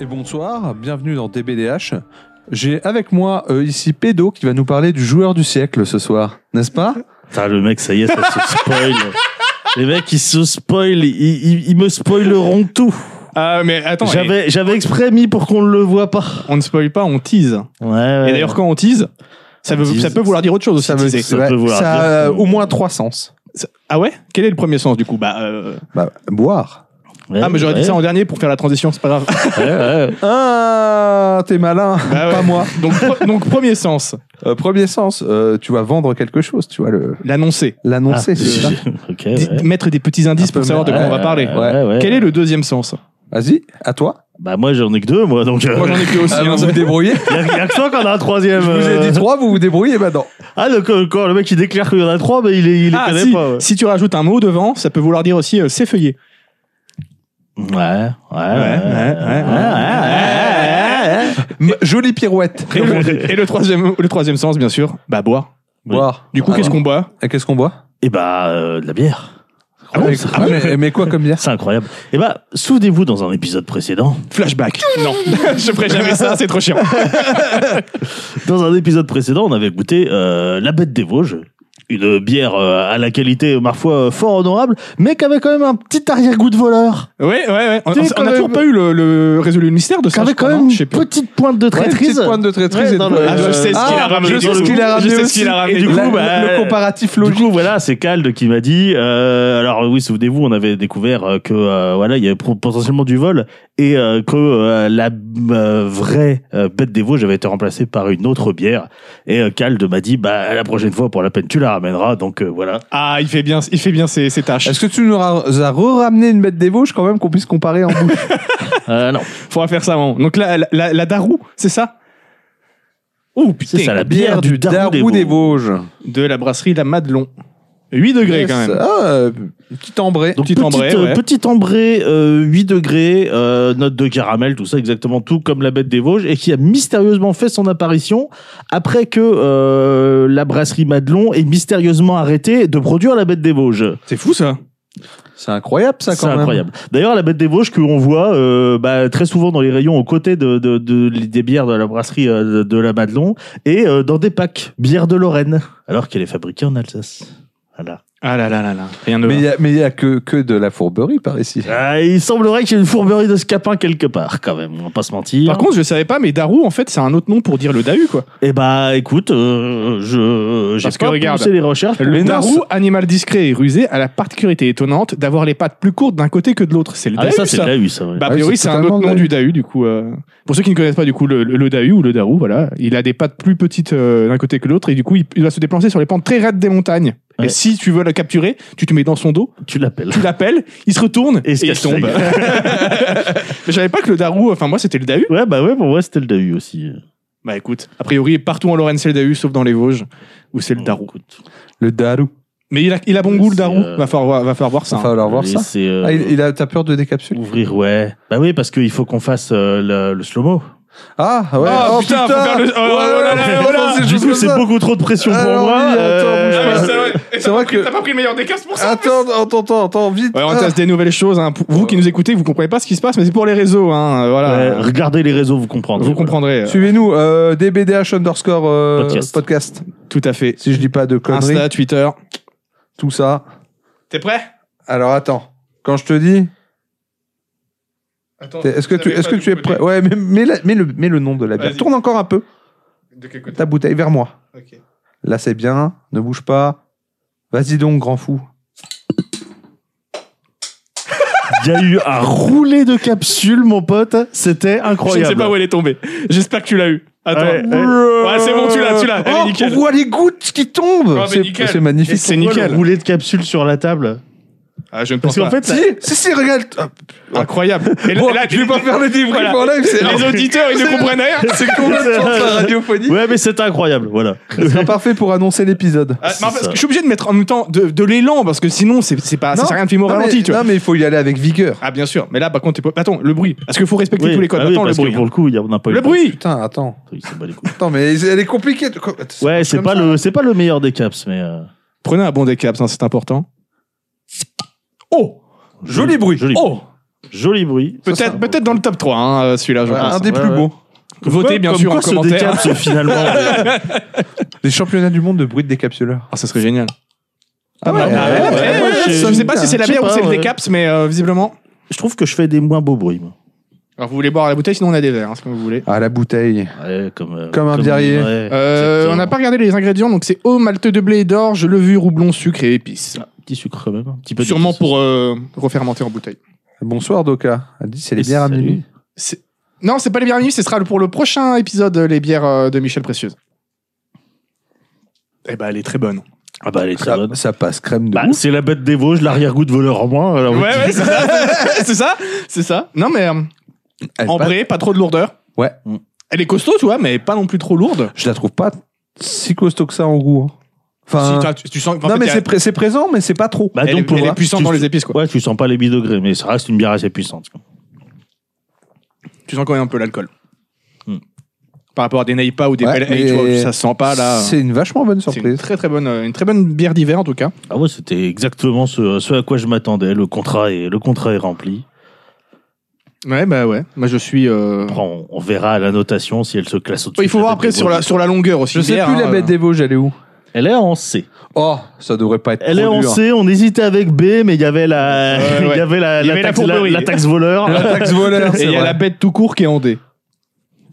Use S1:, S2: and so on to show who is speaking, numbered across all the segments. S1: et bonsoir, bienvenue dans DBDH. J'ai avec moi euh, ici Pédo qui va nous parler du joueur du siècle ce soir, n'est-ce pas
S2: Putain, le mec, ça y est, ça se spoil. Les mecs, ils se spoilent, ils, ils- ils me spoileront tout.
S3: Ah, mais attends, et-
S2: J'avais j'avais exprès mis pour qu'on ne le voit pas.
S3: on ne spoil pas, on tease.
S2: Ouais, ouais.
S3: Et d'ailleurs, quand on tease, ça, veut,
S2: Tease.
S3: ça peut vouloir dire autre chose aussi.
S1: Ça veut
S3: teaser.
S2: ça peut vouloir
S1: ça
S2: dire
S1: a
S2: que-
S1: euh, au moins trois sens.
S3: Ah ouais Quel est le premier sens du coup bah, euh,
S1: Bah, boire.
S2: Ouais,
S3: Ah, mais j'aurais
S2: ouais,
S3: dit ça en dernier pour faire la transition, c'est pas grave.
S2: ouais, ouais.
S1: Ah, t'es malin,
S3: Bah ouais.
S1: pas moi.
S3: donc, pre- donc, premier sens,
S1: Euh, premier sens, euh, tu vas vendre quelque chose, tu vas le-
S3: l'annoncer.
S1: l'annoncer.
S2: Ah,
S1: c'est ça
S2: ok,
S3: Di-
S2: ouais.
S3: Mettre des petits
S1: Un
S3: indices
S1: peu
S3: pour savoir de quoi
S1: mettre-
S3: on va parler.
S1: ouais.
S2: Ouais, ouais.
S3: Quel est le deuxième sens
S1: Vas-y, à toi.
S2: Bah, moi, j'en ai que deux, moi, donc.
S3: Moi j'en ai que aussi.
S1: Ah,
S3: hein.
S1: vous vous débrouillez.
S2: Il y, a que toi qu'on a un troisième.
S1: Je vous ai
S2: euh.
S1: dit trois, vous vous débrouillez bah, maintenant.
S2: Ah, le, quand, quand le mec il déclare qu'il y en a trois, mais il, est- il les
S3: Ah,
S2: connaît
S3: si,
S2: pas. Ouais,
S3: si tu rajoutes un mot devant, ça peut vouloir dire aussi euh, s'effeuiller.
S2: ouais, ouais. Ah,
S1: M- Jolie pirouette.
S3: Et, le, et le troisième, le troisième sens, bien sûr, bah boire.
S2: Oui.
S1: Boire.
S3: Du coup,
S1: Ah,
S3: qu'est-ce qu'on boit
S1: Et qu'est-ce qu'on boit
S2: Et bah, euh, de la bière.
S3: Ah bon,
S1: mais,
S2: c'est-
S1: mais- mais quoi comme bière
S2: C'est incroyable. Et bah, souvenez-vous dans un épisode précédent.
S3: Flashback. Non, je ferai jamais ça, c'est trop chiant.
S2: Dans un épisode précédent, on avait goûté euh, la Bête des Vosges. Une bière euh, à la qualité, ma foi, euh, fort honorable, mais qui avait quand même un petit arrière-goût de voleur.
S3: Ouais, ouais, ouais. On,
S2: T'es
S3: on- on
S2: quand
S3: a
S2: même-
S3: toujours pas eu le, le résolu le mystère de
S2: Qui
S3: ça.
S2: avait
S3: je crois,
S2: quand même
S3: non
S2: une
S3: Je sais plus.
S2: petite pointe de
S1: Ouais, une
S2: traîtrise.
S1: petite pointe de traîtrise.
S2: Ouais,
S1: et
S2: dans
S1: de-
S2: le-
S3: Ah, je sais ce qu'il a
S1: Ah,
S3: ramené.
S1: Je sais
S3: du
S1: ce
S3: coup.
S1: qu'il a ramené.
S3: Je sais ce
S1: aussi.
S3: qu'il a ramené.
S2: Et du coup,
S1: La-
S2: bah,
S1: le comparatif
S2: Du
S1: logique.
S2: coup, voilà, c'est Calde qui m'a dit. euh, alors oui, souvenez-vous, on avait découvert euh, que euh, voilà, il y avait pro- potentiellement du vol et euh, que euh, la euh, vraie euh, bête des Vosges avait été remplacée par une autre bière. Et euh, Calde m'a dit, bah la prochaine fois, pour la peine, tu la ramèneras. Donc euh, voilà.
S3: Ah, il fait bien, il fait bien ses, ses tâches.
S1: Est-ce que tu nous ra- as ramené une bête des Vosges quand même qu'on puisse comparer en bouche
S2: Euh, non,
S3: Faudra faire ça avant. Donc la, la, la, la Darou, c'est ça Oh putain,
S2: c'est ça, la bière, du Darou,
S1: Darou
S2: des
S1: des
S2: Vosges.
S1: Vosges.
S3: de la brasserie La Madelon. 8 degrés
S1: Yes.
S3: quand même.
S1: Ah, euh, petit ambré.
S2: Donc,
S3: Petit
S2: petite,
S3: ambrée,
S2: euh,
S3: ouais.
S2: petite ambrée, euh, 8 degrés, euh, note de caramel, tout ça, exactement tout comme la bête des Vosges, et qui a mystérieusement fait son apparition après que euh, la brasserie Madelon ait mystérieusement arrêté de produire la bête des Vosges.
S3: C'est fou ça.
S1: C'est incroyable ça
S2: C'est
S1: quand même.
S2: incroyable. D'ailleurs, la bête des Vosges qu'on voit euh, bah, très souvent dans les rayons aux côtés de, de- de- des bières de la brasserie euh, de, de la Madelon et euh, dans des packs bière de Lorraine, alors qu'elle est fabriquée en Alsace. Voilà.
S3: Ah là là là là. Rien de.
S1: Mais il y a- mais il y a, que, que de la fourberie par ici.
S2: Ah, il semblerait qu'il y ait une fourberie de Scapin quelque part, quand même. On va pas se mentir.
S3: Par contre, je savais pas, mais Darou, en fait, c'est un autre nom pour dire le Dahu, quoi.
S2: Eh bah écoute, euh, je j'ai
S3: Parce que
S2: pas
S3: regarde,
S2: poussé les recherches.
S3: Le
S2: Mais non,
S3: Darou, animal discret et rusé, a la particularité étonnante d'avoir les pattes plus courtes d'un côté que de l'autre. C'est le
S2: c'est- Ah
S3: Dahu,
S2: ça
S3: ça.
S2: c'est de la U, ça. ouais.
S3: Bah, a
S1: Ouais,
S3: priori,
S1: c'est
S3: c'est un
S1: totalement
S3: autre nom
S1: Dahu.
S3: du Dahu, du coup. euh, Pour ceux qui ne connaissent pas, du coup, le, le- le Dahu ou le Darou, voilà, il a des pattes plus petites euh, d'un côté que l'autre, et du coup, il, il va se déplacer sur les pentes très raides des montagnes.
S2: Ouais.
S3: Et si tu veux le capturer, tu te mets dans son dos,
S2: Tu l'appelles.
S3: tu l'appelles, il se retourne et,
S2: Et se
S3: il
S2: casse la
S3: tombe.
S2: gueule.
S3: Mais j'avais pas que le Darou, enfin, moi, c'était le Dahu.
S2: Ouais bah ouais pour moi c'était le Dahu aussi.
S3: Bah, écoute, a priori, partout en Lorraine, c'est le Dahu, sauf dans les Vosges, où c'est le Darou.
S2: Écoute,
S1: Le Darou.
S3: Mais il a, il a bon goût, le
S2: C'est,
S3: Darou.
S2: euh,
S3: Va, falloir, voir- va falloir voir ça.
S1: Il
S3: hein.
S1: va falloir voir ça.
S2: C'est euh,
S1: Ah, il, il a, t'as peur de décapsuler
S2: ouvrir ouais. Bah oui parce qu'il faut qu'on fasse euh, le, le slow-mo.
S1: Ah ouais.
S3: Ah,
S1: oh,
S3: putain, faut faire le- oh, oh là là, oh là.
S1: c'est
S2: Du
S1: juste
S2: coup
S1: comme
S2: c'est
S1: ça.
S2: beaucoup trop de pression pour
S1: Alors,
S2: moi.
S1: oui, attends,
S3: Ah,
S2: euh,
S3: bah,
S1: bouge pas.
S2: euh,
S1: C'est vrai que.
S3: pas pris le meilleur des cases pour
S1: Attends, attends, attends, attends, vite.
S3: Ouais, on
S1: Ah.
S3: teste des nouvelles choses. hein. Pour vous qui nous écoutez, vous comprenez pas ce qui se passe, mais c'est pour les réseaux. hein, euh, Voilà.
S2: ouais, regardez les réseaux vous comprendrez.
S3: vous comprendrez. euh,
S1: Suivez-nous, euh, DBDH underscore euh,
S2: Podcast.
S1: podcast.
S3: Tout à fait.
S1: Si je dis pas de conneries,
S3: Insta, Twitter.
S1: tout ça.
S3: T'es prêt
S1: Alors attends, quand je te dis,
S3: Attends,
S1: t'es- est-ce que tu, est-ce que tu es prêt Ouais, mais mets, la- mets le, mets le nom de la bière.
S3: Vas-y.
S1: Tourne encore un peu
S3: De quel côté
S1: ta bouteille vers moi.
S3: Ok.
S1: Là c'est bien, ne bouge pas. Vas-y donc, grand fou.
S2: Il y a eu un roulé de capsules mon pote, c'était
S3: Je ne
S2: incroyable.
S3: sais pas où elle est tombée. J'espère que tu l'as eu. Attends.
S2: Ouais, ouais.
S3: Eh, Ouais, c'est bon, tu l'as, tu l'as. Elle est
S1: Oh, on
S3: nickel.
S1: voit les gouttes qui tombent.
S3: mais
S1: c'est,
S3: nickel.
S1: c'est magnifique.
S3: C'est
S2: Pourquoi
S3: nickel.
S2: Le roulé de capsules sur la table.
S3: Ah, je ne pense
S2: Parce qu'en
S3: pas.
S2: fait
S1: Si, si, si, regarde. Hop.
S3: Incroyable. Et là,
S1: Bon,
S3: là,
S1: je vais
S3: les-
S1: pas faire le débrief
S3: Voilà.
S1: en live. C'est,
S3: Les auditeurs, ils ne
S1: C'est-
S3: comprennent rien.
S1: c'est complètement de la radiophonie.
S2: Ouais, mais c'est incroyable, voilà.
S1: Ce sera parfait pour annoncer l'épisode.
S3: Ah,
S2: C'est
S3: mais en fait,
S2: ça.
S3: je suis obligé de mettre en même temps de, de l'élan parce que sinon, c'est c'est pas, ça
S1: Non,
S3: sert à rien de filmer au
S1: non,
S3: ralenti,
S1: mais,
S3: tu vois.
S1: non, mais il faut y aller avec vigueur.
S3: Ah, bien sûr. Mais là, par contre, t'es pas- attends, le bruit. Parce qu'il faut respecter tous les codes.
S2: bah oui,
S3: attends, le
S2: parce que
S3: bruit.
S2: Pour le coup, il y a- on n'a pas eu
S3: Le
S2: temps.
S3: bruit
S1: Putain, attends.
S2: Il s'en bat les couilles.
S1: Attends, mais elle est compliquée. de- quoi-
S2: Ouais, c'est
S1: comme
S2: pas
S1: ça.
S2: le, c'est pas le meilleur des caps, mais euh,
S3: Prenez un bon décap, hein, c'est important. Oh Joli bruit.
S2: joli.
S3: Oh
S2: Joli bruit.
S1: Ça, c'est
S3: Peut-être
S1: un-
S3: peut-être dans le top 3, hein, euh, celui-là, je
S1: Ouais,
S3: pense.
S1: un des
S2: ouais,
S1: plus
S2: ouais.
S1: beaux.
S3: Votez,
S2: Comme
S3: bien
S2: quoi-
S3: sûr, en
S2: comme quoi se
S3: commentaire.
S2: décapse finalement.
S1: Les championnats du monde de bruit de décapsuleur.
S3: Ah, ça serait génial. bah,
S1: Ah ouais,
S2: Ah ouais,
S1: ouais,
S2: ouais,
S1: ouais,
S2: moi,
S1: ouais,
S2: je-
S1: ça
S3: je
S1: me
S3: sais pas
S1: dit
S3: si c'est la
S2: Je sais
S3: bière ou
S2: pas,
S3: c'est le
S2: ouais.
S3: décaps, mais euh, visiblement.
S2: Je trouve que je fais des moins beaux bruits, moi.
S3: Alors, vous voulez boire à la bouteille, sinon on a des verres, hein, c'est comme vous voulez.
S1: Ah, la bouteille.
S2: Ouais, comme, euh,
S1: Comme un biarrier.
S2: ouais,
S3: Euh,
S2: exactement.
S3: on n'a pas regardé les ingrédients, donc c'est eau, malte de blé, d'orge, levure, houblon, sucre et épices.
S2: Ah, petit sucre quand même. Un petit peu
S3: Sûrement
S2: d'épices.
S3: pour euh, refermenter en bouteille.
S1: Bonsoir, Doka. Elle dit c'est les
S2: Et
S1: bières à
S2: salut.
S1: minuit.
S3: C'est- Non, c'est pas les bières minuit, ce sera pour le prochain épisode, euh, les bières euh, de Michel Précieuse. Eh ben, elle est très bonne.
S2: Ah bah elle est très
S1: Ça,
S2: bonne.
S1: ça passe crème de
S2: Bah,
S1: ouf.
S2: c'est la bête des Vosges, l'arrière-goût de voleur en moins. alors-
S3: Ouais, ouais, c'est ça. c'est ça. C'est ça. Non, mais euh,
S1: Elle passe-
S3: ambrée, pas trop de lourdeur.
S1: Ouais.
S2: Mm.
S3: Elle est costaud, tu vois, mais pas non plus trop lourde.
S1: Je la trouve pas si costaud que ça en goût. hein. Enfin,
S3: Si, t'as- tu, tu sens en
S1: non,
S3: fait,
S1: mais
S3: elle-
S1: c'est, pré- c'est présent, mais c'est pas trop.
S2: Bah,
S3: elle,
S2: donc,
S3: est-
S2: pour
S3: elle est
S2: voir,
S3: puissante
S2: tu-
S3: dans les épices, quoi.
S2: Ouais, tu sens pas les 8 degrés, mais ça reste une bière assez puissante. quoi.
S3: Tu sens quand même un peu l'alcool.
S2: Mm.
S3: Par rapport à des Naipa ou des
S1: Ouais,
S3: Pale Ale, tu
S1: mais-
S3: vois, ça se sent pas là.
S1: C'est une vachement bonne
S3: C'est une
S1: surprise.
S3: très très bonne, euh, une très bonne bière d'hiver en tout cas.
S2: Ah ouais, c'était exactement ce, ce à quoi je m'attendais. Le contrat est, le contrat est rempli.
S3: Ouais, bah ouais. Moi je suis. euh,
S2: Après, on, on verra à la notation si elle se classe au-dessus.
S3: Oh, Il faut
S2: de
S3: voir
S2: Bête
S3: après
S2: des
S3: sur la,
S2: Vosges.
S3: sur la longueur aussi.
S1: Je sais
S3: Hier,
S1: plus la
S3: hein,
S1: bête des Vosges, elle est où
S2: Elle est en C.
S1: Oh, ça devrait pas être
S2: Elle est
S1: trop
S2: en
S1: dur.
S2: C, on hésitait avec B, mais il y avait la,
S3: Ouais, ouais.
S2: il y avait la,
S3: Il y
S2: la
S3: avait la Ah,
S2: taxe, la-
S3: fourberie.
S2: la taxe voleur.
S1: La taxe voleur,
S3: Et
S1: c'est
S3: il y a
S1: vrai.
S3: la bête tout court qui est en D.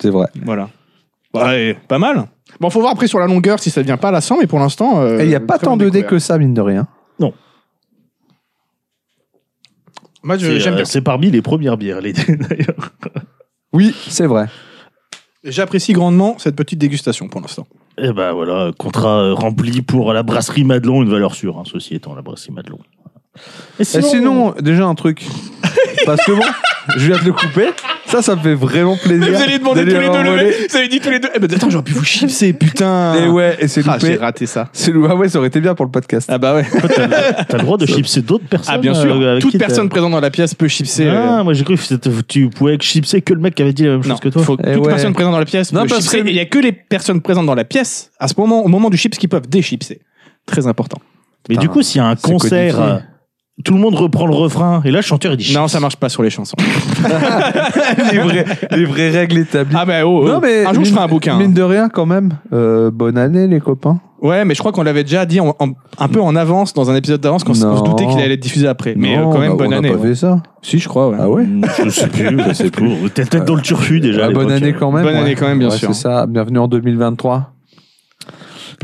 S1: C'est vrai.
S3: Voilà. Ouais, pas mal. Bon, faut voir après sur la longueur si ça devient pas lassant, mais pour l'instant. euh,
S1: Et il y a pas
S3: très
S1: tant
S3: bonne
S1: de dés
S3: découverte.
S1: que ça, mine de rien.
S3: Moi, je-
S2: C'est
S3: j'aime
S2: euh,
S3: bien.
S2: c'est parmi les premières bières, les d'ailleurs.
S1: Oui, c'est vrai.
S3: J'apprécie grandement cette petite dégustation pour l'instant.
S2: Et ben voilà, contrat euh, rempli pour la brasserie Madelon, une valeur sûre, hein, ceci étant la brasserie Madelon. Et
S1: Et Eh, sinon, déjà un truc. Parce que bon, je viens de le couper. Ça, ça me fait vraiment plaisir. d'aller avoir volé.
S3: Vous avez dit tous les deux. Eh ben, attends, j'aurais pu vous chipser, putain.
S1: Et ouais, et c'est
S3: Ah, j'ai
S1: loupé.
S3: raté ça.
S1: C'est loupé. Ah ouais, ça aurait été bien pour le podcast.
S3: Ah bah ouais.
S2: t'as le droit de chipser d'autres personnes.
S3: Ah bien sûr.
S2: euh, avec
S3: Toute
S2: qui t'as-
S3: personne présente dans la pièce peut chipser. euh,
S2: Ah, moi j'ai cru que c'était- tu pouvais chipser que le mec qui avait dit la même
S3: Non,
S2: chose que toi.
S3: faut que
S1: Eh
S3: toute
S1: ouais.
S3: personne présente dans la pièce.
S1: Non,
S3: peut
S1: parce
S3: chipser.
S1: que-
S3: Et Il y a que les personnes présentes dans la pièce à ce moment, au moment du chips, qui peuvent déchipser. Très important.
S2: Mais du
S1: Putain,
S2: coup, s'il y a un
S1: c'est
S2: concert,
S1: codifié.
S2: euh, tout le monde reprend le refrain et là le chanteur il dit
S3: Non,
S2: chips.
S3: ça marche pas sur les chansons.
S1: les, vraies, les vraies règles établies.
S3: ah bah oh, oh.
S1: Non, mais
S3: un jour je
S1: mine-
S3: ferai un bouquin.
S1: Mine de rien, quand même. Euh, bonne année, les copains.
S3: Ouais, mais je crois qu'on l'avait déjà dit en- en- un peu en avance dans un épisode d'avance quand on s- on se
S1: Non.
S3: doutait qu'il allait être diffusé après. Mais euh,
S1: Non,
S3: quand
S1: on
S3: même
S1: a-
S3: bonne
S1: on a
S3: année.
S1: pas
S3: ouais.
S1: fait ça.
S3: Si je crois. ouais.
S1: Ah ouais
S2: Hmm, Je sais plus, je sais plus. T'es peut-être dans le turfu déjà. à
S1: Ah, Bonne
S2: l'époque.
S1: année quand même.
S3: euh, Bonne
S1: ouais.
S3: année quand même, bien
S1: Ouais,
S3: sûr.
S1: C'est ça. Bienvenue en 2023.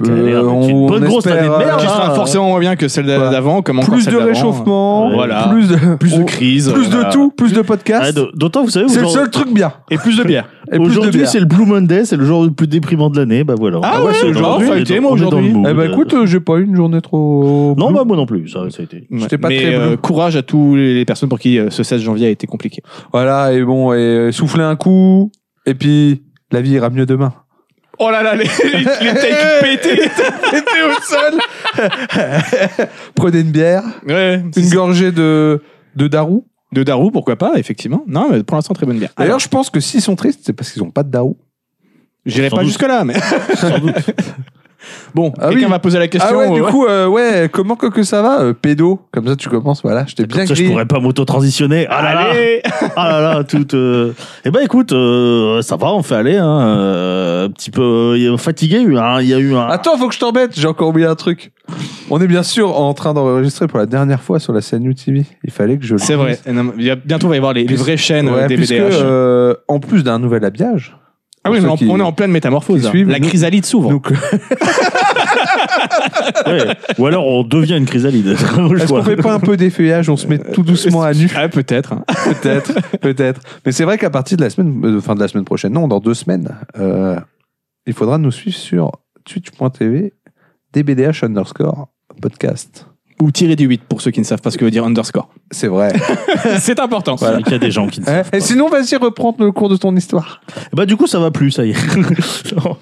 S2: Quelle a l'air d'être une bonne grosse année de
S1: Euh, espère,
S2: merde,
S3: Qui
S1: euh,
S2: hein.
S3: sera forcément moins bien que celle d'a-
S1: Voilà.
S3: d'avant, comme encore
S1: plus
S3: celle
S1: de
S3: d'avant. hein.
S1: réchauffement,
S2: Ouais.
S1: voilà.
S3: Voilà.
S1: plus de
S3: plus de
S1: on-
S3: crise,
S1: plus de
S2: voilà.
S1: tout, plus de
S2: Ah,
S1: podcasts.
S2: d- D'autant, vous savez,
S1: c'est le
S2: aujourd'hui-
S1: seul truc bien.
S3: et plus de bière.
S1: Et plus de
S2: Aujourd'hui,
S1: bière.
S2: c'est le Blue Monday, c'est le jour le plus déprimant de l'année. Bah voilà.
S3: Ah ouais,
S2: c'est
S3: aujourd'hui, ça a
S2: on est
S3: été,
S2: dans-
S3: moi,
S2: on est dans
S3: aujourd'hui.
S2: le mood.
S1: Eh ben écoute, euh, j'ai pas eu une journée trop.
S2: non,
S1: bleue.
S2: bah, moi non plus, ça, ça a été.
S1: J'étais pas
S3: Mais, euh,
S1: très bleu.
S3: courage à tous les les personnes pour qui euh, ce 16 janvier a été compliqué.
S1: voilà et bon et euh, souffler un coup et puis la vie ira mieux demain.
S3: Oh là là, les, les, les takes pétés.
S1: T'es au sol. Prenez une bière,
S3: Ouais,
S1: une gorgée de de darou.
S3: de Darou, pourquoi pas, effectivement. Non, mais pour l'instant, très bonne bière.
S1: D'ailleurs,
S3: Alors,
S1: je pense que s'ils sont tristes, c'est parce qu'ils ont pas de darou.
S3: j'irai
S2: sans
S3: pas
S2: doute.
S3: jusque-là, mais. Bon,
S1: Ah
S3: quelqu'un
S1: oui.
S3: va poser la question.
S1: ah ouais,
S3: euh,
S1: du
S3: ouais.
S1: coup, euh, ouais, comment que que ça va, euh, pédo Comme ça, tu commences. Voilà, je t'ai bien
S2: Comme ça, je
S1: grillé.
S2: pourrais pas m'auto-transitionner. Ah là là,
S3: Allez
S2: ah là là, tout. euh, Eh ben écoute, euh, ça va, on fait aller. Hein, euh, un petit peu euh, fatigué, hein, il y a eu un.
S1: Attends, faut que je t'embête, j'ai encore oublié un truc. On est bien sûr en train d'enregistrer pour la dernière fois sur la scène UTV. Il fallait que je le
S3: C'est
S1: dise.
S3: vrai. Et non, il y a- Bientôt, il va y avoir les, les vraies chaînes
S1: Ouais,
S3: euh, des
S1: puisque,
S3: VDH.
S1: euh, en plus d'un nouvel habillage,
S3: ah oui,
S1: ceux
S3: mais on,
S1: qui-
S3: on est en pleine métamorphose.
S1: qui
S3: hein.
S1: suivent,
S3: La
S1: nous-
S3: chrysalide s'ouvre.
S1: donc euh,
S2: Ouais. Ou alors on devient une chrysalide. Au
S1: est-ce
S2: choix.
S1: qu'on fait pas un peu d'effeuillage On se met tout doucement à nu,
S3: Ah, peut-être. hein.
S1: peut-être, peut-être. Mais c'est vrai qu'à partir de la semaine, euh, fin de la semaine prochaine, non, dans deux semaines, euh, il faudra nous suivre sur twitch.tv dbdh underscore podcast.
S3: Ou tirer du 8 pour ceux qui ne savent pas ce que veut dire underscore.
S1: C'est vrai.
S3: C'est important.
S2: Il y a des gens qui ne
S1: Hein
S2: savent
S1: Et
S2: pas.
S1: sinon, vas-y reprendre le cours de ton histoire.
S2: Bah du coup ça va plus, ça y est. non.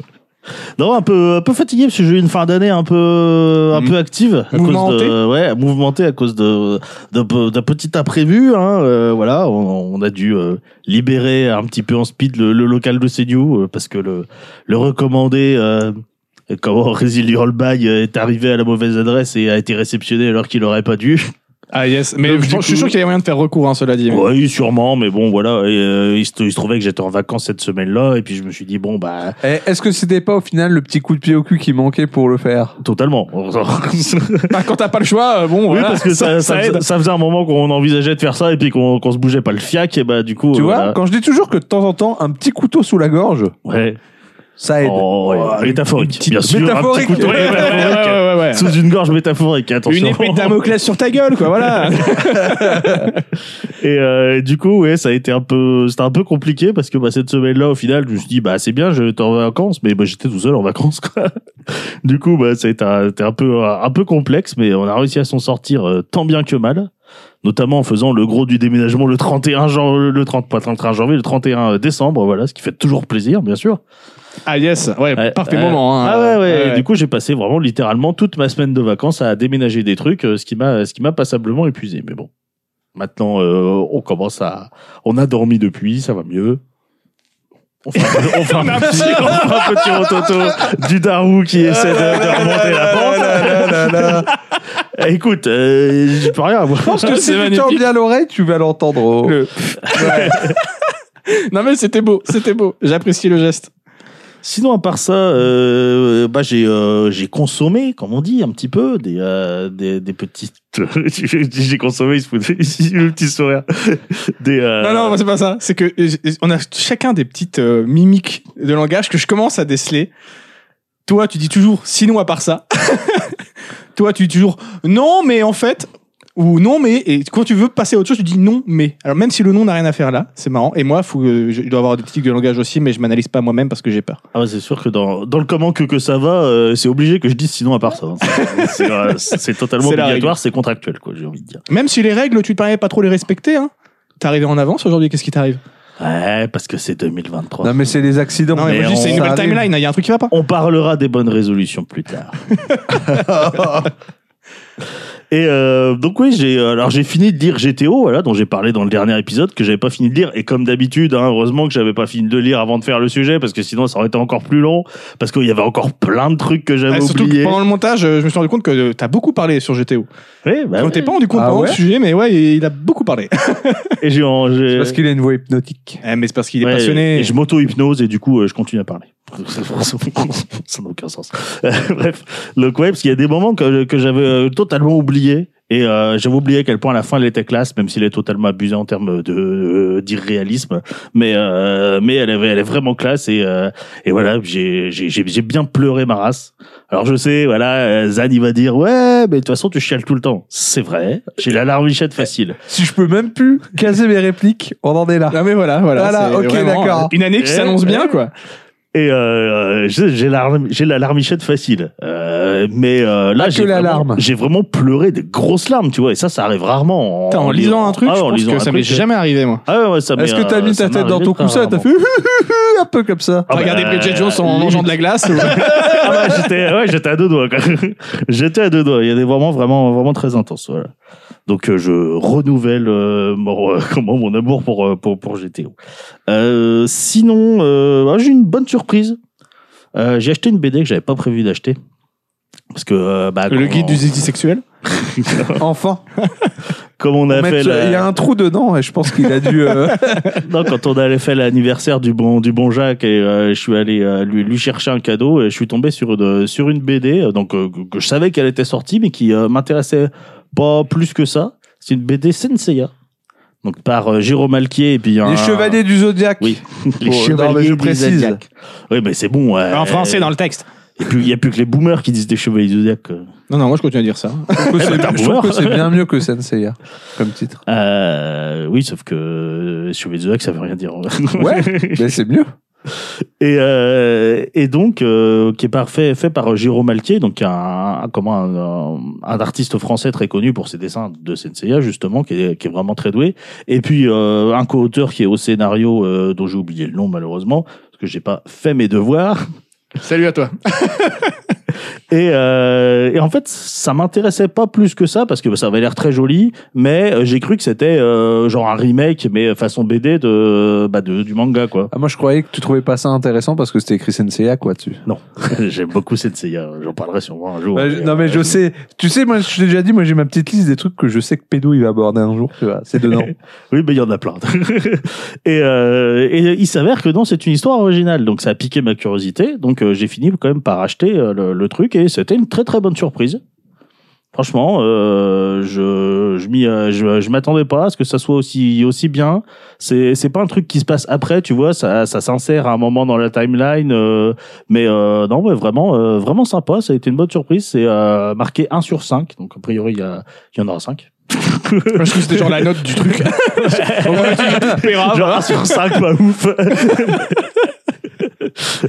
S2: Non, un peu, un peu fatigué parce que j'ai eu une fin d'année un peu, un
S3: Mhm.
S2: peu active. À cause
S3: Mouvementée.
S2: de, ouais, mouvementée à cause de, d'un peu- d'un petit imprévu. Hein, euh, voilà, on, on a dû euh, libérer un petit peu en speed le, le local de Seignou euh, parce que le, le recommandé, euh, comment Resilient Bail est arrivé à la mauvaise adresse et a été réceptionné alors qu'il n'aurait pas dû.
S3: Ah yes, mais
S2: Donc,
S3: je,
S2: du
S3: pense- je suis
S2: coup-
S3: sûr qu'il y a moyen de faire recours, hein, cela dit.
S2: Oui, sûrement, mais bon, voilà. Et, euh, il, se, il se trouvait que j'étais en vacances cette semaine-là, et puis je me suis dit, bon, bah,
S1: Eh, Est-ce que c'était pas au final le petit coup de pied au cul qui manquait pour le faire
S2: totalement.
S3: Bah, quand t'as pas le choix, euh, bon,
S2: oui,
S3: voilà,
S2: parce que ça, ça, faisait, ça faisait un moment qu'on envisageait de faire ça, et puis qu'on qu'on se bougeait pas le fiac, et bah, du coup.
S1: Tu
S2: euh,
S1: vois,
S2: voilà.
S1: quand je dis toujours que de temps en temps, un petit couteau sous la gorge,
S2: Ouais.
S1: ça aide.
S2: Oh, ouais.
S1: Oh,
S2: métaphorique, bien sûr. un petit
S1: métaphorique.
S2: couteau,
S1: Ouais, ouais,
S3: Ouais, ouais,
S2: métaphorique.
S3: ouais, ouais.
S2: Sous une gorge métaphorique, attention.
S3: Une épée de Damoclès sur ta gueule, quoi, voilà.
S2: Et euh, du coup, ouais, ça a été un peu, c'était un peu compliqué parce que bah, cette semaine-là, au final, je me suis dit, bah c'est bien, j'étais en vacances, mais bah, j'étais tout seul en vacances. Quoi. du coup, bah ça a été un, c'était un peu, un peu complexe, mais on a réussi à s'en sortir euh, tant bien que mal, notamment en faisant le gros du déménagement le 31 janvier, le 30, pas le 31 janvier, le 31 euh, décembre, voilà, ce qui fait toujours plaisir, bien sûr.
S3: ah yes, ouais,
S2: Ouais,
S3: parfait
S2: euh,
S3: moment. hein.
S2: Ah ouais, ouais. Et
S3: ouais.
S2: Du coup, j'ai passé vraiment littéralement toute ma semaine de vacances à déménager des trucs, euh, ce qui m'a, ce qui m'a passablement épuisé. Mais bon, maintenant, euh, on commence à, on a dormi depuis, ça va mieux. On fera, un peu- on fera un, petit, on fera un petit rototo du Darou qui essaie de, de
S1: Oh
S2: remonter la pente. Eh, Écoute, euh, je peux rien. Moi.
S1: Je pense que
S3: C'est
S1: Ah, si tu tends
S3: magnifique.
S1: bien l'oreille, tu vas l'entendre. oh.
S3: Le-
S1: Ouais.
S3: Non mais c'était beau, c'était beau. J'apprécie le geste.
S2: Sinon, à part ça, euh, bah, j'ai euh, j'ai consommé, comme on dit, un petit peu, des, euh, des, des petites. j'ai consommé, il se foutait le petit sourire. Des, euh,
S3: Non, non, c'est pas ça. C'est que euh, on a chacun des petites euh, mimiques de langage que je commence à déceler. Toi, tu dis toujours sinon à part ça. Toi, tu dis toujours non, mais en fait, ou non, mais. Et quand tu veux passer à autre chose, tu dis non, mais. Alors, même si le non n'a rien à faire là, c'est marrant. Et moi, faut, que je je dois avoir des tics de langage aussi, mais je m'analyse pas moi-même parce que j'ai peur.
S2: Ah, ouais, c'est sûr que dans, dans le comment que, que ça va, euh, c'est obligé que je dise sinon à part ça. hein. C'est- C'est euh, c'est totalement
S3: C'est la
S2: obligatoire, c'est contractuel, quoi, j'ai envie de dire.
S3: Même si les règles, tu te parlais pas trop les respecter, hein. T'es arrivé en avance aujourd'hui, qu'est-ce qui t'arrive
S2: Ouais, parce que c'est 2023.
S1: Non, mais c'est les accidents.
S3: Non, mais,
S2: mais
S3: moi, je dis,
S2: on-
S3: c'est une nouvelle
S1: ça arrive.
S3: timeline, il y a un truc qui va pas.
S2: On parlera des bonnes résolutions plus tard. et euh, donc oui, j'ai alors j'ai fini de lire GTO, voilà, dont j'ai parlé dans le dernier épisode que j'avais pas fini de lire. Et comme d'habitude, hein, heureusement que j'avais pas fini de lire avant de faire le sujet parce que sinon ça aurait été encore plus long parce qu'il y avait encore plein de trucs que j'avais
S3: Ah, surtout que
S2: oubliés.
S3: pendant le montage, euh, je me suis rendu compte que euh, t'as beaucoup parlé sur GTO.
S2: Ouais, bah
S3: On
S2: ouais.
S3: t'est pas rendu compte
S1: Ah
S3: pendant
S1: ouais
S3: le sujet, mais ouais, il il a beaucoup parlé.
S2: Et j'ai en- j'ai-
S1: C'est Parce qu'il a une voix hypnotique.
S3: Eh, mais c'est parce qu'il est
S2: Ouais,
S3: passionné.
S2: Et je m'auto-hypnose et du coup, euh, je continue à parler. Ça n'a aucun sens. Euh, Bref, donc ouais, parce qu'il y a des moments que, que j'avais euh, totalement oublié. Et euh, j'avais oublié à quel point à la fin elle était classe, même s'il est totalement abusé en termes de euh, d'irréalisme, mais euh, mais elle est elle est vraiment classe et euh, et voilà j'ai j'ai j'ai j'ai bien pleuré ma race. Alors je sais voilà euh, Zan il va dire ouais mais de toute façon tu chiales tout le temps, c'est vrai, j'ai la larmichette facile.
S1: Si je peux même plus caser mes répliques, on en est là.
S3: Non Ah, mais voilà, voilà.
S1: Voilà,
S3: c'est
S1: ok,
S3: vraiment,
S1: d'accord.
S3: euh, Une année qui
S2: Eh,
S3: s'annonce bien,
S2: eh.
S3: quoi.
S2: Et euh, j'ai j'ai la j'ai la larmichette facile. Euh, mais euh, là
S1: Pas
S2: j'ai
S1: que la
S2: vraiment-
S1: larme.
S2: j'ai vraiment pleuré des grosses larmes, tu vois. Et ça, ça arrive rarement.
S3: Putain, en lisant un truc,
S2: ah,
S3: je
S2: en
S3: pense
S2: lisant
S3: que
S2: un
S3: ça
S2: truc,
S3: m'est
S2: j'ai-
S3: jamais arrivé, moi.
S2: Ah ouais, ouais, ça m'est,
S1: Est-ce que t'as
S2: euh,
S1: mis ta
S2: ça m'est
S1: tête dans
S2: arrivé
S1: ton
S2: très
S1: coussin, t'as
S2: rarement.
S1: fait un peu comme ça
S2: Ah bah,
S3: Regardez Bridget Jones en
S2: euh,
S3: mangeant de la glace. ou-
S2: Ah bah, j'étais ouais, j'étais à deux doigts. quoi. j'étais à deux doigts. Il y a des moments vraiment vraiment très intenses. Voilà. Donc euh, je renouvelle euh, mon, euh, comment mon amour pour euh, pour pour GTO. Euh, sinon, euh, bah, j'ai une bonne surprise. Euh, j'ai acheté une BD que j'avais pas prévu d'acheter parce que euh, bah,
S3: Le
S2: quand-
S3: guide du zizi sexuel.
S1: Enfin,
S2: comme on a
S1: on met-
S2: fait
S1: il
S2: la-
S1: y a un trou dedans et je pense qu'il a dû. euh,
S2: Non, quand on allait faire l'anniversaire du bon du bon Jacques et euh, je suis allé euh, lui, lui chercher un cadeau et je suis tombé sur une sur une BD euh, donc euh, que- que je savais qu'elle était sortie mais qui euh, m'intéressait pas plus que ça. C'est une BD Senseiya. Donc par euh, Jérôme Alquier et puis un
S1: Les chevaliers du zodiaque.
S2: Ah. Oui. les
S1: Bon,
S2: chevaliers
S1: non, mais je
S2: du
S1: précise.
S2: Zodiac. Oui, mais c'est bon. euh,
S3: En français, dans le texte.
S2: et puis il y a plus que les boomers qui disent des chevaliers du Zodiac. euh.
S3: Non, non, moi je continue à dire ça.
S1: Je trouve que c'est-
S2: Eh ben, t'as
S1: je trouve
S2: peur.
S1: que c'est bien mieux que Senseiya comme titre.
S2: Euh, oui, sauf que euh, chevaliers du Zodiac ça veut rien dire.
S1: Ouais, mais c'est mieux.
S2: Et, euh, et donc, euh, qui est parfait, fait par Jérôme Alquier, donc un, un- comment, un, un artiste français très connu pour ses dessins de Senseiya, justement, qui est, qui est vraiment très doué. Et puis, euh, un co-auteur qui est au scénario, euh, dont j'ai oublié le nom, malheureusement, parce que j'ai pas fait mes devoirs.
S3: Salut à toi.
S2: Et, euh, et en fait, ça m'intéressait pas plus que ça parce que bah, ça avait l'air très joli, mais euh, j'ai cru que c'était euh, genre un remake mais façon BD de, bah, de du manga quoi.
S1: Ah, moi, je croyais que tu trouvais pas ça intéressant parce que c'était écrit Senseiya, quoi, dessus.
S2: J'aime beaucoup cette Seiya, j'en parlerai sûrement un jour.
S1: Bah, je- non, mais je
S2: Euh,
S1: sais. Tu sais, moi, je t'ai déjà dit, moi, j'ai ma petite liste des trucs que je sais que Pédo, il va aborder un jour, tu vois. C'est dedans.
S2: Oui, mais il y en a plein. et, euh, et il s'avère que non, c'est une histoire originale. Donc ça a piqué ma curiosité. Donc euh, j'ai fini quand même par acheter euh, le, le truc et c'était une très très bonne surprise. Franchement, euh, je je m'y euh, je, je m'attendais pas à ce que ça soit aussi aussi bien. C'est c'est pas un truc qui se passe après, tu vois, ça ça s'insère à un moment dans la timeline euh, mais euh, non, ouais, vraiment euh, vraiment sympa, ça a été une bonne surprise, c'est euh, marqué 1 sur 5. Donc a priori il y, a- il y en aura 5.
S3: Je pense que c'était genre la note du truc. Donc, on a dit, mais grave,
S2: Genre un sur 5, pas ouf.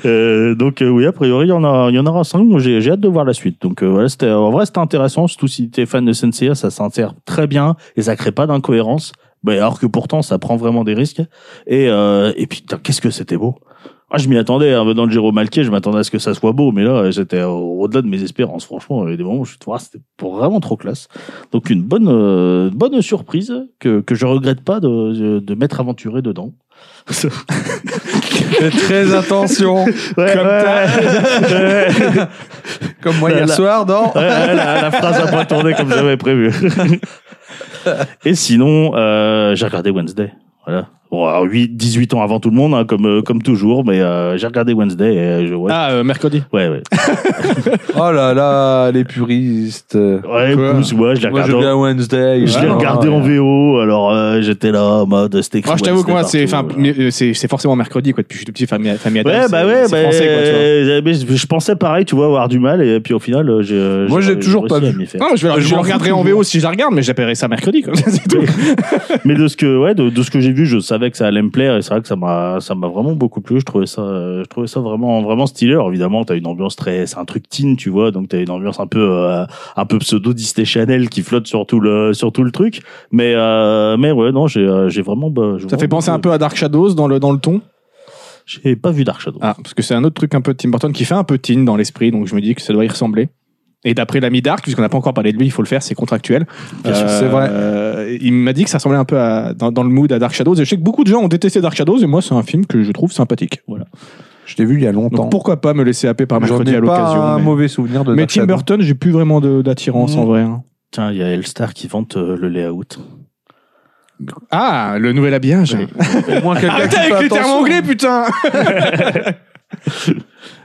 S2: Euh, donc euh, oui, a priori, il y en a, il y en aura 5. J'ai j'ai hâte de voir la suite. Donc euh, voilà, c'était en vrai c'était intéressant. Surtout si t'es fan de Sensei, ça s'insère très bien et ça crée pas d'incohérence. Mais alors que pourtant, ça prend vraiment des risques. Et euh, et puis putain, qu'est-ce que c'était beau. Ah, je m'y attendais, hein, venant de Jérôme Malquier, je m'attendais à ce que ça soit beau, mais là, euh, j'étais au- au-delà de mes espérances. Franchement, il y a des moments où je te vois, c'était vraiment trop classe. Donc, une bonne, euh, bonne surprise que, que je regrette pas de, de m'être aventuré dedans.
S1: Faites très attention.
S2: Ouais,
S3: Comme
S2: ouais, ouais.
S1: Comme moi,
S2: Là,
S1: hier
S2: là.
S1: soir, non?
S2: Ouais, ouais, la, la phrase a pas tourné comme j'avais prévu. Et sinon, euh, j'ai regardé Wednesday. Voilà. Bon, alors, 8, 18 ans avant tout le monde, hein, comme, euh, comme toujours, mais euh, j'ai regardé Wednesday. Et je, ouais,
S3: Ah, euh, mercredi.
S2: ouais, ouais.
S1: Oh là là, les puristes.
S2: Ouais,
S3: Quoi
S2: écoute, ouais, je l'ai
S1: Moi,
S2: regardé.
S1: je viens Wednesday.
S2: Je l'ai
S1: Ah,
S2: regardé en VO, alors euh, j'étais là en mode c'était écrit
S3: Moi, je t'avoue que
S2: Wednesday
S3: moi, c'est
S2: partout,
S3: enfin,
S2: voilà.
S3: mais, euh, c'est c'est forcément mercredi, quoi. Depuis que je suis tout petit, famille, famille
S2: Ouais,
S3: Adams,
S2: bah
S3: c'est-
S2: ouais,
S3: c'est
S2: bah,
S3: français, quoi, tu vois.
S2: euh, mais je, je pensais pareil, tu vois, avoir du mal, et puis au final, euh, j'ai.
S1: Moi, j'ai toujours pas
S2: réussi à
S1: vu.
S2: m'y faire.
S3: Non, mais je, vais la-
S1: Je
S3: je la
S1: m'en
S3: regarderai
S1: fous.
S3: en VO si je la regarde, mais j'appellerai ça mercredi, comme ça, c'est tout.
S2: mais de ce que ouais de, de ce que j'ai vu je savais que ça allait me plaire et c'est vrai que ça m'a ça m'a vraiment beaucoup plu je trouvais ça euh, je trouvais ça vraiment vraiment stylé alors évidemment t'as une ambiance très c'est un truc teen tu vois donc t'as une ambiance un peu euh, un peu pseudo Disney Channel qui flotte sur tout le sur tout le truc mais euh, mais ouais non j'ai euh, j'ai vraiment bah, j'ai
S3: Ça fait
S2: vraiment-
S3: penser un peu à Dark Shadows dans le, dans le ton.
S2: j'ai pas vu Dark Shadow
S3: Ah, parce que c'est un autre truc un peu de Tim Burton qui fait un peu teen dans l'esprit, donc je me dis que ça doit y ressembler. Et d'après l'ami Dark, puisqu'on n'a pas encore parlé de lui, il faut le faire, c'est contractuel.
S1: Bien sûr, c'est vrai.
S3: vrai. Il m'a dit que ça ressemblait un peu à, dans, dans le mood à Dark Shadows. Et je sais que beaucoup de gens ont détesté Dark Shadows, et moi, c'est un film que je trouve sympathique. Voilà.
S1: Je t'ai vu il y a
S3: Donc
S1: longtemps.
S3: pourquoi pas me laisser happer par
S1: J'en
S3: mercredi à
S1: ai pas
S3: l'occasion.
S1: un
S3: Mais,
S1: mauvais souvenir de
S3: mais
S1: Dark
S3: Tim
S1: Shadow.
S3: Burton, j'ai plus vraiment de- d'attirance
S1: Mm.
S3: en vrai. hein.
S2: tiens il y a Elstar qui vante euh, le layout
S3: Ah, le nouvel habillage.
S2: Oui.
S1: Au moins quelqu'un qui fait attention.
S3: putain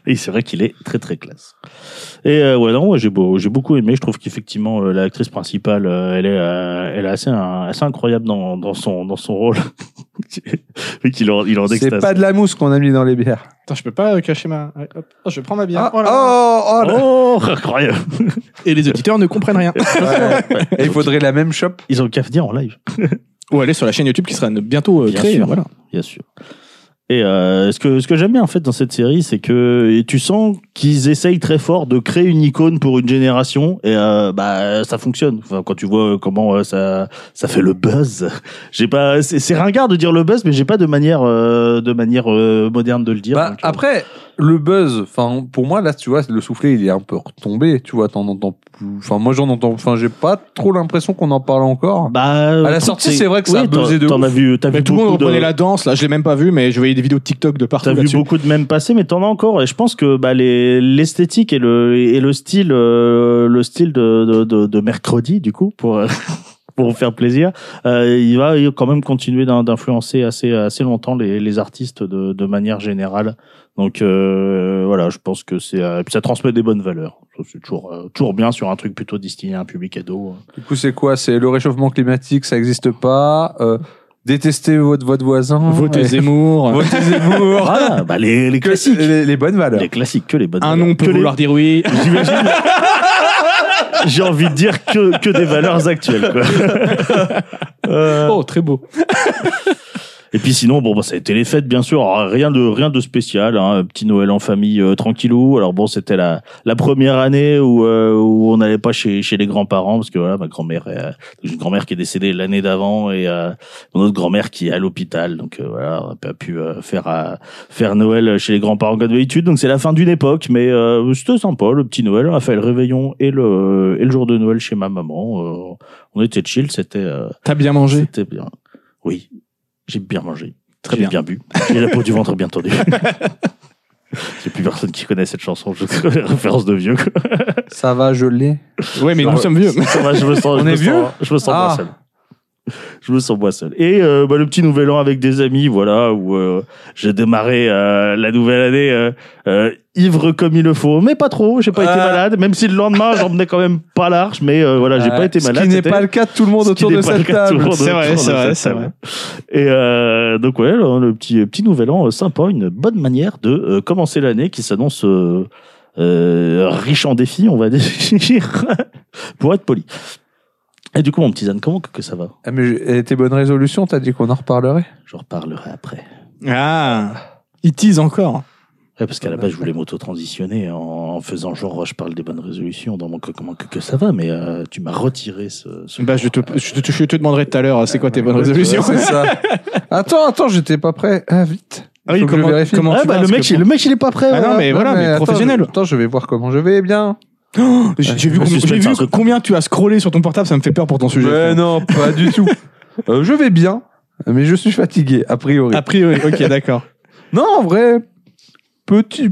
S2: Et c'est vrai qu'il est très très classe. Et euh, ouais, non, ouais, j'ai beau, j'ai beaucoup aimé. Je trouve qu'effectivement euh, l'actrice principale, euh, elle est, euh, elle est assez, un- assez incroyable dans, dans son dans son rôle. Oui, qu'il en, il en
S1: C'est
S2: extase.
S1: pas de la mousse qu'on a mis dans les bières.
S3: Attends, je peux pas euh, cacher ma... ouais, hop. Oh, je prends ma bière.
S1: Ah,
S3: Oh là là.
S1: oh, oh là.
S2: Oh, incroyable.
S3: Et les auditeurs ne comprennent rien.
S1: Ouais. Et il faudrait la même shop.
S2: Ils ont qu'à venir en live,
S3: Ou aller sur la chaîne YouTube qui sera bientôt euh,
S2: Bien
S3: créée.
S2: sûr.
S3: Voilà.
S2: bien sûr. Et euh, ce que ce que j'aime bien en fait dans cette série, c'est que et tu sens qu'ils essayent très fort de créer une icône pour une génération et euh, bah ça fonctionne. Enfin, quand tu vois comment euh, ça ça fait le buzz. J'ai pas, c'est c'est ringard de dire le buzz, mais j'ai pas de manière, euh, de manière euh, moderne de le dire.
S1: Bah,
S2: donc, euh,
S1: après, le buzz, enfin, pour moi, là, tu vois, le soufflet, il est un peu retombé, tu vois, t'en entends plus. Enfin, moi, j'en entends, enfin, j'ai pas trop l'impression qu'on en parle encore.
S2: bah,
S1: la
S2: tout-
S1: sortie, c'est vrai que ça a
S2: t'en-
S1: buzzé de
S2: T'en
S1: ouf.
S2: as vu, t'as vu
S3: Mais tout le monde
S2: beaucoup de,
S3: reprenait la danse, là, je l'ai même pas vu, mais je voyais des vidéos de TikTok de partout
S2: t'as vu
S3: là-dessus.
S2: beaucoup de mèmes passer, mais t'en as encore. Et je pense que bah les l'esthétique et le et le style, euh, le style de de, de, de mercredi du coup pour. euh, pour vous faire plaisir, euh, il va quand même continuer d'in- d'influencer assez assez longtemps les, les artistes de, de manière générale. Donc euh, voilà, je pense que c'est euh, et puis ça transmet des bonnes valeurs. Ça, C'est toujours euh, toujours bien sur un truc plutôt destiné à un public ado.
S1: Du coup, c'est quoi C'est le réchauffement climatique, ça existe pas. euh, détestez votre, votre voisin.
S3: Votez
S1: Et-
S3: Zemmour.
S1: Votez Zemmour.
S2: Ah, bah les, les
S1: Que-
S2: classiques.
S1: les, les bonnes valeurs.
S2: Les classiques, que les bonnes.
S3: Un
S2: valeurs.
S3: nom peut
S2: Que les-
S3: vouloir dire oui.
S2: J'imagine. J'ai envie de dire que, que des valeurs actuelles. Quoi. Euh,
S3: Oh, très beau.
S2: Et puis sinon, bon, bah, ça a été les fêtes, bien sûr. Alors, rien de rien de spécial. Hein. Petit Noël en famille, euh, tranquillou. Alors bon, c'était la la première année où euh, où on n'allait pas chez chez les grands-parents parce que voilà, ma grand-mère, euh, j'ai une grand-mère qui est décédée l'année d'avant et euh, mon autre grand-mère qui est à l'hôpital. Donc euh, voilà, on n'a pas pu euh, faire euh, faire Noël chez les grands-parents comme d'habitude. Donc c'est la fin d'une époque, mais euh, c'était sympa le petit Noël. On a fait le réveillon et le et le jour de Noël chez ma maman. Euh, on était chill, c'était euh,
S3: T'as bien mangé
S2: c'était bien. Oui, j'ai bien mangé.
S3: Très
S2: J'ai bien
S3: bien.
S2: bu. J'ai la peau du ventre bien tendue. J'ai plus personne qui connaît cette chanson. Je crois, les références de vieux. quoi.
S1: Ça va, je l'ai.
S3: Ouais, mais nous sommes vieux.
S2: Ça va, je me sens,
S1: On
S2: je me
S1: est
S2: sens-
S1: vieux
S2: je me sens
S1: Ah.
S2: moins seul. Je me sens moins seul. Et euh, bah, le petit nouvel an avec des amis, voilà, où euh, j'ai démarré euh, la nouvelle année euh, euh, ivre comme il le faut, mais pas trop. J'ai pas été
S1: Ah.
S2: malade, même si le lendemain j'en venais quand même pas large, mais euh, voilà, j'ai
S1: Euh,
S2: pas été malade.
S1: Ce qui n'est
S2: c'était-
S1: pas le cas de tout le monde
S2: Ce qui
S1: autour de
S2: n'est pas le
S1: cette
S2: cas de tout le
S1: table.
S2: monde
S3: C'est vrai,
S2: autour de
S3: c'est vrai,
S2: cette
S3: c'est
S2: table.
S3: vrai.
S2: Et euh, donc ouais, le, le petit petit nouvel an euh, sympa, une bonne manière de euh, commencer l'année qui s'annonce euh, euh, riche en défis, on va dire, pour être poli. Et du coup, mon petit Zan, comment que, que ça va
S1: Ah, mais je- et tes bonnes résolutions, t'as dit qu'on en reparlerait
S2: Je reparlerai après.
S3: Ah, il tease encore.
S2: Ouais, parce qu'à la base, je voulais m'auto-transitionner en, en faisant genre, oh, je parle des bonnes résolutions dans mon que- comment que, que ça va, mais euh, tu m'as retiré ce. ce
S3: Bah, je te, je te, je te demanderai tout à l'heure, c'est quoi tes bonnes
S1: Ouais,
S3: résolutions
S1: C'est ça. Attends, attends, j'étais pas prêt. Ah, vite.
S3: Ah oui,
S1: Faut que
S3: comment-
S1: je vérifie.
S3: comment-
S2: Ah
S3: tu
S2: bah,
S3: vas,
S2: le
S3: parce
S2: mec,
S3: que
S2: il- le mec, il est pas prêt. hein.
S3: Ah non,
S2: ouais.
S3: mais voilà, mais
S1: attends,
S3: professionnel.
S1: Attends, je vais voir comment je vais. Bien.
S3: J'ai j'ai vu,
S2: Je me
S3: combien,
S2: suis
S3: j'ai
S2: fait
S3: vu
S2: un-
S3: combien tu as scrollé sur ton portable, ça me fait peur pour ton sujet.
S1: Mais non, pas du tout. Euh, je vais bien, mais je suis fatigué, a priori.
S3: A priori, ok, d'accord.
S1: Non, en vrai, petit,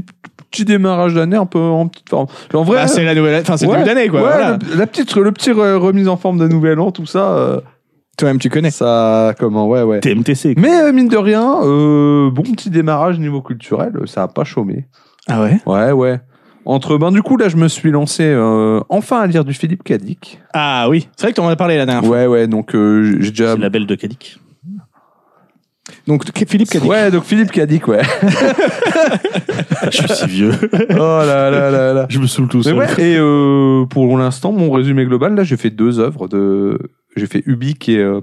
S1: petit démarrage d'année un peu en petite forme. En vrai,
S3: Bah, c'est la nouvelle, enfin, c'est le
S1: ouais,
S3: début d'année, quoi.
S1: ouais,
S3: voilà.
S1: le, la petite, le petit re- remise en forme de nouvel an, tout ça, euh,
S3: Toi-même, tu connais.
S1: ça, comment, ouais, ouais.
S2: TMTC. quoi.
S1: Mais euh, mine de rien, euh, bon petit démarrage niveau culturel, euh, ça a pas chômé.
S3: Ah ouais
S1: Ouais, ouais. Entre, ben du coup, là, je me suis lancé euh, enfin à lire du Philippe Cadic.
S3: Ah oui. C'est vrai que t'en as parlé la dernière fois.
S1: Ouais, ouais, donc euh, j'ai déjà.
S2: C'est la belle de Cadic.
S3: Donc, Philippe Cadic.
S1: Ouais, donc Philippe Cadic, ouais.
S2: Ah, Je suis si vieux.
S1: oh là là là là.
S2: Je me saoule tout
S1: Mais ouais, et euh, pour l'instant, mon résumé global, là, j'ai fait deux œuvres de. J'ai fait Ubik et euh,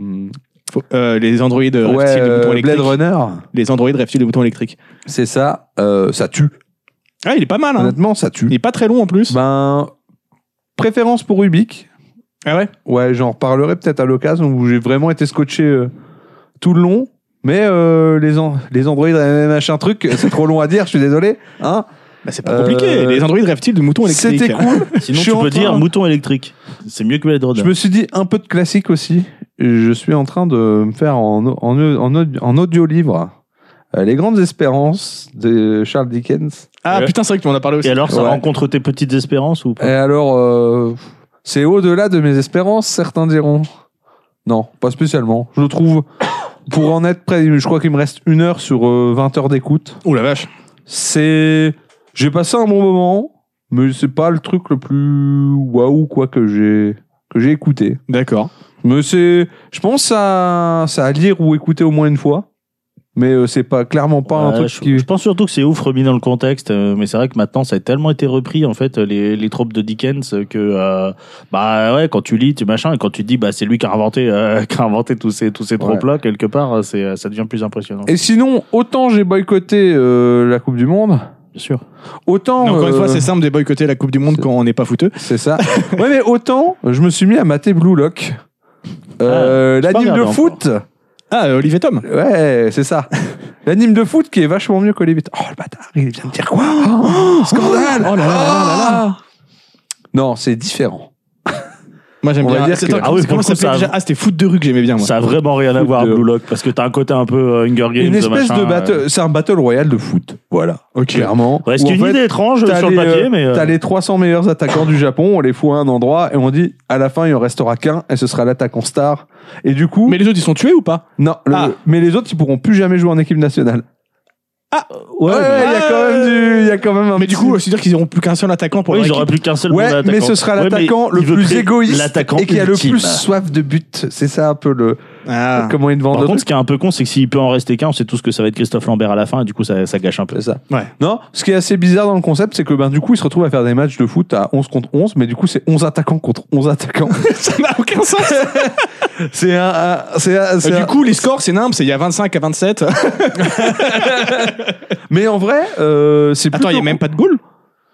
S3: Faut- euh, les androïdes euh,
S1: ouais,
S3: reptiles de boutons
S1: euh, Blade
S3: électriques.
S1: Runner.
S3: Les androïdes reptiles de boutons électriques.
S1: C'est ça. euh, ça tue.
S3: Ah, il est pas mal, hein.
S1: Honnêtement, ça
S3: Il
S1: tue.
S3: est pas très long en plus.
S1: Ben, préférence pour Ubik.
S3: Ah ouais
S1: Ouais, j'en reparlerai peut-être à l'occasion où j'ai vraiment été scotché euh, tout le long. Mais euh, les, an- les Android, euh, machin truc, c'est trop long à dire, je suis désolé. Hein
S3: Bah, c'est pas
S1: Euh,
S3: compliqué. Les androïdes reptiles de moutons électriques.
S1: C'était cool. Je
S2: Sinon, tu
S1: suis
S2: peux
S1: en train-
S2: dire mouton électrique. C'est mieux que Blade Runner.
S1: Je me suis dit un peu de classique aussi. Je suis en train de me faire en, au- en, au- en, au- en audio-livre euh, Les Grandes Espérances de Charles Dickens.
S3: Ah
S2: Ouais.
S3: putain, c'est vrai que tu m'en as parlé aussi.
S2: Et alors, ça
S1: Ouais.
S2: rencontre tes petites espérances ou pas
S1: Et alors, euh, c'est au-delà de mes espérances, certains diront. Non, pas spécialement. Je trouve, pour en être prêt, je crois qu'il me reste une heure sur euh, 20 heures d'écoute.
S3: Ouh la vache.
S1: C'est. J'ai passé un bon moment, mais c'est pas le truc le plus waouh quoi que j'ai que j'ai écouté.
S3: D'accord.
S1: Mais c'est. Je pense à ça à lire ou écouter au moins une fois. Mais euh, c'est pas clairement pas un
S2: Ouais,
S1: truc
S2: je,
S1: qui.
S2: je pense surtout que c'est ouf remis dans le contexte, euh, mais c'est vrai que maintenant ça a tellement été repris en fait euh, les, les tropes de Dickens euh, que euh, bah ouais quand tu lis tu machin et quand tu te dis bah c'est lui qui a inventé euh, qui a inventé tous ces tous ces tropes là quelque part euh, c'est euh, ça devient plus impressionnant.
S1: Et sinon, autant j'ai boycotté euh, la Coupe du Monde,
S2: Bien sûr.
S1: autant.
S3: Mais encore une
S1: euh,
S3: fois, c'est simple de boycotter la Coupe du Monde quand on n'est pas fouteux.
S1: c'est ça. ouais, mais autant je me suis mis à mater Blue Lock. Euh,
S2: pas
S1: L'anime de
S2: regardé
S1: foot.
S3: Ah, euh, Olivier Tom.
S1: Ouais, c'est ça. L'anime de foot qui est vachement mieux qu'Olivier. Oh le bâtard, il vient de dire quoi Oh, Scandale
S3: Oh là là là là là là.
S1: Non, c'est différent.
S3: Moi j'aime
S1: On va
S3: bien.
S1: dire
S3: C'est-
S1: que-
S3: attends,
S2: Ah oui,
S3: comment
S2: pour
S3: ça
S2: le coup,
S3: s'appelait
S2: ça-
S3: déjà Ah, c'était foot de rue que j'aimais bien moi.
S2: Ça a vraiment rien à
S1: Foot
S2: voir
S1: de-
S2: Blue Lock parce que t'as un côté un peu euh, Hunger Games
S1: Une espèce
S2: machin,
S1: de battle,
S2: euh.
S1: c'est un battle royale de foot. Voilà,
S3: Ok.
S1: clairement.
S2: Ouais,
S1: Où,
S2: c'est
S1: en
S2: une
S1: fait,
S2: idée étrange euh,
S1: t'as
S2: sur
S1: les,
S2: le papier
S1: euh,
S2: mais euh,
S1: T'as les 300 meilleurs attaquants du Japon, on les fout à un endroit et on dit à la fin il en restera qu'un et ce sera l'attaquant star. Et du coup,
S3: Mais les autres ils sont tués ou pas
S1: non, le-
S3: Ah.
S1: mais les autres ils pourront plus jamais jouer en équipe nationale.
S2: ouais,
S1: Ouais, il
S2: mais-
S1: y a quand même du, il y a quand même un
S3: Mais du
S1: petit-
S3: coup, c'est à dire qu'ils n'auront plus qu'un seul attaquant pour
S2: Oui,
S3: leur
S2: ils auraient
S3: équipe.
S2: plus qu'un seul
S1: Ouais,
S2: bon attaquant.
S1: mais ce sera
S2: Ouais, mais
S1: l'attaquant le
S2: il veut
S1: plus
S2: créer
S1: égoïste
S2: l'attaquant
S1: et qui a le
S2: ultime.
S1: plus soif de but. C'est ça un peu le,
S3: Ah.
S1: Comment ils te vendent
S2: Par
S1: le
S2: contre,
S1: truc.
S2: ce qui est un peu con, c'est que s'il peut en rester qu'un, on sait tout ce que ça va être Christophe Lambert à la fin, et du coup, ça, ça gâche un peu.
S1: C'est ça.
S3: Ouais.
S1: Non, ce qui est assez bizarre dans le concept, c'est que ben, du coup, ils se retrouvent à faire des matchs de foot à 11 contre 11, mais du coup, c'est 11 attaquants contre 11 attaquants.
S3: Ça n'a aucun sens. Euh,
S1: c'est un. un- c'est un- c'est
S3: du
S1: un-
S3: coup, les scores, c'est nimble, c'est il y a 25 à 27.
S1: Mais en vrai, euh, c'est plutôt.
S3: Attends, il n'y a même pas de goal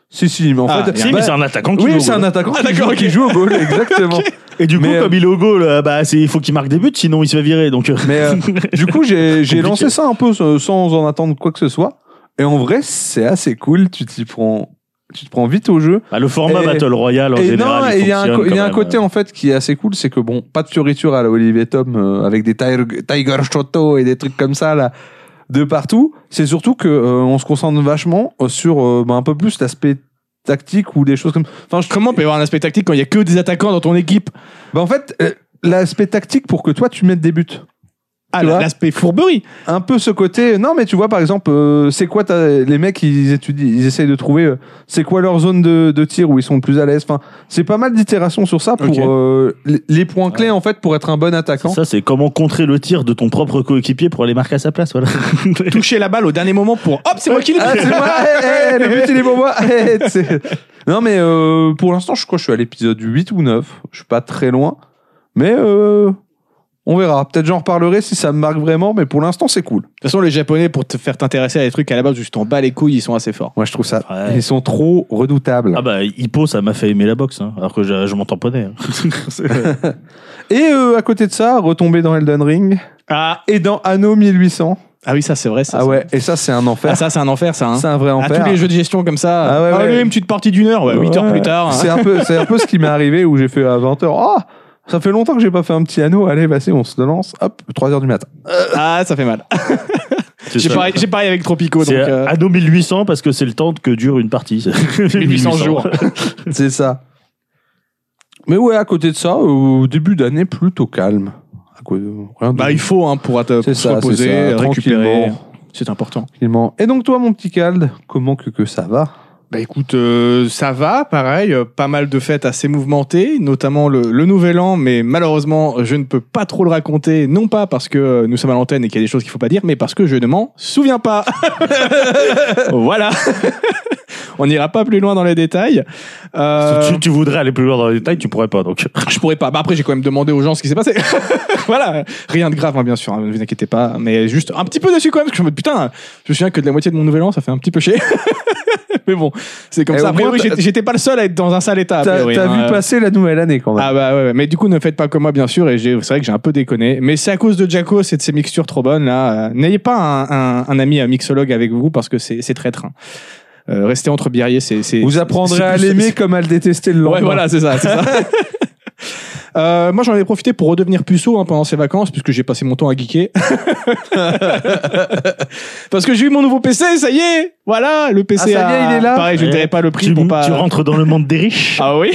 S1: Si, si, mais en
S3: Ah,
S1: fait.
S2: Si,
S1: bah,
S2: mais c'est un attaquant qui
S1: oui,
S2: joue au
S1: c'est un
S2: goal.
S1: attaquant
S3: Ah,
S1: qui, joue,
S3: d'accord, ok.
S1: qui joue au goal, exactement.
S2: Et du coup,
S1: Mais, euh,
S2: comme il est au goal, euh, bah, c'est- il faut qu'il marque des buts, sinon il se fait virer. Donc, euh,
S1: Mais euh, du coup, j'ai j'ai
S2: Compliqué.
S1: lancé ça un peu euh, sans en attendre quoi que ce soit. Et en vrai, c'est assez cool. Tu t'y prends, tu te prends vite au jeu.
S2: bah, le format
S1: et-
S2: Battle Royale, en
S1: et
S2: général,
S1: non, et
S2: il
S1: il y a un,
S2: fonctionne
S1: co- il y a un
S2: quand même. hein.
S1: côté en fait qui est assez cool, c'est que bon, pas de fioriture à la Olivier Tom euh, avec des Tiger, Tiger Shoto et des trucs comme ça là de partout. C'est surtout que euh, on se concentre vachement euh, sur euh, bah, un peu plus l'aspect tactique ou des choses comme. Enfin, je
S3: Comment peut y avoir un aspect tactique quand il n'y a que des attaquants dans ton équipe
S1: Bah, en fait, euh, l'aspect tactique pour que toi tu mettes des buts.
S3: Ah,
S1: Tu vois
S3: l'aspect fourberie.
S1: un peu ce côté. Non, mais tu vois, par exemple, euh, c'est quoi ta- les mecs ils étudient, ils essayent de trouver euh, c'est quoi leur zone de, de tir où ils sont le plus à l'aise. Enfin, c'est pas mal d'itérations sur ça pour
S3: Ok.
S1: euh, les- les points clés en fait pour être un bon
S2: C'est
S1: attaquant.
S2: Ça, c'est comment contrer le tir de ton propre coéquipier pour aller marquer à sa place. Voilà.
S3: Toucher la balle au dernier moment pour hop, c'est moi qui l'ai
S1: Ah, c'est
S3: pris.
S1: moi, eh, eh, le but il est pour moi. Eh, eh, c'est- non, mais euh, pour l'instant, je crois que je suis à l'épisode 8 ou 9. Je suis pas très loin, mais euh, on verra. Peut-être j'en reparlerai si ça me marque vraiment, mais pour l'instant, c'est cool.
S3: De toute façon, les Japonais, pour te faire t'intéresser à des trucs à la base, juste en bas les couilles, ils sont assez forts.
S1: Moi, je trouve ça.
S2: Ouais.
S1: Ils sont trop redoutables.
S2: Ah bah, Hippo, ça m'a fait aimer la boxe, hein, alors que je, je m'en tamponnais. hein.
S1: Et euh, à côté de ça, retomber dans Elden Ring.
S3: Ah,
S1: Et dans Anno 1800.
S3: ah oui, ça c'est vrai. Ça,
S1: Ah
S3: ça.
S1: ouais, et ça c'est un enfer.
S3: Ah, ça c'est un enfer, ça. hein.
S1: c'est un vrai
S3: à
S1: enfer.
S3: tous les jeux de gestion comme ça.
S1: Ah ouais, ouais.
S3: allez, une petite partie d'une heure, ouais, 8 heures
S1: Ouais.
S3: plus tard. hein.
S1: C'est un peu, c'est un peu ce qui m'est arrivé où j'ai fait à 20h. Oh, ça fait longtemps que j'ai pas fait un petit anneau. Allez, vas-y, on se lance. Hop, 3h du matin.
S3: Ah, ça fait mal.
S2: C'est
S3: J'ai
S2: ça.
S3: pareil, j'ai pareil avec Tropico, donc.
S2: C'est
S3: euh,
S2: Anno 1800 parce que c'est le temps que dure une partie.
S3: 1800 jours.
S1: C'est ça. Mais ouais, à côté de ça, euh, au début d'année plutôt calme. À côté- rien de-
S3: Bah, il faut hein, pour, être-
S1: C'est
S3: pour se
S1: ça,
S3: reposer,
S1: c'est ça,
S3: récupérer.
S1: tranquillement.
S3: C'est important.
S1: tranquillement. Et donc toi, mon petit Cald, comment que, que ça va
S3: Bah écoute, euh, ça va, pareil, euh, pas mal de fêtes assez mouvementées, notamment le, le Nouvel An, mais malheureusement, je ne peux pas trop le raconter, non pas parce que euh, nous sommes à l'antenne et qu'il y a des choses qu'il faut pas dire, mais parce que je ne m'en souviens pas. voilà. On n'ira pas plus loin dans les détails. Euh,
S2: Si tu, tu voudrais aller plus loin dans les détails, tu pourrais pas. Donc,
S3: je pourrais pas. Bah après, j'ai quand même demandé aux gens ce qui s'est passé. voilà, rien de grave, hein, bien sûr, hein, ne vous inquiétez pas. Mais juste un petit peu déçu quand même, parce que je me dis, putain, je me souviens que de la moitié de mon nouvel an, ça fait un petit peu chier. mais bon, c'est comme
S1: Et
S3: ça.
S1: au
S3: A priori,
S1: moins, t'as-
S3: j'étais- j'étais pas le seul à être dans un sale état. a
S1: T'as
S3: priori,
S1: t'as
S3: hein.
S1: vu passer la nouvelle année quand même.
S3: Ah bah ouais, ouais. mais du coup ne faites pas comme moi bien sûr et j'ai- c'est vrai que j'ai un peu déconné mais c'est à cause de Jaco et de ses mixtures trop bonnes là Euh, n'ayez pas un, un- un ami un mixologue avec vous parce que c'est c'est traître hein. Euh, restez entre biériers c'est Ah, c'est-
S1: Vous
S3: c'est- c'est
S1: apprendrez à
S3: plus-
S1: l'aimer comme à le détester le lendemain.
S3: Ouais, voilà, c'est ça, c'est ça. Euh, moi, j'en ai profité pour redevenir puceau hein, pendant ces vacances, puisque j'ai passé mon temps à geeker. Parce que j'ai eu mon nouveau PC, ça y est, voilà, le PC.
S1: Ah, ça y est,
S3: a-
S1: il est là
S3: Pareil, je ne
S2: Ouais.
S3: dirai pas le prix
S2: tu,
S3: pour pas.
S2: tu rentres dans le monde des riches.
S3: Ah oui.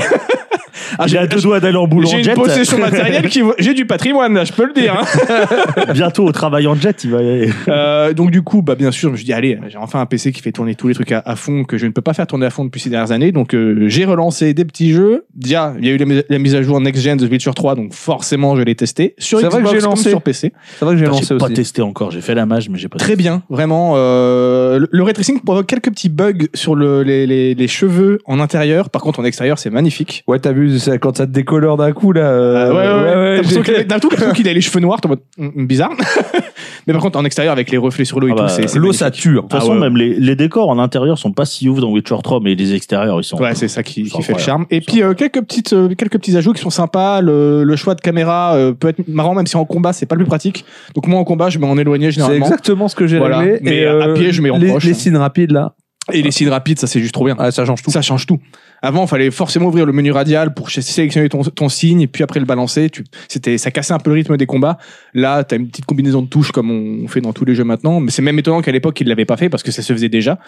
S3: Ah,
S2: j'ai
S3: j'ai-
S2: à deux doigts d'aller en boule en
S3: J'ai une
S2: jet.
S3: possession matérielle qui vaut- j'ai du patrimoine, là, je peux le dire. hein.
S2: Bientôt au travail en jet, il va y aller.
S3: Euh, donc du coup, bah bien sûr, je me suis dit allez, j'ai enfin un PC qui fait tourner tous les trucs à, à fond que je ne peux pas faire tourner à fond depuis ces dernières années. Donc euh, j'ai relancé des petits jeux. Déjà, il y a eu la, mis- la mise à jour next gen de The Witcher 3, donc forcément je l'ai testé sur
S1: C'est
S3: Xbox
S1: vrai que j'ai
S3: comme
S1: lancé.
S3: sur PC.
S1: C'est vrai que j'ai lancé
S2: J'ai pas
S1: aussi.
S2: testé encore, j'ai fait la mage, mais j'ai pas
S3: Très
S2: testé.
S3: bien, vraiment. euh, le, le ray tracing provoque quelques petits bugs sur le- les, les- les cheveux en intérieur. Par contre, en extérieur, c'est magnifique.
S1: Ouais, t'as vu, c'est quand ça te décolore d'un coup, là.
S3: Ah,
S1: euh,
S3: T'as l'impression
S1: j'ai-
S3: qu'il a- d'un coup, t'as l'impression qu'il a les cheveux noirs, t'es en mode, Hum, hum, bizarre. Mais par contre, en extérieur, avec les reflets sur l'eau et
S2: Ah
S3: tout,
S2: bah,
S3: c'est c'est
S1: L'eau,
S3: magnifique.
S1: ça tue. hein.
S2: De toute façon,
S3: Ah ouais.
S2: même les, les décors en intérieur sont pas si ouf dans Witcher 3, mais les extérieurs, ils sont.
S3: Ouais, c'est ça qui,
S2: C'est
S3: qui fait le
S2: incroyable.
S3: charme. Et
S2: C'est
S3: puis euh, quelques petites euh, quelques petits ajouts qui sont sympas. Le, le choix de caméra euh, peut être marrant, même si en combat c'est pas le plus pratique. Donc moi en combat je mets en éloigné
S1: C'est
S3: généralement.
S1: exactement ce que j'ai
S3: Voilà.
S1: réglé.
S3: Mais
S1: Et, euh,
S3: à pied, je mets en
S1: les,
S3: poche.
S1: Les signes rapides, là.
S3: Et les signes rapides, ça c'est juste trop bien.
S1: Ah, ça change tout.
S3: Ça change tout. Avant, il fallait forcément ouvrir le menu radial pour sé- sélectionner ton, ton signe et puis après le balancer. Tu, c'était, ça cassait un peu le rythme des combats. Là, t'as une petite combinaison de touches comme on fait dans tous les jeux maintenant. Mais c'est même étonnant qu'à l'époque, ils l'avaient pas fait parce que ça se faisait déjà.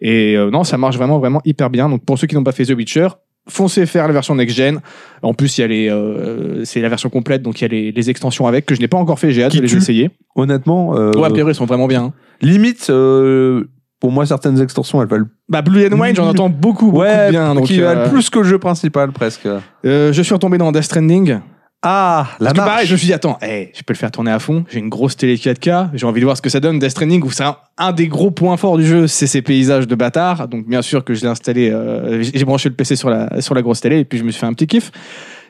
S3: Et euh, non, ça marche vraiment, vraiment hyper bien. Donc pour ceux qui n'ont pas fait The Witcher, foncez faire la version next-gen. En plus, il y a les, euh, c'est la version complète, donc il y a les, les extensions avec que je n'ai pas encore fait. J'ai hâte
S1: Qui
S3: de les
S1: tue.
S3: essayer.
S1: Honnêtement, euh,
S3: Ouais, a priori, ils sont vraiment bien. hein.
S1: limite, euh, pour moi, certaines extensions, elles valent,
S3: Bah, Blue and Wine, j'en entends beaucoup, beaucoup de bien. Donc,
S1: qui valent
S3: euh,
S1: plus que le jeu principal, presque.
S3: euh, je suis retombé dans Death Stranding.
S1: Ah, la
S3: Parce que
S1: marche.
S3: pareil, je me suis dit, attends, hey, je peux le faire tourner à fond. J'ai une grosse télé 4K. J'ai envie de voir ce que ça donne. Death Stranding, où c'est un, un des gros points forts du jeu, c'est ces paysages de bâtards. Donc, bien sûr que je l'ai installé, euh, j'ai j'ai branché le PC sur la, sur la grosse télé et puis je me suis fait un petit kiff.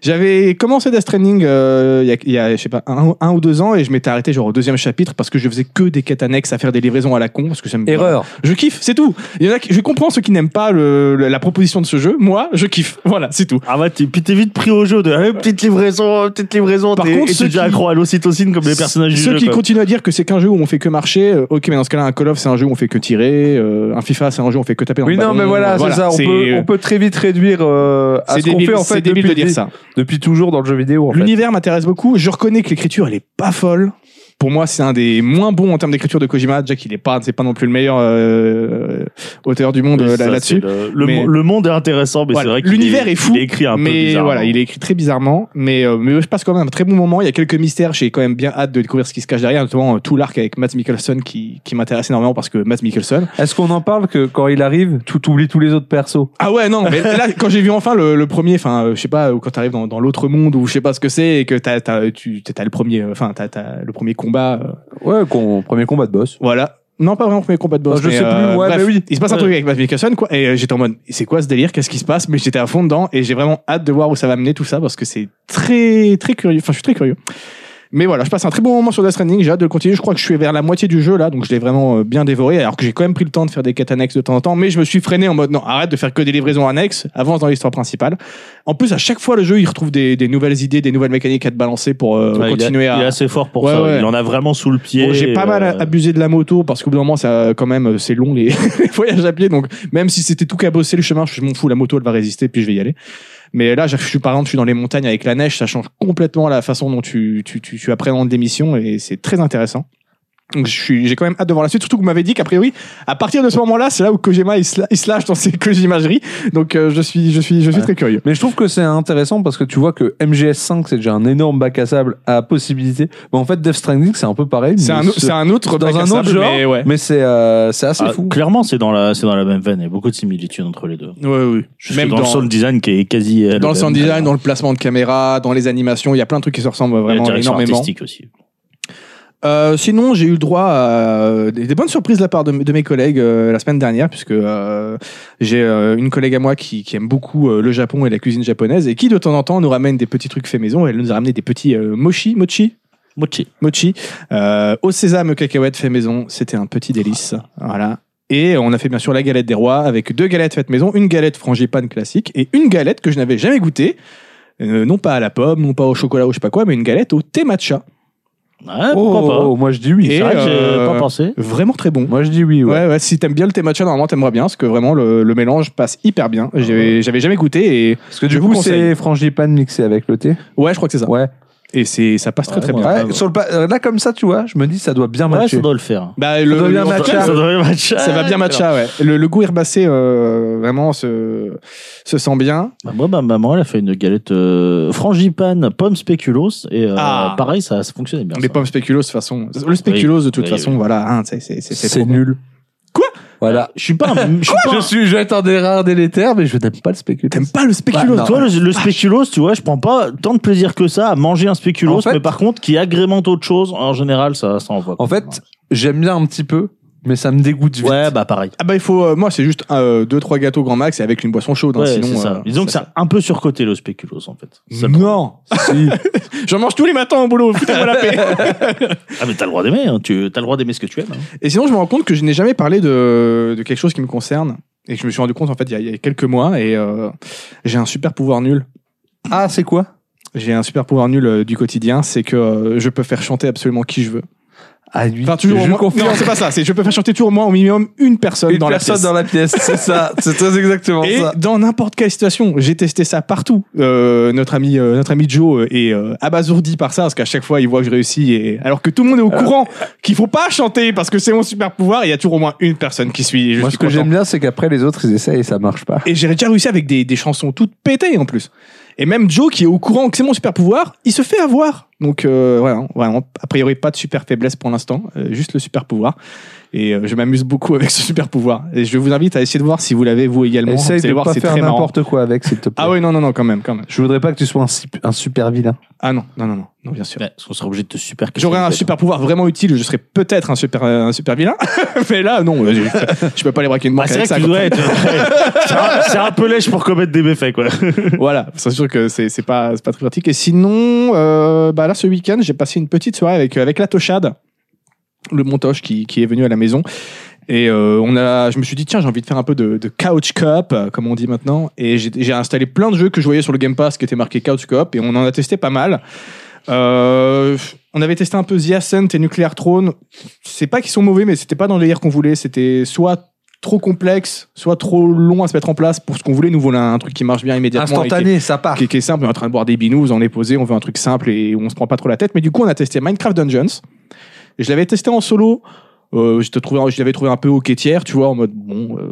S3: J'avais commencé Death Stranding euh, il y a- il y, a, je sais pas, un, un ou deux ans et je m'étais arrêté genre au deuxième chapitre parce que je faisais que des quêtes annexes à faire des livraisons à la con parce que ça me
S4: Erreur.
S3: je kiffe, c'est tout. Il y en a qui- je comprends ceux qui n'aiment pas le- le- la proposition de ce jeu. Moi, je kiffe. Voilà, c'est tout.
S2: Ah ouais, t'es- puis t'es vite pris au jeu de ah, petite livraison, petite livraison.
S3: Par
S2: t'es-
S3: contre,
S2: et
S3: ceux
S2: t'es déjà
S3: qui-
S2: accro à l'ocytocine comme les personnages du
S3: Ceux
S2: jeu.
S3: qui
S2: quoi.
S3: continuent à dire que c'est qu'un jeu où on fait que marcher, euh, ok, mais dans ce cas-là, un Call of, c'est un jeu où on fait que tirer, euh, un FIFA, c'est un jeu où on fait que taper dans
S1: Oui,
S3: le
S1: non,
S3: ballon,
S1: mais voilà,
S3: euh,
S1: c'est ça. On peut, on peut très vite réduire euh, à
S3: C'est
S1: ce qu'on
S3: débile,
S1: fait en
S3: c'est
S1: fait
S3: débile
S1: depuis,
S3: de dire ça.
S1: depuis toujours dans le jeu vidéo. En fait.
S3: L'univers m'intéresse beaucoup. Je reconnais que l'écriture, elle est pas folle. Pour moi, c'est un des moins bons en termes d'écriture de Kojima. Déjà qu'il est pas, c'est pas non plus le meilleur euh, auteur du monde
S2: Oui,
S3: euh,
S2: ça,
S3: là- là-dessus.
S2: c'est Le, le
S3: Mais-
S2: mo- le monde est intéressant, mais
S3: Voilà.
S2: c'est vrai qu'il
S3: L'univers est fou,
S2: Il est écrit un peu
S3: mais
S2: bizarrement.
S3: voilà, il est écrit très bizarrement, mais, euh, mais je passe quand même un très bon moment. Il y a quelques mystères, j'ai quand même bien hâte de découvrir ce qui se cache derrière, notamment euh, tout l'arc avec Matt Mikkelsen qui, qui m'intéresse énormément parce que Matt Mikkelsen.
S1: Est-ce qu'on en parle que quand il arrive, tout oublie tous les autres persos
S3: Ah ouais, non, mais là, quand j'ai vu enfin le, le premier, enfin, euh, je sais pas, ou quand t'arrives dans, dans l'autre monde ou je sais pas ce que c'est et que t'as, t'as, tu, t'as le premier, euh, enfin, t'as, t'as le premier combat, euh,
S1: Ouais, qu'on- premier combat de boss.
S3: voilà. Non, pas vraiment le premier combat de boss.
S1: Ah, je
S3: mais, euh,
S1: sais plus, ouais,
S3: bref,
S1: mais oui.
S3: Il se passe un
S2: Ouais.
S3: truc avec Matt Mikkelsen, quoi. Et euh, j'étais en mode, c'est quoi ce délire Qu'est-ce qui se passe Mais j'étais à fond dedans et j'ai vraiment hâte de voir où ça va mener tout ça parce que c'est très, très curieux. Enfin, je suis très curieux. Mais voilà, je passe un très bon moment sur Death Stranding. J'ai hâte de le continuer. Je crois que je suis vers la moitié du jeu là, donc je l'ai vraiment euh, bien dévoré. Alors que j'ai quand même pris le temps de faire des quêtes annexes de temps en temps, mais je me suis freiné en mode non, arrête de faire que des livraisons annexes, avance dans l'histoire principale. En plus, à chaque fois, le jeu il retrouve des, des nouvelles idées, des nouvelles mécaniques à te balancer pour euh,
S2: Ouais, il est-
S3: continuer à.
S2: Il est assez fort pour
S3: Ouais,
S2: ça.
S3: ouais.
S2: Il en a vraiment sous le pied.
S3: Bon, j'ai pas mal
S2: euh,
S3: abusé de la moto parce qu'au bout d'un moment, ça, quand même, euh, c'est long les, les voyages à pied. Donc, même si c'était tout cabossé le chemin, je m'en fous, la moto elle va résister, puis je vais y aller. Mais là, je suis par exemple, je suis dans les montagnes avec la neige, ça change complètement la façon dont tu, tu, tu, tu appréhendes les missions et c'est très intéressant. Donc, je suis- j'ai quand même hâte de voir la suite. Surtout que vous m'avez dit qu'a priori, à partir de ce moment-là, c'est là où Kojima il se, la- il se lâche dans ses Kojimageries. Donc, euh, je suis, je suis, je suis
S1: Ouais.
S3: très curieux.
S1: Mais je trouve que c'est intéressant parce que tu vois que MGS5, c'est déjà un énorme bac à sable à possibilité. Mais en fait, Death Stranding, c'est un peu pareil.
S3: C'est
S1: mais
S3: un,
S1: ce-
S3: c'est un autre
S1: dans
S3: bac à
S1: un
S3: sable,
S1: autre genre,
S3: mais ouais.
S1: mais c'est euh, c'est assez
S2: ah,
S1: fou.
S2: Clairement, c'est dans la, c'est dans la même veine. Il y a beaucoup de similitudes entre les deux.
S3: Ouais, oui.
S2: Jusque dans, le sound design qui est quasi. euh,
S3: dans le
S2: même.
S3: sound design, dans le placement de caméra, dans les animations, il y a plein de trucs qui se ressemblent
S2: Et la
S3: vraiment
S2: direction
S3: énormément.
S2: artistique aussi.
S3: Euh, sinon, j'ai eu le droit à euh, des, des bonnes surprises de la part de, de mes collègues euh, la semaine dernière, puisque euh, j'ai euh, une collègue à moi qui, qui aime beaucoup euh, le Japon et la cuisine japonaise, et qui de temps en temps nous ramène des petits trucs faits maison. Elle nous a ramené des petits euh, mochi, mochi,
S2: Mochi.
S3: mochi, euh, au sésame cacahuète fait maison. C'était un petit délice. Voilà. Et on a fait bien sûr la galette des rois avec deux galettes faites maison, une galette frangipane classique et une galette que je n'avais jamais goûtée. Euh, non pas à la pomme, non pas au chocolat ou je sais pas quoi, mais une galette au thé matcha.
S2: Ouais,
S1: Oh,
S2: pourquoi pas.
S1: moi je dis oui.
S3: Et,
S2: C'est vrai que
S3: euh,
S2: j'ai pas pensé.
S3: Vraiment très bon.
S1: Moi je dis oui. Ouais.
S3: Ouais, ouais, si t'aimes bien le thé matcha, normalement t'aimerais bien, parce que vraiment le, le mélange passe hyper bien.
S1: Ah
S3: J'avais j'avais jamais goûté et.
S1: Parce que
S3: Je
S1: du
S3: vous
S1: coup,
S3: conseille.
S1: c'est frangipane mixé avec le thé.
S3: Ouais, je crois que c'est ça.
S1: Ouais.
S3: Et c'est ça passe très
S2: Ouais,
S3: très
S2: ouais.
S3: bien. Ah,
S1: Ouais, sur le pa- euh, Là, comme ça, tu vois, je me dis, ça doit bien
S2: Ouais,
S1: matcher.
S2: ça doit le faire.
S3: Bah, le,
S1: doit bien
S3: le- en tout
S1: matcher.
S3: cas,
S1: Ça
S2: Ça doit bien matcher.
S3: ça va bien matcha, ouais. Le, le goût herbacé, euh, vraiment, se, se sent bien.
S2: Bah, moi, ma maman, elle a fait une galette euh, frangipane, pomme spéculoos. Et euh,
S3: Ah.
S2: pareil, ça, ça fonctionnait bien.
S3: Les
S2: ça.
S3: pommes spéculoos, de toute façon. Le spéculoos, de toute
S2: Oui,
S3: façon,
S2: oui.
S3: voilà, hein, c'est- c'est- c'est
S1: C'est
S3: trop bon.
S1: nul.
S3: Quoi
S1: Voilà.
S2: Je suis pas un. Je suis pas
S1: Je
S2: un-
S1: suis, j'attends des rares délétères, mais je n'aime pas le spéculatif.
S3: T'aimes pas le spéculoos,
S1: Bah, non.
S2: Toi, le, le spéculoos, tu vois, je prends pas tant de plaisir que ça à manger un spéculoos,
S1: En fait-
S2: mais par contre, qui agrémente autre chose, en général, ça, ça envoie.
S1: En fait, j'aime bien un petit peu, mais ça me dégoûte vite.
S2: ouais, bah pareil.
S3: Ah bah, il faut. euh, moi, c'est juste 2 deux, trois gâteaux grand max et avec une boisson chaude. hein,
S2: Ouais,
S3: sinon,
S2: c'est ça.
S3: euh,
S2: Disons que
S3: ça-
S2: c'est un peu surcoté le spéculoos en fait. Ça-
S3: Non
S1: Si.
S3: J'en mange tous les matins au boulot, foutez-moi la paix
S2: Ah mais t'as le droit d'aimer, hein. tu t'as le droit d'aimer ce que tu aimes. hein.
S3: Et sinon, je me rends compte que je n'ai jamais parlé de, de quelque chose qui me concerne. Et que je me suis rendu compte, en fait, il y a, il y a quelques mois. Et euh, j'ai un super pouvoir nul.
S1: Ah, c'est quoi
S3: J'ai un super pouvoir nul euh, du quotidien. C'est que euh, je peux faire chanter absolument qui je veux.
S1: Ah, lui.
S3: Enfin, toujours au
S1: je
S3: moins-
S1: confirme.
S3: Non, c'est pas ça. C'est je peux faire chanter toujours au moins au minimum une personne
S1: Une
S3: dans
S1: personne
S3: la pièce.
S1: dans la pièce, c'est ça. C'est très exactement
S3: Et
S1: ça.
S3: dans n'importe quelle situation, j'ai testé ça partout. Euh, notre ami, euh, notre ami Joe est euh, abasourdi par ça parce qu'à chaque fois il voit que je réussis et alors que tout le monde est
S1: Euh.
S3: au courant qu'il faut pas chanter parce que c'est mon super pouvoir. Il y a toujours au moins une personne qui suit. et je
S1: Moi,
S3: suis
S1: ce que
S3: content.
S1: j'aime bien, c'est qu'après, les autres, ils essayent et ça marche pas.
S3: Et j'ai déjà réussi avec des, des chansons toutes pétées en plus. Et même Joe, qui est au courant que c'est mon super pouvoir, il se fait avoir. Donc euh, voilà, vraiment, a priori pas de super faiblesse pour l'instant, euh, juste le super pouvoir. Et euh, je m'amuse beaucoup avec ce super pouvoir. Et je vous invite à essayer de voir si vous l'avez vous également.
S1: Essaye
S3: vous allez
S1: de
S3: voir,
S1: pas
S3: c'est
S1: faire
S3: très marrant.
S1: n'importe quoi avec, s'il te plaît.
S3: Ah ouais, non, non, non, quand même, quand même.
S1: Je voudrais pas que tu sois un, si- un super vilain.
S3: Ah non, non, non, non, non bien sûr.
S2: Ouais, parce qu'on sera obligé de te super
S3: J'aurais un super pouvoir vraiment utile, je serais peut-être un super, euh, un super vilain, mais là, non, je, je peux pas les braquer une
S2: Bah,
S3: banque
S2: c'est
S3: avec
S2: vrai
S3: ça.
S2: que tu
S3: quoi.
S2: dois être- C'est un- c'est un peu lèche pour commettre des méfaits, quoi.
S3: voilà, c'est sûr que c'est c'est pas, c'est pas très pratique. Et sinon, euh, bah là, ce week-end, j'ai passé une petite soirée avec, euh, avec la Tochade, le Montoche qui, qui est venu à la maison. Et euh, on a, je me suis dit, tiens, j'ai envie de faire un peu de, de Couch Cup, euh, comme on dit maintenant. Et j'ai j'ai installé plein de jeux que je voyais sur le Game Pass qui étaient marqués Couch Cup, et on en a testé pas mal. Euh, on avait testé un peu The Ascent et Nuclear Throne. C'est pas qu'ils sont mauvais, mais c'était pas dans les airs qu'on voulait. C'était soit trop complexe, soit trop long à se mettre en place pour ce qu'on voulait. Nous, voilà un truc qui marche bien immédiatement. et qui est
S1: Instantané, ça part.
S3: qui, qui est simple, on est en train de boire des binous, on est posé, on veut un truc simple et où on se prend pas trop la tête. Mais du coup, on a testé Minecraft Dungeons. Et je l'avais testé en solo. Euh, je te trouvais- je l'avais trouvé un peu au quêtière, tu vois, en mode bon, euh,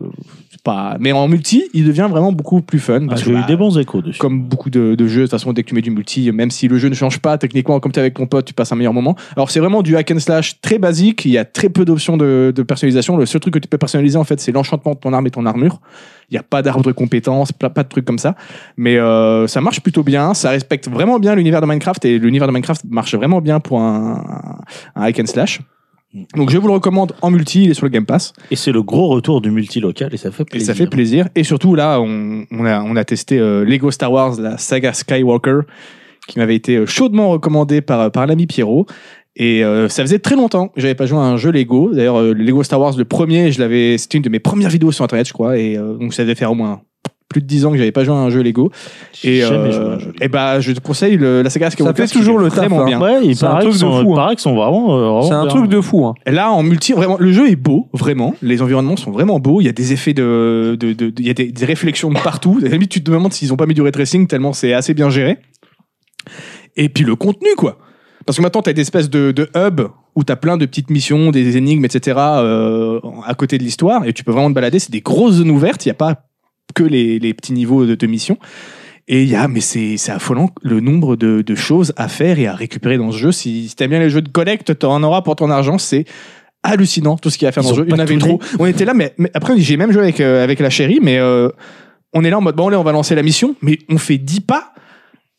S3: c'est pas. Mais en multi, il devient vraiment beaucoup plus fun. parce
S2: J'ai
S3: que,
S2: eu
S3: bah,
S2: des bons échos dessus.
S3: comme beaucoup de, de jeux, de toute façon, dès que tu mets du multi, même si le jeu ne change pas, techniquement, comme tu es avec ton pote, tu passes un meilleur moment. Alors, c'est vraiment du hack and slash très basique. Il y a très peu d'options de, de personnalisation. Le seul truc que tu peux personnaliser, en fait, c'est l'enchantement de ton arme et ton armure. Il n'y a pas d'arbre de compétences, pas, pas de trucs comme ça. Mais euh, ça marche plutôt bien. Ça respecte vraiment bien l'univers de Minecraft et l'univers de Minecraft marche vraiment bien pour un, un hack and slash. Donc, je vous le recommande en multi. Il est sur le Game Pass.
S2: Et c'est le gros retour du multilocal et ça fait
S3: Et
S2: plaisir.
S3: ça fait plaisir. Et surtout, là, on, on a, on a testé euh, Lego Star Wars, la saga Skywalker, qui m'avait été euh, chaudement recommandé par, euh, par l'ami Pierrot. Et euh, ça faisait très longtemps que j'avais pas joué à un jeu Lego. D'ailleurs, euh, le Lego Star Wars, le premier, je l'avais, c'était une de mes premières vidéos sur Internet, je crois. Et euh, donc, ça devait faire au moins plus de 10 ans que j'avais pas joué à un jeu Lego.
S2: J'ai
S3: Et,
S2: jamais
S3: euh,
S2: joué à un jeu.
S3: et bah, je te conseille le- la saga Skywalker.
S1: fait
S3: parce qu'il
S1: toujours
S3: est
S1: le taf,
S3: vraiment
S1: hein.
S3: bien.
S2: Ouais, il
S1: C'est un
S2: paraît
S1: truc
S2: qu'ils
S1: de
S2: sont,
S1: fou,
S2: il paraît qu'ils sont vraiment. euh,
S3: Oh.
S2: vraiment
S1: C'est un
S2: bien.
S1: truc de fou. hein.
S3: Et Là, en multi, vraiment, le jeu est beau, vraiment. Les environnements sont vraiment beaux. Il y a des effets de, de, de- de- il y a des, des réflexions de partout. À la limite, tu te demandes s'ils ont pas mis du ray tracing tellement c'est assez bien géré. Et puis le contenu, quoi. Parce que maintenant, t'as des espèces de, de hub où t'as plein de petites missions, des énigmes, etc. euh, à côté de l'histoire, et tu peux vraiment te balader. C'est des grosses zones ouvertes. Il n'y a pas que les, les petits niveaux de, de missions. Et il y a, mais c'est c'est affolant le nombre de, de choses à faire et à récupérer dans ce jeu. Si, si t'aimes bien les jeux de collecte, t'en auras pour ton argent. C'est hallucinant tout ce qu'il y a à faire
S2: Ils
S3: dans
S2: ont
S3: le jeu. Il y en
S2: pas
S3: avait
S2: tout
S3: trop. On était là, mais, mais après j'ai même joué avec euh, avec la chérie, mais euh, on est là en mode bon allez on va lancer la mission, mais on fait 10 pas.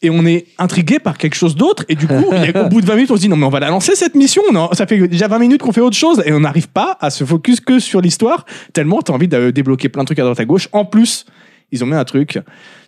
S3: Et on est intrigué par quelque chose d'autre. Et du coup, il y a- au bout de 20 minutes, on se dit non, mais on va la lancer cette mission. Non, ça fait déjà 20 minutes qu'on fait autre chose. Et on n'arrive pas à se focus que sur l'histoire. Tellement t'as envie de débloquer plein de trucs à droite à gauche. En plus, ils ont mis un truc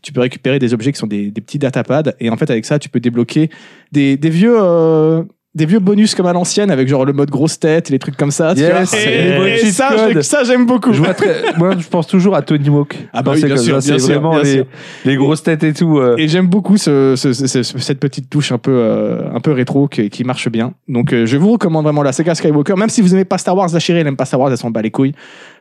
S3: tu peux récupérer des objets qui sont des, des petits datapads et en fait avec ça tu peux débloquer des, des vieux euh, des vieux bonus comme à l'ancienne avec genre le mode grosse tête et les trucs comme ça tu
S1: Yes,
S3: vois.
S2: c'est
S3: Et-
S2: les bons
S3: et
S1: cheat
S3: ça
S1: codes.
S3: j'ai- ça, j'aime beaucoup
S1: Je vois très- Moi, je pense toujours à Tony Hawk.
S3: Ah
S1: Quand
S3: bah oui,
S1: c'est
S3: bien
S1: comme
S3: sûr,
S1: ça,
S3: bien
S1: C'est
S3: sûr,
S1: vraiment
S3: bien
S1: les,
S3: sûr.
S1: les grosses têtes et tout. euh.
S3: et j'aime beaucoup ce- ce- ce- ce- cette petite touche un peu euh, un peu rétro qui, qui marche bien donc euh, je vous recommande vraiment la saga Skywalker même si vous aimez pas Star Wars la chérie elle aime pas Star Wars elle s'en bat les couilles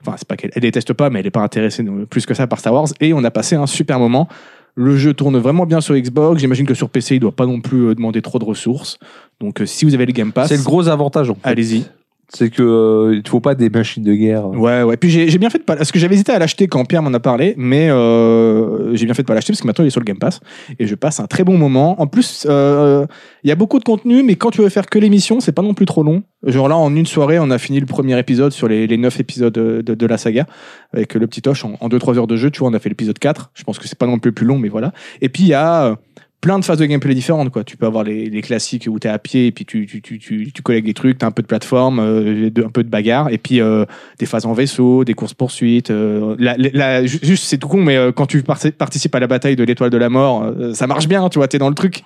S3: enfin c'est pas qu'elle elle déteste pas mais elle est pas intéressée non- plus que ça par Star Wars et on a passé un super moment le jeu tourne vraiment bien sur Xbox j'imagine que sur PC il doit pas non plus euh, demander trop de ressources donc euh, si vous avez le Game Pass
S1: C'est le gros avantage. en fait.
S3: allez-y
S1: C'est que euh, il te faut pas des machines de guerre.
S3: ouais ouais puis j'ai j'ai bien fait de pas parce que j'avais hésité à l'acheter quand Pierre m'en a parlé mais euh, j'ai bien fait de pas l'acheter parce que maintenant il est sur le Game Pass et je passe un très bon moment en plus euh, il y a beaucoup de contenu mais quand tu veux faire que l'émission c'est pas non plus trop long genre là en une soirée on a fini le premier épisode sur les, les 9 épisodes de, de- de la saga avec le petit Toche en, en 2-3 heures de jeu tu vois on a fait l'épisode 4 je pense que c'est pas non plus le plus long mais voilà et puis il y a euh, plein de phases de gameplay différentes quoi tu peux avoir les, les classiques où t'es à pied et puis tu, tu, tu, tu, tu collectes des trucs t'as un peu de plateforme euh, de- un peu de bagarre et puis euh, des phases en vaisseau, des courses poursuites. euh, la- la- la- ju- juste, c'est tout con, mais euh, quand tu parti- participes à la bataille de l'étoile de la mort, euh, ça marche bien, tu vois, t'es dans le truc.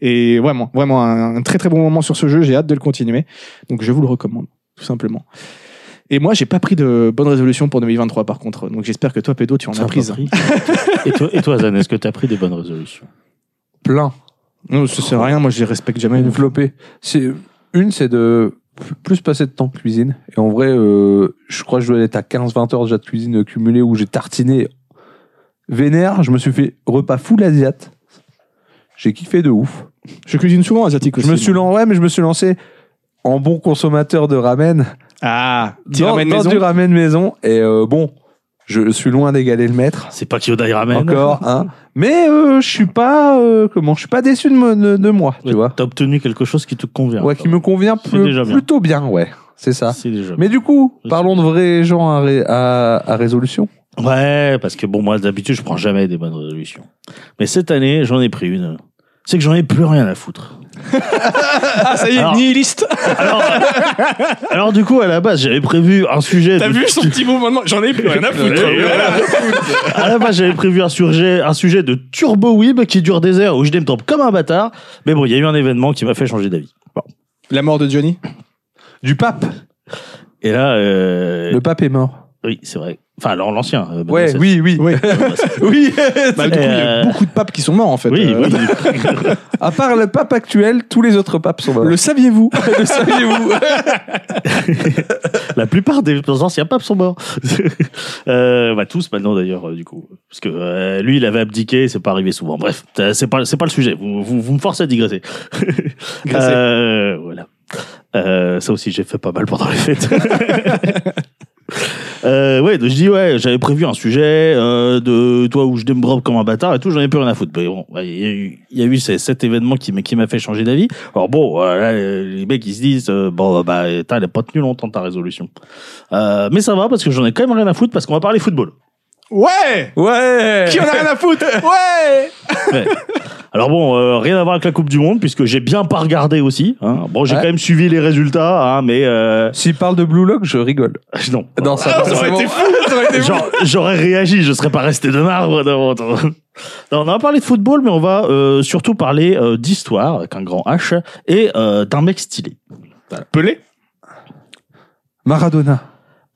S3: Et vraiment, vraiment un, un très très bon moment sur ce jeu. J'ai hâte de le continuer, donc je vous le recommande tout simplement. Et moi, j'ai pas pris de bonne résolution pour 2023, par contre. Donc j'espère que toi, Pédo, tu en
S2: Ça
S3: as
S2: a
S3: prise.
S2: pas pris. et toi, et toi Zan, est-ce que t'as pris des bonnes résolutions
S1: Plein.
S3: Non, ça sert à rien. Moi, je les respecte jamais.
S1: Développé. C'est une, c'est de plus passer de temps en cuisine. Et en vrai, euh, je crois que je dois être à 15-20 heures déjà de cuisine cumulée où j'ai tartiné vénère. Je me suis fait repas full asiat. J'ai kiffé de ouf.
S3: Je cuisine souvent asiatique aussi.
S1: Je me suis lancé, ouais, mais je me suis lancé en bon consommateur de ramen.
S3: Ah, petit
S1: dans,
S3: ramen
S1: dans
S3: maison.
S1: du ramen maison. Et euh, bon, je suis loin d'égaler le maître.
S2: C'est pas Kyodai Ramen.
S1: Encore, hein. Mais euh, je suis pas, euh, comment, je suis pas déçu de, me- de- de moi, tu
S2: Ouais,
S1: vois.
S2: T'as obtenu quelque chose qui te convient.
S1: Ouais, qui me convient plus-
S2: déjà bien.
S1: plutôt bien, ouais. c'est ça.
S2: C'est des jeux.
S1: Mais du coup,
S2: Oui.
S1: parlons de vrais gens à, ré- à- à résolution.
S2: Ouais, parce que bon, moi d'habitude, je prends jamais des bonnes résolutions. Mais cette année, j'en ai pris une. C'est que j'en ai plus rien à foutre.
S3: Ah, ça y est,
S2: Alors-
S3: nihiliste.
S2: Alors, euh, alors, du coup, à la base, j'avais prévu un sujet.
S3: T'as
S2: de-
S3: vu son petit mouvement J'en ai plus rien à foutre.
S2: Et voilà. À la base, j'avais prévu un sujet, un sujet de turbo web qui dure des heures où je me tombe comme un bâtard. Mais bon, il y a eu un événement qui m'a fait changer d'avis. Bon.
S3: La mort de Johnny.
S1: Du pape.
S2: Et là, euh,
S1: Le pape est mort.
S2: oui, c'est vrai. Enfin, alors, l'ancien. euh, Benoît
S1: Ouais,
S2: XVI.
S1: oui, oui.
S3: Oui.
S1: Oui.
S3: Bah, du coup, il y a
S2: Euh,
S3: beaucoup de papes qui sont morts en fait.
S2: Oui,
S3: Euh,
S2: oui.
S1: à part le pape actuel, tous les autres papes sont morts.
S3: Le saviez-vous Le saviez-vous
S2: La plupart des anciens papes sont morts. euh, bah, tous maintenant d'ailleurs, euh, du coup. Parce que euh, lui, il avait abdiqué, c'est pas arrivé souvent. Bref, euh, c'est pas, c'est pas le sujet. Vous, vous, vous me forcez à digresser.
S3: Digresser.
S2: Euh, voilà. Euh, ça aussi, j'ai fait pas mal pendant les fêtes. Euh, ouais, donc je dis, ouais, j'avais prévu un sujet euh, de toi où je me drop comme un bâtard et tout, j'en ai plus rien à foutre. Mais bon, ouais, il y a eu, il y a eu ces- cet événement qui, m'a- qui m'a fait changer d'avis. Alors bon, euh, là, euh, les mecs, ils se disent, euh, bon, bah, t'as, elle a pas tenu longtemps ta résolution. Euh, mais ça va parce que j'en ai quand même rien à foutre parce qu'on va parler football.
S3: Ouais
S1: Ouais.
S3: Qui en a rien à foutre Ouais
S2: Ouais. Alors bon, euh, rien à voir avec la Coupe du Monde puisque j'ai bien pas regardé aussi. hein. Bon, j'ai
S1: Ouais.
S2: quand même suivi les résultats, hein, mais euh,
S1: S'il parle de Blue Lock, je rigole.
S2: non.
S1: Non, ça,
S3: Oh, Ça aurait été fou Ça aurait été fou
S2: Genre, j'aurais réagi, je serais pas resté de marbre. Non, non. Non, on va parler de football, mais on va euh, surtout parler euh, d'histoire avec un grand H et euh, d'un mec stylé.
S3: Pelé
S1: Maradona.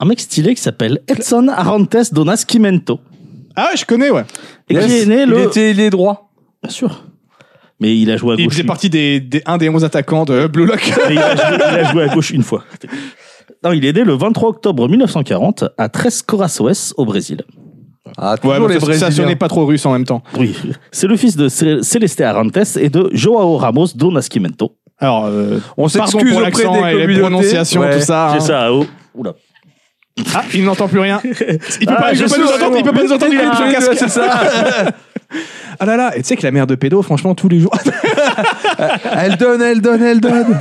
S2: Un mec stylé qui s'appelle Edson Arantes Donas Quimento
S3: Ah ouais, je connais, ouais.
S2: et qui
S1: Yes,
S2: est né
S1: il
S2: le.
S1: était il est droit.
S2: Bien sûr. Mais il a joué à
S3: Il
S2: gauche.
S3: faisait
S2: une-
S3: partie des, des- un des 11 attaquants de Blue Lock.
S2: Mais il, a joué, il a joué à gauche une fois. Non, il est né le 23 octobre 1940 à Tres Corações au Brésil.
S1: Ah, toujours
S3: Ouais, mais
S1: les
S3: ça,
S1: Brésiliens.
S3: ça sonnait pas trop russe en même temps.
S2: Oui. C'est le fils de Cé- Celeste Arantes et de Joao Ramos Donas Quimento.
S3: Alors, euh,
S1: On
S3: pardon
S1: s'excuse
S3: pour
S1: auprès
S3: l'accent
S1: des
S3: et les
S1: communautés.
S3: prononciations,
S1: Ouais.
S3: tout ça. hein.
S2: C'est ça. oh. Oula.
S3: Ah, il n'entend plus rien. Il peut
S2: Ah,
S3: pas, il
S2: je
S3: peut pas
S2: sais,
S3: nous
S2: c'est
S3: entendre, il peut
S1: bon.
S3: pas nous entendre, il a
S1: Ah,
S3: mis son
S1: ouais,
S3: casque.
S1: c'est ça.
S3: Ah là là, et tu sais que la mère de pédo, franchement, tous les jours.
S1: elle donne, elle donne, elle donne.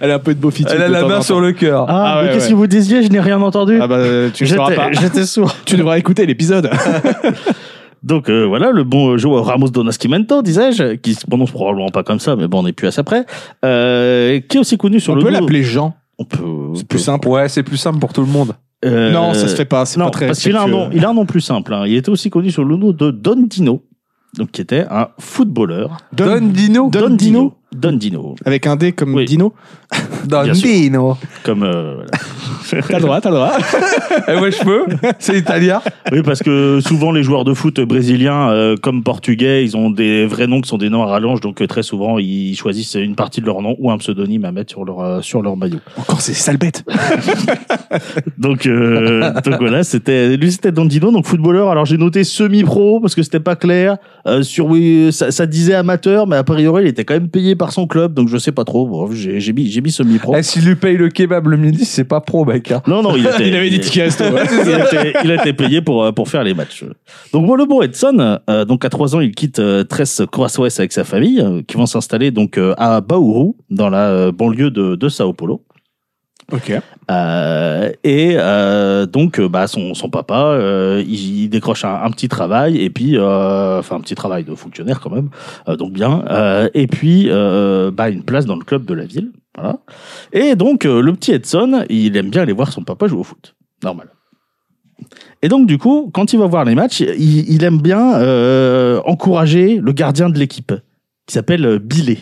S3: Elle a un peu de beau fit.
S1: Elle a la main sur le cœur.
S2: Ah,
S3: Ah,
S2: mais
S3: ouais,
S2: qu'est-ce
S3: ouais.
S2: que vous disiez Je n'ai rien entendu.
S3: Ah bah, tu ne sauras pas.
S2: J'étais j'étais sourd.
S3: Tu devras écouter l'épisode.
S2: Donc euh, voilà, le bon Joao Ramos Donas Quimento, disais-je, qui se prononce probablement pas comme ça, mais bon, on est plus à ça près, euh, qui est aussi connu sur
S3: On
S2: le
S3: peut
S2: nom-
S3: l'appeler Jean.
S2: On peut.
S3: C'est plus simple.
S1: Ouais, c'est plus simple pour tout le monde.
S2: Euh,
S3: Non, ça se fait pas. C'est
S2: non,
S3: pas très.
S2: parce qu'il a un
S3: respectueux.
S2: nom, il a un nom plus simple. hein. Il était aussi connu sur le nom de Don Dino, donc qui était un footballeur.
S3: Don-
S1: Don Dino.
S3: Don Dino
S2: Don Dino,
S3: Avec un D comme
S2: Oui.
S3: Dino.
S1: Don
S2: Bien sûr.
S1: Dino.
S2: comme euh, voilà.
S3: T'as le droit, t'as le droit.
S1: Eh ouais, je peux. C'est italien.
S2: oui, parce que souvent les joueurs de foot brésiliens, euh, comme portugais, ils ont des vrais noms qui sont des noms à rallonge, donc euh, très souvent ils choisissent une partie de leur nom ou un pseudonyme à mettre sur leur euh, sur leur maillot.
S3: Encore ces sales bêtes.
S2: Donc, euh, donc voilà, c'était lui c'était Dandino, donc footballeur. Alors j'ai noté semi-pro parce que c'était pas clair. Euh, sur oui, ça, ça disait amateur, mais a priori il était quand même payé par son club, donc je sais pas trop. Bon, j'ai j'ai mis j'ai mis semi-pro.
S3: Ah,
S1: Eh, S'il lui paye le kebab le midi, c'est pas pro, mec. hein.
S2: Non non, il était
S3: Il avait des tickets resto. ouais.
S2: il était, il était payé pour euh, pour faire les matchs. Donc bon, le bon Edson, euh, donc à trois ans, il quitte euh, Tres Corações avec sa famille, euh, qui vont s'installer donc euh, à Bauru, dans la euh, banlieue de, de Sao Paulo.
S3: Ok.
S2: Euh, et euh, donc, euh, bah, son, son papa, euh, il, il décroche un, un petit travail, et puis, euh, enfin, un petit travail de fonctionnaire quand même, euh, donc bien, euh, et puis, euh, bah, une place dans le club de la ville. Voilà. Et donc, euh, le petit Edson, il aime bien aller voir son papa jouer au foot. Normal. Et donc, du coup, quand il va voir les matchs, il, il aime bien euh, encourager le gardien de l'équipe, qui s'appelle euh, Billet.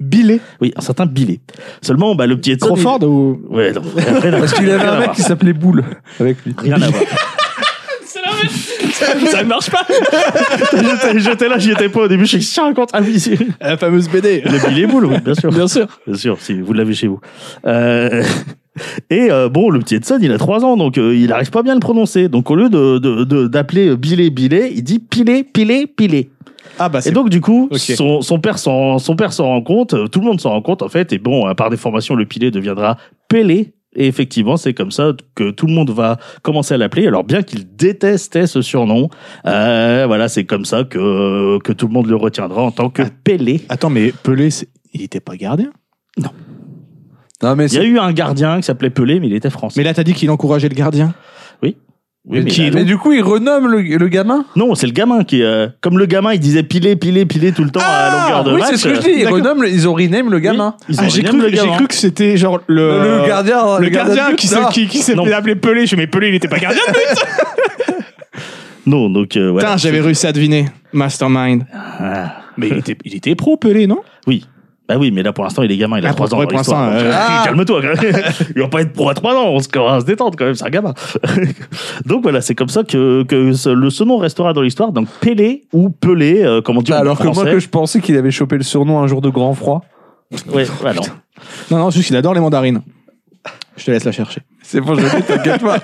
S3: Billet.
S2: Oui, un certain Billet. Seulement, bah, le petit Edson. il-
S3: Crawford ou.
S2: Ouais, non, rien- rien à-
S1: Parce qu'il avait
S2: rien à
S1: un mec
S2: voir.
S1: qui s'appelait Boule avec lui.
S2: Rien à voir.
S3: Ça ne marche pas.
S2: j'étais, j'étais là, j'y étais pas au début. Je suis raconte. Ah oui, c'est- le
S3: La fameuse BD.
S2: billet boule, oui, bien sûr.
S3: Bien sûr.
S2: Bien sûr, si vous l'avez chez vous. Euh, Et euh, bon, le petit Edson, il a 3 ans, donc euh, il n'arrive pas bien à le prononcer. Donc au lieu de, de- de- d'appeler euh, Billet Billet, il dit Pilé, Pilé, Pilé.
S3: Ah bah c'est.
S2: Et donc du coup,
S3: Ok.
S2: son, son père s'en, son père s'en rend compte, euh, tout le monde s'en rend compte en fait. Et bon, euh, par déformation, le Pilé deviendra Pélé. Et effectivement, c'est comme ça que tout le monde va commencer à l'appeler. Alors bien qu'il détestait ce surnom, euh, voilà, c'est comme ça que, que tout le monde le
S1: Ah.
S2: retiendra en tant que Pélé.
S3: Attends, mais Pelé, c'est- il était pas gardien
S1: Non, mais
S2: Il y a
S1: c'est-
S2: eu un gardien qui s'appelait Pelé, mais il était français.
S3: Mais là, t'as dit qu'il encourageait le gardien.
S2: Oui, mais
S3: qui
S2: là,
S3: est
S2: non.
S1: Mais du coup, il renomme le, le gamin
S2: Non, c'est le gamin qui, euh, comme le gamin, il disait piler, piler, piler tout le temps
S3: Ah,
S2: à longueur de
S1: Oui,
S2: match. euh,
S1: c'est ce que je dis. Ils
S3: d'accord.
S1: renomment, le- ils ont rename le gamin.
S2: Oui, ils ont
S3: Ah, j'ai
S2: rien
S3: cru,
S2: de le hein.
S3: j'ai
S2: gamin.
S3: cru que c'était genre
S1: Le,
S3: le,
S1: le gardien,
S3: Euh, le gardien
S1: de
S3: qui
S1: but,
S3: s'est-
S1: là.
S3: qui, qui s'est
S2: Non.
S3: fait appeler Pelé. Je me mais Pelé, il était pas gardien.
S2: Non, donc euh, voilà.
S3: Putain, j'avais réussi à deviner. Mastermind.
S2: Ah.
S3: Mais il était, il était pro Pelé, non
S2: Bah oui, mais là pour l'instant, il est gamin, il a
S3: Ah,
S2: 3
S3: pour-
S2: ans.
S3: ouais,
S2: dans
S3: pour
S2: l'histoire.
S3: l'instant,
S2: Donc,
S1: euh,
S2: euh,
S1: ah.
S2: Calme-toi. quand même. il va pas être pro à 3 ans. On se, on va se détendre quand même, c'est un gamin. donc voilà, c'est comme ça que, que ce- le ce nom restera dans l'histoire. Donc Pelé ou Pelé, euh, comment dire
S1: Bah, Alors que moi, que je pensais qu'il avait chopé le surnom un jour de grand froid.
S2: Ouais, voilà.
S3: Non, non, juste qu'il adore les mandarines. Je te laisse la chercher.
S1: C'est bon, je le dis, t'inquiète pas.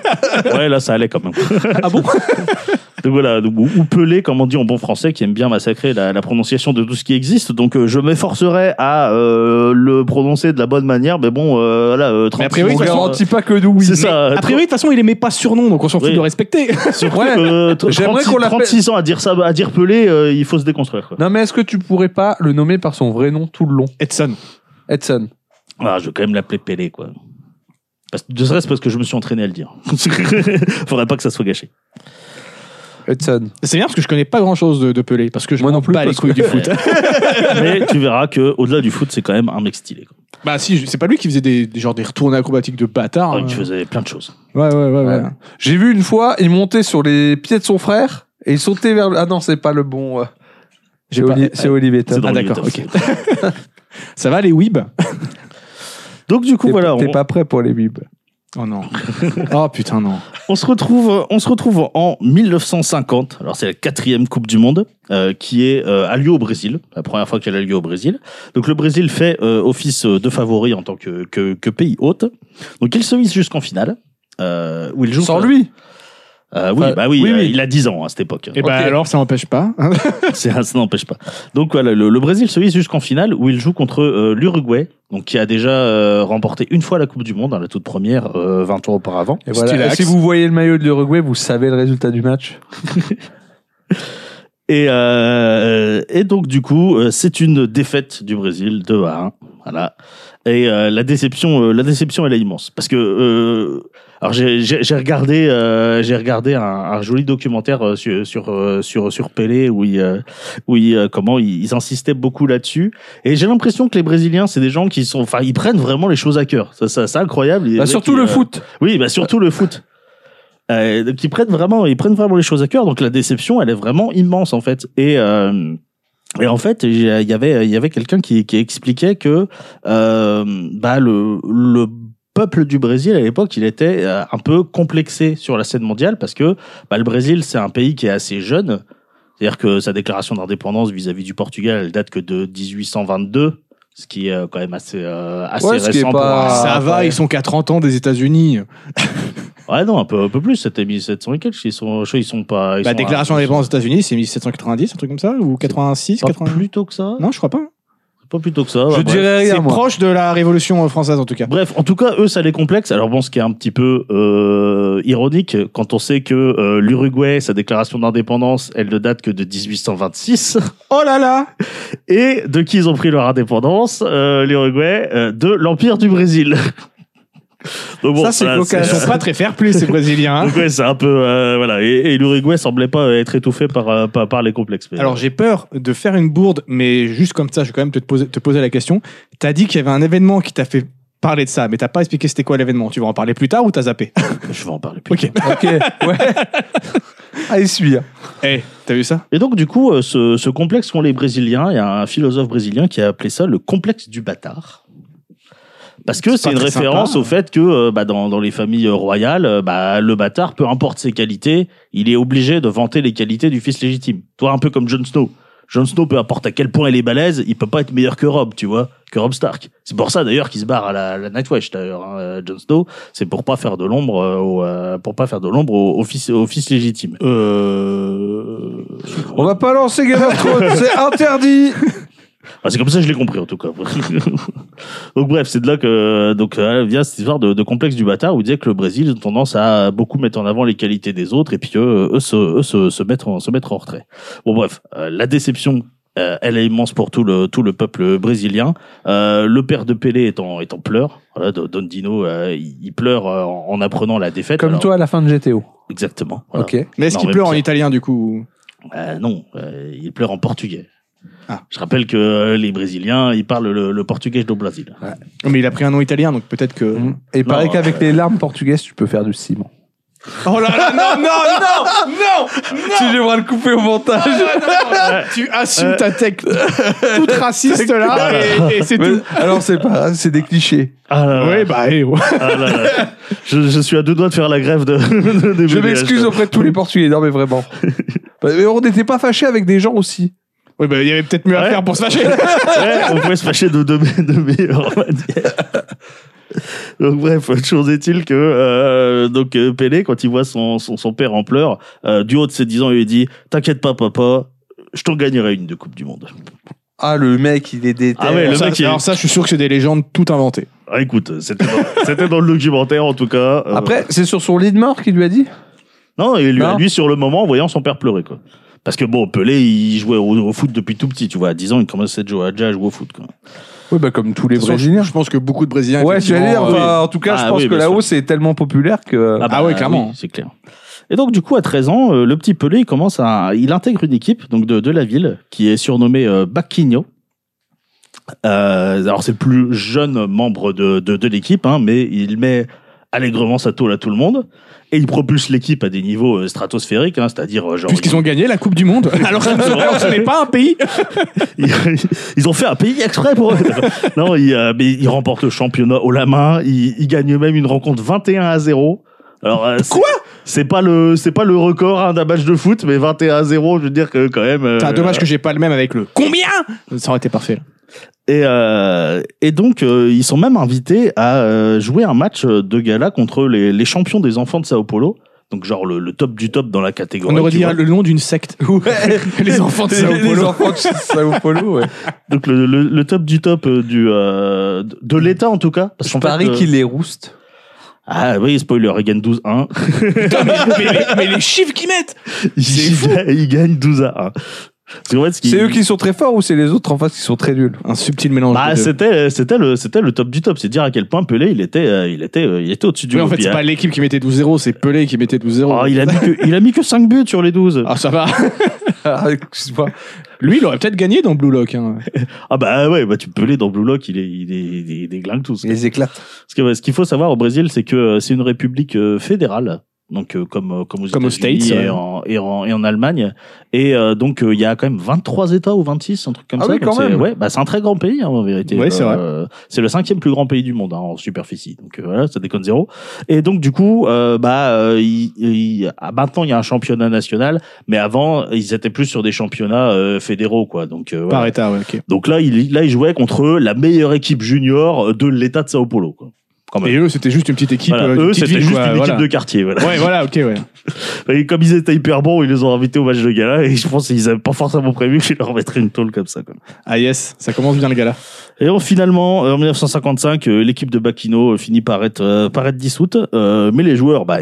S2: ouais, là, ça allait quand même.
S3: Ah bon
S2: Donc voilà, donc, ou ou Pelé, comme on dit en bon français, qui aime bien massacrer la, la prononciation de tout ce qui existe. Donc euh, je m'efforcerai à euh, le prononcer de la bonne manière, mais bon, euh, voilà, euh, 36
S3: Mais a priori,
S1: On
S2: secondes,
S1: garantit pas que nous, oui.
S2: C'est ça.
S3: A priori, de toute façon, il aimait pas ce surnom, donc on s'en fout
S2: Oui.
S3: de le respecter.
S2: Surtout
S1: Ouais.
S2: que, euh, t-
S1: J'aimerais
S2: 36
S1: qu'on l'appelle-
S2: 36 ans à dire ça, à dire Pelé, euh, il faut se déconstruire. Quoi.
S1: Non, mais est-ce que tu pourrais pas le nommer par son vrai nom tout le long
S3: Edson.
S1: Edson.
S2: Ah, je vais quand même l'appeler Pelé, quoi. Parce, de serait-ce parce que je me suis entraîné à le dire. Faudrait pas que ça soit gâché.
S1: Edson.
S3: C'est bien parce que je connais pas grand chose de, de Pelé, parce que je
S1: Moi non
S3: prends
S1: plus,
S3: pas les
S1: parce
S3: couilles
S1: que-
S3: du foot.
S2: Mais tu verras que au-delà du foot, c'est quand même un mec stylé. Quoi.
S3: bah si, je- c'est pas lui qui faisait des, des- genre des retournées acrobatiques de bâtard.
S2: Il
S3: hein.
S2: faisait plein de choses.
S3: ouais, ouais, ouais, ouais.
S1: Ouais. J'ai vu une fois, il montait sur les pieds de son frère et il sautait vers. le- Ah non, c'est pas le bon. euh, C'est
S3: J'ai pas-
S1: Oli- c'est Olivier
S2: C'est
S1: Tom.
S2: dans
S3: Ah
S2: le
S3: d'accord,
S2: Utah.
S3: ok. Ça va les weebs
S2: Donc du coup,
S1: T'es
S2: voilà,
S1: t'es
S2: on-
S1: pas prêt pour les bibles.
S3: Oh non. oh putain non.
S2: On se retrouve, euh, on se retrouve en 1950. Alors c'est la quatrième Coupe du Monde euh, qui est euh, a lieu au Brésil. La première fois qu'elle a lieu au Brésil. Donc le Brésil fait euh, office de favori en tant que, que, que pays hôte. Donc il se vise jusqu'en finale euh, où il joue
S1: Sans lui.
S2: Euh, oui,
S1: Enfin,
S2: bah oui,
S1: oui,
S2: euh,
S1: oui. Eh ben.
S2: il a 10 ans à cette époque.
S3: Et
S1: Ok.
S3: bah alors, ça m'empêche pas. hein.
S2: C'est- ça n'empêche pas. Donc voilà, le, le Brésil se vise jusqu'en finale où il joue contre euh, l'Uruguay, donc qui a déjà euh, remporté une fois la Coupe du Monde, hein, la toute première, euh, 20 ans auparavant.
S1: Et
S3: Stylax.
S1: voilà. Et si vous voyez le maillot de l'Uruguay, vous savez le résultat du match. Bah,
S2: Et, euh, et donc du coup, euh, c'est une défaite du Brésil 2 à 1. Voilà. Et euh, la déception, euh, la déception, elle est immense parce que euh, alors j'ai- j'ai j'ai regardé, euh, j'ai regardé un, un joli documentaire euh, sur sur euh, sur, sur Pelé où il euh, où il, euh, comment ils ils insistaient beaucoup là-dessus. Et j'ai l'impression que les Brésiliens, c'est des gens qui sont, enfin, ils prennent vraiment les choses à cœur. Ça, ça, c'est incroyable. Les
S1: Bah,
S2: mecs,
S1: surtout
S2: ils,
S1: le
S2: euh,
S1: foot.
S2: oui, bah surtout le foot. Euh, donc ils prennent vraiment, ils prennent vraiment les choses à cœur. Donc la déception, elle est vraiment immense en fait. Et euh, et en fait, il y a- il y avait il y avait quelqu'un qui qui expliquait que euh, bah le le peuple du Brésil à l'époque, il était euh, un peu complexé sur la scène mondiale parce que bah, le Brésil, c'est un pays qui est assez jeune. C'est-à-dire que sa déclaration d'indépendance vis-à-vis du Portugal, elle date que de 1822, ce qui est euh, quand même assez euh, assez
S1: Ouais, ce qui est
S2: récent. pour
S1: pas-
S2: un-
S3: ça
S1: Ah,
S3: va,
S1: ouais.
S3: ils sont qu'à 30 ans des États-Unis.
S2: Ouais, non, un peu, un peu plus, c'était 1700 et quelques. Ils sont, je sais, ils sont pas. Ils sont
S3: La Bah, déclaration
S2: à-
S3: d'indépendance des États-Unis, c'est 1790, un truc comme ça Ou 86,
S2: Pas
S3: 88
S2: plus tôt que ça
S3: Non, je crois pas.
S2: Pas plus tôt que ça. ouais,
S1: Je
S2: bref.
S1: dirais
S3: C'est
S1: rien, moi.
S3: proche de la Révolution française en tout cas.
S2: Bref, en tout cas, eux, ça les complexe. Alors bon, ce qui est un petit peu euh, ironique, quand on sait que euh, l'Uruguay, sa déclaration d'indépendance, elle ne date que de 1826,
S3: Oh là là
S2: et de qui ils ont pris leur indépendance, euh, l'Uruguay, euh, de l'Empire du Brésil. Donc bon, bah,
S1: Ça, c'est
S2: voilà,
S1: cocasse.
S3: Ils sont pas très fair play ces Brésiliens. hein.
S2: Donc ouais, c'est un peu euh, voilà. Et, et l'Uruguay semblait pas être étouffé par euh, par, par les complexes. Mais-
S3: Alors j'ai peur de faire une bourde, mais juste comme ça, je vais quand même te poser, te poser la question. T'as dit qu'il y avait un événement qui t'a fait parler de ça, mais t'as pas expliqué c'était quoi l'événement. Tu vas en parler plus tard ou t'as zappé
S2: je vais en parler plus.
S3: Ok.
S1: Ok. Ouais. Ah, À essuyer.
S3: Eh, t'as vu ça
S2: Et donc, du coup, euh, ce, ce complexe qu'ont les Brésiliens, il y a un philosophe brésilien qui a appelé ça le complexe du bâtard. Parce que
S3: C'est
S2: c'est
S3: pas
S2: une
S3: très
S2: référence
S3: sympa.
S2: au fait que euh, bah, dans, dans les familles euh, royales, euh, bah, le bâtard, peu importe ses qualités, il est obligé de vanter les qualités du fils légitime. Toi, un peu comme Jon Snow. Jon Snow, peu importe à quel point il est balèze, il peut pas être meilleur que Rob, tu vois, que Rob Stark. C'est pour ça d'ailleurs qu'il se barre à la, la Nightwatch d'ailleurs, hein, euh, Jon Snow, c'est pour pas faire de l'ombre euh, au, euh, pour pas faire de l'ombre au, au fils au fils légitime. Euh...
S1: On va pas lancer Game of Thrones, c'est interdit.
S2: Ah, c'est comme ça que je l'ai compris en tout cas. donc bref, c'est de là que donc euh, via cette histoire de, de complexe du bâtard où il disait que le Brésil a tendance à beaucoup mettre en avant les qualités des autres et puis eux, eux, se, eux se, se mettre en, se mettre en retrait. Bon bref, euh, la déception Euh, elle est immense pour tout le, tout le peuple brésilien. Euh, le père de Pelé est en, est en pleurs. Voilà, Don Don Dino, euh, il il pleure euh, en, en apprenant la défaite.
S1: Comme
S2: Alors,
S1: toi à la fin de GTO.
S2: Exactement. voilà.
S1: Ok.
S3: Mais est-ce
S2: Non,
S3: qu'il
S2: mais
S3: pleure en
S2: pire. Mmh. Mm.
S3: Oh
S1: Bah,
S2: Ah,
S3: bah, eh, bah,
S2: euh, Ah, euh,
S1: bah, Ah euh,
S2: euh, Ah, bah euh, hein, euh, hein, euh,
S3: Euh,
S2: euh, hein, euh, euh, euh, Ah Bah, euh, euh, hein. Oh, Ah, Ah, bah, euh, euh, bah, hein, Euh, euh, bah, ah, euh, euh, euh, euh,
S3: Ah. hein. euh,
S2: Euh, bah,
S3: Ah,
S2: euh, Euh, Euh, hein,
S3: Ah, Ah, euh,
S1: euh,
S2: euh, euh, euh, bah,
S1: Ah ben,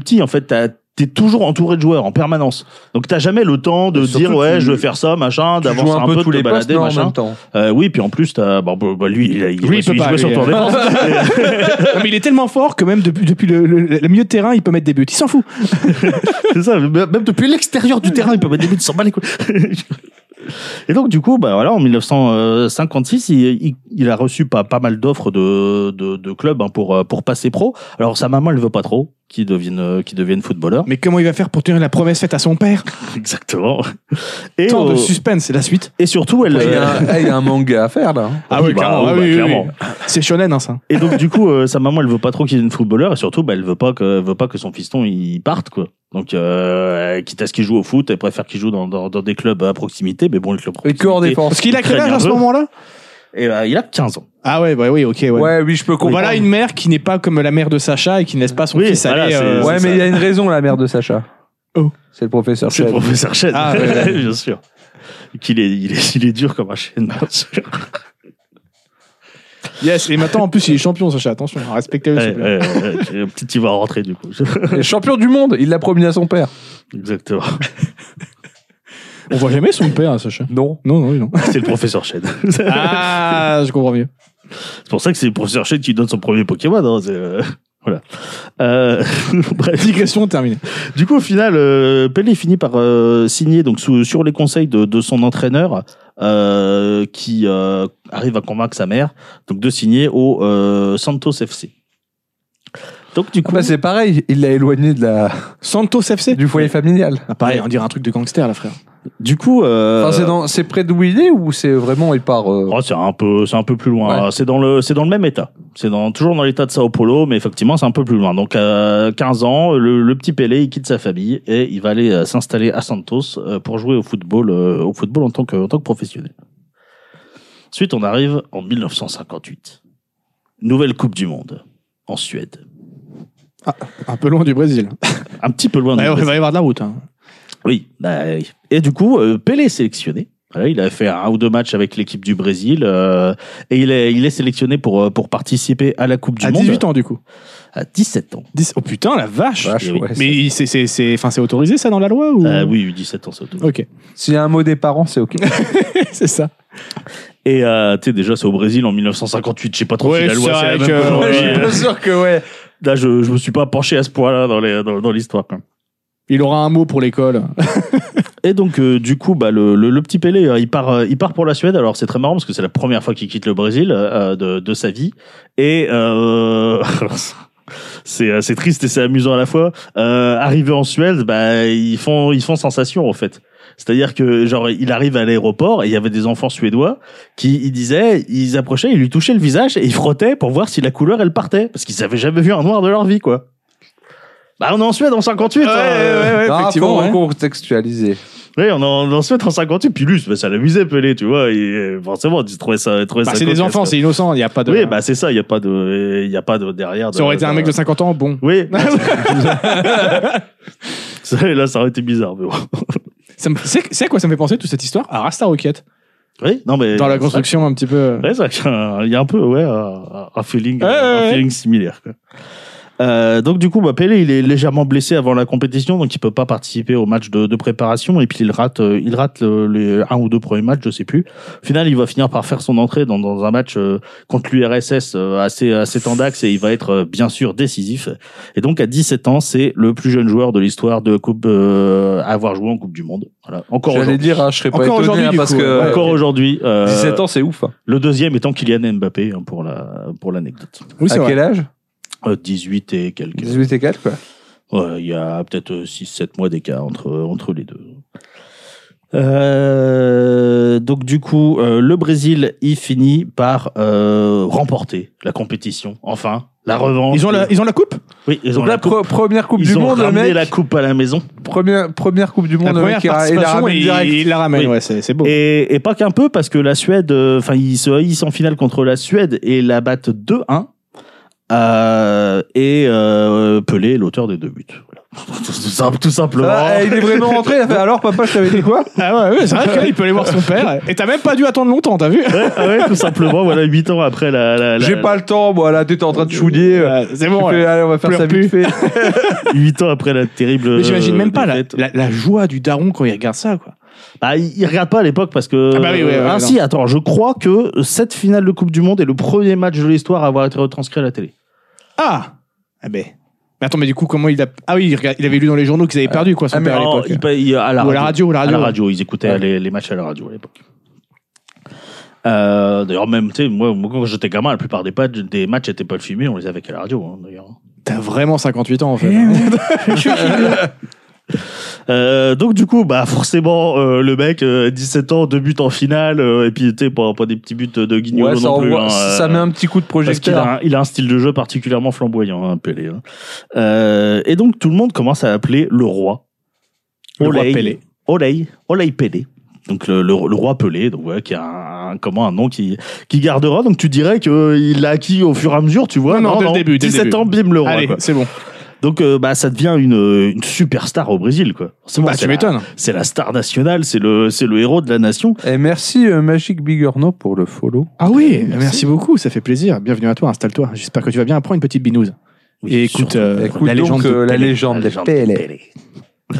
S1: hein.
S2: bah t'es toujours entouré de joueurs en permanence. Donc t'as jamais le temps de
S1: Surtout,
S2: dire ouais,
S1: tu-
S2: je veux faire ça, machin,
S1: Tu
S2: d'avancer
S1: joues
S2: un, peu,
S1: tous
S2: de te
S1: les postes
S2: balader,
S1: non, en
S2: machin.
S1: même temps.
S2: Euh, oui, puis en plus, t'as, bon, bah, lui, il, a- il,
S3: Lui, il peut
S2: il
S3: pas,
S2: jouait sur
S3: lui.
S2: le tour de défense.
S3: Non, mais il est tellement fort que même depuis, depuis le, le- le milieu de terrain, il peut mettre des buts. Il s'en fout.
S2: C'est ça, même même depuis l'extérieur du terrain, il peut mettre des buts, il s'en bat les couilles. Et donc, du coup, bah, voilà, en 1956, il, il- il a reçu pas, pas mal d'offres de, de, de clubs hein, pour, euh, pour passer pro. Alors, sa maman, elle veut pas trop qu'il devienne, euh, qu'il devienne footballeur.
S3: Mais comment il va faire pour tenir la promesse faite à son père
S2: Exactement. Et,
S3: Tant
S2: euh,
S3: de suspense, c'est la suite.
S2: et surtout, elle.
S1: Il y, a,
S2: euh,
S1: un- eh, il y a un manga à faire là.
S3: Ah oui,
S2: bah,
S3: clairement,
S2: bah,
S3: oui, oui, oui.
S2: clairement.
S3: C'est shonen, hein, ça.
S2: Et donc du coup, euh, sa maman, elle veut pas trop qu'il devienne footballeur, et surtout, bah, elle veut pas que, elle veut pas que son fiston il parte quoi. Donc, euh, quitte à ce qu'il joue au foot, elle préfère qu'il joue dans, dans, dans des clubs à proximité, mais bon, le club.
S1: Et que en
S2: proximité-
S1: défense.
S3: Parce qu'il a
S2: Oh, Très
S3: quel âge à ce
S2: nerveux.
S3: moment-là
S2: Et bah, il a 15 ans.
S3: Ah ouais, bah oui, ok, ouais.
S1: Ouais, oui, je peux comprendre.
S3: Voilà une mère qui n'est pas comme la mère de Sacha et qui ne laisse pas son
S2: Oui,
S3: fils
S2: voilà,
S3: aller.
S2: c'est-
S3: euh,
S1: Ouais,
S2: c'est
S1: mais
S2: ça.
S1: il y a une raison, la mère de Sacha.
S3: Oh.
S1: C'est le professeur
S2: C'est le
S1: Chef.
S2: professeur Chen,
S3: Ah, ouais, ouais.
S2: bien sûr. Qu'il est, il est, il est dur comme un chêne, bien sûr.
S3: Yes, et maintenant en plus il est champion Sacha, attention, respectez-le s'il
S2: Ouais,
S3: vous plaît.
S2: ouais, ouais. Et Petit, il va rentrer du coup.
S1: Et Champion du monde, il l'a promis à son père.
S2: Exactement.
S3: On voit jamais son père, hein, Sacha.
S1: Non.
S3: Non, non, oui, non.
S2: C'est le professeur Chen.
S3: Ah, je comprends mieux.
S2: C'est pour ça que c'est le professeur Chen qui donne son premier Pokémon. hein, c'est, euh, Voilà. Euh, bref.
S3: Digression terminée.
S2: Du coup, au final, euh, Pelé finit par euh, signer donc sous- sur les conseils de, de son entraîneur, euh, qui euh, arrive à convaincre sa mère donc de signer au euh, Santos FC. Donc du
S1: Ah
S2: coup,
S1: bah, c'est pareil, il l'a éloigné de la,
S3: Santos FC.
S1: du foyer familial.
S3: Ah, pareil, on dirait un truc de gangster là, frère.
S2: du coup, euh,
S1: Enfin, c'est dans- c'est près de où il est ou c'est vraiment il part. euh,
S2: oh, c'est un peu, c'est un peu plus loin.
S1: Ouais.
S2: hein. C'est dans le, c'est dans le même état. C'est dans toujours dans l'état de Sao Paulo, mais effectivement, c'est un peu plus loin. Donc, à 15 ans, le, le petit Pelé, il quitte sa famille et il va aller euh, s'installer à Santos euh, pour jouer au football, euh, au football en tant que, en tant que professionnel. Ensuite, on arrive en 1958. Nouvelle Coupe du Monde en Suède.
S3: Un peu loin du Brésil.
S2: Un petit peu loin. du
S3: Ouais, il
S2: Brésil.
S3: va y avoir de la route. hein.
S2: Oui, bah oui. Et du coup, euh, Pelé est sélectionné. Voilà, il a fait un ou deux matchs avec l'équipe du Brésil euh, et il est, il est sélectionné pour, euh, pour participer à la Coupe du
S3: À
S2: Monde
S3: 18 ans du coup.
S2: à 17 ans.
S3: 10 Oh putain, la vache.
S1: vache,
S2: oui.
S1: ouais,
S3: Mais il- c'est- c'est c'est- enfin, c'est autorisé ça dans la loi ou
S2: Euh, oui, 17 ans, c'est autorisé.
S3: Ok,
S1: c'est- S'il y a un mot des parents, c'est ok.
S3: c'est ça.
S2: Et euh, tu sais, déjà, c'est au Brésil en 1958. Je sais pas trop
S3: Ouais,
S2: si la loi,
S3: c'est
S2: c'est la même
S3: vrai que-
S1: je suis
S2: qu'aujourd'hui.
S1: pas sûr que ouais.
S2: Là, je, je me suis pas penché à ce point-là dans les- dans- dans l'histoire. quand même.
S3: Il aura un mot pour l'école.
S2: Et donc, euh, du coup, bah, le, le, le petit Pelé, euh, il part, euh, il part pour la Suède. Alors, c'est très marrant parce que c'est la première fois qu'il quitte le Brésil euh, de, de sa vie. Et euh, c'est euh, c'est triste et c'est amusant à la fois. Euh, arrivé en Suède, bah, ils font ils font sensation en fait. C'est-à-dire que genre il arrive à l'aéroport et il y avait des enfants suédois qui ils disaient ils approchaient ils lui touchaient le visage et ils frottaient pour voir si la couleur elle partait parce qu'ils avaient jamais vu un noir de leur vie quoi. Bah on est en Suède en 58. hein, euh.
S1: Ah, faut
S3: ouais.
S1: recontextualiser.
S2: Oui, on en, on se fait en 58, puis lui, bah, ça l'amusait, Pelé, tu vois, et euh, forcément, il trouvait ça, il trouvait
S3: Bah,
S2: ça
S3: c'est des
S2: cocasse,
S3: enfants,
S2: quoi.
S3: c'est innocent, il n'y a pas de.
S2: Oui, bah, c'est ça, il n'y a pas de, il y a pas de derrière.
S3: ça aurait été un mec de 50 ans, bon.
S2: Oui. Ça, là, ça aurait été bizarre, mais bon.
S3: Ça me- C'est c'est à quoi ça me fait penser toute cette histoire À Rasta Rocket.
S2: Oui, non, mais.
S3: Dans la construction un petit peu.
S2: Ouais, c'est vrai qu'il y a un- il y a un peu, ouais, un, un feeling,
S3: Ouais,
S2: un
S3: ouais,
S2: feeling similaire, quoi. Euh, donc du coup, bah, Pelé, il est légèrement blessé avant la compétition, donc il peut pas participer au match de, de préparation et puis il rate, euh, il rate le- les un ou deux premiers matchs, je sais plus. Au final, il va finir par faire son entrée dans, dans un match euh, contre l'URSS euh, assez assez tendax et il va être euh, bien sûr décisif. Et donc à 17 ans, c'est le plus jeune joueur de l'histoire de coupe euh, à avoir joué en Coupe du Monde. Voilà, encore
S1: J'allais
S2: aujourd'hui.
S1: dire, ah, je serais pas
S3: Encore
S1: étonné
S3: aujourd'hui,
S1: hein,
S3: du
S1: parce
S3: coup,
S1: que
S3: ouais.
S2: Encore aujourd'hui, euh,
S1: 17 ans, c'est ouf. hein.
S2: le deuxième étant Kylian Mbappé hein, pour la pour l'anecdote.
S3: Oui, c'est
S1: à
S3: vrai.
S1: quel âge
S2: Euh, 18 et quelques.
S1: 18 et 4 quoi.
S2: Ouais, il y a peut-être 6-7 mois d'écart entre, entre les deux. Euh, donc du coup, euh, le Brésil, il finit par euh, remporter la compétition. Enfin, la revanche.
S3: Ils ont la, ils ont la coupe
S2: Oui, ils ont
S1: Donc
S2: la
S1: la
S2: coupe.
S1: pre- première coupe
S2: Ils
S1: du
S2: ont
S1: monde, le
S2: ramené
S1: mec.
S2: la coupe à la maison.
S1: Première première coupe du monde, le mec il ra- il la ramène
S3: il,
S1: direct.
S3: il la ramène,
S2: Oui.
S3: ouais, c'est c'est beau.
S2: Et, et pas qu'un peu, parce que la Suède, euh, enfin, ils se haïssent en finale contre la Suède et la battent 2-1. Euh, et euh, Pelé est l'auteur des deux buts. Voilà. Tout, simple- tout simplement.
S1: Ah, il est vraiment rentré, il a fait alors papa, je t'avais dit quoi
S3: Ah ouais, ouais, c'est vrai que là, il peut aller voir son père. Et t'as même pas dû attendre longtemps, t'as vu
S2: Ouais, ah ouais, tout simplement, voilà, 8 ans après la. la- la-
S1: J'ai pas le temps, moi là t'étais en train de chouiller.
S3: Ouais, C'est bon.
S1: Tu
S3: ouais.
S1: fais, allez, on va faire
S3: Pleure
S1: ça vite fait.
S2: 8 ans après la terrible.
S3: Mais j'imagine même pas la,
S2: euh, défaite.
S3: la, la joie du daron quand il regarde ça, quoi.
S2: Bah, il il regarde pas à l'époque parce que.
S3: Ah bah oui, ouais, ouais,
S2: Ah,
S3: non.
S2: si, attends, je crois que cette finale de Coupe du Monde est le premier match de l'histoire à avoir été retranscrit à la télé.
S3: Ah Ah ben. Mais attends, mais du coup, comment il a. Ah oui, il, regarde- il avait lu dans les journaux qu'ils avaient perdu, quoi, son
S1: Ah, mais
S3: père à
S2: Alors,
S3: l'époque.
S2: il pa- il- à la
S3: Ou à la radio, ou à la
S2: À
S3: radio.
S2: la radio, ils écoutaient
S3: Ouais.
S2: les, les matchs à la radio à l'époque. Euh, d'ailleurs, même, tu sais, moi, moi, quand j'étais gamin, la plupart des, pages- des matchs n'étaient pas filmés, on les avait qu'à la radio, hein, d'ailleurs.
S3: T'as vraiment 58 ans, en
S2: Eh
S3: fait.
S2: Euh, donc du coup, bah forcément, euh, le mec, euh, 17 ans, deux buts en finale, euh, et puis tu sais, pas, pas des petits buts de guignol
S1: Ouais, ça,
S2: non plus.
S1: envoie-
S2: hein,
S1: ça
S2: euh,
S1: met un petit coup de
S2: parce qu'il
S1: projecteur.
S2: a, un- il a un style de jeu particulièrement flamboyant, hein, Pelé. hein. Euh, et donc tout le monde commence à appeler le roi.
S3: Le roi Pelé.
S2: Olay, Olay Pelé. Donc le, le- le roi Pelé, donc ouais, qui a un, un- comment un nom qui qui gardera. Donc tu dirais que euh, il l'a acquis au fur et à mesure, tu vois.
S3: Non, non, dès le début, dès le
S2: 17
S3: début.
S2: ans, bim le roi.
S3: Allez,
S2: quoi.
S3: c'est bon.
S2: Donc euh, bah ça devient une, une superstar au Brésil, quoi. Forcément,
S3: Bah,
S2: c'est
S3: tu
S2: la-
S3: m'étonnes.
S2: c'est la star nationale, c'est le, c'est le héros de la nation.
S1: Et merci euh, Magic Big Orno pour le follow.
S3: Ah oui, merci. beaucoup, ça fait plaisir. Bienvenue à toi, installe-toi. J'espère que tu vas bien. Prends une petite binouse. Et écoute,
S2: surtout.
S3: euh,
S1: Écoute
S3: la
S1: donc
S3: légende
S1: euh,
S3: de
S1: la
S3: Pelé.
S1: légende
S2: La
S1: de
S2: légende
S1: Pelé.
S2: Pelé.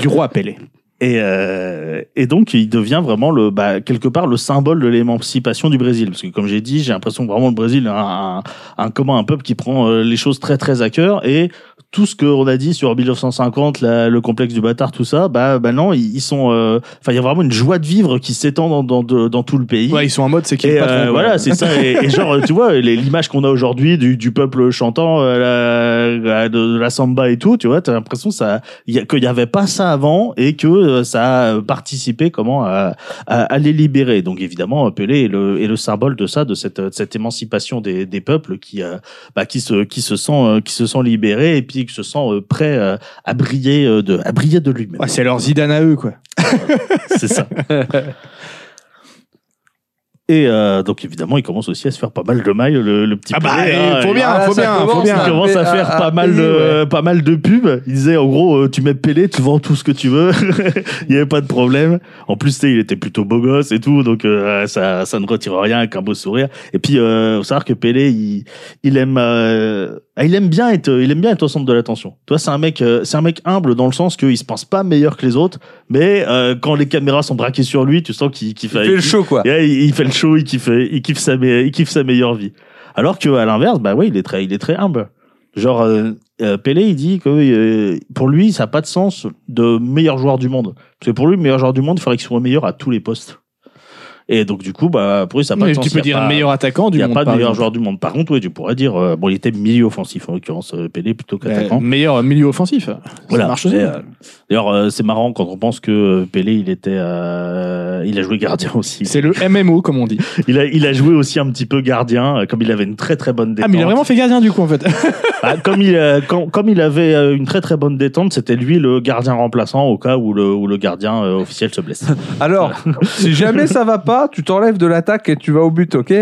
S3: du roi Pelé.
S2: Et, euh, et donc, il devient vraiment le, bah, quelque part le symbole de l'émancipation du Brésil. Parce que, comme j'ai dit, j'ai l'impression que vraiment le Brésil est un, un, un, comment, un peuple qui prend euh, les choses très, très à cœur. Et tout ce qu'on a dit sur 1950, la- le complexe du bâtard, tout ça, bah, bah non, ils, ils sont. euh, Enfin, il y a vraiment une joie de vivre qui s'étend dans, dans, de- dans tout le pays.
S3: Ouais, ils sont en mode, c'est qui
S2: Et
S3: le patron,
S2: euh,
S3: quoi.
S2: voilà, c'est ça. Et, et genre, tu vois, les- l'image qu'on a aujourd'hui du, du peuple chantant euh, la- la- de, de la samba et tout, tu vois, t'as l'impression que ça, il y a- qu'il n'y avait pas ça avant et que euh, ça a participé comment à, à, à les libérer. Donc évidemment, Pelé est le, est le symbole de ça, de cette, de cette émancipation des, des peuples qui, euh, bah, qui se, qui se sent, euh, qui se sent libéré et puis qui se sent euh, prêt euh, à briller euh, de, à briller de lui-même.
S3: Ouais, c'est leur Zidane à eux, quoi.
S2: C'est ça. Et euh, donc évidemment, il commence aussi à se faire pas mal de mailles, le, le petit.
S3: Ah bah,
S2: Pelé, hein,
S3: eh, faut
S2: et-
S3: bien,
S1: Ah,
S3: faut
S1: ça
S3: bien, faut
S1: commence,
S3: bien.
S1: là.
S2: Il commence à faire
S1: à-
S2: pas
S1: à
S2: mal
S1: payer,
S2: de euh, pas mal de pubs. Il disait en gros, euh, tu mets Pelé, tu vends tout ce que tu veux, il y avait pas de problème. En plus, tu sais, il était plutôt beau gosse et tout, donc euh, ça ça ne retire rien qu'un beau sourire. Et puis, euh, faut savoir que Pelé, il, il aime, euh, ah, il aime bien être, il aime bien être au centre de l'attention. Toi, c'est un mec, euh, c'est un mec humble dans le sens qu'il se pense pas meilleur que les autres, mais euh, quand les caméras sont braquées sur lui, tu sens qu'il qu'il
S1: Il fait le
S2: qu'il-
S1: show quoi.
S2: et là, il, il fait le show, il kiffe, il kiffe sa, me- il kiffe sa meilleure vie. Alors que à l'inverse, bah ouais, il est très, il est très humble. Genre euh, euh, Pelé, il dit que euh, pour lui, ça n'a pas de sens de meilleur joueur du monde. Parce que pour lui, le meilleur joueur du monde, il faudrait qu'il soit meilleur à tous les postes. Et donc du coup, bah pour lui, ça n'a pas
S3: Mais
S2: de sens.
S3: tu peux
S2: Il y a
S3: dire
S2: pas-
S3: meilleur attaquant
S2: Il
S3: du
S2: n'y a
S3: monde.
S2: pas de
S3: par
S2: meilleur
S3: exemple.
S2: joueur du monde. Par contre, ouais, tu pourrais dire, euh, bon, il était milieu offensif en l'occurrence, euh, Pelé plutôt qu'attaquant.
S3: Euh, meilleur milieu offensif. Ça
S2: Voilà.
S3: marche aussi.
S2: Et, euh, D'ailleurs, euh, c'est marrant quand on pense que euh, Pelé, il était, euh, il a joué gardien aussi.
S3: C'est le MMO, comme on dit.
S2: Il a, il a joué aussi un petit peu gardien, euh, comme il avait une très très bonne détente.
S3: Ah, mais il a vraiment fait gardien, du coup, en fait.
S2: Bah, comme, il, euh, quand- comme il avait euh, une très très bonne détente, c'était lui le gardien remplaçant au cas où le, où le gardien euh, officiel se blesse.
S1: Alors, si jamais ça va pas, tu t'enlèves de l'attaque et tu vas au but, ok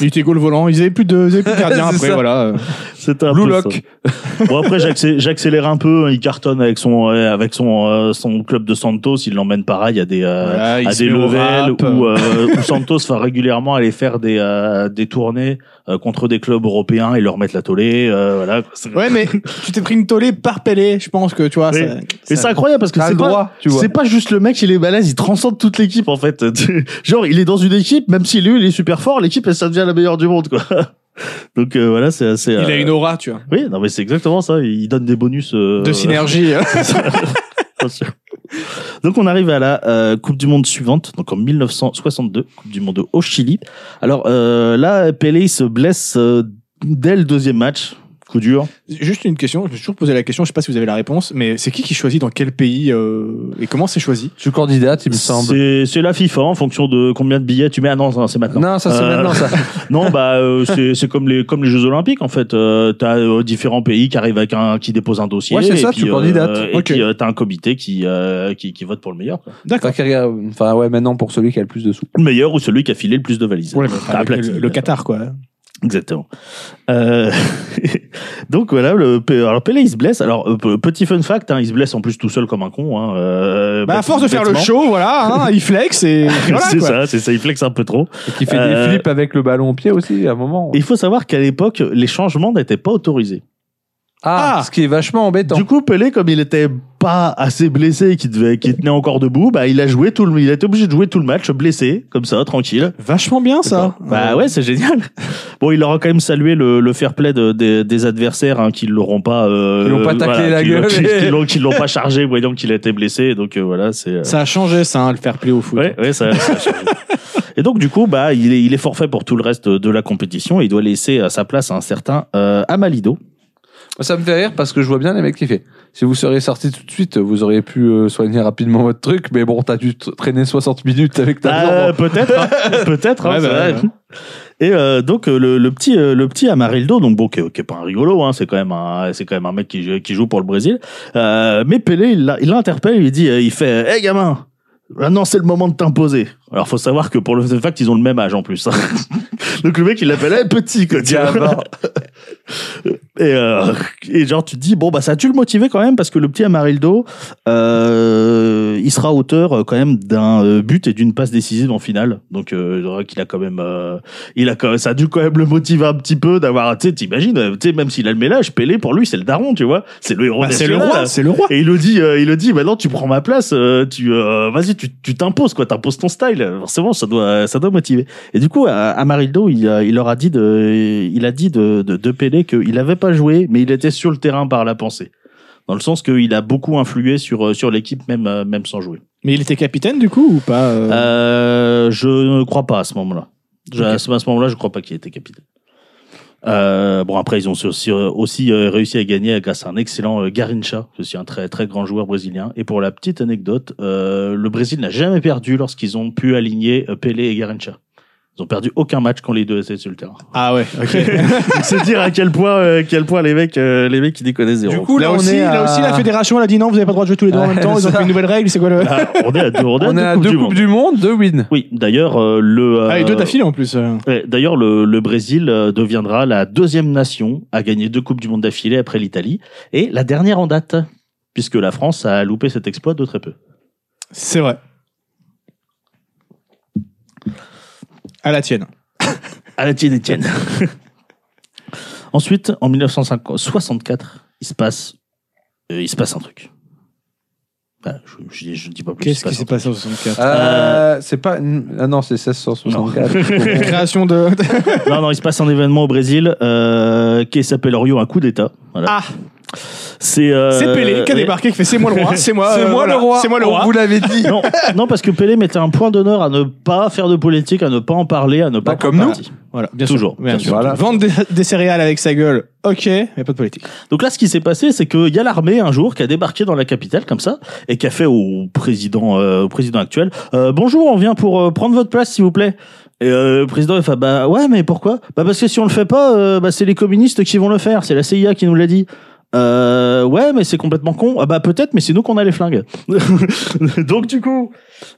S3: Il était goal volant. Ils avaient plus de, ils avaient plus de gardien
S1: C'est
S3: après,
S1: ça.
S3: voilà. euh.
S2: C'était un
S1: Blue
S2: peu
S1: Lock.
S2: ça. Bon après j'accé- j'accélère un peu, hein, il cartonne avec son euh, avec son euh, son club de Santos, il l'emmène pareil à des euh,
S3: Voilà, il
S2: à
S3: se
S2: des
S3: met au
S2: levels
S3: rap.
S2: où, euh, où Santos va régulièrement aller faire des euh, des tournées euh, contre des clubs européens et leur mettre la tollée, euh, voilà. C'est-
S3: Ouais, mais tu t'es pris une tollée par Pelé, je pense que, tu vois.
S2: Oui.
S3: ça-
S2: Et c'est incroyable parce que
S1: T'as
S2: c'est
S1: le
S2: pas
S1: droit, tu vois.
S2: C'est pas juste le mec, il est balèze, il transcende toute l'équipe en fait. Genre, il est dans une équipe, même si lui, il est super fort, l'équipe, elle, ça devient la meilleure du monde, quoi. Donc euh, voilà, c'est assez.
S3: Il
S2: euh,
S3: a une aura, tu vois.
S2: Oui, non, mais c'est exactement ça. Il donne des bonus. euh,
S3: De synergie.
S2: Bien sûr. Donc on arrive à la euh, Coupe du Monde suivante, donc en 1962, Coupe du Monde au Chili. Alors euh, là, Pelé il se blesse euh, dès le deuxième match, coup dur.
S3: Juste une question, je me suis toujours posé la question, je sais pas si vous avez la réponse, mais c'est qui qui choisit dans quel pays euh, et comment c'est choisi
S1: Je suis candidate, il me semble.
S2: C'est c'est la FIFA en fonction de combien de billets tu mets. Ah non, non, c'est maintenant.
S1: Non, ça c'est
S2: Euh,
S1: maintenant ça.
S2: Non, bah euh, c'est c'est comme les comme les Jeux Olympiques en fait. Euh, t'as euh, différents pays qui arrivent avec un qui dépose un dossier.
S1: Ouais, c'est
S2: et
S1: ça,
S2: puis,
S1: tu
S2: euh,
S1: candidates.
S2: Et
S3: Ok.
S2: puis euh, t'as un comité qui, euh, qui qui vote pour le meilleur, quoi.
S1: Enfin,
S3: D'accord.
S1: qui regarde- Enfin, ouais, maintenant pour celui qui a le plus de sous.
S2: le meilleur ou celui qui a filé le plus de valises.
S3: Ouais, mais
S2: T'as
S3: avec
S2: Platini.
S3: le, le Qatar, quoi. Bah,
S2: Exactement. Euh, donc voilà, le, P- alors Pelé il se blesse. Alors euh, p- petit fun fact, hein, il se blesse en plus tout seul comme un con. Hein, euh,
S3: Bah, à
S2: bête-
S3: force de faire le
S2: bêtement.
S3: show, voilà, hein, il flex et voilà.
S2: c'est
S3: quoi.
S2: ça, c'est ça. Il flex un peu trop.
S1: Et qui fait
S2: Euh,
S1: des flips avec le ballon au pied aussi à un moment.
S2: Et Il faut savoir qu'à l'époque, les changements n'étaient pas autorisés.
S1: Ah,
S3: Ah.
S1: ce qui est vachement embêtant.
S2: Du coup, Pelé, comme il était pas assez blessé et qu'il devait, qu'il tenait encore debout, bah il a joué tout le, il a été obligé de jouer tout le match blessé, comme ça, tranquille.
S3: Vachement bien ça.
S2: Bah ouais, c'est génial. Bon, il aura quand même salué le, le fair play de- des- des adversaires hein, qui l'auront pas, euh,
S1: Qui l'ont pas taclé la
S2: qui l'ont-
S1: gueule.
S2: qui, qui l'ont, qui l'ont pas chargé, voyant qu'il était blessé. Donc euh, voilà, c'est. euh,
S3: Ça a changé ça, hein, le fair play au foot.
S2: Ouais, ouais, ça, ça a changé. Et donc du coup, bah il est, il est forfait pour tout le reste de la compétition. Et il doit laisser à sa place un certain euh, Amalido.
S1: Moi, Ça me fait rire parce que je vois bien les mecs qui fait. Si vous seriez sortis tout de suite, vous auriez pu euh, soigner rapidement votre truc, mais bon, t'as dû t- traîner 60 minutes avec ta jambe.
S2: Euh, peut-être, hein. peut-être. hein,
S3: Ouais,
S2: c'est vrai.
S3: bah, ouais,
S2: Et euh, donc euh, le, le petit euh, le petit Amarildo, donc bon, qui, est- qui est pas un rigolo, hein, c'est quand même un c'est quand même un mec qui, joue- qui joue pour le Brésil. Euh, mais Pelé, il l'a- il l'interpelle, il lui dit, euh, il fait, hé gamin. Maintenant, c'est le moment de t'imposer. Alors, faut savoir que pour le fact, ils ont le même âge en plus. hein. Donc, le mec, il l'appelle hey, petit, quoi. tu vois.
S1: Gamin.
S2: et, euh, et genre, tu te dis, bon, bah, ça a dû le motiver quand même, parce que le petit Amarildo, euh, il sera auteur euh, quand même d'un euh, but et d'une passe décisive en finale. Donc, euh, je dirais qu'il a quand même, euh, il a quand ça a dû quand même le motiver un petit peu d'avoir, tu sais, t'imagines, euh, tu sais, même s'il a le ménage, Pelé pour lui, c'est le daron, tu vois, c'est le héros
S3: Bah, c'est le
S2: national.
S3: roi, c'est le roi.
S2: Et il le dit, euh, il le dit, maintenant tu prends ma place, euh, tu, euh, vas-y, tu, tu t'imposes quoi, t'imposes ton style. Forcément, ça doit, ça doit motiver. Et du coup, à- Amarildo, il, a- il leur a dit de, il a dit de, de, de Pelé qu'il n'avait pas joué, mais il était sur le terrain par la pensée. Dans le sens qu'il a beaucoup influé sur, euh, sur l'équipe, même, euh, même sans jouer.
S3: Mais il était capitaine du coup ou pas euh
S2: Euh, je ne crois pas à ce moment-là. Je-
S3: Ok.
S2: À ce à ce moment-là, je ne crois pas qu'il était capitaine. Euh, bon après ils ont aussi, aussi, euh, réussi à gagner grâce à un excellent euh, Garincha, c'est aussi un très très grand joueur brésilien. Et pour la petite anecdote, euh, le Brésil n'a jamais perdu lorsqu'ils ont pu aligner euh, Pelé et Garincha. Ils ont perdu aucun match quand les deux étaient sur le terrain.
S3: Ah ouais. ok.
S2: Donc, C'est dire à quel point euh, quel point les mecs euh, les mecs ils déconnaient zéro.
S1: Du coup, là,
S3: là,
S1: on
S3: aussi,
S1: est à...
S3: là aussi, la fédération elle a dit non, vous n'avez pas le droit de jouer tous les deux en
S1: Ouais,
S3: même temps. Ils ont
S1: ça.
S3: fait une nouvelle règle. C'est quoi le
S2: Ah, on est à deux, on est à
S1: on
S2: deux
S1: est à
S2: coupes
S1: deux
S2: du
S1: coupes
S2: monde.
S1: du monde, deux wins.
S2: Oui, d'ailleurs euh, le
S3: Ah, et deux
S2: euh,
S3: d'affilée en plus. euh.
S2: Ouais, D'ailleurs, le, le Brésil euh, deviendra la deuxième nation à gagner deux Coupes du Monde d'affilée après l'Italie et la dernière en date, puisque la France a loupé cet exploit de très peu.
S3: C'est vrai. À la tienne.
S2: À la tienne, Étienne. Ensuite, en 1964, il se passe, euh, il se passe un truc. Voilà, je, je, je ne dis pas plus. il se
S3: Qu'est-ce qui
S2: passe
S3: s'est
S2: un truc.
S3: passé en 64
S1: Euh, c'est pas. Ah non, c'est 1664.
S3: Création de.
S2: Non, non, il se passe un événement au Brésil euh, qui s'appelle Rio, un coup d'État. Voilà.
S3: Ah,
S2: C'est euh,
S3: c'est Pelé qui a
S2: ouais.
S3: débarqué, qui fait c'est moi le roi, c'est moi,
S1: c'est
S3: euh,
S1: moi
S3: voilà,
S1: le roi.
S3: c'est moi le
S1: on
S3: roi.
S1: Vous l'avez dit.
S2: non, non, parce que Pelé mettait un point d'honneur à ne pas faire de politique, à ne pas en parler, à ne pas
S1: Bah,
S2: prendre
S1: comme nous.
S2: parti.
S3: Voilà, bien
S2: Toujours,
S3: sûr.
S2: bien
S3: Bien
S1: sûr.
S3: sûr.
S1: Voilà.
S3: Vendre des, des céréales avec sa gueule, ok, mais pas de politique.
S2: Donc là, ce qui s'est passé, c'est qu'il y a l'armée un jour qui a débarqué dans la capitale comme ça et qui a fait au président, euh, au président actuel euh, Bonjour, on vient pour euh, prendre votre place, s'il vous plaît. Et euh, le président il fait bah ouais mais pourquoi bah parce que si on le fait pas euh, bah, c'est les communistes qui vont le faire c'est la CIA qui nous l'a dit euh, ouais mais c'est complètement con ah bah peut-être mais c'est nous qu'on a les flingues donc du coup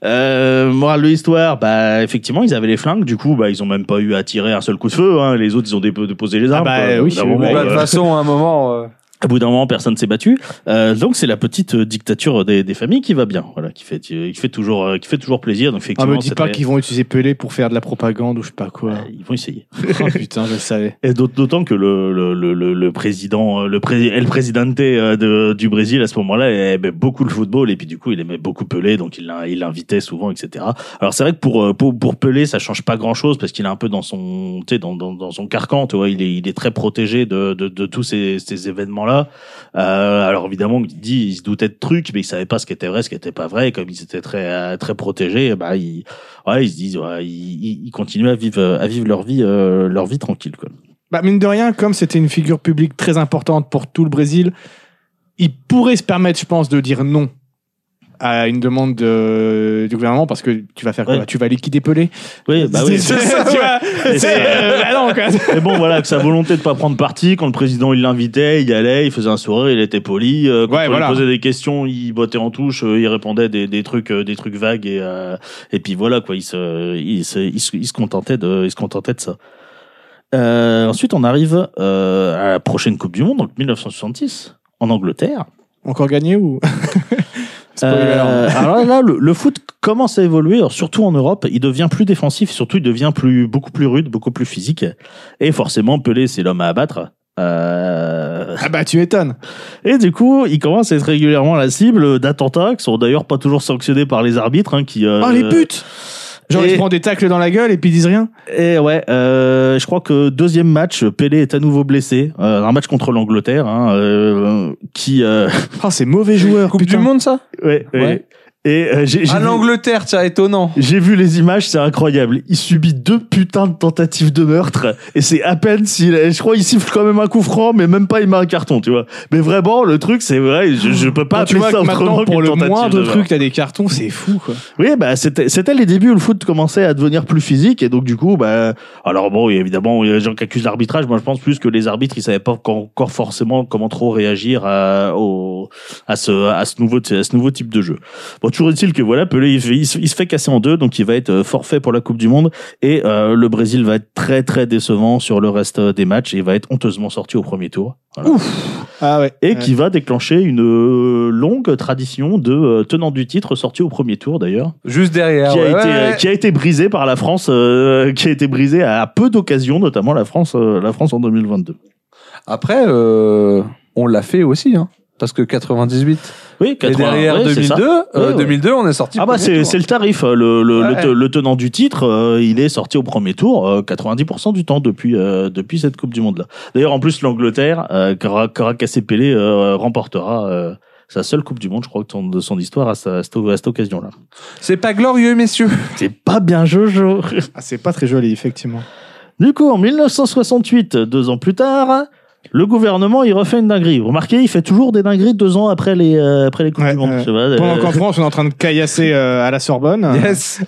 S2: euh, morale de l'histoire bah effectivement ils avaient les flingues du coup bah ils ont même pas eu à tirer un seul coup de feu hein. les autres ils ont dé- déposé les armes
S3: Ah bah,
S2: quoi. Au
S3: oui,
S2: bout d'un
S3: c'est-
S2: moment,
S1: Bon, bah, de
S2: euh,
S1: toute façon, à un moment. euh,
S2: au bout d'un moment, personne s'est battu. Euh, donc c'est la petite euh, dictature des, des familles qui va bien, voilà, qui fait, qui fait toujours, euh, qui fait toujours plaisir. Donc
S3: On
S2: effectivement,
S3: Ah, me dit pas hein.
S2: c'était-
S3: qu'ils vont utiliser Pelé pour faire de la propagande ou je sais pas quoi.
S2: Euh, ils vont essayer.
S3: Oh putain, je le savais.
S2: Et d'aut- d'autant que le, le, le- le, le président, euh, le pré, El Presidente euh, de, du Brésil à ce moment-là aimait beaucoup le football et puis du coup il aimait beaucoup Pelé, donc il l'in- il l'invitait souvent, etc. Alors c'est vrai que pour, euh, pour pour Pelé ça change pas grand-chose parce qu'il est un peu dans son, tu sais, dans, dans, dans son carcan, tu vois, il est il est très protégé de de, de tous ces, ces événements-là. Euh, alors évidemment, il dit, il se doutait de trucs, mais il savait pas ce qui était vrai, ce qui était pas vrai. Et comme ils étaient très euh, très protégés, bah ils, ouais, ils se disent, ouais, ils, ils- ils continuent à vivre euh, à vivre leur vie euh, leur vie tranquille quoi.
S3: Bah, mine de rien, comme c'était une figure publique très importante pour tout le Brésil, il pourrait se permettre, je pense, de dire non à une demande de- du gouvernement parce que tu vas faire quoi Bah,
S2: Ouais.
S3: Tu vas liquider Pelé
S2: Oui, bah oui.
S3: C'est ça, tu vois.
S2: C'est ça.
S3: C'est euh, bah non, quoi.
S2: Mais bon, voilà, que sa volonté de pas prendre parti, quand le président il l'invitait, il y allait, il faisait un sourire, il était poli. euh, quand
S3: Ouais,
S2: on
S3: voilà.
S2: lui posait des questions, il bottait en touche, euh, il répondait des, des trucs, euh, des trucs vagues et euh, et puis voilà quoi, il se, il se, il se, il se contentait de, il se contentait de ça. Euh, ensuite, on arrive euh, à la prochaine Coupe du Monde, donc 1966, en Angleterre.
S3: Encore gagné ou Spoiler.
S2: Euh, alors là, le, le foot commence à évoluer, alors surtout en Europe. Il devient plus défensif, surtout il devient plus, beaucoup plus rude, beaucoup plus physique. Et forcément, Pelé, c'est l'homme à abattre. Euh,
S3: Ah bah tu m'étonnes.
S2: et du coup, il commence à être régulièrement la cible d'attentats qui sont d'ailleurs pas toujours sanctionnés par les arbitres. Hein, qui, euh,
S3: Oh les buts Genre
S2: et-
S3: ils se prennent des tacles dans la gueule et puis ils disent rien.
S2: Et ouais, euh, je crois que deuxième match, Pelé est à nouveau blessé. Euh, un match contre l'Angleterre, hein, euh, qui... euh,
S3: Oh c'est mauvais joueur.
S1: Coupe
S3: putain.
S1: du Monde, ça
S2: ouais, ouais.
S1: Ouais.
S2: Et euh, j'ai j'ai
S1: À
S2: vu-
S1: Ah, l'Angleterre, tiens, étonnant.
S2: J'ai vu les images, c'est incroyable. Il subit deux putains de tentatives de meurtre et c'est à peine s'il, je crois, il siffle quand même un coup franc, mais même pas il met un carton, tu vois. Mais vraiment, le truc, c'est vrai, je, je peux pas
S3: Ah, tu
S2: appeler
S3: vois
S2: ça
S3: que
S2: autrement
S3: maintenant pour
S2: qu'une
S3: le
S2: tentative
S3: moindre
S2: de
S3: truc t'as des cartons c'est fou quoi.
S2: oui, bah c'était c'était les débuts où le foot commençait à devenir plus physique et donc du coup, bah alors bon, évidemment, il y a des gens qui accusent l'arbitrage. Moi, je pense plus que les arbitres, ils savaient pas encore- encore forcément comment trop réagir à, au, à ce à ce nouveau à ce nouveau type de jeu. Bon, toujours est-il que voilà, Pelé, il, fait- il se- il se fait casser en deux, donc il va être euh, forfait pour la Coupe du Monde et euh, le Brésil va être très très décevant sur le reste euh, des matchs et va être honteusement sorti au premier tour. Voilà.
S3: Ah ouais.
S2: Et
S3: Ouais.
S2: qui va déclencher une euh, longue tradition de euh, tenant du titre sorti au premier tour d'ailleurs
S1: Juste derrière.
S2: qui a,
S1: ouais,
S2: été, euh,
S1: ouais, ouais.
S2: qui a été brisé par la France, euh, qui a été brisé à peu d'occasions, notamment la France, euh, la France en 2022.
S1: Après, euh, on l'a fait aussi, hein. Parce que 98
S2: Oui,
S1: et
S2: 80,
S1: derrière
S2: ouais, c'est ça.
S1: 2002, euh,
S2: Ouais, ouais.
S1: 2002, on est sorti.
S2: Ah bah
S1: premier
S2: c'est
S1: tour.
S2: c'est le tarif, euh, le, le, le,
S1: Ouais.
S2: te- le tenant du titre, euh, il est sorti au premier tour euh, 90% du temps depuis euh, depuis cette Coupe du Monde là. D'ailleurs en plus l'Angleterre, euh, qu'aura qu'aura cassé Pelé, euh, remportera euh, sa seule Coupe du Monde, je crois, de son, de son histoire à, sa- à cette, à cette occasion-là.
S1: C'est pas glorieux, messieurs.
S2: C'est pas bien Jojo
S3: Ah, c'est pas très joli effectivement.
S2: Du coup, en 1968, deux ans plus tard, le gouvernement, il refait une dinguerie. Vous remarquez, il fait toujours des dingueries deux ans après les, euh, après les Coupes
S3: Ouais,
S2: du Monde.
S3: ouais.
S2: tu vois, euh,
S3: Pendant qu'en France on est en train de caillasser euh, à la
S2: Ah.
S3: Sorbonne.
S1: Yes.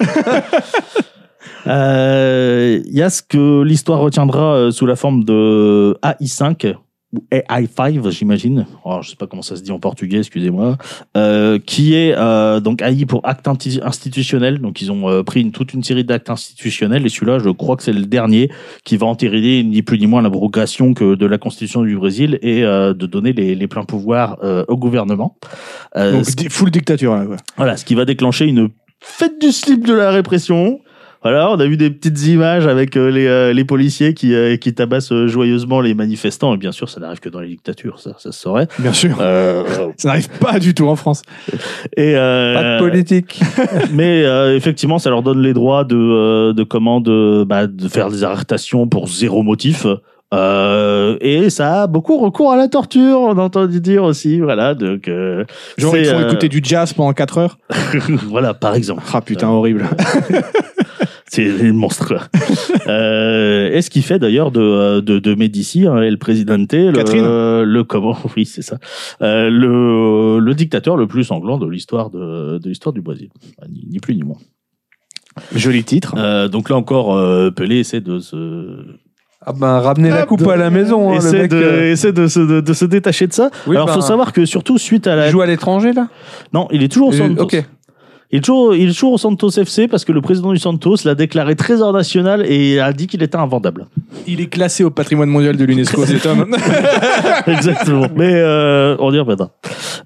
S2: euh, Il y a ce que l'histoire retiendra euh, sous la forme de AI5 ou AI5, j'imagine. Alors, je sais pas comment ça se dit en portugais, excusez-moi. Euh, qui est euh, donc AI pour acte inti- institutionnel. Donc, ils ont euh, pris une, toute une série d'actes institutionnels et celui-là, je crois que c'est le dernier qui va entériner ni plus ni moins l'abrogation que de la Constitution du Brésil et euh, de donner les, les pleins pouvoirs euh, au gouvernement. Euh,
S3: Donc
S2: ce-
S3: di- full dictature là. quoi.
S2: voilà, ce qui va déclencher une fête du slip de la répression. Voilà, on a vu des petites images avec euh, les, euh, les policiers qui, euh, qui tabassent euh, joyeusement les manifestants. Et bien sûr, ça n'arrive que dans les dictatures, ça, ça se saurait.
S3: Bien sûr.
S2: Euh,
S3: Ça n'arrive pas du tout en France.
S2: et, euh,
S1: Pas de politique.
S2: mais euh, effectivement, ça leur donne les droits de, euh, de comment de, bah, de faire des arrestations pour zéro motif. Euh, et ça a beaucoup recours à la torture, on a entendu dire aussi. Voilà, donc euh,
S3: Genre ils
S2: c'est,
S3: te font
S2: euh,
S3: écouter du jazz pendant 4 heures.
S2: voilà, par exemple.
S3: Ah putain horrible.
S2: C'est des monstres. euh, et ce qui fait d'ailleurs de, euh, de, de Médici hein, et le présidente, le,
S3: Catherine.
S2: euh, le comment, oui c'est ça, Euh, le, le dictateur le plus sanglant de l'histoire de, de l'histoire du Brésil, Ah, ni, ni plus ni moins.
S3: Joli titre.
S2: Euh, donc là encore, euh, Pelé essaie de se,
S1: Ah ben, ramener la
S3: Hop,
S1: coupe
S3: de-
S1: à la maison, hein, le
S2: bah, essaie
S1: mec.
S2: de,
S1: euh,
S2: essaie de, se, de, de se détacher de ça.
S1: oui,
S2: Alors
S1: ben,
S2: faut savoir que surtout suite à la,
S1: Il joue à l'étranger, là
S2: non, il est toujours au
S1: Euh,
S2: Santos.
S1: Ok.
S2: Il est, toujours, il est toujours au Santos FC parce que le président du Santos l'a déclaré trésor national et a dit qu'il était invendable.
S3: Il est classé au patrimoine mondial de l'UNESCO cet homme.
S2: Exactement. Mais euh, on y reviendra.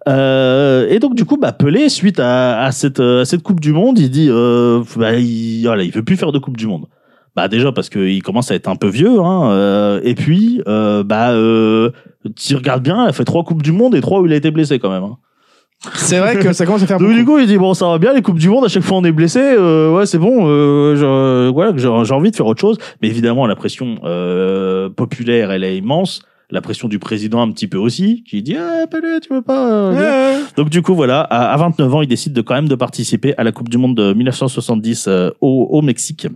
S2: Euh, et donc du coup, bah, Pelé, suite à, à cette euh, à cette Coupe du Monde, il dit, euh, bah, il, voilà, il veut plus faire de Coupe du Monde. Bah déjà parce qu'il commence à être un peu vieux, hein, euh, et puis euh, bah euh, tu regardes bien, il a fait trois coupes du monde et trois où il a été blessé quand même. hein.
S3: C'est vrai que ça commence à faire
S2: Donc
S3: beaucoup.
S2: du coup il dit bon ça va bien les coupes du monde à chaque fois on est blessé, euh, ouais c'est bon, euh, je- voilà que j'ai j'ai envie de faire autre chose, mais évidemment la pression euh, populaire elle est immense, la pression du président un petit peu aussi qui dit ah Pelé tu veux pas euh, venir
S3: Ouais.
S2: donc du coup, voilà, à, à 29 ans, il décide de quand même de participer à la Coupe du Monde de 1970 euh, au, au Mexique.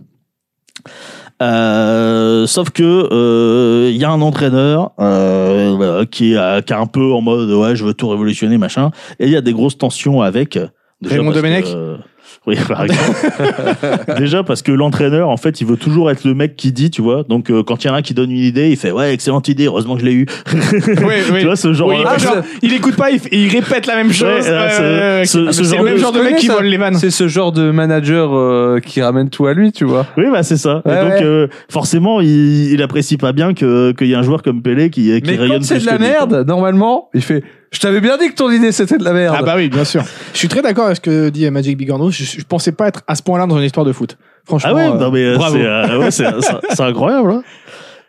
S2: Euh, sauf que euh, il y a un entraîneur euh, voilà, qui, a, qui est un peu en mode ouais je veux tout révolutionner machin et il y a des grosses tensions avec euh, déjà
S3: Raymond
S2: parce que,
S3: Domenech
S2: euh, Oui, par exemple. Déjà parce que l'entraîneur, en fait, il veut toujours être le mec qui dit, tu vois. Donc euh, quand il y en a un qui donne une idée, il fait ouais, excellente idée, heureusement que je l'ai eu.
S3: Ouais, ouais.
S2: Tu vois ce genre.
S3: Oui,
S1: Ah,
S3: ah, hein genre, il écoute pas, il, f- il répète la même chose.
S2: Ouais,
S3: euh,
S2: c'est-
S3: euh,
S2: ce-
S3: qui-
S2: ce
S3: c'est
S2: genre
S3: le même
S2: de-
S3: genre de
S1: Je
S3: mec qui
S1: connais
S3: vole les vannes.
S1: C'est ce genre de manager euh, qui ramène tout à lui, tu vois.
S2: Oui, bah c'est ça.
S1: Ouais,
S2: Et donc
S1: ouais.
S2: euh, forcément, il, il apprécie pas bien que qu'il y ait un joueur comme Pelé qui, qui
S1: Mais
S2: rayonne.
S1: quand c'est
S2: plus
S1: de la
S2: que lui, quoi.
S1: merde, normalement, il fait Je t'avais bien dit que ton idée c'était de la merde.
S3: Ah bah oui, bien sûr. Je suis très d'accord avec ce que dit euh, Magic Bigorneau. Je, je pensais pas être à ce point-là dans une histoire de foot. Franchement.
S2: Ah ouais,
S3: euh,
S2: non, mais euh,
S3: bravo.
S2: c'est euh, ouais, c'est- c'est- c'est incroyable. hein.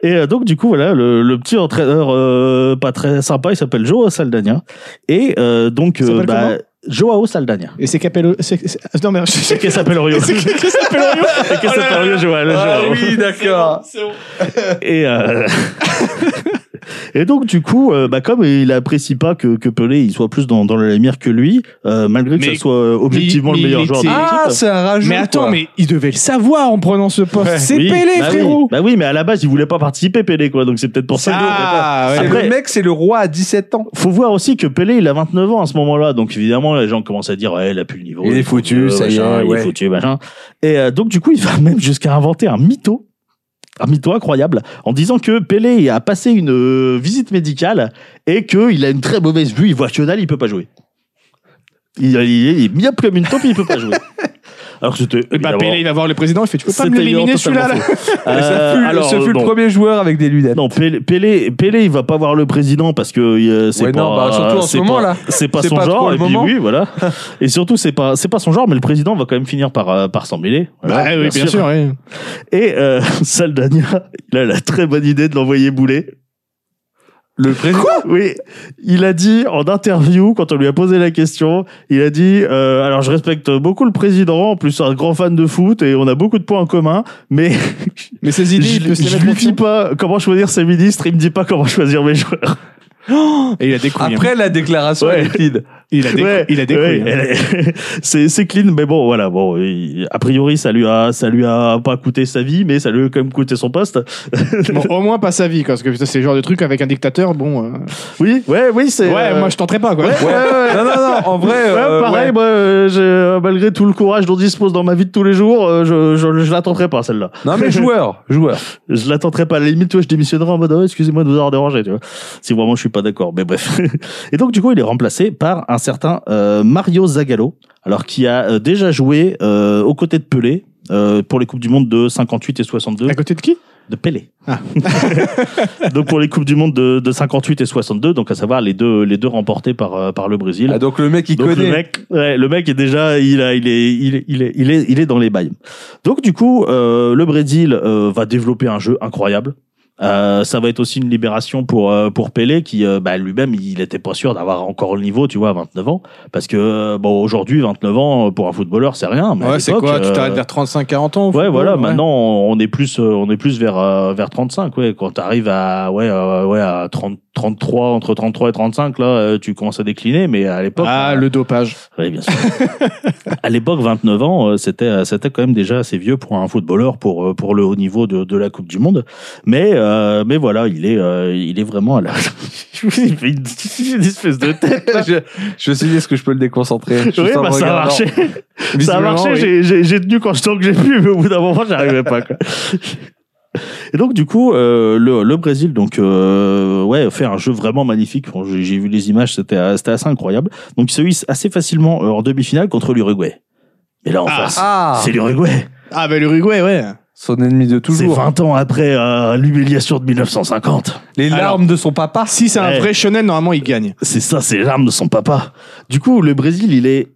S2: Et euh, donc du coup voilà le, le petit entraîneur euh, pas très sympa, il s'appelle Joao Saldania. Et euh, donc
S3: Il s'appelle comment
S2: Joao Saldania.
S3: Et c'est Capello. c'est- c'est- Non mais.
S2: Et qui s'appelle Rio.
S3: C'est qui- qui s'appelle Rio
S2: Et qui s'appelle Rio, je vois, le
S1: Ah
S2: Joao.
S1: oui, d'accord.
S2: Et, euh, et donc, du coup, euh, bah, comme il apprécie pas que, que Pelé il soit plus dans, dans la lumière que lui, euh, malgré que
S3: Mais-
S2: ce soit euh, objectivement
S3: mais-
S2: le meilleur
S3: mais
S2: joueur de
S3: t'es-
S2: l'équipe.
S1: Ah, c'est un rajout.
S3: Mais attends,
S1: quoi.
S3: mais il devait le savoir en prenant ce poste. C'est
S2: Oui,
S3: Pelé,
S2: bah oui.
S3: frérot.
S2: Bah oui, mais à la base, il voulait pas participer, Pelé, quoi. Donc c'est peut-être pour ça.
S3: Ah,
S2: que-
S1: C'est
S3: ouais.
S2: Après-
S1: le mec, c'est le roi à 17 ans.
S2: Faut voir aussi que Pelé, il a 29 ans à ce moment-là. Donc évidemment, les gens commencent à dire, ouais, il a plus le niveau.
S1: Il est foutu, ça y est,
S2: machin, Il
S1: ouais.
S2: est foutu, machin. Et euh, donc, du coup, il va même jusqu'à inventer un mytho. Un mytho incroyable en disant que Pelé a passé une euh, visite médicale et qu'il a une très mauvaise vue, il voit que dalle, il peut pas jouer. Il, il- il est myope comme une taupe, il peut pas jouer. Alors que c'était.
S3: Et Bah
S2: évidemment,
S3: Pelé, il va voir le président. Il fait, tu peux pas me
S2: c'était
S3: l'éliminer
S2: totalement
S3: celui-là. là
S2: faux.
S1: Et ça
S2: Euh,
S1: fut,
S2: alors,
S1: ce fut
S2: bon.
S1: le premier joueur avec des lunettes.
S2: Non, Pelé, Pelé, Pelé, il va pas voir le président parce que euh, c'est
S1: Ouais,
S2: pas.
S1: non, bah, surtout en ce
S2: c'est pas-
S1: moment-là.
S2: C'est pas
S1: C'est
S2: son
S1: pas trop
S2: genre.
S1: le
S2: Et puis
S1: moment.
S2: oui, voilà. Et surtout, c'est pas, c'est pas son genre, mais le président va quand même finir par, euh, par s'en mêler. Voilà,
S3: Bah oui, bien sûr. ouais.
S2: Et euh, Saldania, il a la très bonne idée de l'envoyer bouler.
S1: Le président.
S2: Oui, il a dit en interview, quand on lui a posé la question, il a dit euh, Alors, je respecte beaucoup le président, en plus, un grand fan de foot, et on a beaucoup de points en commun, mais
S3: Mais ses idées,
S2: je,
S3: il peut se les
S2: je
S3: mettre
S2: lui
S3: en
S2: dis pas comment choisir ses ministres, il me dit pas comment choisir mes joueurs.
S3: dessous. Et il a des couilles, hein.
S1: Après la déclaration
S2: Ouais.
S1: est liquide.
S3: Il a des,
S2: Ouais,
S3: il a des
S2: ouais,
S3: couilles, hein.
S2: elle est- c'est c'est clean, mais bon, voilà, bon, il- a priori, ça lui a, ça lui a pas coûté sa vie, mais ça lui a quand même coûté son poste.
S3: Bon, au moins pas sa vie, quoi, parce que putain, c'est le genre de truc avec un dictateur, bon. euh,
S2: Oui, ouais, oui, c'est.
S3: Ouais,
S2: euh,
S3: moi je tenterai pas, quoi.
S2: Ouais, ouais, ouais.
S1: Non, non, non, en vrai.
S2: Ouais,
S1: euh,
S2: pareil,
S1: ouais.
S2: moi, euh, j'ai, euh, malgré tout le courage dont dispose dans ma vie de tous les jours, euh, je, je, je l'attenterai pas, celle-là.
S1: Non, mais joueur, joueur.
S2: Je l'attenterai pas. À la limite, tu vois, je démissionnerai en mode, Ah ouais, excusez-moi de vous avoir dérangé, tu vois. Si vraiment je suis pas d'accord, mais bref. Et donc, du coup, il est remplacé par un certain euh, Mario Zagallo, alors qui a euh, déjà joué euh, aux côtés de Pelé. euh, pour les Coupes du Monde de 58 et 62
S3: À côté de qui
S2: de Pelé.
S3: Ah.
S2: donc pour les Coupes du Monde de, de 58 et 62, donc à savoir les deux, les deux remportés par, euh, par le Brésil.
S1: Ah, donc le mec, il
S2: Donc
S1: connaît.
S2: le mec, ouais, le mec est déjà, il, a, il, est, il, est, il, est, il, est, il est dans les bails. Donc du coup, euh, le Brésil euh, va développer un jeu incroyable. Euh, ça va être aussi une libération pour euh, pour Pelé qui euh, bah, lui-même il était pas sûr d'avoir encore le niveau tu vois à 29 ans parce que euh, bon aujourd'hui 29 ans euh, pour un footballeur c'est rien mais à
S3: Ouais, c'est
S2: l'époque,
S3: quoi Tu
S2: euh,
S3: t'arrêtes vers 35-40 ans au
S2: Ouais,
S3: football,
S2: voilà. Maintenant, on est plus, euh, on est plus vers euh, vers 35. Ouais, quand t'arrives à ouais, euh, ouais, à 30, 33 entre 33 et 35, là, euh, tu commences à décliner. Mais à l'époque,
S3: Ah,
S2: euh,
S3: le dopage.
S2: oui, bien sûr. à l'époque, 29 ans, euh, c'était euh, c'était quand même déjà assez vieux pour un footballeur pour euh, pour le haut niveau de, de la Coupe du Monde. Mais euh, mais voilà, il est euh, il est vraiment à la il fait une, une espèce de tête. là.
S1: je, je me suis dit, est-ce que je peux le déconcentrer Juste
S2: Oui,
S1: en
S2: bah, ça a
S1: regardant.
S2: marché. Ça a
S3: Visiblement,
S2: marché,
S3: oui.
S2: j'ai- j'ai j'ai tenu quand je tant que j'ai pu, mais au bout d'un moment, j'arrivais pas. Quoi. Et donc du coup, euh, le, le Brésil, donc euh, ouais, fait un jeu vraiment magnifique. Bon, j'ai j'ai vu les images, c'était euh, c'était assez incroyable. Donc il se hisse assez facilement euh, en demi-finale contre l'Uruguay. Mais là en
S3: Ah,
S2: face,
S1: Ah
S2: c'est l'Uruguay.
S3: Ah, bah l'Uruguay, ouais.
S1: Son ennemi de
S2: C'est
S1: toujours.
S2: 20 ans après euh, l'humiliation de 1950.
S1: Les larmes
S3: Alors-
S1: de son papa.
S3: Si c'est
S2: Ouais.
S3: un vrai shonen, normalement il gagne.
S2: C'est ça, c'est l'arme de son papa. Du coup, le Brésil, il est,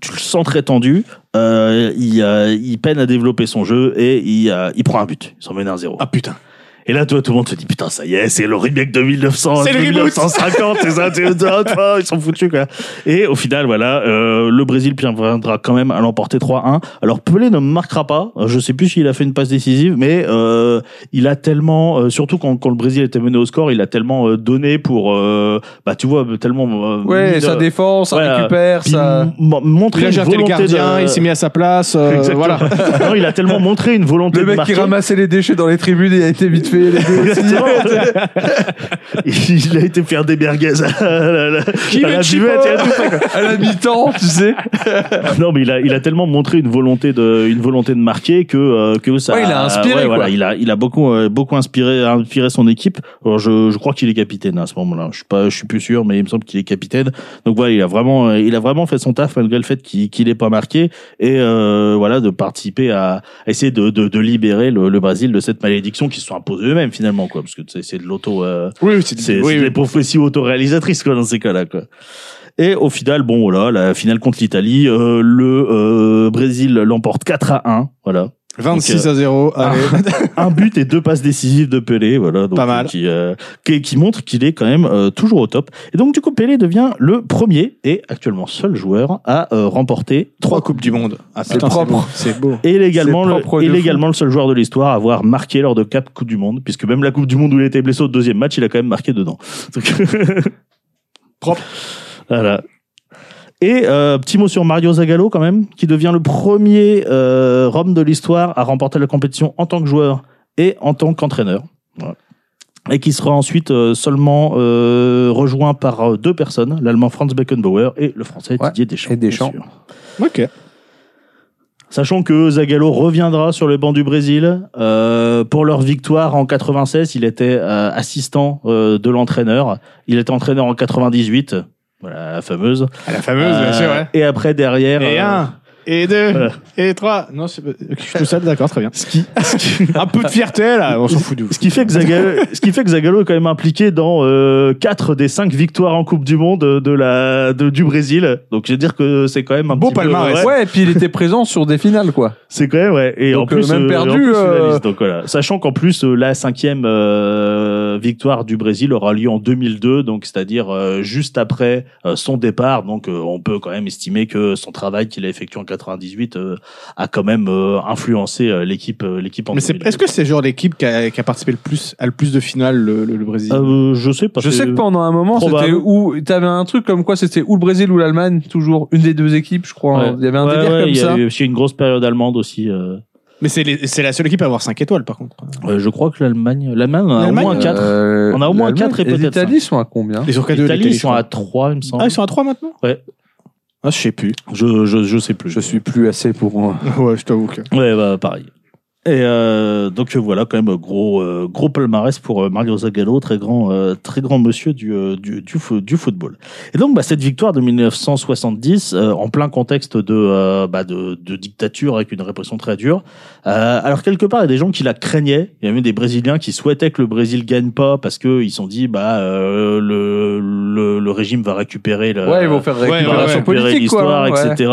S2: tu le sens très tendu. Euh, il, euh, il peine à développer son jeu et il, euh, il prend un but. Il s'emmène à un zéro.
S3: Ah putain.
S2: Et là, toi, tout le monde te dit putain, ça y est, c'est le remake de 1900,
S3: C'est
S2: de
S3: le reboot.
S2: 1950, c'est ça, tu- ah, toi, ils sont foutus quoi. Et au final, voilà, euh, le Brésil viendra quand même à l'emporter 3-1. Alors Pelé ne marquera pas. Euh, Je sais plus s'il a fait une passe décisive, mais euh, il a tellement, euh, surtout quand, quand le Brésil était mené au score, il a tellement euh, donné pour, euh, bah tu vois, tellement. euh, mis
S1: Ouais,
S2: de-
S1: sa défense, ça
S2: Ouais, euh,
S1: récupère,
S2: puis
S1: ça.
S2: m- m- montrer
S3: Il a
S2: une
S3: jeté le
S2: volonté
S3: gardien,
S2: de-
S3: il s'est mis à sa place. euh,
S2: Exactement.
S3: voilà.
S2: non, il a tellement montré une volonté
S1: Le
S2: de
S1: mec qui
S2: marquer.
S1: ramassait les déchets dans les tribunes, il a été vite fait les deux.
S2: il a été faire des merguez à la, à la-
S3: Qui
S2: à la
S3: le chipot hein
S2: buvette et à tout ça, quoi.
S1: à la mi-temps, tu sais.
S2: Non, mais il a, il a tellement montré une volonté de, une volonté de marquer que, euh, que ça.
S1: Ouais, il a inspiré,
S2: ouais, voilà,
S1: quoi.
S2: il a, il a beaucoup, euh, beaucoup inspiré, inspiré son équipe. Alors, je, je crois qu'il est capitaine hein, à ce moment-là. Je suis pas, je suis plus sûr, mais il me semble qu'il est capitaine. Donc voilà, il a vraiment, euh, il a vraiment fait son taf malgré le fait qu'il, qu'il ait pas marqué et euh, voilà de participer à, à essayer de, de, de libérer le, le Brésil de cette malédiction qu'ils se sont imposés eux-mêmes finalement, quoi, parce que c'est, c'est de l'auto. euh,
S3: Oui, c'est
S2: c'est
S3: oui,
S2: c'est
S3: oui.
S2: des prophéties autoréalisatrices quoi dans ces cas-là quoi. Et au final, bon voilà, la finale contre l'Italie, euh, le euh, Brésil l'emporte 4 à 1, voilà.
S3: 26 à 0.
S2: Ah.
S3: allez.
S2: Un but et deux passes décisives de Pelé, voilà. Donc,
S3: Pas mal.
S2: Qui, euh, qui, qui montre qu'il est quand même euh, toujours au top. Et donc du coup, Pelé devient le premier et actuellement seul joueur à euh, remporter
S3: Trois Coupes du Monde. Ah,
S1: C'est
S3: putain,
S1: propre.
S3: beau, C'est beau.
S2: Et il est également,
S1: C'est
S2: le,
S1: propre de
S2: il est
S1: fou.
S2: également le seul joueur de l'histoire à avoir marqué lors de quatre Coupes du Monde, puisque même la Coupe du Monde où il était blessé au deuxième match, il a quand même marqué dedans. Donc,
S3: Propre.
S2: Voilà. Et euh, petit mot sur Mario Zagallo quand même, qui devient le premier euh, Rome de l'histoire à remporter la compétition en tant que joueur et en tant qu'entraîneur. Voilà. Et qui sera ensuite euh, seulement euh, rejoint par euh, deux personnes, l'allemand Franz Beckenbauer et le français
S1: Ouais,
S2: Didier Deschamps.
S1: et Deschamps.
S2: bien sûr.
S3: Ok.
S2: Sachant que Zagallo reviendra sur le banc du Brésil euh, pour leur victoire en 96, il était euh, assistant euh, de l'entraîneur. Il était entraîneur en 98, voilà la fameuse.
S3: Ah, la fameuse, bien
S2: Euh,
S3: sûr, ouais.
S2: Et après derrière,
S3: Et
S2: euh,
S3: un, et deux,
S2: voilà.
S3: et trois. Non, c'est pas- ok, je suis tout seul, d'accord, très bien.
S2: ce qui
S3: Un peu de fierté, là, on s'en fout du
S2: ce qui fait que Zagallo, ce qui fait que Zagallo est quand même impliqué dans euh, quatre des cinq victoires en Coupe du Monde euh, de la de- du Brésil. Donc je veux dire que c'est quand même un
S3: Beau
S2: petit peu-
S3: palmarès.
S2: ouais,
S1: Ouais, et puis il était présent sur des finales, quoi.
S2: C'est quand même ouais. Et
S1: Donc,
S2: en plus
S1: euh, même
S2: euh,
S1: perdu,
S2: en plus, il
S1: euh,
S2: analyse. Donc, voilà. Sachant qu'en plus euh, la cinquième euh, victoire du Brésil aura lieu en 2002, donc c'est-à-dire euh, juste après euh, son départ. Donc euh, on peut quand même estimer que son travail qu'il a effectué en 98 euh, a quand même euh, influencé euh, l'équipe euh, l'équipe en
S3: Mais c'est-
S2: 2002.
S3: est-ce que c'est genre l'équipe qui a, qui a participé le plus, à le plus de finales, le, le- le Brésil
S2: Euh, je sais pas.
S1: Je sais
S2: c'est-
S1: que pendant un moment, c'était
S2: probable.
S1: où t'avais un truc comme quoi c'était ou le Brésil ou l'Allemagne, toujours une des deux équipes, je crois.
S2: Ouais.
S1: Il y avait un
S2: Ouais,
S1: délire
S2: ouais,
S1: comme
S2: il y
S1: ça.
S2: a eu aussi une grosse période allemande aussi. euh.
S3: Mais c'est les- c'est la seule équipe à avoir 5 étoiles, par contre.
S2: Euh, je crois que l'Allemagne, l'Allemagne en a au
S3: L'Allemagne,
S2: moins quatre.
S1: Euh,
S2: On a au moins
S1: l'Allemagne
S2: quatre et
S1: et
S2: peut-être
S1: L'Italie sont à combien
S3: Les Orcades de
S2: L'Italie, ils
S3: l'Italie, je
S2: sont à
S3: crois.
S2: trois, il me semble.
S3: Ah, ils sont à 3 maintenant
S2: Ouais.
S3: Ah, je sais plus.
S2: Je, je je sais plus.
S1: Je suis plus assez pour. euh,
S3: Ouais, je t'avoue que.
S2: Ouais, bah, pareil. Et euh, donc euh, voilà, quand même gros euh, gros palmarès pour euh, Mario Zagallo, très grand euh, très grand monsieur du euh, du du, fo- du football. Et donc bah, cette victoire de 1970, euh, en plein contexte de, euh, bah, de de dictature avec une répression très dure. euh, alors quelque part, il y a des gens qui la craignaient. Il y a même des Brésiliens qui souhaitaient que le Brésil gagne pas parce que ils se sont dit bah euh, le, le le régime va récupérer le,
S1: Ouais, ils vont faire
S3: ouais,
S1: récupération
S2: récupérer
S1: politique, quoi. hein,
S2: l'histoire,
S1: ouais.
S2: etc.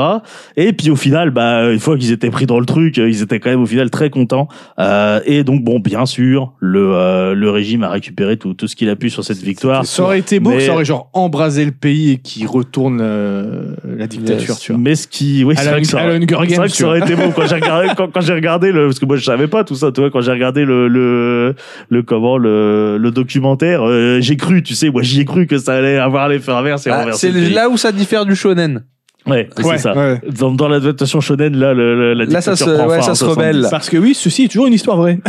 S2: Et puis au final, bah, une fois qu'ils étaient pris dans le truc, euh, ils étaient quand même au final très contents. Euh, et donc bon, bien sûr, le euh, le régime a récupéré tout tout ce qu'il a pu sur cette victoire.
S3: Ça aurait été beau
S2: Ah, Mais-
S3: que ça aurait genre embrasé le pays et qui retourne euh, la dictature, tu vois.
S2: Mais ce qui, oui,
S3: À
S2: c'est
S3: la-
S2: vrai que ça
S3: à la
S2: aurait-
S3: Hunger
S2: c'est
S3: Games,
S2: vrai que
S3: tu
S2: ça aurait été beau quand j'ai regardé, quand, quand j'ai regardé le, parce que moi je savais pas tout ça, tu vois, quand j'ai regardé le, le, le, comment, le, le documentaire, euh, j'ai cru, tu sais, moi j'y ai cru que ça allait avoir l'effet inverse et
S1: Ah,
S2: renverser
S1: c'est
S2: le pays.
S1: là où ça diffère du shonen.
S2: Ouais, c'est
S3: Ouais,
S2: ça.
S3: ouais.
S2: Dans, dans l'adaptation shonen, là, le, le- la
S1: Là, ça
S2: dictature
S1: se-
S2: prend
S1: ouais,
S2: fin
S1: ça
S2: en
S1: se
S2: 70.
S1: rebelle. Là.
S3: Parce que oui, ceci est toujours une histoire vraie.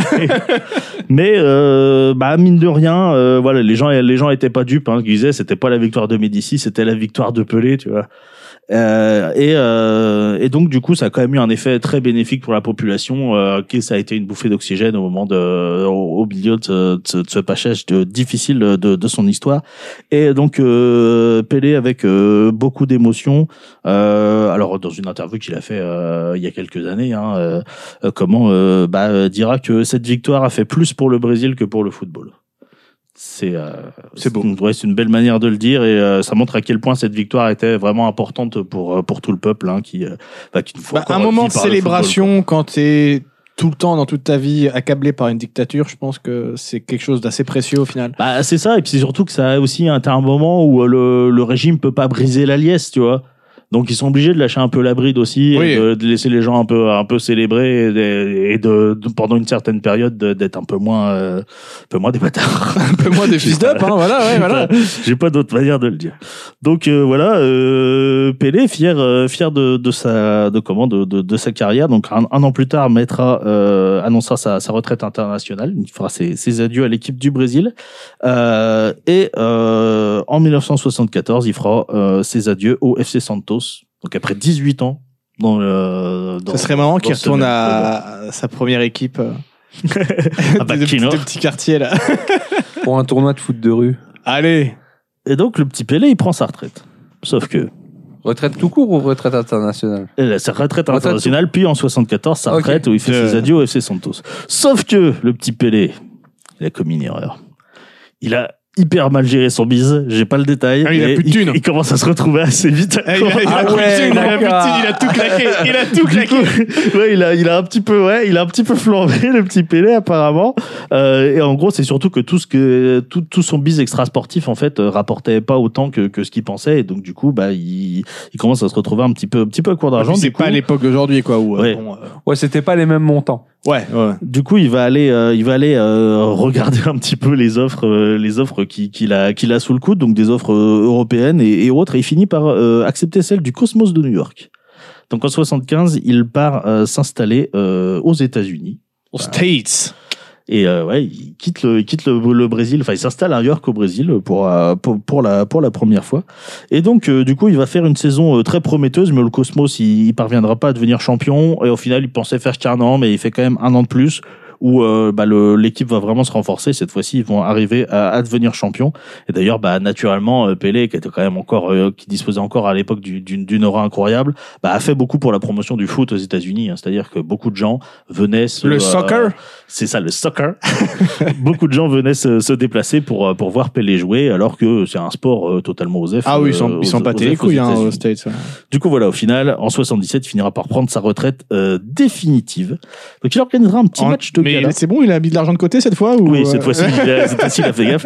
S2: Mais euh, bah mine de rien, euh, voilà, les gens les gens étaient pas dupes. Hein, ils disaient c'était pas la victoire de Médicis, c'était la victoire de Pelé, tu vois. Euh, et, euh, et donc du coup, ça a quand même eu un effet très bénéfique pour la population. Euh, qui ça a été une bouffée d'oxygène au moment de au, au milieu de, ce- de ce- de ce passage de- difficile de, de son histoire. Et donc euh, Pelé avec euh, beaucoup d'émotion. euh, alors dans une interview qu'il a fait euh, il y a quelques années, hein, euh, euh, comment euh, bah, euh, dira que cette victoire a fait plus pour le Brésil que pour le football. C'est euh,
S3: C'est beau.
S2: une, ouais, c'est une belle manière de le dire et euh, ça montre à quel point cette victoire était vraiment importante pour euh, pour tout le peuple hein, qui, euh, bah, qui ne faut
S3: Bah,
S2: encore
S3: un
S2: vit
S3: moment de
S2: par le
S3: célébration
S2: football,
S3: quand t'es tout le temps dans toute ta vie accablé par une dictature, je pense que c'est quelque chose d'assez précieux au final.
S2: quoi. bah, c'est ça et puis c'est surtout que ça a aussi été un moment où euh, le, le régime peut pas briser la liesse tu vois Donc ils sont obligés de lâcher un peu la bride aussi,
S3: Oui.
S2: et de, de laisser les gens un peu un peu célébrer et, de, et de- de- pendant une certaine période de- d'être un peu moins euh, un peu moins des bâtards.
S3: Un peu moins des fils d'up, hein, voilà, ouais,
S2: J'ai
S3: voilà.
S2: pas- J'ai pas d'autre manière de le dire. Donc euh, voilà, euh, Pelé fier euh, fier de, de sa de comment de, de, de sa carrière. Donc un, un an plus tard, mettra euh, annoncera sa, sa retraite internationale. Il fera ses, ses adieux à l'équipe du Brésil. Euh, et euh, en 1974, il fera euh, ses adieux au FC Santos. Donc après 18 ans dans le dans
S3: Ça serait marrant qu'il
S2: dans ce
S3: retourne
S2: même
S3: à, à sa première équipe euh,
S2: Ah bah,
S3: de, de-
S2: qui
S3: de
S2: n'aurait-
S3: petit quartier là.
S1: Pour un tournoi de foot de rue.
S3: Allez,
S2: Et donc le petit Pelé, il prend sa retraite. Sauf que
S1: Retraite tout court ou retraite internationale
S2: Elle a sa Euh, retraite
S1: Retraite.
S2: internationale, puis en 74, sa
S1: Ok.
S2: retraite où il fait
S3: Euh.
S2: ses adieux au FC Santos. Sauf que le petit Pelé, il a commis une erreur. Il a hyper mal géré son bise, j'ai pas le détail.
S3: Ah, il a
S2: mais
S3: plus de thunes.
S2: il commence à se retrouver assez vite.
S3: Eh, il a, il a
S1: Ah
S3: plus de
S1: ouais,
S3: thunes, il a plus de
S1: d'accord.
S3: thunes, il a tout claqué, il a tout
S2: Du
S3: claqué.
S2: coup, ouais, il a, il a un petit peu, ouais, il a un petit peu flambé le petit Pelé apparemment. Euh, et en gros, c'est surtout que tout ce que tout, tout son bise extra sportif en fait euh, rapportait pas autant que, que ce qu'il pensait. Et donc du coup, bah, il, il commence à se retrouver un petit peu, un petit peu à court d'argent.
S3: Ah, Puis, C'est
S2: Du coup,
S3: pas à l'époque d'aujourd'hui quoi. Où, euh,
S2: Ouais.
S3: bon, euh,
S1: Ouais, c'était pas les mêmes montants.
S3: ouais, ouais.
S2: Du coup, il va aller, euh, il va aller euh, regarder un petit peu les offres, euh, les offres qui- qu'il a, qu'il a sous le coude, donc des offres euh, européennes et, et autres, et il finit par euh, accepter celle du Cosmos de New York. Donc en 75, il part euh, s'installer euh, aux États-Unis
S3: Aux States.
S2: et euh, ouais, il quitte le, il quitte le, le Brésil. Enfin, il s'installe à New York au Brésil pour, euh, pour pour la pour la première fois. Et donc, euh, du coup, il va faire une saison euh, très prometteuse, mais le Cosmos, il, il parviendra pas à devenir champion. Et au final, il pensait faire qu'un an, mais il fait quand même un an de plus où euh, bah, le- l'équipe va vraiment se renforcer. Cette fois-ci, ils vont arriver à, à devenir champion. Et d'ailleurs, bah, naturellement, euh, Pelé, qui était quand même encore, euh, qui disposait encore à l'époque du- d'une d'une aura incroyable, bah, a fait beaucoup pour la promotion du foot aux États-Unis. hein. C'est-à-dire que beaucoup de gens venaient se,
S3: Le
S2: euh,
S3: soccer.
S2: c'est ça, le soccer. Beaucoup de gens venaient se, se déplacer pour, euh, pour voir Pelé jouer, alors que c'est un sport euh, totalement aux F,
S3: Ah oui, ils
S2: euh,
S3: sont,
S2: aux-
S3: ils sont
S2: aux
S3: pâtés les
S2: F aux
S3: couilles hein,
S2: États-Unis.
S3: aux States. ouais.
S2: Du coup, voilà, au final, en 77, il finira par prendre sa retraite euh, définitive. Donc, il organisera un petit
S3: En-
S2: match de gala.
S3: mais c'est bon, il a mis de l'argent de côté cette fois ou
S2: Oui,
S3: euh,
S2: cette fois-ci, il a- cette fois-ci, il a fait gaffe.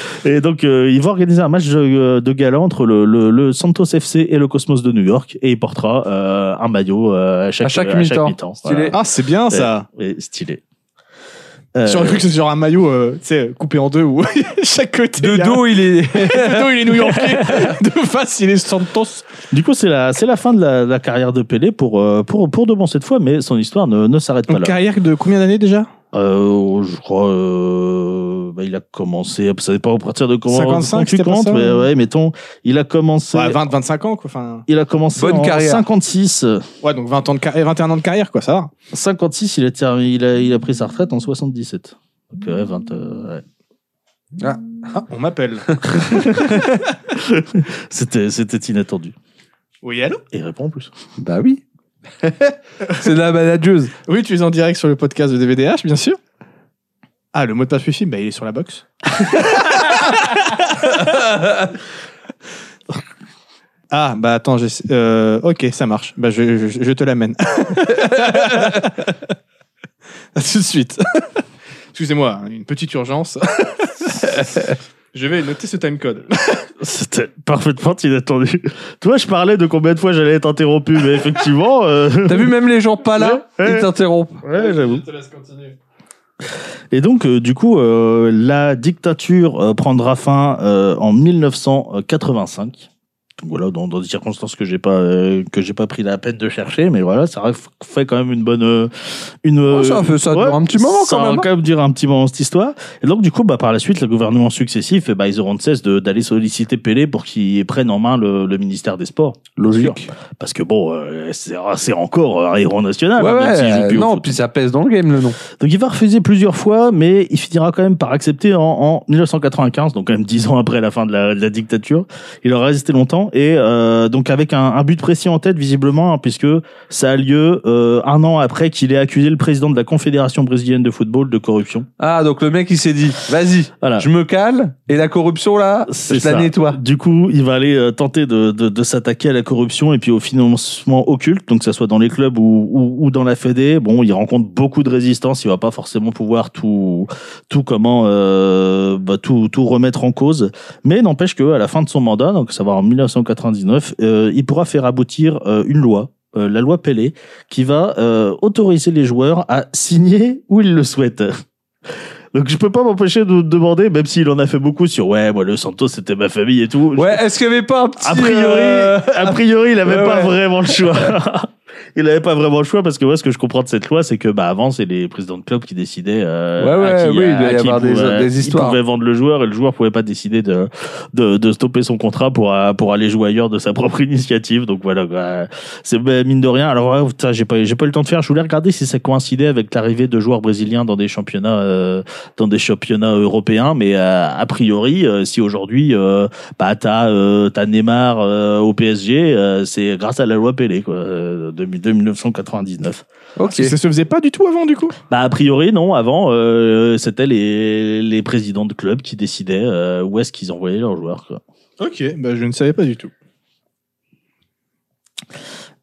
S2: Et donc, euh, il va organiser un match de, de gala entre le, le, le Santos FC et le Cosmos de New York, et il portera euh, un maillot euh, à chaque,
S1: À chaque
S2: à chaque
S1: mi-temps.
S2: mi-temps.
S1: Stylé.
S2: Voilà.
S3: Ah, c'est bien ça.
S2: Et stylé. Euh,
S3: J'aurais cru que c'était genre un maillot, euh, tu sais, coupé en deux ou chaque côté.
S1: De
S3: il y a-
S1: dos, il est.
S3: de dos, il est new-yorkais. de face, il est Santos.
S2: Du coup, c'est la, c'est la fin de la, la carrière de Pelé pour, euh, pour, pour de bon cette fois, mais son histoire ne, ne s'arrête pas
S3: Une
S2: là.
S3: carrière de combien d'années déjà
S2: Euh, je crois, euh, bah, il a commencé, ça dépend au partir de comment,
S3: 55,
S2: comment tu
S3: c'était pas
S2: comptes,
S3: ça,
S2: mais
S3: ouais.
S2: ouais, mettons, il a commencé,
S3: ouais, 20, 25 ans quoi. Enfin,
S2: il a commencé
S1: Bonne
S2: en
S1: carrière.
S2: 56, euh,
S3: ouais, donc 20 ans de eh, carrière, 21 ans de carrière quoi, ça va.
S2: 56, il a, terminé- il a, il a pris sa retraite en 77. Donc, ouais, 20, euh, ouais.
S3: on m'appelle.
S2: C'était, c'était inattendu.
S3: Oui, allô
S2: Et il répond en plus.
S1: bah oui. c'est de la manageuse.
S3: Oui, tu es en direct sur le podcast de DVDH, bien sûr. Ah, le mot de passe wifi, bah, il est sur la box. ah, bah attends, j'essa- euh, ok, ça marche. Bah, je, je- je te l'amène. à tout de suite. Excusez-moi, hein, une petite urgence. je vais noter ce timecode.
S2: C'était parfaitement inattendu. Toi, je parlais de combien de fois j'allais être interrompu, mais effectivement, euh,
S1: T'as vu, même les gens pas là,
S2: Ouais, ouais.
S1: ils t'interrompent.
S2: ouais, j'avoue.
S3: te laisse continuer.
S2: Et donc, euh, du coup, euh, la dictature euh, prendra fin euh, en 1985. Donc voilà, dans, dans des circonstances que j'ai pas euh, que j'ai pas pris la peine de chercher, mais voilà, ça ref- fait quand même une bonne euh, une
S1: Oh, ça fait- ça dure un petit moment,
S2: ça
S1: quand
S2: va
S1: même, hein.
S2: quand même durer un petit moment cette histoire. Et donc du coup, bah par la suite, les gouvernements successifs, eh bah, ils auront de cesse de- d'aller solliciter Pelé pour qu'il prenne en main le, le ministère des Sports,
S1: Logique.
S2: parce que bon, euh, c'est c'est encore un héros national.
S1: Ouais,
S2: hein, même
S1: ouais.
S2: s'il joue
S1: euh,
S2: plus au
S1: non,
S2: foot.
S1: puis ça pèse dans le game, le nom.
S2: Donc il va refuser plusieurs fois, mais il finira quand même par accepter en, en 1995, donc quand même dix ans après la fin de la, de la dictature. Il aura résisté longtemps et euh, donc avec un, un but précis en tête visiblement, hein, puisque ça a lieu euh, un an après qu'il ait accusé le président de la Confédération brésilienne de football de corruption.
S1: Ah, donc le mec, il s'est dit, vas-y,
S2: Voilà.
S1: je me cale, et la corruption, là,
S2: Ah. C'est
S1: je
S2: ça.
S1: la nettoie.
S2: Du coup, il va aller euh, tenter de, de, de s'attaquer à la corruption et puis au financement occulte, donc que ça soit dans les clubs ou, ou, ou dans la Fédé. Bon, il rencontre beaucoup de résistance, il va pas forcément pouvoir tout tout comment euh, bah, tout tout remettre en cause. Mais n'empêche que à la fin de son mandat, donc à savoir en 19- 1999, euh, il pourra faire aboutir euh, une loi, euh, la loi Pelé, qui va euh, autoriser les joueurs à signer où ils le souhaitent. Donc je peux pas m'empêcher de demander, même s'il en a fait beaucoup sur ouais, moi le Santos c'était ma famille et tout.
S1: Ouais, est-ce qu'il y avait pas un petit.
S2: A priori,
S1: euh,
S2: a priori, il avait
S1: Ouais,
S2: pas
S1: ouais.
S2: vraiment le choix. il avait pas vraiment le choix parce que moi, ce que je comprends de cette loi, c'est que bah avant, c'est les présidents de club qui décidaient. euh,
S1: Ouais,
S2: à
S1: ouais,
S2: qui,
S1: oui,
S2: à-
S1: il doit y
S2: à qui
S1: avoir des- euh,
S2: pouvait-
S1: des
S2: qui
S1: histoires.
S2: pouvait vendre le joueur et le joueur pouvait pas décider de de, de stopper son contrat pour euh, pour aller jouer ailleurs de sa propre initiative. Donc voilà, quoi. c'est bah, mine de rien. Alors ouais, putain, j'ai pas j'ai pas eu le temps de faire. Je voulais regarder si ça coïncidait avec l'arrivée de joueurs brésiliens dans des championnats euh, dans des championnats européens, mais euh, a priori, euh, si aujourd'hui euh, bah t'as euh, t'as Neymar euh, au PSG, euh, c'est grâce à la loi Pelé quoi, euh, de, de 1999.
S1: Ok.
S3: Ça se faisait pas du tout avant, du coup.
S2: Bah a priori non, avant euh, c'était les les présidents de clubs qui décidaient euh, où est-ce qu'ils envoyaient leurs joueurs. Quoi.
S3: Ok, bah je ne savais pas du tout.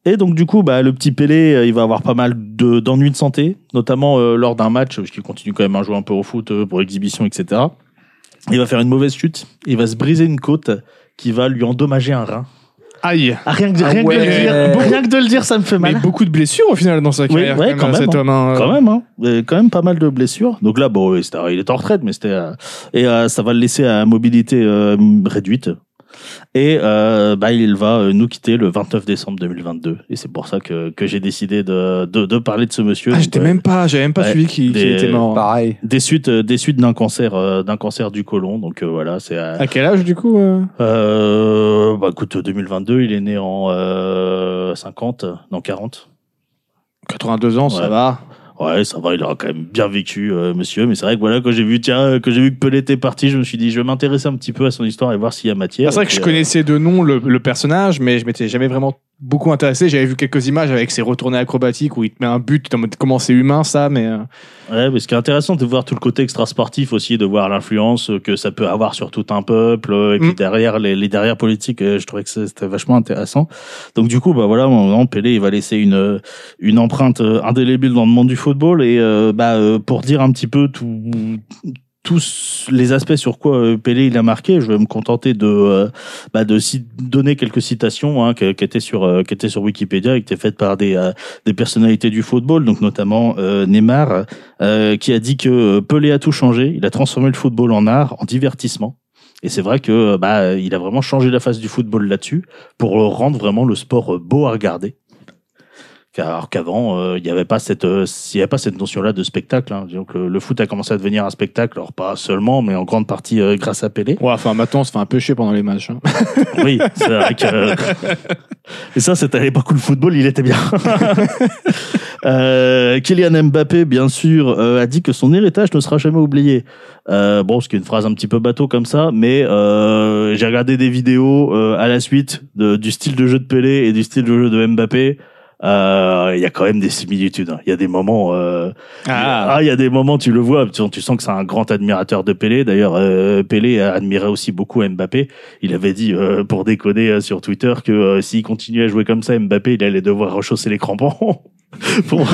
S2: Et donc du coup, bah, le petit Pelé, euh, il va avoir pas mal de- d'ennuis de, santé, notamment euh, lors d'un match, parce qu'il continue quand même à jouer un peu au foot euh, pour exhibition, etc. Il va faire une mauvaise chute, il va se briser une côte qui va lui endommager un rein.
S3: Aïe.
S2: Ah, rien, que,
S1: Ah
S2: rien que de le
S1: ouais.
S2: dire, rien que de le dire, ça me fait
S3: Mais
S2: mal.
S3: beaucoup de blessures au final dans sa carrière.
S2: ouais, quand
S3: hein,
S2: même,
S3: cet
S2: hein.
S3: homme, hein.
S2: Quand même, hein. Euh, quand même pas mal de blessures. Donc là, bon, ouais, c'était- il est en retraite, mais c'était euh, et euh, ça va le laisser à mobilité euh, réduite. Et euh, bah, il va euh, nous quitter le 29 décembre 2022. Et c'est pour ça que, que j'ai décidé de, de, de parler de ce monsieur.
S3: Ah,
S2: Donc,
S3: j'étais
S2: euh,
S3: même pas, j'avais même pas
S2: Ouais,
S3: suivi qu'il qu'il
S2: des-
S3: était mort.
S1: Pareil.
S2: des suites euh, des suites d'un cancer euh, d'un cancer du côlon. Donc euh, voilà, c'est euh,
S3: À quel âge, du coup euh
S2: euh, bah, écoute 2022, il est né en euh, 50, non 40.
S3: 82 ans,
S2: Ouais.
S3: ça va.
S2: Ouais, ça va, il aura quand même bien vécu, euh, monsieur. Mais c'est vrai que voilà, quand j'ai vu, tiens, euh, que j'ai vu que Pelé était parti, je me suis dit, je vais m'intéresser un petit peu à son histoire et voir s'il y a matière.
S3: Ah, c'est vrai
S2: Et euh,
S3: que je
S2: puis,
S3: connaissais de nom le, le personnage, mais je m'étais jamais vraiment beaucoup intéressé. J'avais vu quelques images avec ses retournées acrobatiques où il te met un but, t'es en mode, comment c'est humain ça, mais euh,
S2: euh, Ouais, mais ce qui est intéressant, de voir tout le côté extra-sportif aussi, de voir l'influence euh, que ça peut avoir sur tout un peuple. euh, Et puis
S3: Mm.
S2: derrière, les, les derrières politiques, euh, je trouvais que c'est- c'était vachement intéressant. Donc du coup, bah voilà, maintenant, Pelé, il va laisser une, euh, une empreinte euh, indélébile dans le monde du football. Et euh, bah, euh, pour dire un petit peu tout tous les aspects sur quoi euh, Pelé il a marqué, je vais me contenter de euh, bah, de ci- donner quelques citations hein, qui, qui étaient sur euh, qui étaient sur Wikipédia et qui étaient faites par des euh, des personnalités du football, donc notamment euh, Neymar, euh, qui a dit que Pelé a tout changé. Il a transformé le football en art, en divertissement. Et c'est vrai que euh, bah il a vraiment changé la face du football là-dessus pour euh, rendre vraiment le sport euh, beau à regarder. Car qu'avant, euh, il n'y avait pas cette, euh, il y avait pas cette notion-là de spectacle. Hein. Donc le, le foot a commencé à devenir un spectacle, alors pas seulement, mais en grande partie euh, grâce à Pelé.
S3: ouais, enfin maintenant on se fait un peu chier pendant les matchs. hein.
S2: Oui, c'est vrai que. Et ça, c'était à l'époque où le football, il était bien. Euh, Kylian Mbappé, bien sûr, euh, a dit que son héritage ne sera jamais oublié. Euh, bon, ce qui est une phrase un petit peu bateau comme ça, mais euh, j'ai regardé des vidéos euh, à la suite de- du style de jeu de Pelé et du style de jeu de Mbappé. Euh, Il y a quand même des similitudes. hein. Il y a des moments. euh, ah, il y a des moments, tu le vois, tu, tu sens que c'est un grand admirateur de Pelé. D'ailleurs, euh, Pelé admirait aussi beaucoup Mbappé. Il avait dit, euh, pour déconner euh, sur Twitter, que euh, s'il continuait à jouer comme ça, Mbappé, il allait devoir rechausser les crampons. Pour-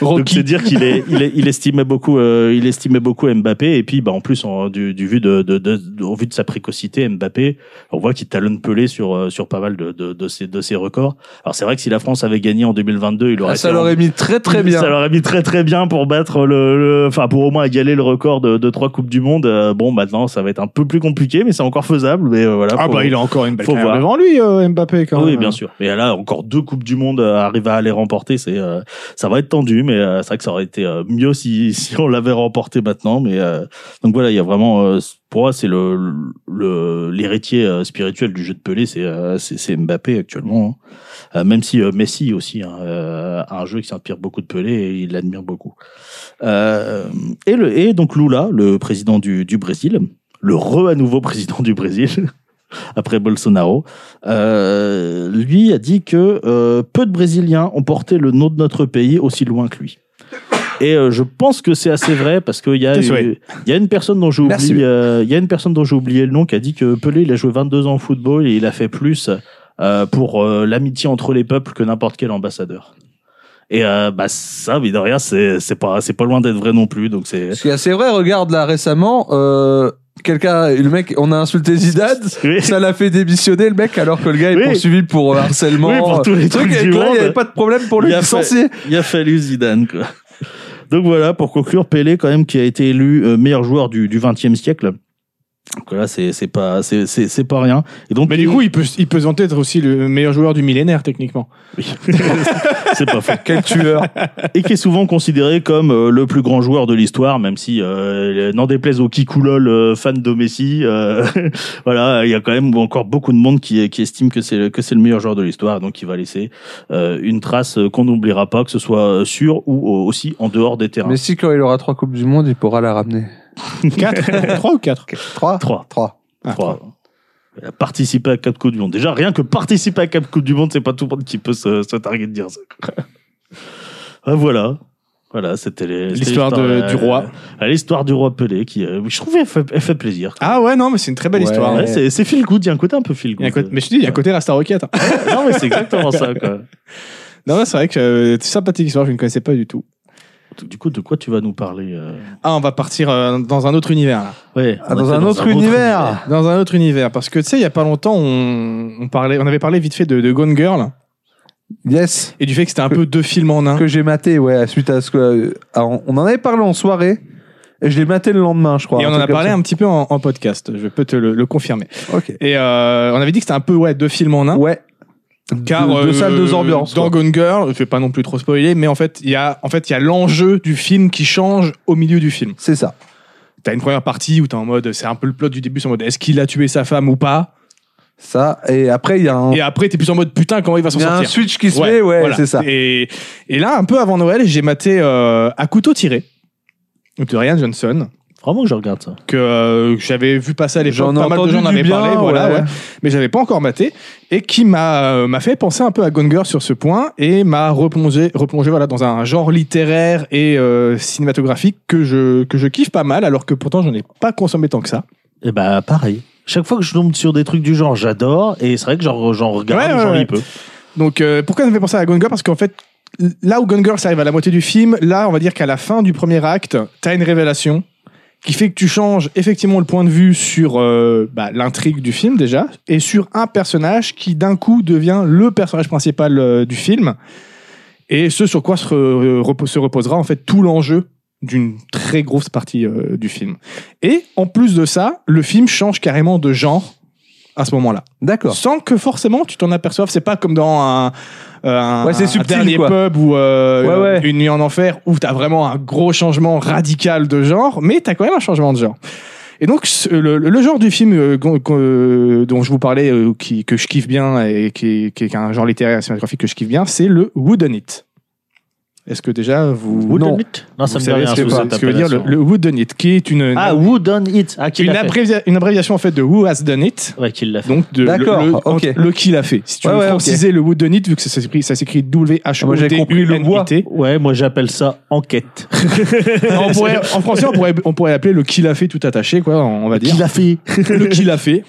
S2: donc
S3: Rocky.
S2: c'est dire qu'il est, il, est- il estimait beaucoup, euh, il estimait beaucoup Mbappé et puis bah en plus en, du, du vu de, de, de, de- au vu de sa précocité, Mbappé, on voit qu'il talonne Pelé sur euh, sur pas mal de de, de ses de ses records. Alors c'est vrai que si la France avait gagné en 2022, il aurait
S1: Ah, ça
S2: été en-
S1: l'aurait mis très très bien.
S2: ça leur a mis très très bien pour battre le, le- enfin pour au moins égaler le record de, de trois coupes du monde. Euh, bon, maintenant ça va être un peu plus compliqué, mais c'est encore faisable. Mais euh, voilà.
S3: Ah
S2: faut-
S3: bah il a encore une belle
S2: faut voir.
S3: carrière devant lui, euh, Mbappé quand
S2: oui,
S3: même.
S2: bien sûr. Mais là, encore deux coupes du monde euh, arriver à les remporter, c'est euh, ça va être tendu, mais euh, c'est vrai que ça aurait été euh, mieux si si on l'avait remporté maintenant. Mais euh, donc voilà, il y a vraiment euh, pour moi c'est le le- l'héritier euh, spirituel du jeu de Pelé, c'est euh, c'est c'est Mbappé actuellement. hein. Euh, même si euh, Messi aussi hein, euh, a un jeu qui s'inspire beaucoup de Pelé et il l'admire beaucoup. Euh, et le et donc Lula, le président du du Brésil, le re à nouveau président du Brésil. Après Bolsonaro, euh, lui a dit que euh, peu de Brésiliens ont porté le nom de notre pays aussi loin que lui. Et euh, je pense que c'est assez vrai parce qu'il y, a
S3: Bien sûr,
S2: eu- il y a une personne dont j'ai
S1: Merci.
S2: oublié, euh, il y a une personne dont j'ai oublié le nom qui a dit que Pelé il a joué 22 ans au football et il a fait plus euh, pour euh, l'amitié entre les peuples que n'importe quel ambassadeur. Et euh, bah ça, mais de rien, c'est c'est pas c'est pas loin d'être vrai non plus. Donc c'est
S1: Ce qui est assez vrai, regarde là récemment, euh, quelqu'un, le mec, on a insulté Zidane,
S2: Oui.
S1: ça l'a fait démissionner le mec alors que le gars est
S2: Oui.
S1: poursuivi pour euh, harcèlement.
S2: Oui, pour tous les
S1: euh, truc,
S2: trucs du
S1: là, Il n'y avait
S2: monde.
S1: pas de problème pour lui
S2: Il a
S1: licencier.
S2: Il a fallu Zidane, quoi. Donc voilà, pour conclure, Pelé, quand même, qui a été élu euh, meilleur joueur du, du 20e siècle. Donc là, c'est c'est pas, c'est- c'est c'est pas rien. Et donc,
S3: Mais du coup, il peut, il peut se vanter d'être aussi le meilleur joueur du millénaire, techniquement.
S2: Oui. c'est pas faux.
S1: Quel tueur.
S2: Et qui est souvent considéré comme euh, le plus grand joueur de l'histoire, même si, euh, n'en déplaise aux Kikoulol euh, fans de Messi, euh, voilà, il y a quand même encore beaucoup de monde qui, qui estime que c'est que c'est le meilleur joueur de l'histoire, donc il va laisser euh, une trace qu'on n'oubliera pas, que ce soit euh, sur ou au- aussi en dehors des terrains.
S1: Mais si quand il aura trois coupes du monde, il pourra la ramener.
S3: 4 3 ou 4
S1: Trois.
S2: Trois.
S1: Trois.
S3: Ah,
S2: Trois. Euh, Participer à quatre Coupes du Monde. Déjà, rien que participer à quatre Coupes du Monde, c'est pas tout le monde qui peut se, se targuer de dire ça. Ah, voilà. Voilà, c'était les- c'était
S3: L'histoire de-
S2: euh,
S3: du roi.
S2: euh, L'histoire du roi Pelé, qui, euh, je trouvais, elle fait, elle fait plaisir.
S3: Ah ouais, non, mais c'est une très belle
S1: Ouais.
S3: histoire.
S2: Ouais, c'est, c'est feel good, il y a un côté un peu feel
S3: Ah Il y a
S2: good.
S3: un côté- mais je te dis, il y a un côté Rasta Rocket. hein.
S2: non, mais c'est exactement ça, quoi.
S3: Non, non, c'est vrai que euh, c'est sympathique histoire, je ne connaissais pas du tout.
S2: Du coup, de quoi tu vas nous parler euh
S3: Ah, on va partir euh, dans un autre univers, là.
S2: ouais,
S1: Ah,
S2: on
S1: dans
S2: était
S1: un autre univers.
S3: Dans un autre univers, parce que tu sais, il y a pas longtemps, on, on parlait, on avait parlé vite fait de, de Gone Girl
S1: Yes.
S3: et du fait que c'était un peu deux films en un.
S1: Que j'ai maté, ouais, suite à ce que. alors, on en avait parlé en soirée. Et je l'ai maté le lendemain, je crois.
S3: Et on
S1: un
S3: en a
S1: truc
S3: parlé
S1: comme
S3: un petit peu en, en podcast, je peux te le, le confirmer.
S1: ça. Ok.
S3: Et euh, on avait dit que c'était un peu ouais, deux films en un.
S1: Ouais.
S3: Hein Car
S1: deux, deux
S3: euh,
S1: salles, deux ambiances.
S3: Dans
S1: quoi.
S3: Gone Girl, je vais pas non plus trop spoiler, mais en fait, il y a en fait il y a l'enjeu du film qui change au milieu du film.
S1: C'est ça.
S3: T'as une première partie où t'es en mode, c'est un peu le plot du début, c'est en mode est-ce qu'il a tué sa femme ou pas
S1: Ça. Et après, il y a un,
S3: Et après t'es plus en mode putain comment il va s'en
S1: il y a un
S3: sortir.
S1: switch qui se fait, ouais,
S3: voilà.
S1: c'est ça.
S3: Et, et là, un peu avant Noël, j'ai maté euh, à couteau tiré de Ryan Johnson
S2: Vraiment, je regarde ça.
S3: que euh, j'avais vu passer à l'époque.
S1: J'en ai
S3: Pas mal de
S1: entendu
S3: gens en
S1: du
S3: avaient
S1: bien,
S3: parlé, voilà,
S1: ouais.
S3: ouais. mais j'avais pas encore maté et qui m'a euh, m'a fait penser un peu à Gone Girl sur ce point et m'a replongé replongé voilà dans un genre littéraire et euh, cinématographique que je que je kiffe pas mal alors que pourtant j'en ai pas consommé tant que ça.
S2: Et bah,
S3: ben,
S2: pareil. Chaque fois que je tombe sur des trucs du genre, j'adore. Et c'est vrai que j'en, j'en regarde,
S3: Ouais, ouais,
S2: j'en lis
S3: ouais.
S2: peu.
S3: Donc euh, pourquoi ça me fait penser à Gone Girl Parce qu'en fait, là où Gone Girl ça arrive à la moitié du film, là on va dire qu'à la fin du premier acte, t'as une révélation qui fait que tu changes effectivement le point de vue sur euh, bah, l'intrigue du film déjà et sur un personnage qui d'un coup devient le personnage principal euh, du film et ce sur quoi se, re- repos- se reposera en fait tout l'enjeu d'une très grosse partie euh, du film. Et en plus de ça, le film change carrément de genre à ce moment-là
S1: D'accord.
S3: sans que forcément tu t'en aperçoives. C'est pas comme dans un, un-
S1: Ouais, c'est
S3: un
S1: subtil,
S3: dernier
S1: quoi.
S3: pub ou euh,
S1: Ouais, ouais.
S3: une nuit en enfer où t'as vraiment un gros changement radical de genre, mais t'as quand même un changement de genre. Et donc ce- le, le genre du film euh, qu'on- qu'on- euh, dont je vous parlais, euh, qui, que je kiffe bien et qui, qui est un genre littéraire et cinématographique que je kiffe bien, c'est le wooden it. Est-ce que déjà vous,
S1: Wooden
S2: Non,
S1: Non.
S2: non ça me
S3: vous
S2: dit
S3: savez
S2: rien.
S3: ce que,
S2: sous
S1: pas.
S2: cette
S3: ce que veut dire le,
S2: appellation.
S3: le wooden it, qui est une
S2: Ah, Who Done It Ah, qui
S3: une,
S2: l'a fait
S3: abrévia- une abréviation en fait de Who has done it,
S2: Ouais, qui l'a fait.
S3: donc de
S1: D'accord,
S3: le, le,
S1: ok.
S3: entre le qui l'a fait. Si tu
S1: Ouais,
S3: veux
S1: ouais,
S3: franciser le wooden it, vu que ça s'écrit, ça s'écrit W H O
S1: Moi, j'avais
S3: D
S1: compris le bois.
S2: Ouais, moi j'appelle ça enquête.
S3: on pourrait, en français, on pourrait, on pourrait appeler le qui l'a fait tout attaché, quoi. On va dire
S2: l'a fait
S3: le qui l'a fait,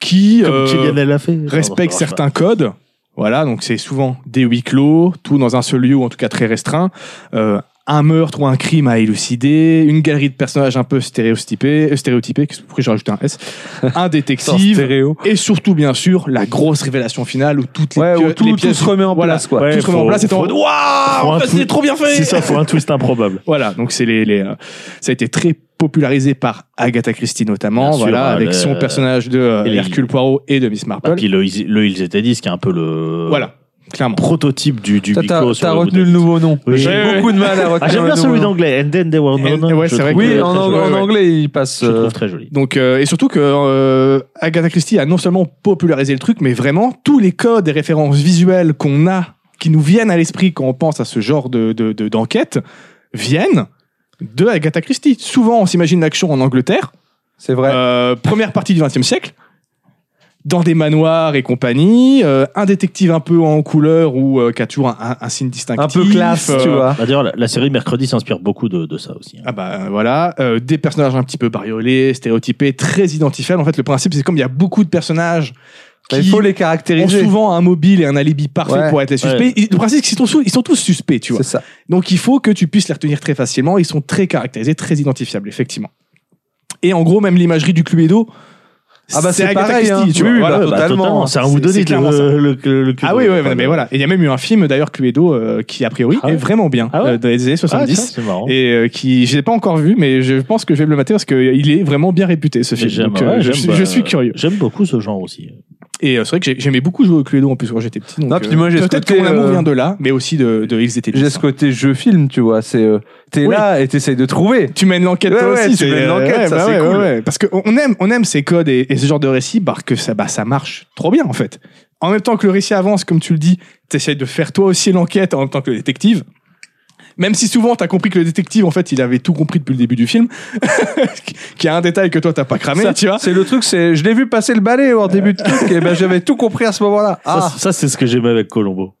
S3: qui
S2: Comme
S3: euh,
S2: Kylian l'a fait.
S3: respecte
S2: Pardon,
S3: certains codes. Voilà, donc c'est souvent des huis clos, tout dans un seul lieu ou en tout cas très restreint. Euh, un meurtre ou un crime à élucider, une galerie de personnages un peu stéréotypés, euh, stéréotypés, qu'est-ce- pourquoi j'ai rajouté un S, un
S1: Sans
S3: détective,
S1: stéréo.
S3: Et surtout, bien sûr, la grosse révélation finale où toutes les,
S1: Ouais,
S3: pio-
S1: où tout,
S3: les
S1: tout
S3: pièces
S1: se remet en
S3: Voilà.
S1: place, quoi.
S2: Ouais,
S3: tout se remet en
S2: faut-
S3: place et t'es en
S2: faut-
S3: mode, waouh,
S2: faut
S3: en
S2: un
S3: fait,
S2: tout-
S3: c'est trop bien fait.
S2: C'est ça, faut un twist improbable.
S3: Voilà, donc c'est les, les, euh, ça a été très popularisé par Agatha Christie notamment,
S2: Bien sûr,
S3: voilà,
S2: euh,
S3: avec
S2: le-
S3: son personnage de euh,
S2: et les-
S3: Hercule Poirot et de Miss Marple.
S2: Et Ah, puis le, Is- le Ils étaient 10, qui est un peu le
S3: voilà, clairement.
S2: prototype du, du
S1: T'as-
S2: Big
S1: T'as
S2: Close sur
S1: t'as
S2: le bout
S1: retenu
S2: de-
S1: le nouveau nom.
S2: Oui.
S1: J'ai
S3: Ouais,
S1: beaucoup de mal à retenir.
S2: Ah, j'aime
S3: hein,
S1: le
S2: bien
S1: nouveau
S2: celui
S1: nom.
S2: d'anglais. And then they were
S3: And-
S2: known.
S3: ouais,
S2: euh, Je
S3: c'est vrai
S2: trouve
S3: que-
S1: Oui,
S2: très
S1: en,
S2: joli.
S1: ang- en
S3: ouais.
S1: anglais, il passe.
S2: Je le
S1: euh,
S2: trouve très joli.
S3: Donc euh, et surtout que euh, Agatha Christie a non seulement popularisé le truc, mais vraiment tous les codes et références visuelles qu'on a, qui nous viennent à l'esprit quand on pense à ce genre de de- de- d'enquête, viennent de Agatha Christie. Souvent, on s'imagine l'action en Angleterre.
S1: C'est vrai.
S3: Euh, première partie du XXe siècle, dans des manoirs et compagnie, euh, un détective un peu en couleur ou euh, qui a toujours un, un- un signe distinctif.
S1: un peu classe,
S3: euh,
S1: tu vois.
S2: Bah, D'ailleurs, la, la série Mercredi s'inspire beaucoup de, de ça aussi. hein.
S3: Ah bah voilà, euh, des personnages un petit peu bariolés, stéréotypés, très identifiables. En fait, le principe, c'est comme il y a beaucoup de personnages
S1: Bah, il
S3: qui
S1: faut les
S3: ont
S1: caractériser.
S3: souvent un mobile et un alibi parfait
S1: Ouais.
S3: pour être les suspects.
S2: Ouais.
S3: Ils- Le principe, c'est qu'ils sont, sous- ils sont tous suspects, tu vois.
S1: C'est ça.
S3: Donc il faut que tu puisses les retenir très facilement. Ils sont très caractérisés, très identifiables, effectivement. Et en gros, même l'imagerie du Cluedo.
S1: Ah bah, c'est
S3: Agatha
S1: pareil,
S3: Christie,
S1: hein.
S3: tu vois,
S1: Oui,
S3: voilà.
S1: bah, totalement.
S2: Euh, C'est un vous
S3: C'est- c'est
S2: donner
S3: clairement ça.
S2: le, le, le, le
S3: Ah oui, ouais, mais, mais voilà. Et il y a même eu un film d'ailleurs Cluedo euh, qui a priori
S2: Ah ouais.
S3: est vraiment bien
S2: Ah ouais
S3: euh, dans les années
S2: Ah, tiens,
S3: 70
S2: c'est marrant.
S3: et euh, qui je l'ai pas encore vu, mais je pense que je vais le mater parce qu'il est vraiment bien réputé ce
S2: Mais
S3: film.
S2: j'aime,
S3: Donc, euh,
S2: ouais,
S3: je,
S2: j'aime,
S3: suis-
S2: bah,
S3: je suis curieux.
S2: J'aime beaucoup ce genre aussi.
S3: Et euh, c'est vrai que j'ai- j'aimais beaucoup jouer au Cluedo en plus quand j'étais petit. donc,
S1: Non, puis moi, j'ai ce
S3: peut-être que
S1: côté,
S3: mon amour
S1: euh,
S3: vient de là, mais aussi de, de ils étaient.
S1: J'ai ce côté jeu film, tu vois. C'est euh, t'es
S3: Oui.
S1: là et t'essayes de trouver.
S3: Tu mènes l'enquête
S1: Ouais,
S3: toi
S1: ouais,
S3: aussi.
S1: tu
S3: c'est-
S1: mènes l'enquête,
S3: ouais,
S1: ça,
S3: bah
S1: c'est
S3: ouais,
S1: cool.
S3: ouais, ouais. Parce qu'on aime, on aime ces codes et, et ce genre de récit parce que ça, bah, ça marche trop bien en fait. En même temps que le récit avance, comme tu le dis, t'essayes de faire toi aussi l'enquête en même temps que le détective. Même si souvent t'as compris que le détective en fait il avait tout compris depuis le début du film, qu'il y a un détail que toi t'as pas cramé,
S1: Ça,
S3: tu vois.
S1: C'est le truc, c'est je l'ai vu passer le balai au début de truc et ben j'avais tout compris à ce moment-là.
S2: Ça,
S1: Ah,
S2: c'est- ça, c'est ce que j'aimais avec Colombo.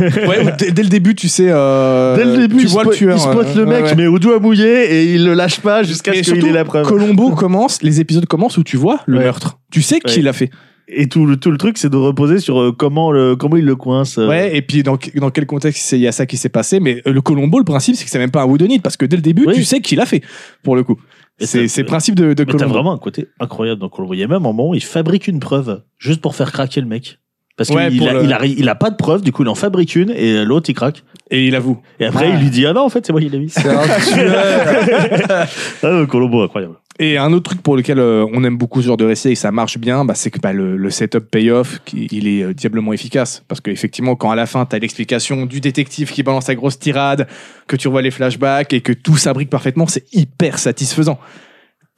S3: Ouais, ou dès, dès le début tu sais. euh,
S2: Dès le début,
S3: tu
S2: il,
S3: vois le
S2: spot,
S3: tueur,
S2: il spotte
S3: euh,
S2: le
S3: ouais,
S2: mec,
S3: ouais.
S2: mais au doigt mouillé, et il le lâche pas jusqu'à
S3: Mais
S2: ce qu'il
S3: surtout,
S2: ait la preuve.
S3: Colombo commence, les épisodes commencent où tu vois le
S2: Ouais.
S3: meurtre. Tu sais qui
S2: Ouais.
S3: l'a fait.
S2: Et tout le, tout le truc, c'est de reposer sur euh, comment, le, comment il le coince. euh.
S3: Ouais, et puis dans, dans quel contexte c'est- il y a ça qui s'est passé. Mais euh, le Colombo, le principe, c'est que c'est même pas un wooden it, parce que dès le début,
S2: Oui.
S3: tu sais qu'il a fait, pour le coup.
S2: Et
S3: C'est
S2: t'as-
S3: c'est le principe de, de
S2: Mais t'as
S3: Colombo.
S2: vraiment un côté incroyable dans Colombo. Il y a même un moment où il fabrique une preuve juste pour faire craquer le mec. Parce
S3: Ouais,
S2: qu'il
S3: pour
S2: a,
S3: le-
S2: il a, il a pas de preuve, du coup il en fabrique une et euh, l'autre il craque.
S3: Et il avoue.
S2: Et après
S3: Ah.
S2: il lui dit Ah non, en fait c'est moi qui l'ai mis.
S1: c'est un tueur.
S2: Ah, euh, Colombo, incroyable.
S3: Et un autre truc pour lequel euh, on aime beaucoup ce genre de récit et que ça marche bien, bah, c'est que bah, le, le setup payoff, qui- il est euh, diablement efficace. Parce qu'effectivement, quand à la fin, t'as l'explication du détective qui balance sa grosse tirade, que tu revois les flashbacks et que tout s'abrique parfaitement, c'est hyper satisfaisant.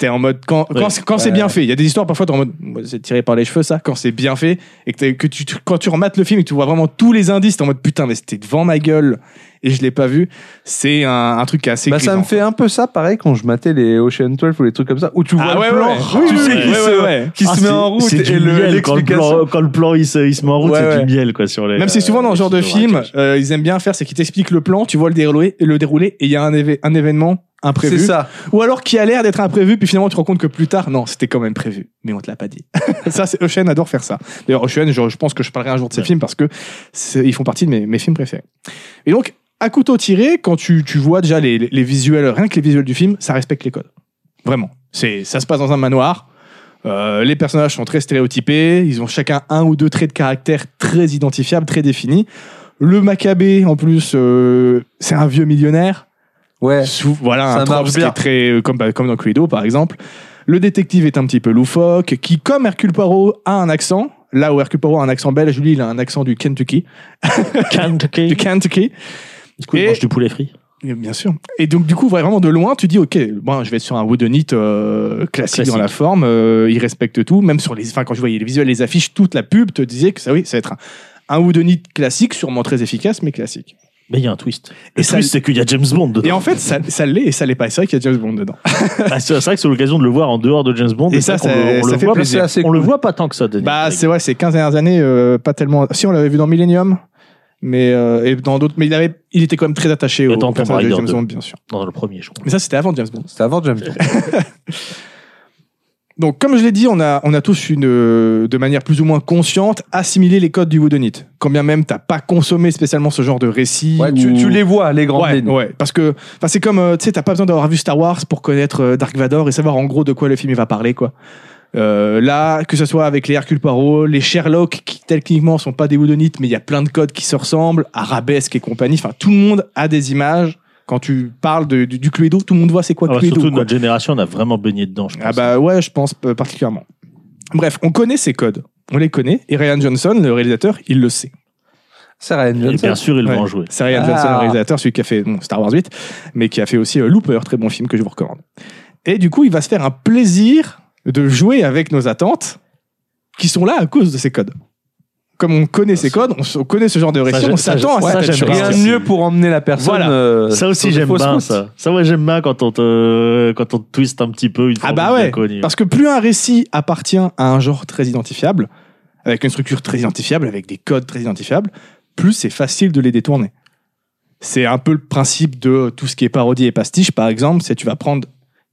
S3: T'es en mode, quand,
S2: Ouais.
S3: quand, c'est- quand c'est
S1: Ouais.
S3: bien fait, il y a des histoires parfois, t'es en mode, Moi, c'est tiré par les cheveux ça, quand c'est bien fait, et que, t'es- que tu, tu- quand tu remates le film et que tu vois vraiment tous les indices, t'es en mode, putain, mais c'était devant ma gueule et je l'ai pas vu, c'est un, un truc qui est assez
S1: Bah, ça
S3: grisant.
S1: me fait un peu ça, pareil, quand je matais les Ocean 12 ou les trucs comme ça, où tu vois
S3: Ah
S1: le
S3: ouais,
S1: plan,
S3: ouais. Oui,
S1: tu
S3: oui,
S1: sais
S3: oui,
S1: qu'il
S3: ouais,
S1: se,
S3: ouais, ouais.
S1: qu'il se
S2: Ah,
S1: met
S2: c'est-
S1: en route
S2: c'est du
S1: et le-
S2: miel. Quand le
S1: l'explication.
S2: plan, quand le plan il, se, il se met en route,
S1: Ouais,
S2: c'est
S1: ouais.
S2: du miel quoi sur les.
S3: Même si souvent dans
S2: le
S3: ce genre de film, euh, ils aiment bien faire, c'est qu'ils t'expliquent le plan, tu vois le déroulé, le déroulé et il y a un, éve- un événement
S1: C'est
S3: imprévu.
S1: ça.
S3: Ou alors qui a l'air d'être imprévu, puis finalement tu te rends compte que plus tard, non, c'était quand même prévu, mais on te l'a pas dit. ça, c'est Ocean adore faire ça. D'ailleurs, Ocean, je, je pense que je parlerai un jour de ces
S2: Ouais.
S3: films parce que c'est- ils font partie de mes, mes films préférés. Et donc, à couteau tiré, quand tu, tu vois déjà les, les- les visuels, rien que les visuels du film, ça respecte les codes. Vraiment. C'est, ça se passe dans un manoir. Euh, les personnages sont très stéréotypés. Ils ont chacun un ou deux traits de caractère très identifiables, très définis. Le Maccabée, en plus, euh, c'est un vieux millionnaire.
S1: Ouais.
S3: Sou- voilà,
S1: Ça
S3: un trope
S1: marche
S3: qui
S1: bien.
S3: est très, euh, comme, bah, comme dans Cluedo, par exemple. Le détective est un petit peu loufoque, qui, comme Hercule Poirot, a un accent. Là où Hercule Poirot a un accent belge, lui, il a un accent du Kentucky. Du
S2: Kentucky.
S3: Kentucky,
S2: Du coup, il
S3: Et-
S2: mange du poulet frit.
S3: Et bien sûr. Et donc, du coup, vraiment de loin, tu dis, OK, bon, je vais être sur un wooden it euh, classique,
S2: Classique.
S3: dans la forme. euh, il respecte tout. Même sur les. Enfin, quand je voyais les visuels, les affiches, toute la pub te disait que ça, oui, ça va être un, un wooden it classique, sûrement très efficace, mais classique.
S2: Mais il y a un twist. Le
S3: Et ça-
S2: twist, c'est qu'il y a James Bond dedans.
S3: Et en fait, ça, ça l'est et ça l'est pas. C'est vrai qu'il y a James Bond dedans.
S2: Ah, c'est c'est vrai que c'est l'occasion de le voir en dehors de James Bond.
S3: Et
S2: c'est
S3: ça,
S2: vrai qu'on
S3: ça-
S2: le- on
S3: ça
S2: le
S3: fait
S2: voit, mais
S1: plaisir.
S2: c'est-
S1: assez
S2: On le
S1: cool.
S2: voit pas tant que ça, Denis.
S3: Bah, c'est vrai, ces 15 dernières années, euh, pas tellement. Si, on l'avait vu dans Millennium, mais, euh, et dans d'autres. Mais il, avait, il était quand même très attaché
S2: Et
S3: au
S2: dans Tomb
S3: personnage de
S2: Raider
S3: James
S2: 2.
S3: Bond, bien sûr.
S2: dans le premier, je crois.
S3: Mais ça, c'était avant James Bond.
S1: C'était avant James Bond.
S3: Donc, comme je l'ai dit, on a, on a tous une, euh, de manière plus ou moins consciente, assimilé les codes du Woodenite. Quand bien même t'as pas consommé spécialement ce genre de récit.
S1: Ouais, tu,
S3: ou-
S1: tu les vois, les grandes
S3: Ouais,
S1: lignes.
S3: ouais, parce que enfin, c'est comme, euh, tu sais, t'as pas besoin d'avoir vu Star Wars pour connaître euh, Dark Vador et savoir en gros de quoi le film il va parler, quoi. Euh, là, que ce soit avec les Hercule Poirot, les Sherlock, qui techniquement sont pas des Woodonites, mais il y a plein de codes qui se ressemblent, Arabesque et compagnie, enfin tout le monde a des images. Quand tu parles de- du, du Cluedo, tout le monde voit c'est quoi
S2: Ah bah,
S3: Cluedo.
S2: surtout
S3: quoi.
S2: notre génération, on a vraiment baigné dedans, je pense.
S3: Ah bah ouais, je pense euh, particulièrement. Bref, on connaît ces codes, on les connaît, et Ryan Johnson, le réalisateur, il le sait.
S1: C'est Ryan
S2: Et
S1: Johnson.
S2: Eh bien sûr, ils
S3: Ouais.
S2: vont en jouer.
S3: C'est Ryan
S1: Ah.
S3: Johnson, le réalisateur, celui qui a fait bon, Star Wars 8, mais qui a fait aussi euh, Looper, très bon film que je vous recommande. Et du coup, il va se faire un plaisir de jouer avec nos attentes qui sont là à cause de ces codes. Comme on connaît
S2: Ça,
S3: ces
S2: c'est-
S3: codes, on, s- on connaît ce genre de récit,
S2: j'ai-
S3: on
S2: ça, j'ai-
S3: s'attend à
S2: ouais,
S3: certaines
S2: Ah, ça, j'aime
S3: choses.
S1: Rien de
S2: Parce que-
S1: mieux pour emmener la personne.
S3: Voilà.
S1: euh,
S2: Ça
S1: sur
S2: aussi
S1: des
S2: j'aime
S1: fausses
S2: bien
S1: routes.
S2: ça. Ça ouais j'aime bien quand on te quand on te twist un petit peu une
S3: Ah
S2: formule
S3: bah ouais,
S2: bien connue.
S3: parce que plus un récit appartient à un genre très identifiable, avec une structure très identifiable, avec des codes très identifiables, plus c'est facile de les détourner. C'est un peu le principe de tout ce qui est parodie et pastiche, par exemple, c'est tu vas prendre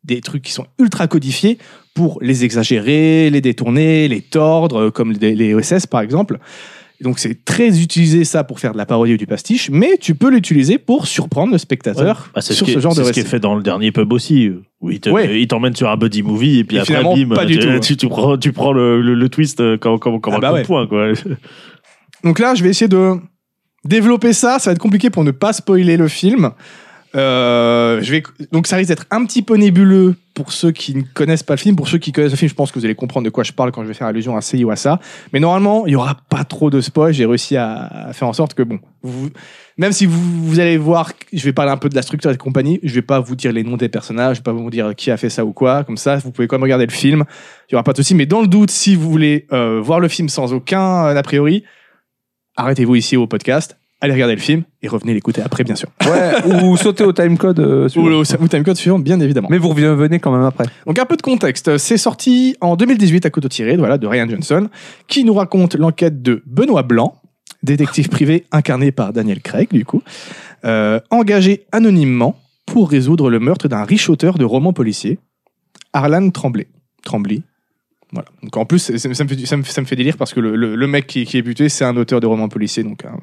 S3: des trucs qui sont ultra codifiés pour les exagérer, les détourner, les tordre, euh, comme les, les OSS par exemple. Donc c'est très utilisé ça pour faire de la parodie ou du pastiche, mais tu peux l'utiliser pour surprendre le spectateur
S2: Bah, c'est ce,
S3: sur
S2: qui est-
S3: ce genre de
S2: c'est ce qui est
S3: récit.
S2: fait dans le dernier pub aussi, où il te-
S3: Ouais.
S2: il t'emmène sur un buddy movie et puis
S3: Et
S2: après,
S3: finalement,
S2: bim,
S3: pas du
S2: tu,
S3: tout, ouais.
S2: tu, tu prends, tu prends le, le- le twist euh, comme, comme, comme
S3: Ah
S2: un
S3: bah
S2: coup de
S3: ouais.
S2: poing. Quoi.
S3: Donc là, je vais essayer de développer ça. Ça va être compliqué pour ne pas spoiler le film. Euh, je vais... Donc ça risque d'être un petit peu nébuleux pour ceux qui ne connaissent pas le film. Pour ceux qui connaissent le film, je pense que vous allez comprendre de quoi je parle quand je vais faire allusion à ci ou à ça. Mais normalement, il y aura pas trop de spoil. J'ai réussi à, à faire en sorte que, bon, vous- même si vous, vous allez voir, je vais parler un peu de la structure et de compagnie, je vais pas vous dire les noms des personnages, je vais pas vous dire qui a fait ça ou quoi. Comme ça, vous pouvez quand même regarder le film. Il y aura pas de souci. Mais dans le doute, si vous voulez euh, voir le film sans aucun euh, a priori, arrêtez-vous ici au podcast, allez regarder le film et revenez l'écouter après, bien sûr.
S1: Ouais, ou sauter au timecode. euh,
S3: Ou
S1: suivant.
S3: le ou timecode suivant, bien évidemment.
S1: Mais vous revenez quand même après.
S3: Donc un peu de contexte, c'est sorti en 2018 à couteau tiré, voilà, de Ryan Johnson, qui nous raconte l'enquête de Benoît Blanc, détective privé incarné par Daniel Craig, du coup, euh, engagé anonymement pour résoudre le meurtre d'un riche auteur de romans policiers, Arlan Tremblay. Tremblay. Voilà. Donc en plus, ça, ça me, fait, ça me fait- ça me fait délire parce que le, le- le mec qui, qui est buté, c'est un auteur de romans policiers, donc un- un-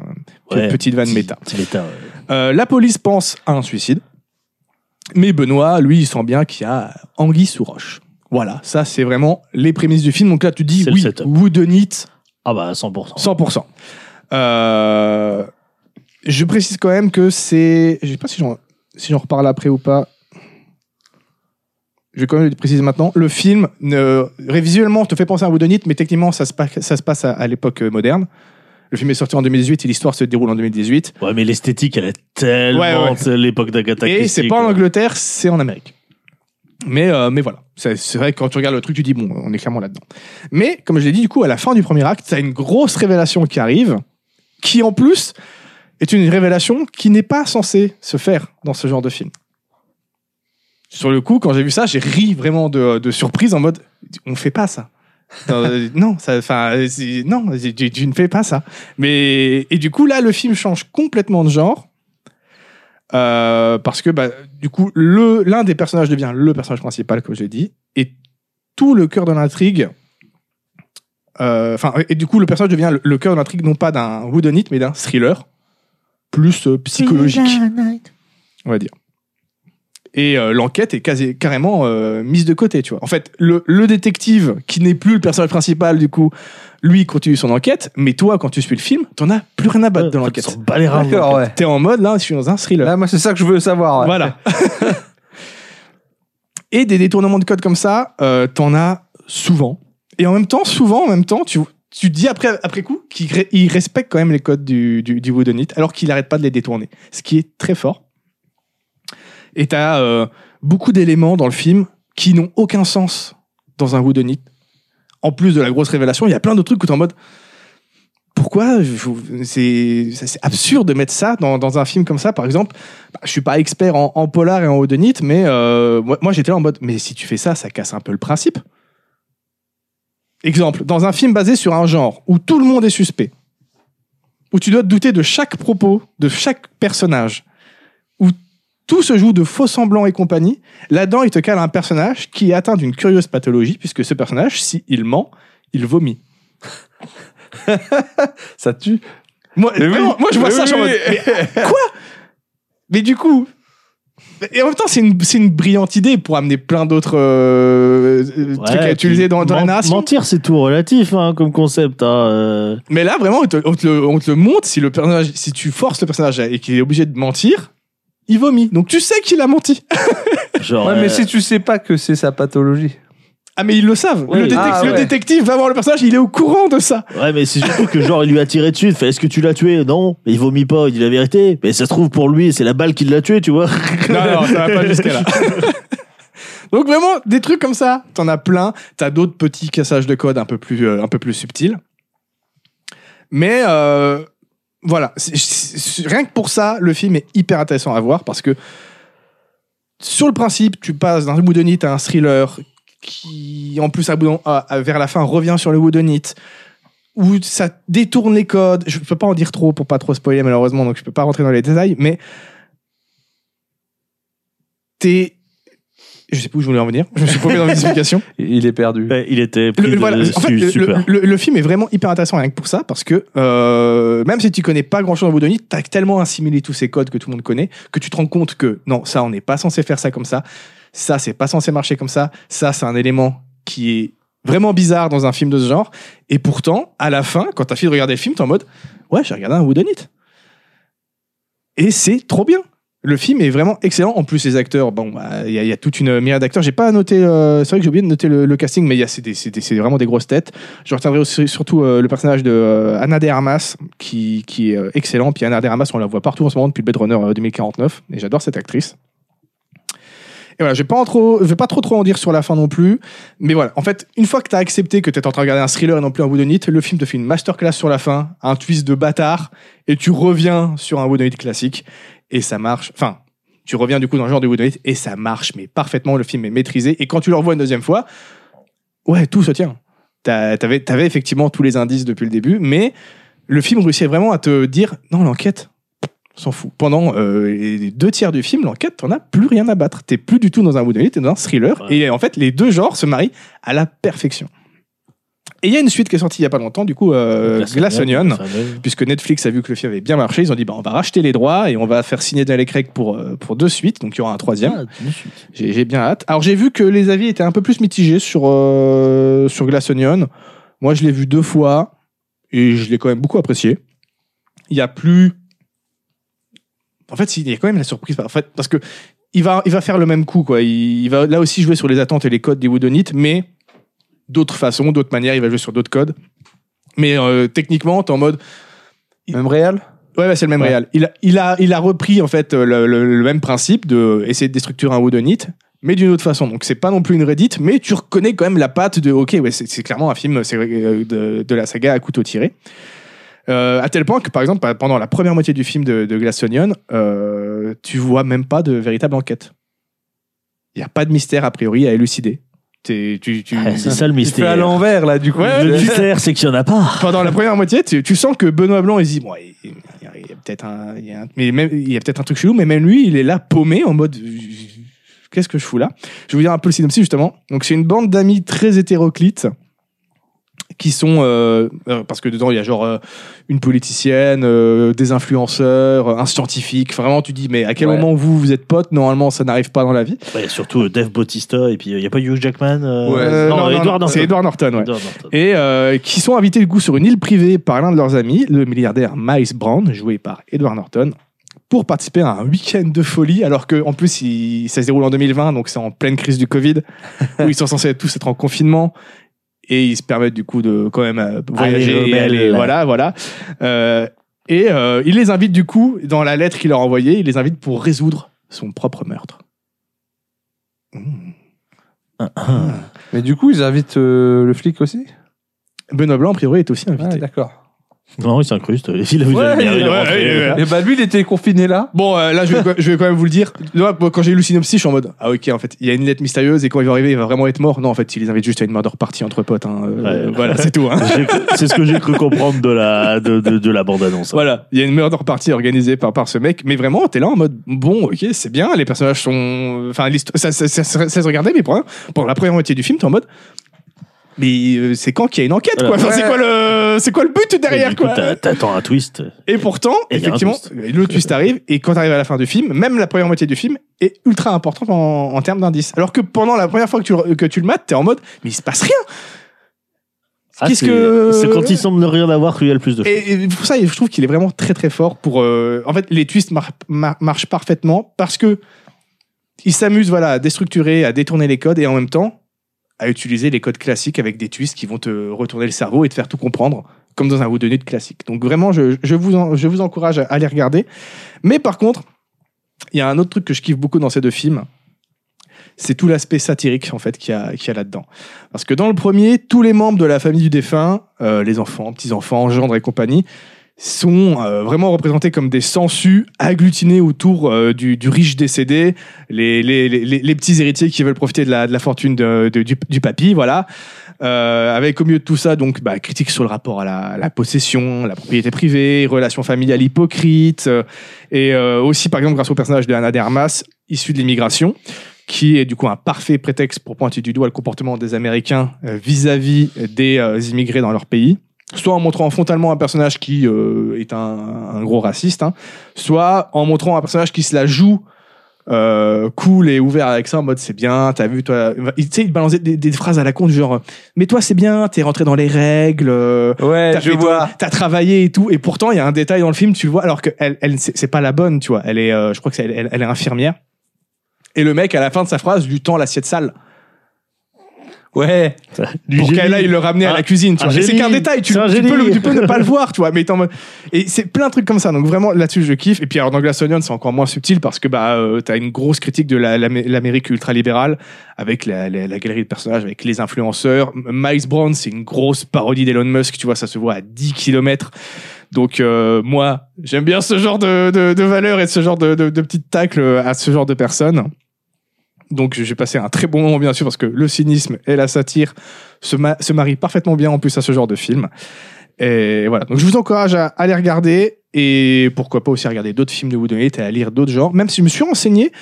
S2: Ouais.
S3: petite vanne méta.
S2: Petit méta, ouais.
S3: Euh, la police pense à un suicide. Mais Benoît, lui, il sent bien qu'il y a anguille sous roche. Voilà, ça c'est vraiment les prémices du film. Donc là, tu dis
S2: C'est le
S3: oui,
S2: setup.
S3: wooden it,
S2: Ah bah 100%.
S3: 100%. Euh, je précise quand même que c'est. Je sais pas si j'en si j'en reparle après ou pas. Je vais quand même le préciser maintenant. Le film, ne, visuellement, te fait penser à Wooden It, mais techniquement, ça se, pa- ça se passe à, à l'époque euh, moderne. Le film est sorti en 2018 et l'histoire se déroule en 2018.
S2: Ouais, mais l'esthétique, elle est tellement
S3: Ouais, ouais.
S2: c'est l'époque d'Agatha Christie.
S3: Et c'est pas
S2: quoi.
S3: en Angleterre, c'est en Amérique. Mais, euh, mais voilà, c'est c'est vrai que quand tu regardes le truc, tu dis, bon, on est clairement là-dedans. Mais, comme je l'ai dit, du coup, à la fin du premier acte, t'as une grosse révélation qui arrive, qui en plus est une révélation qui n'est pas censée se faire dans ce genre de film. Sur le coup, quand j'ai vu ça, j'ai ri vraiment de, de surprise en mode, on fait pas ça. Euh, non, ça, enfin, c'est- non, tu, tu- tu ne fais pas ça. Mais et du coup là, le film change complètement de genre euh, parce que bah, du coup le l'un des personnages devient le personnage principal comme je l'ai dit et tout le cœur de l'intrigue. euh, Enfin, et du coup, le personnage devient le, le cœur de l'intrigue, non pas d'un wooden it, mais d'un thriller, plus euh, psychologique, on va dire. Et euh, l'enquête est quasi, carrément euh, mise de côté, tu vois. En fait, le, le détective, qui n'est plus le personnage principal, du coup, lui continue son enquête, mais toi, quand tu suis le film, t'en as plus rien à battre de
S2: Ouais,
S3: l'enquête.
S2: ça s'en bat les reins,
S1: D'accord, ouais.
S3: T'es en mode, là, je suis dans un thriller.
S1: Là, moi, c'est ça que je veux savoir. ouais.
S3: Voilà. et des détournements de code comme ça, euh, t'en as souvent. Et en même temps, souvent, en même temps, tu, tu dis après, après coup qu'il ré- il respecte quand même les codes du, du, du Wooden It, alors qu'il n'arrête pas de les détourner. Ce qui est très fort. Et t'as euh, beaucoup d'éléments dans le film qui n'ont aucun sens dans un Wooden It. En plus de la grosse révélation, il y a plein de trucs où t'es en mode. Pourquoi je- je- C'est ça- c'est absurde de mettre ça dans, dans un film comme ça, par exemple bah, je suis pas expert en, en polar et en odonite, mais euh, moi, moi, j'étais là en mode, mais si tu fais ça, ça casse un peu le principe. Exemple, dans un film basé sur un genre où tout le monde est suspect, où tu dois te douter de chaque propos, de chaque personnage, où tout se joue de faux semblants et compagnie, là-dedans, il te cale un personnage qui est atteint d'une curieuse pathologie, puisque ce personnage, s'il ment, il vomit.
S1: Ça tue.
S3: Moi,
S1: Mais oui.
S3: vraiment, moi, je vois
S1: Mais
S3: ça, je suis en
S1: oui.
S3: mode, mais quoi Mais du coup. Et en même temps, c'est une, c'est une brillante idée pour amener plein d'autres euh, euh,
S2: Ouais,
S3: trucs à
S2: puis
S3: utiliser dans, dans la
S2: men-
S3: narration.
S2: Mentir, c'est tout relatif hein, comme concept. Hein, euh.
S3: Mais là, vraiment, on te, on te le, on te le montre. Si, le personnage, si tu forces le personnage à- et qu'il est obligé de mentir, il vomit. Donc tu sais qu'il a menti.
S2: Genre,
S1: Ouais, mais
S2: euh,
S1: si tu sais pas que c'est sa pathologie.
S3: Ah, mais ils le savent.
S2: Oui.
S3: le, détec-
S1: Ah,
S3: le
S1: ouais.
S3: détective va voir le personnage, il est au courant de ça.
S2: Ouais, mais c'est surtout que genre il lui a tiré dessus. il fait, Est-ce que tu l'as tué Non. Il vomit pas. Il dit la vérité. Mais ça se trouve pour lui, c'est la balle qui l'a tué, tu vois.
S3: non, non, ça va pas jusqu'à là. Donc vraiment, des trucs comme ça, t'en as plein. T'as d'autres petits cassages de code un peu plus, euh, un peu plus subtils. Mais euh, voilà, C'est- c'est- c'est- rien que pour ça, le film est hyper intéressant à voir parce que sur le principe, tu passes d'un wooden it à un thriller qui, en plus, à bout- à- à- vers la fin, revient sur le wooden it où ça détourne les codes. Je peux pas en dire trop pour pas trop spoiler malheureusement, donc je peux pas rentrer dans les détails, mais t'es je sais plus où je voulais en venir. Je me suis paumé dans les explications.
S1: Il est perdu.
S2: Ouais, Il était
S3: Le-
S2: pris
S3: le-
S2: de
S3: voilà, en fait, le,
S2: super.
S3: le- le- le film est vraiment hyper intéressant rien que pour ça, parce que euh, même si tu connais pas grand chose à Boudonie, t'as tellement assimilé tous ces codes que tout le monde connaît que tu te rends compte que non, ça on n'est pas censé faire ça comme ça, ça c'est pas censé marcher comme ça, ça c'est un élément qui est vraiment bizarre dans un film de ce genre. Et pourtant, à la fin, quand t'as fini de regarder le film, t'es en mode ouais, j'ai regardé un Woodonite. Et c'est trop bien. Le film est vraiment excellent. En plus, les acteurs, bon, bah, il y, a- il y a toute une myriade d'acteurs. J'ai pas noté, euh, c'est vrai que j'ai oublié de noter le, le casting, mais il y a c'est des- c'est des- c'est vraiment des grosses têtes. Je retiendrai aussi, surtout euh, le personnage de euh, Anna de Armas, qui, qui est euh, excellent. Puis Anna de Armas, on la voit partout en ce moment depuis le Blade Runner euh, 2049, et j'adore cette actrice. Et voilà, je vais pas en trop, je vais pas trop trop en dire sur la fin non plus, mais voilà. En fait, une fois que t'as accepté que t'es en train de regarder un thriller et non plus un Woodonite, le film te fait une masterclass sur la fin, un twist de bâtard, et tu reviens sur un Woodonite classique, et ça marche. Enfin, tu reviens du coup dans le genre de Woodonite et ça marche, mais parfaitement. Le film est maîtrisé, et quand tu le revois une deuxième fois, ouais, tout se tient. T'as- T'avais, t'avais effectivement tous les indices depuis le début, mais le film réussit vraiment à te dire non, l'enquête, s'en fout. Pendant euh, les deux tiers du film, l'enquête, t'en as plus rien à battre. T'es plus du tout dans un Woodonite, t'es dans un thriller.
S2: Ouais.
S3: Et en fait, les deux genres se marient à la perfection. Et il y a une suite qui est sortie il y a pas longtemps, du coup, euh,
S2: Glass
S3: Glass Onion
S2: Glass Onion.
S3: puisque Netflix a vu que le film avait bien marché, ils ont dit bah, on va racheter les droits et on va faire signer Daniel Craig pour, euh, pour deux suites, donc il y aura un troisième.
S2: Ah, tout de suite.
S3: J'ai j'ai bien hâte. Alors j'ai vu que les avis étaient un peu plus mitigés sur, euh, sur Glass Onion. Moi je l'ai vu deux fois et je l'ai quand même beaucoup apprécié. Il y a plus. En fait, si, il y a quand même la surprise. En fait, parce que il va, il va faire le même coup. Quoi. Il, il va là aussi jouer sur les attentes et les codes des Woodonites, mais d'autres façons, d'autres manières. Il va jouer sur d'autres codes. Mais euh, techniquement, t'es en mode.
S1: Même réel
S3: Ouais, ouais, c'est le même
S1: Ouais.
S3: réal. Il a, il, a, il a repris en fait euh, le, le- le même principe de essayer de déstructurer un Woodonite, mais d'une autre façon. Donc c'est pas non plus une Reddit, mais tu reconnais quand même la patte de OK, ouais, c'est c'est clairement un film c'est, euh, de, de la saga à couteau tiré. Euh, à tel point que par exemple pendant la première moitié du film de, de Glass Onion, euh, tu vois même pas de véritable enquête. Il y a pas de mystère a priori à élucider. T'es- tu, tu,
S2: Ah, C'est ça le
S1: Il se fait à
S2: mystère.
S1: l'envers, là, du coup.
S3: Ouais,
S2: Le mystère, c'est qu'il y en a pas.
S3: pendant la première moitié, tu, tu sens que Benoît Blanc, il se dit, bon, il, il- il y a peut-être un, il y a un- mais même, il y a peut-être un truc chelou, mais même lui, il est là paumé en mode, qu'est-ce que je fous là? Je vais vous dire un peu le synopsis, justement. Donc, c'est une bande d'amis très hétéroclites qui sont, euh, euh, parce que dedans, il y a genre euh, une politicienne, euh, des influenceurs, euh, un scientifique. Vraiment, tu dis, mais à quel
S1: Ouais.
S3: moment vous, vous êtes potes? Normalement, ça n'arrive pas dans la vie.
S2: Ouais, surtout euh, Dave Bautista, et puis il n'y a pas Hugh Jackman. euh,
S1: Ouais.
S3: Euh,
S2: non, Edward Norton.
S3: c'est Edward Norton, ouais.
S2: Edward Norton.
S3: et euh, qui sont invités du coup sur une île privée par l'un de leurs amis, le milliardaire Miles Brown, joué par Edward Norton, pour participer à un week-end de folie, alors que en plus il- ça se déroule en 2020, donc c'est en pleine crise du Covid, où ils sont censés tous être en confinement. Et ils se permettent du coup de quand même euh, voyager,
S2: les
S3: et
S2: rebelles.
S3: aller- voilà, voilà. Euh, et euh, il les invite du coup dans la lettre qu'il leur a envoyée, il les invite pour résoudre son propre meurtre.
S1: Mais du coup, ils invitent euh, le flic aussi
S3: Benoît Blanc a priori est aussi
S1: Ah,
S3: invité.
S1: d'accord.
S2: Non, il s'incruste. Il a vu
S1: Ouais,
S2: la lumière, il est
S3: ouais,
S2: rentré.
S3: ouais, ouais.
S1: Et bah, lui, il était confiné là.
S3: Bon, euh, là, je vais, je vais quand même vous le dire. Là, moi, quand j'ai lu le synopsis, je suis en mode Ah, ok, en fait, il y a une lettre mystérieuse et quand il va arriver, il va vraiment être mort. Non, en fait, il les invite juste à une murder party entre potes. hein. Euh,
S2: Ouais.
S3: Voilà, c'est tout. hein.
S2: J'ai cru- C'est ce que j'ai cru comprendre de la, de, de, de la bande-annonce.
S3: Voilà, il y a une murder party organisée par, par ce mec, mais vraiment, t'es là en mode Bon, ok, c'est bien, les personnages sont. Enfin, l'histo- ça, ça, ça, ça- ça se regardait, mais pour, pour la première moitié du film, t'es en mode Mais euh, c'est quand qu'il y a une enquête, quoi
S1: Voilà.
S3: Enfin, C'est
S1: Ouais.
S3: quoi, le... c'est quoi le but derrière,
S2: Et du coup,
S3: quoi
S2: t'a- T'attends un twist.
S3: Et pourtant,
S2: Et il y a un
S3: effectivement,
S2: twist.
S3: le twist arrive, et quand t'arrives à la fin du film, même la première moitié du film est ultra importante en, en termes d'indices. Alors que pendant la première fois que tu, le- que tu le mates, t'es en mode, mais il se passe rien!
S2: Ah,
S3: Qu'est-ce
S2: c'est-
S3: que-
S2: C'est quand il semble ne rien avoir qu'il y a le plus de choses.
S3: Et, et pour ça, je trouve qu'il est vraiment très très fort pour. euh, en fait, les twists mar- mar- marchent parfaitement parce que il s'amuse voilà, à déstructurer, à détourner les codes et en même temps à utiliser les codes classiques avec des twists qui vont te retourner le cerveau et te faire tout comprendre comme dans un Woodonite classique. Donc vraiment, je, je vous en- je vous encourage à, à les regarder. Mais par contre, il y a un autre truc que je kiffe beaucoup dans ces deux films. C'est tout l'aspect satirique en fait qu'il y a, qu'il y a là-dedans. Parce que dans le premier, tous les membres de la famille du défunt, euh, les enfants, petits-enfants, gendres et compagnie, sont euh, vraiment représentés comme des sangsues agglutinés autour euh, du, du riche décédé, les, les, les, les- les petits héritiers qui veulent profiter de la, de la fortune de- de- du, du papy, voilà. Euh, avec au milieu de tout ça, donc, bah, critique sur le rapport à la, à la possession, la propriété privée, relations familiales hypocrites, euh, et euh, aussi, par exemple, grâce au personnage de Anna Dermas, issu de l'immigration, qui est du coup un parfait prétexte pour pointer du doigt le comportement des Américains euh, vis-à-vis des euh, immigrés dans leur pays. Soit en montrant frontalement un personnage qui euh, est un, un gros raciste, hein, soit en montrant un personnage qui se la joue euh, cool et ouvert avec ça en mode c'est bien, t'as vu toi. Il- Tu sais, il balançait des, des phrases à la con du genre euh, mais toi c'est bien, t'es rentré dans les règles, euh,
S1: Ouais,
S3: t'as fait ton- t'as travaillé et tout. Et pourtant, il y a un détail dans le film, tu le vois, alors que elle, elle, c'est c'est pas la bonne, tu vois. Elle est, euh, je crois que c'est, elle, elle est infirmière. Et le mec, à la fin de sa phrase, lui tend l'assiette sale
S1: Ouais.
S2: Du
S3: pour
S2: génie.
S3: qu'elle aille le ramener à
S2: Un-
S3: la cuisine. Tu
S2: un
S3: vois. Et C'est
S2: génie.
S3: qu'un détail, tu,
S2: ah, C'est un
S3: tu peux, le-
S2: génie.
S3: tu peux ne pas le voir, tu vois. Mais t'es en mode- et c'est plein de trucs comme ça. Donc vraiment, là-dessus, je kiffe. Et puis alors, dans Glass Onion, c'est encore moins subtil parce que bah, euh, t'as une grosse critique de la- l'Amé- l'Amérique ultralibérale avec la, la- la galerie de personnages, avec les influenceurs. M- Miles Brown, c'est une grosse parodie d'Elon Musk. Tu vois, ça se voit à 10 km. Donc euh, moi, j'aime bien ce genre de, de, de valeur et de ce genre de, de, de petites tacles à ce genre de personnes. Donc j'ai passé un très bon moment bien sûr parce que le cynisme et la satire se, ma- se marient parfaitement bien en plus à ce genre de film. Et voilà, donc je vous encourage à aller regarder et pourquoi pas aussi à regarder d'autres films de Woody Allen et à lire d'autres genres. Même si je me suis renseigné,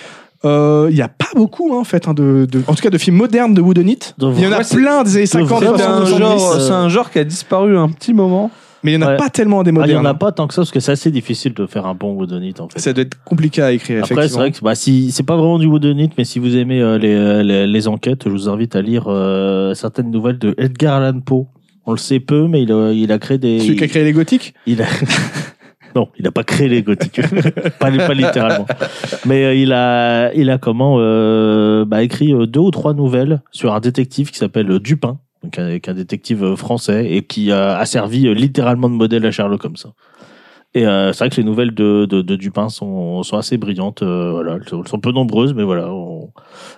S3: euh, il y n'y a pas beaucoup hein, en fait, hein, de, de- en tout cas de films modernes de Woody Allen.
S2: De
S3: Il y en a
S2: vrai, c'est-
S3: plein des années 50,
S1: C'est
S2: vrai,
S1: un,
S3: 60,
S2: c'est un
S3: 70,
S1: genre,
S2: euh,
S1: c'est un genre qui a disparu un petit moment.
S3: mais il n'y en a
S2: Ouais.
S3: pas tellement des
S2: Ah, Il y
S3: modernes. hein.
S2: en a pas tant que ça, parce que c'est assez difficile de faire un bon Woodonite, en fait.
S3: Ça doit être compliqué à écrire.
S2: Après, c'est
S3: effectivement.
S2: vrai que bah, si, c'est pas vraiment du Woodonite, mais si vous aimez euh, les, euh, les, les enquêtes, je vous invite à lire euh, certaines nouvelles de Edgar Allan Poe. On le sait peu, mais il, a- il a créé des.
S3: Celui qui a créé les gothiques
S2: Il a... non, il n'a pas créé les gothiques, pas, pas littéralement. Mais euh, il a, il a comment euh, bah, écrit euh, deux ou trois nouvelles sur un détective qui s'appelle euh, Dupin, donc avec un détective euh, français et qui euh, a servi euh, littéralement de modèle à Sherlock Holmes. Et euh, c'est vrai que les nouvelles de, de, de Dupin sont, sont assez brillantes. euh, voilà, elles sont- elles sont peu nombreuses, mais voilà. on-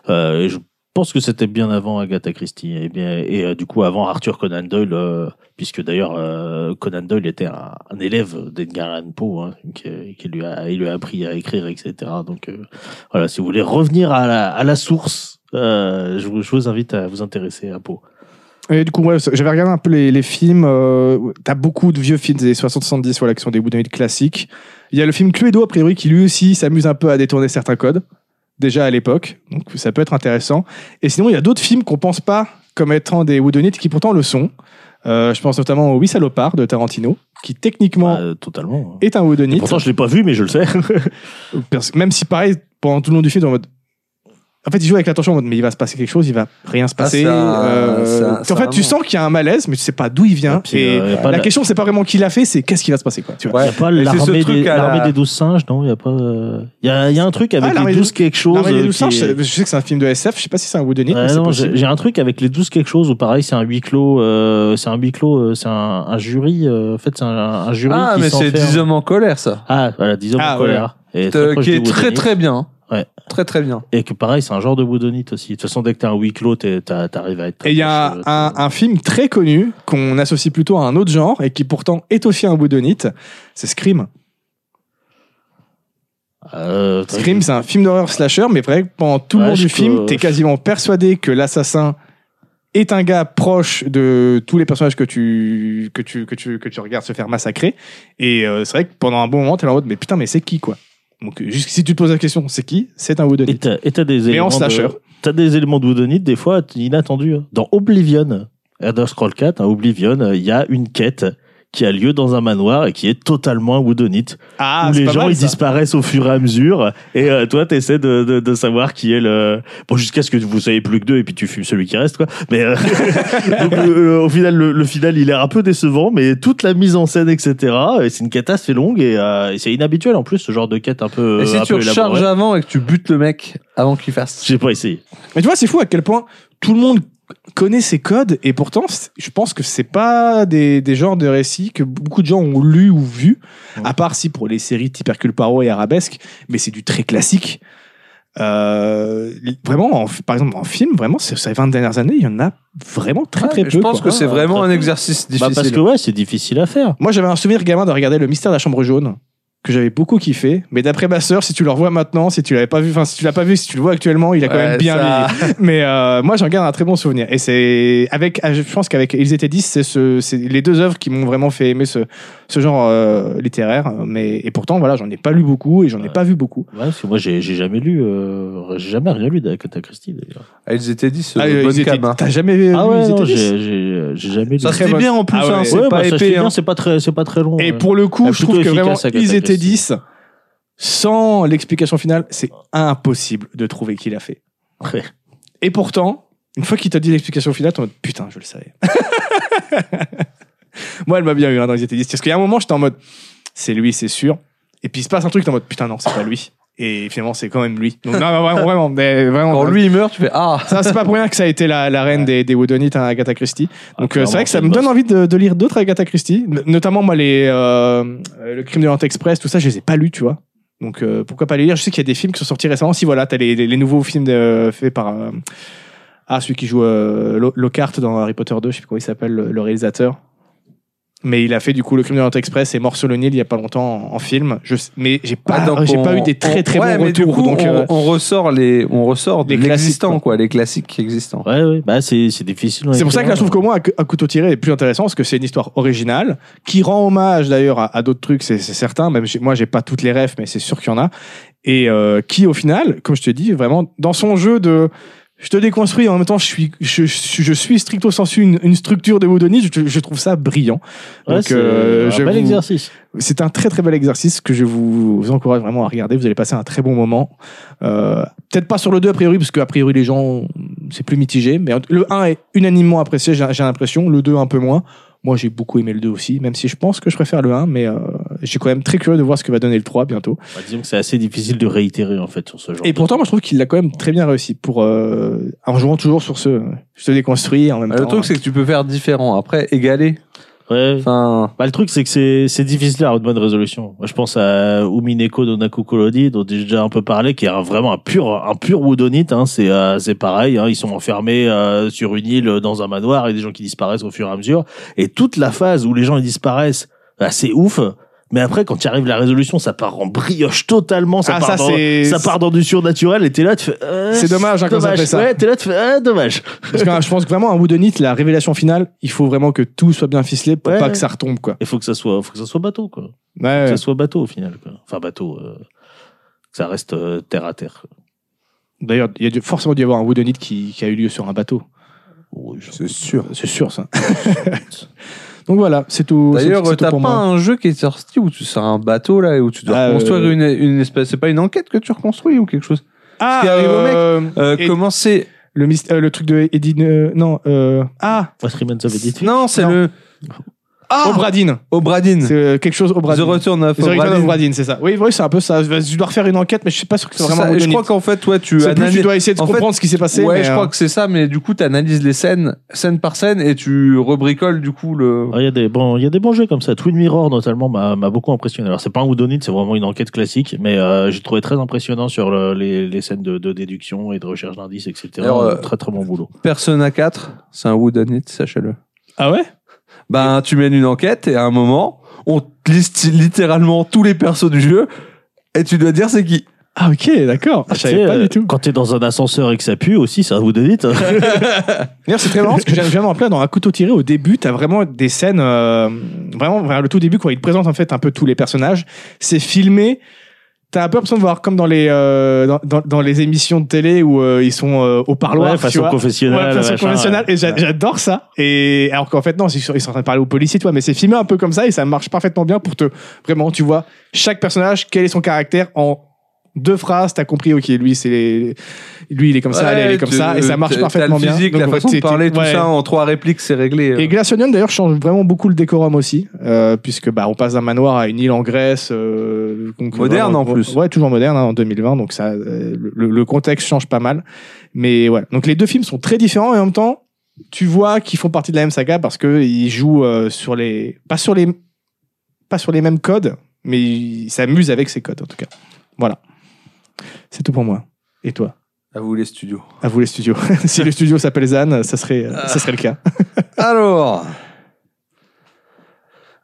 S2: euh, et je pense que c'était bien avant Agatha Christie et, bien, et euh, du coup avant Arthur Conan Doyle, euh, puisque d'ailleurs euh, Conan Doyle était un, un élève d'Edgar Allan Poe, hein, qui, qui lui a, il lui a appris à écrire, etc. Donc euh, voilà, si vous voulez revenir à la, à la source, euh, je, vous, je vous invite à vous intéresser à Poe.
S3: Et du coup, ouais, j'avais regardé un peu les, les films. euh, T'as beaucoup de vieux films des 60-70 voilà, qui sont des bouts de nuit classiques. Il y a le film Cluedo, a priori, qui lui aussi s'amuse un peu à détourner certains codes, déjà à l'époque. Donc ça peut être intéressant. Et sinon, il y a d'autres films qu'on pense pas comme étant des Woodonites qui pourtant le sont. Euh, je pense notamment au Oui Salopard de Tarantino, qui techniquement
S2: Euh, totalement.
S3: est un
S2: Et
S3: Woodonite.
S2: pourtant, je l'ai pas vu, mais je le sais.
S3: Parce- Même si pareil, pendant tout le long du film, t'es en mode. En fait, il joue avec l'attention en mode, mais il va se passer quelque chose, il va rien
S2: Ah,
S3: se passer.
S1: c'est un-
S3: euh,
S1: c'est un-
S3: puis
S1: c'est
S3: en fait,
S1: un
S3: tu
S1: nom.
S3: sens qu'il y a un malaise, mais tu sais pas d'où il vient.
S2: Et puis,
S3: Hein, et
S2: euh, y a pas
S3: la
S2: la-
S3: question, c'est pas vraiment qui l'a fait, c'est qu'est-ce qui va se passer, quoi. Tu vois.
S2: Il a pas l'armée des, l'armée des douze singes, non Il y a pas. euh, Il y, a, il y a un truc avec
S3: Ah, l'armée
S2: les
S3: des
S2: douze quelque chose.
S3: L'armée des
S2: euh,
S3: douze
S2: qui
S3: singes,
S2: est-
S3: je je sais que c'est un film de SF, je sais pas si c'est un Woodonite,
S2: Ouais,
S3: mais c'est
S2: non,
S3: possible.
S2: j'ai j'ai un truc avec les 12 quelque chose où pareil c'est un huis clos euh, c'est un huis clos euh, c'est un, un jury euh, en fait c'est un, un jury
S1: Ah,
S2: qui
S1: mais c'est
S2: s'enferme.
S1: 10 hommes en colère, ça.
S2: ah voilà 10 hommes
S3: Ah,
S2: en
S3: ouais.
S2: colère Et très
S1: Euh,
S2: proche
S1: qui
S2: du
S1: est très
S2: Woodonite.
S1: très bien.
S2: Ouais.
S1: Très très bien.
S2: et que pareil c'est un genre de woodonite aussi de toute façon dès que t'as un huis clos t'es- t'as- t'arrives à être très
S3: Et il y a
S2: proche, euh,
S3: un, un film très connu qu'on associe plutôt à un autre genre et qui pourtant est aussi un Woodonite, c'est Scream.
S2: euh, t'as-
S3: Scream, c'est un film d'horreur slasher, mais vrai que pendant tout le
S2: Ouais,
S3: long
S2: je
S3: du
S2: peux-
S3: film, t'es quasiment persuadé que l'assassin est un gars proche de tous les personnages que tu, que tu, que tu, que tu regardes se faire massacrer. Et euh, c'est vrai que pendant un bon moment, t'es là en mode, mais putain, mais c'est qui, quoi Donc, euh, juste, si tu te poses la question, c'est qui C'est un
S2: et
S3: Woodenite.
S2: t'as et t'as des
S3: Mais en
S2: éléments
S3: slasher.
S2: de, t'as des éléments de woodonite des fois t- inattendus hein. dans Oblivion Elder Scroll 4 hein, Oblivion euh, il y a une quête qui a lieu dans un manoir et qui est totalement un woodonite
S3: Ah,
S2: où
S3: c'est
S2: les
S3: pas
S2: gens
S3: mal,
S2: ils
S3: ça.
S2: disparaissent au fur et à mesure et euh, toi t'essaies de, de, de savoir qui est le bon jusqu'à ce que vous soyez plus que deux et puis tu fumes celui qui reste quoi mais euh, donc, euh, au final le, le final il est un peu décevant mais toute la mise en scène etc et euh, c'est une quête assez longue et, euh, et c'est inhabituel en plus ce genre de quête un
S3: Euh,
S2: peu
S1: et si
S2: un
S1: tu
S2: peu élaborée.
S1: recharges avant et que tu butes le mec avant qu'il fasse.
S2: j'ai pas essayé Bah,
S3: Mais tu vois, c'est fou à quel point tout le monde connaît ces codes et pourtant, c'est- je pense que c'est pas des, des genres de récits que beaucoup de gens ont lu ou vu,
S2: Ouais.
S3: à part si pour les séries type Hercule Poirot et Arabesque, mais c'est du très classique. Euh, vraiment, en- par exemple, en film, vraiment, ces ces 20 dernières années, il y en a vraiment très
S1: Ouais,
S3: très
S1: mais
S3: peu.
S1: je pense
S3: quoi.
S1: que c'est
S2: Ouais,
S1: vraiment
S2: très
S1: un
S2: peu.
S1: exercice
S2: bah parce
S1: difficile.
S2: que ouais c'est difficile à faire
S3: Moi, j'avais un souvenir gamin de regarder Le Mystère de la Chambre Jaune, que j'avais beaucoup kiffé. Mais d'après ma sœur, si tu le revois maintenant, si tu l'avais pas vu, enfin si tu l'as pas vu, si tu le vois actuellement, il a quand
S1: Ouais,
S3: même bien
S1: ça-
S3: vieilli. Mais euh, moi, j'en garde un très bon souvenir. Et c'est avec, ah, je pense qu'avec Ils étaient 10, c'est ce, c'est les deux œuvres qui m'ont vraiment fait aimer ce, ce genre euh, littéraire. Mais et pourtant, voilà, j'en ai pas lu beaucoup et j'en ai
S2: Ouais.
S3: pas vu beaucoup.
S2: Ouais, parce que moi, j'ai j'ai jamais lu, euh, j'ai jamais rien lu d'Akata Christie d'ailleurs.
S1: Ah, ils étaient 10
S3: Ah,
S1: euh,
S3: Ils
S1: bonne
S3: étaient-
S1: cam. hein.
S3: T'as jamais vu
S2: Ah
S3: Ils
S2: ouais,
S3: étaient
S2: non,
S3: 10?
S2: j'ai- j'ai j'ai jamais lu.
S1: Ça se
S3: très
S1: lit
S3: bonne.
S1: bien en plus,
S3: Ah
S1: hein,
S3: ouais.
S1: c'est
S2: Ouais,
S1: pas
S2: bah, ça se lit
S1: épais.
S2: bien,
S1: hein.
S2: c'est pas très, c'est pas très long.
S3: Et
S2: ouais.
S3: pour le coup,
S2: Ah,
S3: je
S2: plutôt
S3: trouve que vraiment,
S2: efficace, Agatha
S3: ils étaient
S2: Christie.
S3: 10. Sans l'explication finale, c'est impossible de trouver qui l'a fait.
S2: Ouais.
S3: Et pourtant, une fois qu'il t'a dit l'explication finale, t'es en mode putain, je le savais. Moi, elle m'a bien eu hein, dans les étaient 10. Parce qu'il y a un moment, j'étais en mode c'est lui, c'est sûr. Et puis il se passe un truc, t'es en mode putain, non, c'est pas lui. Et finalement, c'est quand même lui. Donc, non, non, vraiment, vraiment, mais vraiment.
S1: Quand lui il meurt, tu fais Ah
S3: Ça, c'est pas pour rien que ça a été la, la reine des, des Woodonites, hein, Agatha Christie. Donc
S2: Ah,
S3: euh, c'est
S2: clairement,
S3: vrai que ça
S2: c'est
S3: me
S2: une
S3: donne
S2: bosse.
S3: envie de, de lire d'autres Agatha Christie, N- notamment moi les euh, euh, le crime de l'Orient Express, tout ça, je les ai pas lus, tu vois. Donc euh, pourquoi pas les lire Je sais qu'il y a des films qui sont sortis récemment. Si voilà, t'as les, les, les nouveaux films de- faits par euh, ah celui qui joue euh, Lo- Lockhart dans Harry Potter 2, je sais plus comment il s'appelle le, le réalisateur. Mais il a fait du coup le crime de l'Orient Express et Mort sur le Nil il y a pas longtemps en, en film. Je, sais- mais j'ai pas
S1: Ah, donc
S3: Bah, j'ai
S1: on-
S3: pas eu des très
S1: on-
S3: très
S1: ouais,
S3: bons
S1: mais du
S3: retours.
S1: coup,
S3: donc
S1: on,
S3: euh,
S1: on ressort les, on ressort de
S3: Les classiques,
S1: l'existant, quoi, les classiques existants.
S2: Ouais, ouais, bah c'est c'est difficile.
S3: C'est pour ça que là, je trouve qu'au moins, à couteau tiré est plus intéressant parce que c'est une histoire originale qui rend hommage d'ailleurs à, à d'autres trucs, c'est c'est certain. Même si- moi, j'ai pas toutes les refs, mais c'est sûr qu'il y en a. Et euh, qui, au final, comme je te dis, vraiment dans son jeu de je te déconstruis en même temps, je suis, je, je- je suis stricto sensu une, une structure de Wodonite, je, je trouve ça brillant.
S2: Ouais,
S3: Donc,
S2: c'est
S3: euh,
S2: un
S3: je
S2: bel
S3: vous-
S2: exercice.
S3: C'est un très très bel exercice que je vous, vous encourage vraiment à regarder. Vous allez passer un très bon moment. Euh, Peut-être pas sur le 2 a priori, parce qu'a priori les gens c'est plus mitigé. Mais le 1 est unanimement apprécié, j'ai j'ai l'impression. Le 2 un peu moins. Moi j'ai beaucoup aimé le 2 aussi, même si je pense que je préfère le 1. Mais euh, je suis quand même très curieux de voir ce que va donner le 3 bientôt.
S2: Bah, disons que c'est assez difficile de réitérer en fait sur ce genre.
S3: Et
S2: de-
S3: pourtant moi je trouve qu'il l'a quand même très bien réussi pour euh, en jouant toujours sur ce. euh, Je te déconstruis en même
S1: Bah,
S3: temps.
S1: le truc, c'est que tu peux faire différent. Après, égaler.
S2: Ouais.
S1: Enfin,
S2: Bah, le truc, c'est que c'est, c'est difficile à avoir une bonne résolution. Moi, je pense à Umineko Donaku Kolodi, dont j'ai déjà un peu parlé, qui est un- vraiment un pur, un pur Woodonite, hein. C'est, euh, c'est pareil, hein. Ils sont enfermés, euh, sur une île, euh, dans un manoir, et des gens qui disparaissent au fur et à mesure. Et toute la phase où les gens, ils disparaissent, bah, c'est ouf. Mais après, quand y arrive la résolution, ça part en brioche totalement, ça
S3: Ah,
S2: part
S3: ça,
S2: dans,
S3: c'est-
S2: ça part dans du surnaturel, et t'es là, tu fais, euh,
S3: C'est dommage, hein, quand ça fait ça.
S2: Ouais, t'es là, tu fais, ah, dommage.
S3: Parce que euh, je pense que vraiment un Woodonite, la révélation finale, il faut vraiment que tout soit bien ficelé pour
S2: Ouais.
S3: pas que ça retombe quoi.
S2: Il faut que ça soit, faut que ça soit bateau, quoi.
S3: Ouais, ouais.
S2: que ça soit bateau au final. Quoi. Enfin, bateau, euh, que ça reste euh, terre à terre.
S3: D'ailleurs, il y a dû- forcément dû y avoir un Woodonite qui, qui a eu lieu sur un bateau.
S2: Oui, je-
S1: c'est sûr.
S3: C'est sûr, ça. Donc voilà, c'est tout. c'est-
S1: D'ailleurs,
S3: c'est tout
S1: t'as pas
S3: pour moi.
S1: un jeu qui est sorti où tu sors un bateau là et où tu dois
S3: Ah,
S1: reconstruire
S3: euh,
S1: une, une espèce. C'est pas une enquête que tu reconstruis ou quelque chose.
S3: Ah,
S1: qui arrive au mec.
S3: euh,
S1: Euh,
S3: Et-
S1: Comment c'est
S3: le, myst- euh, le truc de Edine. non, euh, ah,
S2: What Remains of Edith
S1: Non, c'est
S3: Non.
S1: le
S3: Obradine.
S1: Obradine.
S3: Ah. C'est euh, quelque chose
S1: The
S3: Obradine.
S1: Return of
S3: The Return of
S1: Obradine.
S3: Obradine, c'est ça. Oui, oui, c'est un peu ça. Je dois refaire une enquête, mais je suis pas sûr que
S1: C'est
S3: c'est vraiment.
S1: ça. Et Je crois
S3: Woodonite.
S1: qu'en fait, toi, tu
S3: C'est plus,
S1: analyses.
S3: tu dois essayer de
S1: en fait,
S3: comprendre ce qui s'est passé.
S1: Ouais,
S3: mais,
S1: je
S3: euh,
S1: crois que c'est ça, mais du coup, tu analyses les scènes, scène par scène, et tu rebricoles du coup le.
S2: Ah, Il y, a des bons, il y a des bons jeux comme ça. Twin Mirror, notamment, m'a m'a beaucoup impressionné. Alors, c'est pas un Woodonite, c'est vraiment une enquête classique, mais euh, j'ai trouvé très impressionnant sur le- les, les scènes de, de déduction et de recherche d'indices, etc.
S1: Alors, euh,
S2: très, très bon boulot.
S1: Persona 4, c'est un wooden sachez-le.
S3: Ah ouais
S1: Ben, tu mènes une enquête, et à un moment, on te liste littéralement tous les persos du jeu, et tu dois dire c'est qui.
S3: Ah, ok, d'accord. Je
S2: Tu
S3: savais
S2: sais,
S3: pas
S2: euh,
S3: du tout.
S2: Quand t'es dans un ascenseur et que ça pue aussi, c'est un hein. Woodonite.
S3: D'ailleurs, c'est très marrant parce que j'aime vraiment plein dans un couteau tiré au début, t'as vraiment des scènes, euh, vraiment vers le tout début quand il te présente en fait un peu tous les personnages. C'est filmé. T'as un peu l'impression de voir comme dans les euh, dans, dans, dans les émissions de télé où euh, ils sont euh, au parloir,
S2: Ouais,
S3: tu
S2: façon
S3: vois.
S2: confessionnelle.
S3: Ouais, façon
S2: machin,
S3: conventionnelle,
S2: ouais.
S3: et j'a- j'adore ça. Et alors qu'en fait non, ils sont, ils sont en train de parler aux policiers, toi, mais c'est filmé un peu comme ça et ça marche parfaitement bien pour te vraiment, tu vois, chaque personnage, quel est son caractère en deux phrases, t'as compris, ok, lui c'est lui il est comme ça, elle, elle est comme
S1: tu-
S3: ça, et ça marche
S1: t'as
S3: parfaitement
S1: le physique,
S3: bien.
S1: la
S3: Donc,
S1: façon de
S3: t'es- t'es-
S1: parler, tout
S3: ouais.
S1: ça, en trois répliques, c'est réglé. euh.
S3: Et Glass Onion, d'ailleurs change vraiment beaucoup le décorum aussi, euh, puisque bah on passe d'un manoir à une île en Grèce, euh, donc,
S1: Moderne, en plus.
S3: Ouais, toujours moderne hein, en 2020, donc ça euh, le, le contexte change pas mal. Mais voilà, donc les deux films sont très différents et en même temps tu vois qu'ils font partie de la même saga parce que ils jouent euh, sur les pas sur les pas sur les mêmes codes, mais ils s'amusent avec ces codes en tout cas. Voilà, c'est tout pour moi. Et toi
S1: À vous les studios.
S3: À vous les studios. si le studio euh, s'appelle Zan, ça serait ça serait le cas.
S1: Alors.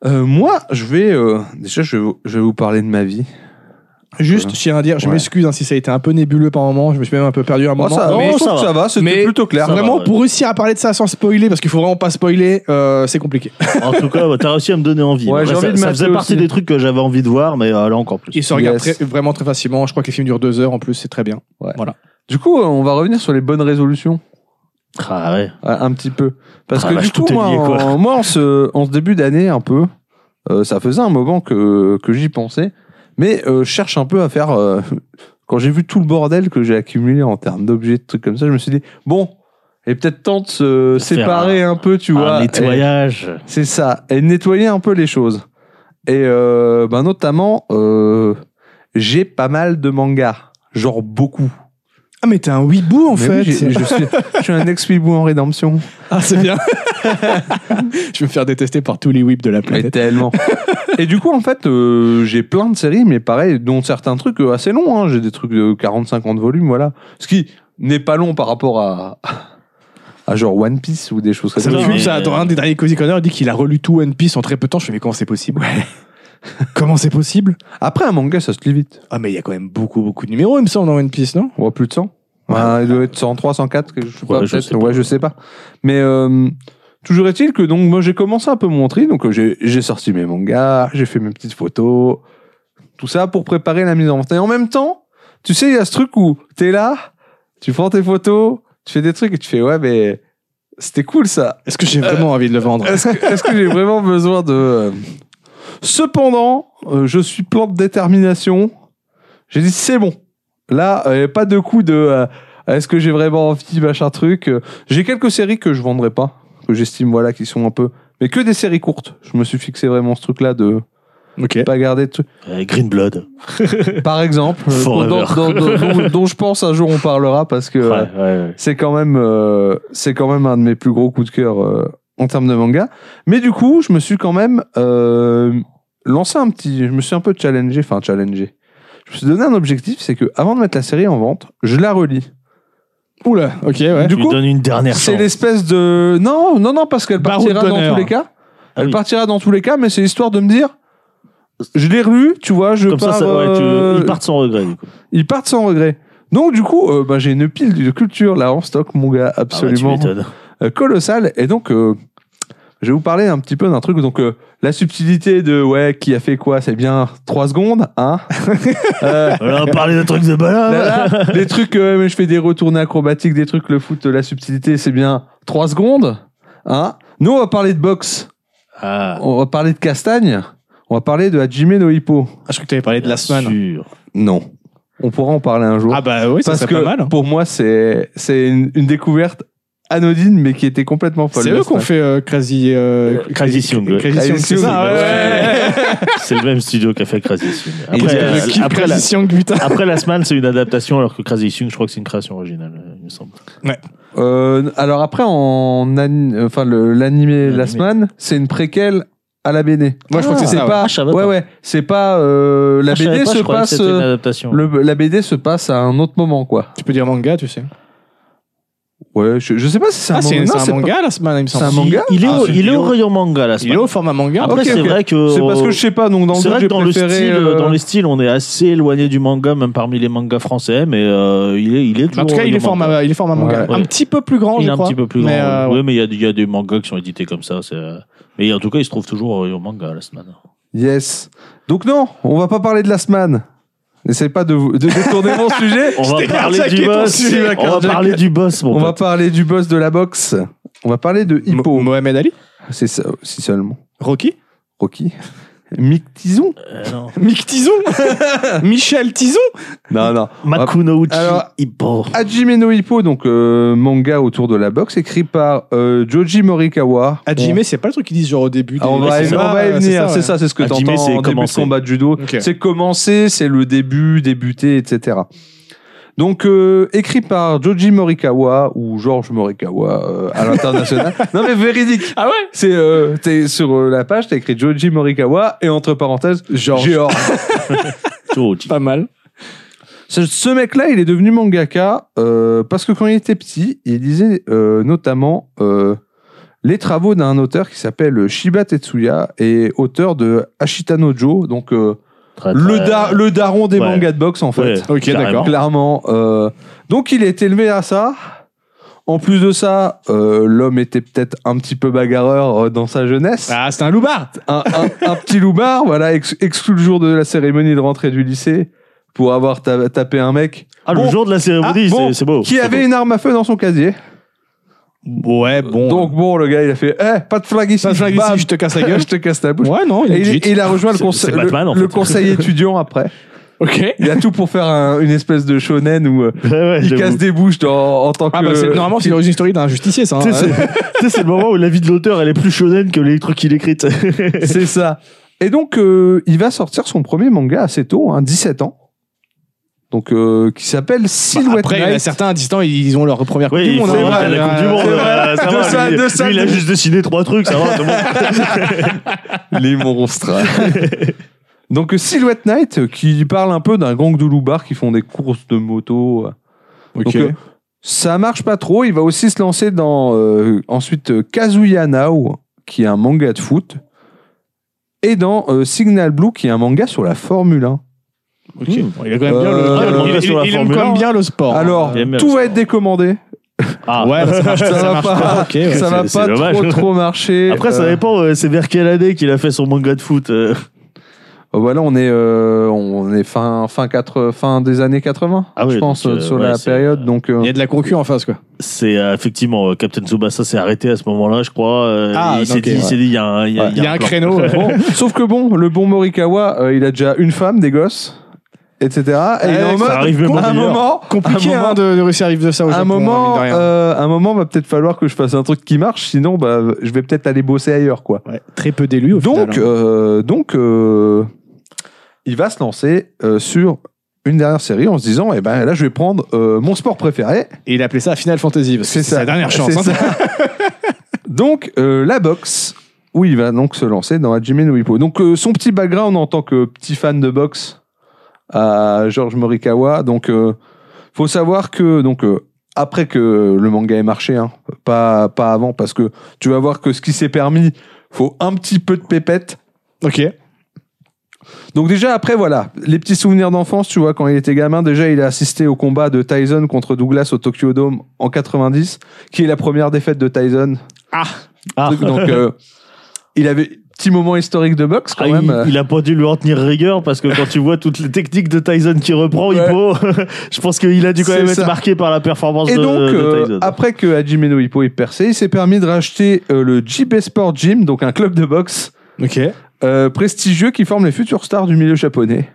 S1: Euh, moi, je vais euh, déjà, je vais, vous- je vais vous parler de ma vie.
S3: Juste, je tiens à dire, je
S1: Ouais.
S3: m'excuse hein, si ça a été un peu nébuleux par moment, je me suis même un peu perdu à un
S1: Moi,
S3: moment.
S1: Oh, ça,
S2: non,
S1: je
S2: ça
S1: trouve que ça
S2: va.
S1: va, c'était
S3: Mais-
S1: plutôt clair.
S2: ça va.
S1: Vraiment,
S3: Vraiment,
S2: ouais.
S3: pour réussir à parler de ça sans spoiler, parce qu'il faut vraiment pas spoiler, euh, c'est compliqué.
S2: En tout cas, bah, t'as réussi à me donner envie.
S1: Ouais,
S2: En vrai,
S1: j'ai envie
S2: ça,
S1: de
S2: ça
S1: mater
S2: faisait partie
S1: aussi.
S2: des trucs que j'avais envie de voir, mais euh, là encore plus.
S3: Il se regarde
S1: Yes.
S3: très- vraiment très facilement. Je crois que les films durent deux heures en plus, c'est très bien.
S1: Du coup, euh, on va revenir sur les bonnes résolutions,
S2: Ah ouais.
S1: euh, un petit peu. Parce
S2: Ah,
S1: que
S2: vache,
S1: du coup,
S2: tout est
S1: moi,
S2: lié, quoi.
S1: en, moi, en ce, en ce début d'année, un peu, euh, ça faisait un moment que, que j'y pensais. Mais euh, je cherche un peu à faire. euh, quand j'ai vu tout le bordel que j'ai accumulé en termes d'objets, de trucs comme ça, je me suis dit, bon, et peut-être temps de se
S2: faire
S1: séparer un, peu, tu vois.
S2: un
S1: et-
S2: nettoyage.
S1: C'est ça, et nettoyer un peu les choses. Et euh, ben notamment, euh, j'ai pas mal de mangas, genre beaucoup.
S3: Ah, mais t'es un weeboo en
S1: Mais
S3: fait
S1: oui, j'ai- je, suis, je suis un ex-wibou en rédemption.
S3: Ah, c'est bien Je vais me faire détester par tous les whips de la
S1: Mais
S3: planète.
S1: tellement. Et du coup, en fait, euh, j'ai plein de séries, mais pareil, dont certains trucs euh, assez longs. hein. J'ai des trucs de 40-50 volumes, voilà. Ce qui n'est pas long par rapport à, à genre One Piece ou des choses comme ça.
S2: C'est
S3: Ça me
S2: vrai,
S3: fume,
S2: mais-
S3: ça. Dans un des derniers Cozy Corner, il dit qu'il a relu tout One Piece en très peu de temps. Je fais, mais comment c'est possible Comment c'est possible
S1: Après, un manga, ça se lit vite.
S3: Ah, mais il y a quand même beaucoup, beaucoup de numéros, il me semble, dans One Piece, non
S1: Ouais, plus de 100. Bah, il doit être 103, 104, quelque chose.
S2: Ouais,
S1: Ouais,
S2: je sais
S1: je,
S2: pas.
S1: ouais, je sais pas. Mais euh, toujours est-il que donc moi j'ai commencé un peu mon tri, donc euh, j'ai j'ai sorti mes mangas, j'ai fait mes petites photos, tout ça pour préparer la mise en vente. Et en même temps, tu sais, il y a ce truc où t'es là, tu prends tes photos, tu fais des trucs et tu fais ouais mais c'était cool ça.
S3: Est-ce que
S1: Euh,
S3: j'ai vraiment envie de le vendre
S1: Est-ce que, est-ce que j'ai vraiment besoin de. euh, Cependant, euh, je suis plein de détermination. J'ai dit, c'est bon. Là, euh, pas de coup de. euh, est-ce que j'ai vraiment envie, machin truc. Euh, J'ai quelques séries que je vendrai pas, que j'estime, voilà, qui sont un peu. Mais que des séries courtes. Je me suis fixé vraiment ce truc-là de
S3: Ok.
S1: pas garder de trucs.
S2: Euh, Green Blood.
S1: Par exemple, euh,
S2: Forever.
S1: dont, dont- dont- dont- dont je pense un jour on parlera parce que.
S2: Ouais,
S1: euh,
S2: ouais, ouais.
S1: c'est quand même euh, c'est quand même un de mes plus gros coups de cœur euh, en termes de manga mais du coup je me suis quand même euh, lancé un petit je me suis un peu challengé enfin challengé je me suis donné un objectif c'est que avant de mettre la série en vente je la relis
S3: Oula, ok, ouais.
S1: du
S2: Tu
S1: coup
S2: lui donnes une dernière
S1: c'est
S2: chance.
S1: l'espèce de non non non parce qu'elle
S3: Baroud
S1: partira dans
S3: d'honneur.
S1: tous les cas
S2: Ah
S1: elle
S2: oui.
S1: partira dans tous les cas mais c'est histoire de me dire je l'ai relu tu vois je
S2: Comme ça,
S1: pars
S2: ça- ouais, tu-
S1: euh,
S2: ils partent sans regret. Du coup. Ah
S1: ils partent sans regret donc du coup euh, bah, j'ai une pile de culture là en stock mon gars
S2: Ah ouais, tu
S1: absolument
S2: m'étonnes.
S1: euh, colossal. Et donc, euh, je vais vous parler un petit peu d'un truc. Donc, euh, la subtilité de ouais, qui a fait quoi C'est bien 3 secondes, hein Euh,
S2: Voilà, on parlait de trucs de balade.
S1: là, là, Des trucs, euh, mais je fais des retournées acrobatiques, des trucs, le foot, la subtilité, c'est bien 3 secondes, hein Nous, on va parler de boxe,
S2: Ah,
S1: on va parler de castagne, on va parler de Hajime no Hippo.
S3: Ah, je crois que t'avais parlé de
S2: bien
S3: la semaine.
S2: sûr.
S1: Non. On pourra en parler un jour.
S3: Ah, bah oui, ça
S1: parce
S3: serait
S1: que
S3: pas mal.
S1: pour moi, c'est c'est une, une découverte anodine, mais qui était complètement folle.
S3: C'est eux qu'on fait euh, Crazy. euh,
S2: Euh, Crazy Young, ouais.
S3: Crazy Young,
S1: Crazy
S3: c'est
S1: Young,
S3: ça, ouais.
S2: C'est le même studio qu'a fait Crazy Swing.
S1: Et
S2: Après,
S1: le
S2: euh,
S3: Je kiffe
S2: après, la,
S3: Crazy Young, putain.
S2: après la semaine, c'est une adaptation, alors que Crazy Swing, je crois que c'est une création originale, euh, il me semble.
S1: Euh, alors après, en ani- enfin le- l'animé
S2: L'animé.
S1: Last Man, c'est une préquelle à la BD.
S3: Moi, je crois que c'est ça,
S1: pas.
S2: ouais. Ah, je savais
S1: ouais,
S2: pas.
S1: ouais, c'est pas. euh, la
S2: Ah, je savais
S1: BD
S2: pas, je
S1: se
S2: croyais que
S1: passe.
S2: C'était une
S1: euh,
S2: adaptation.
S1: le, la BD se passe à un autre moment, quoi.
S3: Tu peux dire manga, tu sais.
S1: Ouais, je, je sais pas si c'est un
S3: Ah, c'est
S1: manga.
S3: c'est
S1: Non,
S3: un
S1: pas-
S3: manga, la semaine, il me
S1: C'est
S3: semble.
S1: un manga
S2: Il, il est,
S3: Ah,
S2: au,
S3: c'est
S2: il est
S3: du-
S2: au rayon manga, la
S3: Il est
S2: semaine.
S3: au format manga.
S2: Après,
S1: ok,
S2: c'est
S1: ok.
S2: vrai que.
S1: C'est parce que je sais pas. Donc dans le
S2: C'est
S1: doute,
S2: vrai que
S1: j'ai
S2: dans le, style,
S1: préféré.
S2: euh,
S1: euh,
S2: dans le style, on est assez éloigné du manga, même parmi les mangas français, mais euh, il est, il est
S3: Mais
S2: toujours.
S3: En tout cas, il
S2: au
S3: est format, il est format manga.
S2: Ouais.
S3: Un petit peu plus grand,
S2: Il est
S3: je
S2: un
S3: crois.
S2: petit peu plus grand.
S3: Mais, euh,
S2: oui,
S3: ouais.
S2: mais il y a, il y a des mangas qui sont édités comme ça. c'est, euh, Mais en tout cas, il se trouve toujours euh, au manga la semaine.
S1: Yes. Donc non, on va pas parler de Last Man. N'essaye pas de, vous- de détourner mon sujet.
S2: On va parler
S3: carjacké
S2: du
S3: ton
S2: boss.
S3: sujet,
S2: On va
S1: carjacké.
S2: parler du boss, mon
S1: On va
S2: pote.
S1: parler du boss de la boxe. On va parler de Hippo.
S3: Mo- Mohamed Ali
S1: C'est ça, si seulement.
S3: Rocky
S1: Rocky. Mick Tison.
S2: Euh, non.
S3: Mick Tison Michel Tison
S1: Non, non.
S2: Makuno Uchi
S1: Alors-
S2: Hippo.
S1: Hajime no Hippo, donc euh, manga autour de la boxe, écrit par euh, Joji Morikawa.
S3: Hajime, c'est pas le truc qu'ils disent genre au début.
S1: On, ah, on
S3: des-
S1: va,
S3: Ouais,
S1: y-
S3: c'est
S1: on va y
S3: ouais,
S1: venir, c'est
S3: ouais.
S1: ça, c'est ce que
S2: Hajime,
S1: t'entends
S2: c'est
S1: en début de
S2: commencer.
S1: combat de judo.
S3: Ok.
S1: C'est commencer, c'est le début, débuter, etc. Donc, euh, écrit par Joji Morikawa ou Georges Morikawa euh, à l'international. non, mais véridique.
S3: Ah ouais
S1: C'est euh, t'es sur euh, la page, t'as écrit Joji Morikawa et entre parenthèses,
S3: Georges.
S1: Georges.
S2: Tout Uchi.
S3: Pas mal.
S1: Ce, ce mec-là, il est devenu mangaka euh, parce que quand il était petit, il lisait euh, notamment euh, les travaux d'un auteur qui s'appelle Shiba Tetsuya et auteur de Ashitano Jo, donc euh,
S2: Très, très-
S1: le, da- le daron des
S2: Ouais.
S1: mangas de boxe en fait.
S2: Ouais,
S3: Ok,
S2: carrément.
S3: d'accord.
S1: Clairement. euh, donc il est élevé à ça. En plus de ça, euh, l'homme était peut-être un petit peu bagarreur euh, dans sa jeunesse.
S3: Ah, c'est un loupard
S1: Un, un- un petit loupard, voilà, ex- exclu le jour de la cérémonie de rentrée du lycée pour avoir ta- tapé un mec
S2: Ah, le
S1: Bon.
S2: jour de la cérémonie,
S1: Ah,
S2: c'est-
S1: bon.
S2: c'est beau.
S1: qui
S2: c'est
S1: avait
S2: beau.
S1: une arme à feu dans son casier.
S3: Ouais, bon.
S1: Donc bon, le gars, il a fait Eh, pas de flag ici,
S3: Pas de flingue ici,
S1: bam,
S3: je te casse la gueule.
S1: je te casse ta bouche.
S3: ouais, non, il
S1: Et
S3: est
S1: il,
S3: legit.
S1: et il a rejoint le,
S2: C'est-
S1: conseil,
S2: c'est Batman,
S1: le-
S2: en fait.
S1: le conseil étudiant après.
S3: Ok.
S1: Il a tout pour faire un- une espèce de shonen où euh,
S2: Ouais, ouais,
S1: il
S2: j'avoue.
S1: casse des bouches dans- en tant
S3: Ah,
S1: que.
S3: bah, c'est- normalement, c'est l'origine story d'un justicier, ça. hein.
S2: Tu sais, Euh, c'est- tu sais, c'est le moment où la vie de l'auteur, elle est plus shonen que les trucs qu'il écrit.
S1: C'est ça. Et donc, euh, il va sortir son premier manga assez tôt, hein, 17 ans. Donc, euh, qui s'appelle
S3: Bah,
S1: Silhouette
S3: après, il y en a
S1: Night.
S3: certains à distance, ils ont leur première Coupe
S2: Oui,
S3: du
S2: il
S3: Monde.
S2: faut
S1: c'est
S3: hein.
S2: inventer
S1: vrai,
S2: la Coupe du
S3: Ouais,
S2: Monde.
S1: c'est vrai.
S2: voilà, ça
S1: De
S2: va,
S1: ça-
S2: lui,
S1: de ça-
S2: lui, il a
S1: de-
S2: juste dessiné trois trucs, ça va. tout le monde.
S1: Les monstres. donc, euh, Silhouette Night, euh, qui parle un peu d'un gang de loupards qui font des courses de moto. euh.
S3: Ok.
S1: Donc, euh, ça marche pas trop. Il va aussi se lancer dans euh, ensuite euh, Kazuya Now, qui est un manga de foot. Et dans euh, Signal Blue, qui est un manga sur la Formule 1.
S3: Ok. Bon, Il a quand même bien le-
S1: Euh,
S3: Ah, il-
S1: on
S2: reste
S3: il-
S2: sur la
S3: il aime
S2: Formule
S3: quand même
S2: un.
S3: bien le sport. hein.
S1: Alors,
S2: Oh, j'aime bien
S1: tout
S2: ça.
S1: va être décommandé.
S2: Ah.
S3: Ouais, bah, ça marche,
S1: ça, va
S3: marche
S1: pas,
S3: Ok, ouais,
S1: ça
S2: Eh c'est-
S1: va
S2: c'est
S1: pas
S2: dommage.
S1: trop trop marcher.
S2: Après, ça
S1: Euh,
S2: dépend, euh, c'est vers quelle année qu'il a fait son manga de foot. euh.
S1: Voilà, oh, on est euh, on est fin fin quatre- fin des années 80,
S2: Ah oui,
S1: je pense
S2: donc, euh,
S1: euh, sur
S2: ouais,
S1: la
S2: c'est,
S1: période. Donc euh,
S3: Il y a de la concu en face, quoi.
S2: C'est euh, effectivement euh, Captain Tsubasa s'est arrêté à ce moment-là, je crois. euh,
S3: Ah,
S2: il s'est
S3: ok,
S2: dit, il
S3: ouais.
S2: s'est dit, il y a un, il y a,
S3: Il y a un
S2: plan.
S3: créneau. euh,
S1: bon, sauf que bon, le bon Morikawa, euh, il a déjà une femme, des gosses, etc. Et il est en
S3: ça
S1: mode,
S2: Eh, arrive même
S1: à
S2: en
S1: un
S2: meilleur.
S1: moment,
S3: Compliqué
S1: à un
S3: hein,
S1: moment,
S3: de, de réussir à vivre de ça au
S1: à un
S3: Japon, hein,
S1: moment,
S3: mine de rien.
S1: euh, à un moment, va peut-être falloir que je fasse un truc qui marche, sinon, bah, je vais peut-être aller bosser ailleurs, quoi.
S3: Ouais, très peu d'élus au
S1: Donc,
S3: final, hein.
S1: euh, donc euh, il va se lancer euh, sur une dernière série en se disant eh ben là je vais prendre euh, mon sport préféré
S3: Et il appelait ça Final Fantasy. parce que
S1: c'est ça
S3: sa dernière chance.
S1: C'est
S3: hein.
S1: ça. donc euh, la boxe où il va donc se lancer dans Hajime no Ippo donc euh, son petit background en tant que petit fan de boxe à George Morikawa donc euh, faut savoir que donc euh, après que le manga ait marché hein, pas pas avant parce que tu vas voir que ce qui s'est permis faut un petit peu de pépette
S3: Ok.
S1: donc déjà après voilà, les petits souvenirs d'enfance, tu vois quand il était gamin, déjà il a assisté au combat de Tyson contre Douglas au Tokyo Dome en 90, qui est la première défaite de Tyson.
S3: Ah.
S2: Ah.
S1: Donc euh, il avait petit moment historique de boxe quand
S2: Ah,
S1: même.
S2: il, il a pas dû lui en tenir rigueur parce que quand tu vois toutes les techniques de Tyson qui reprend,
S1: Ouais.
S2: Hippo, je pense qu'il a dû quand
S1: C'est
S2: même
S1: ça.
S2: être marqué par la performance
S1: Et
S2: de,
S1: donc
S2: de
S1: euh,
S2: Tyson.
S1: après que Hajime no Hippo est percé, il s'est permis de racheter euh, le JB Sport Gym, donc un club de boxe
S3: Ok.
S1: euh, prestigieux qui forme les futures stars du milieu japonais.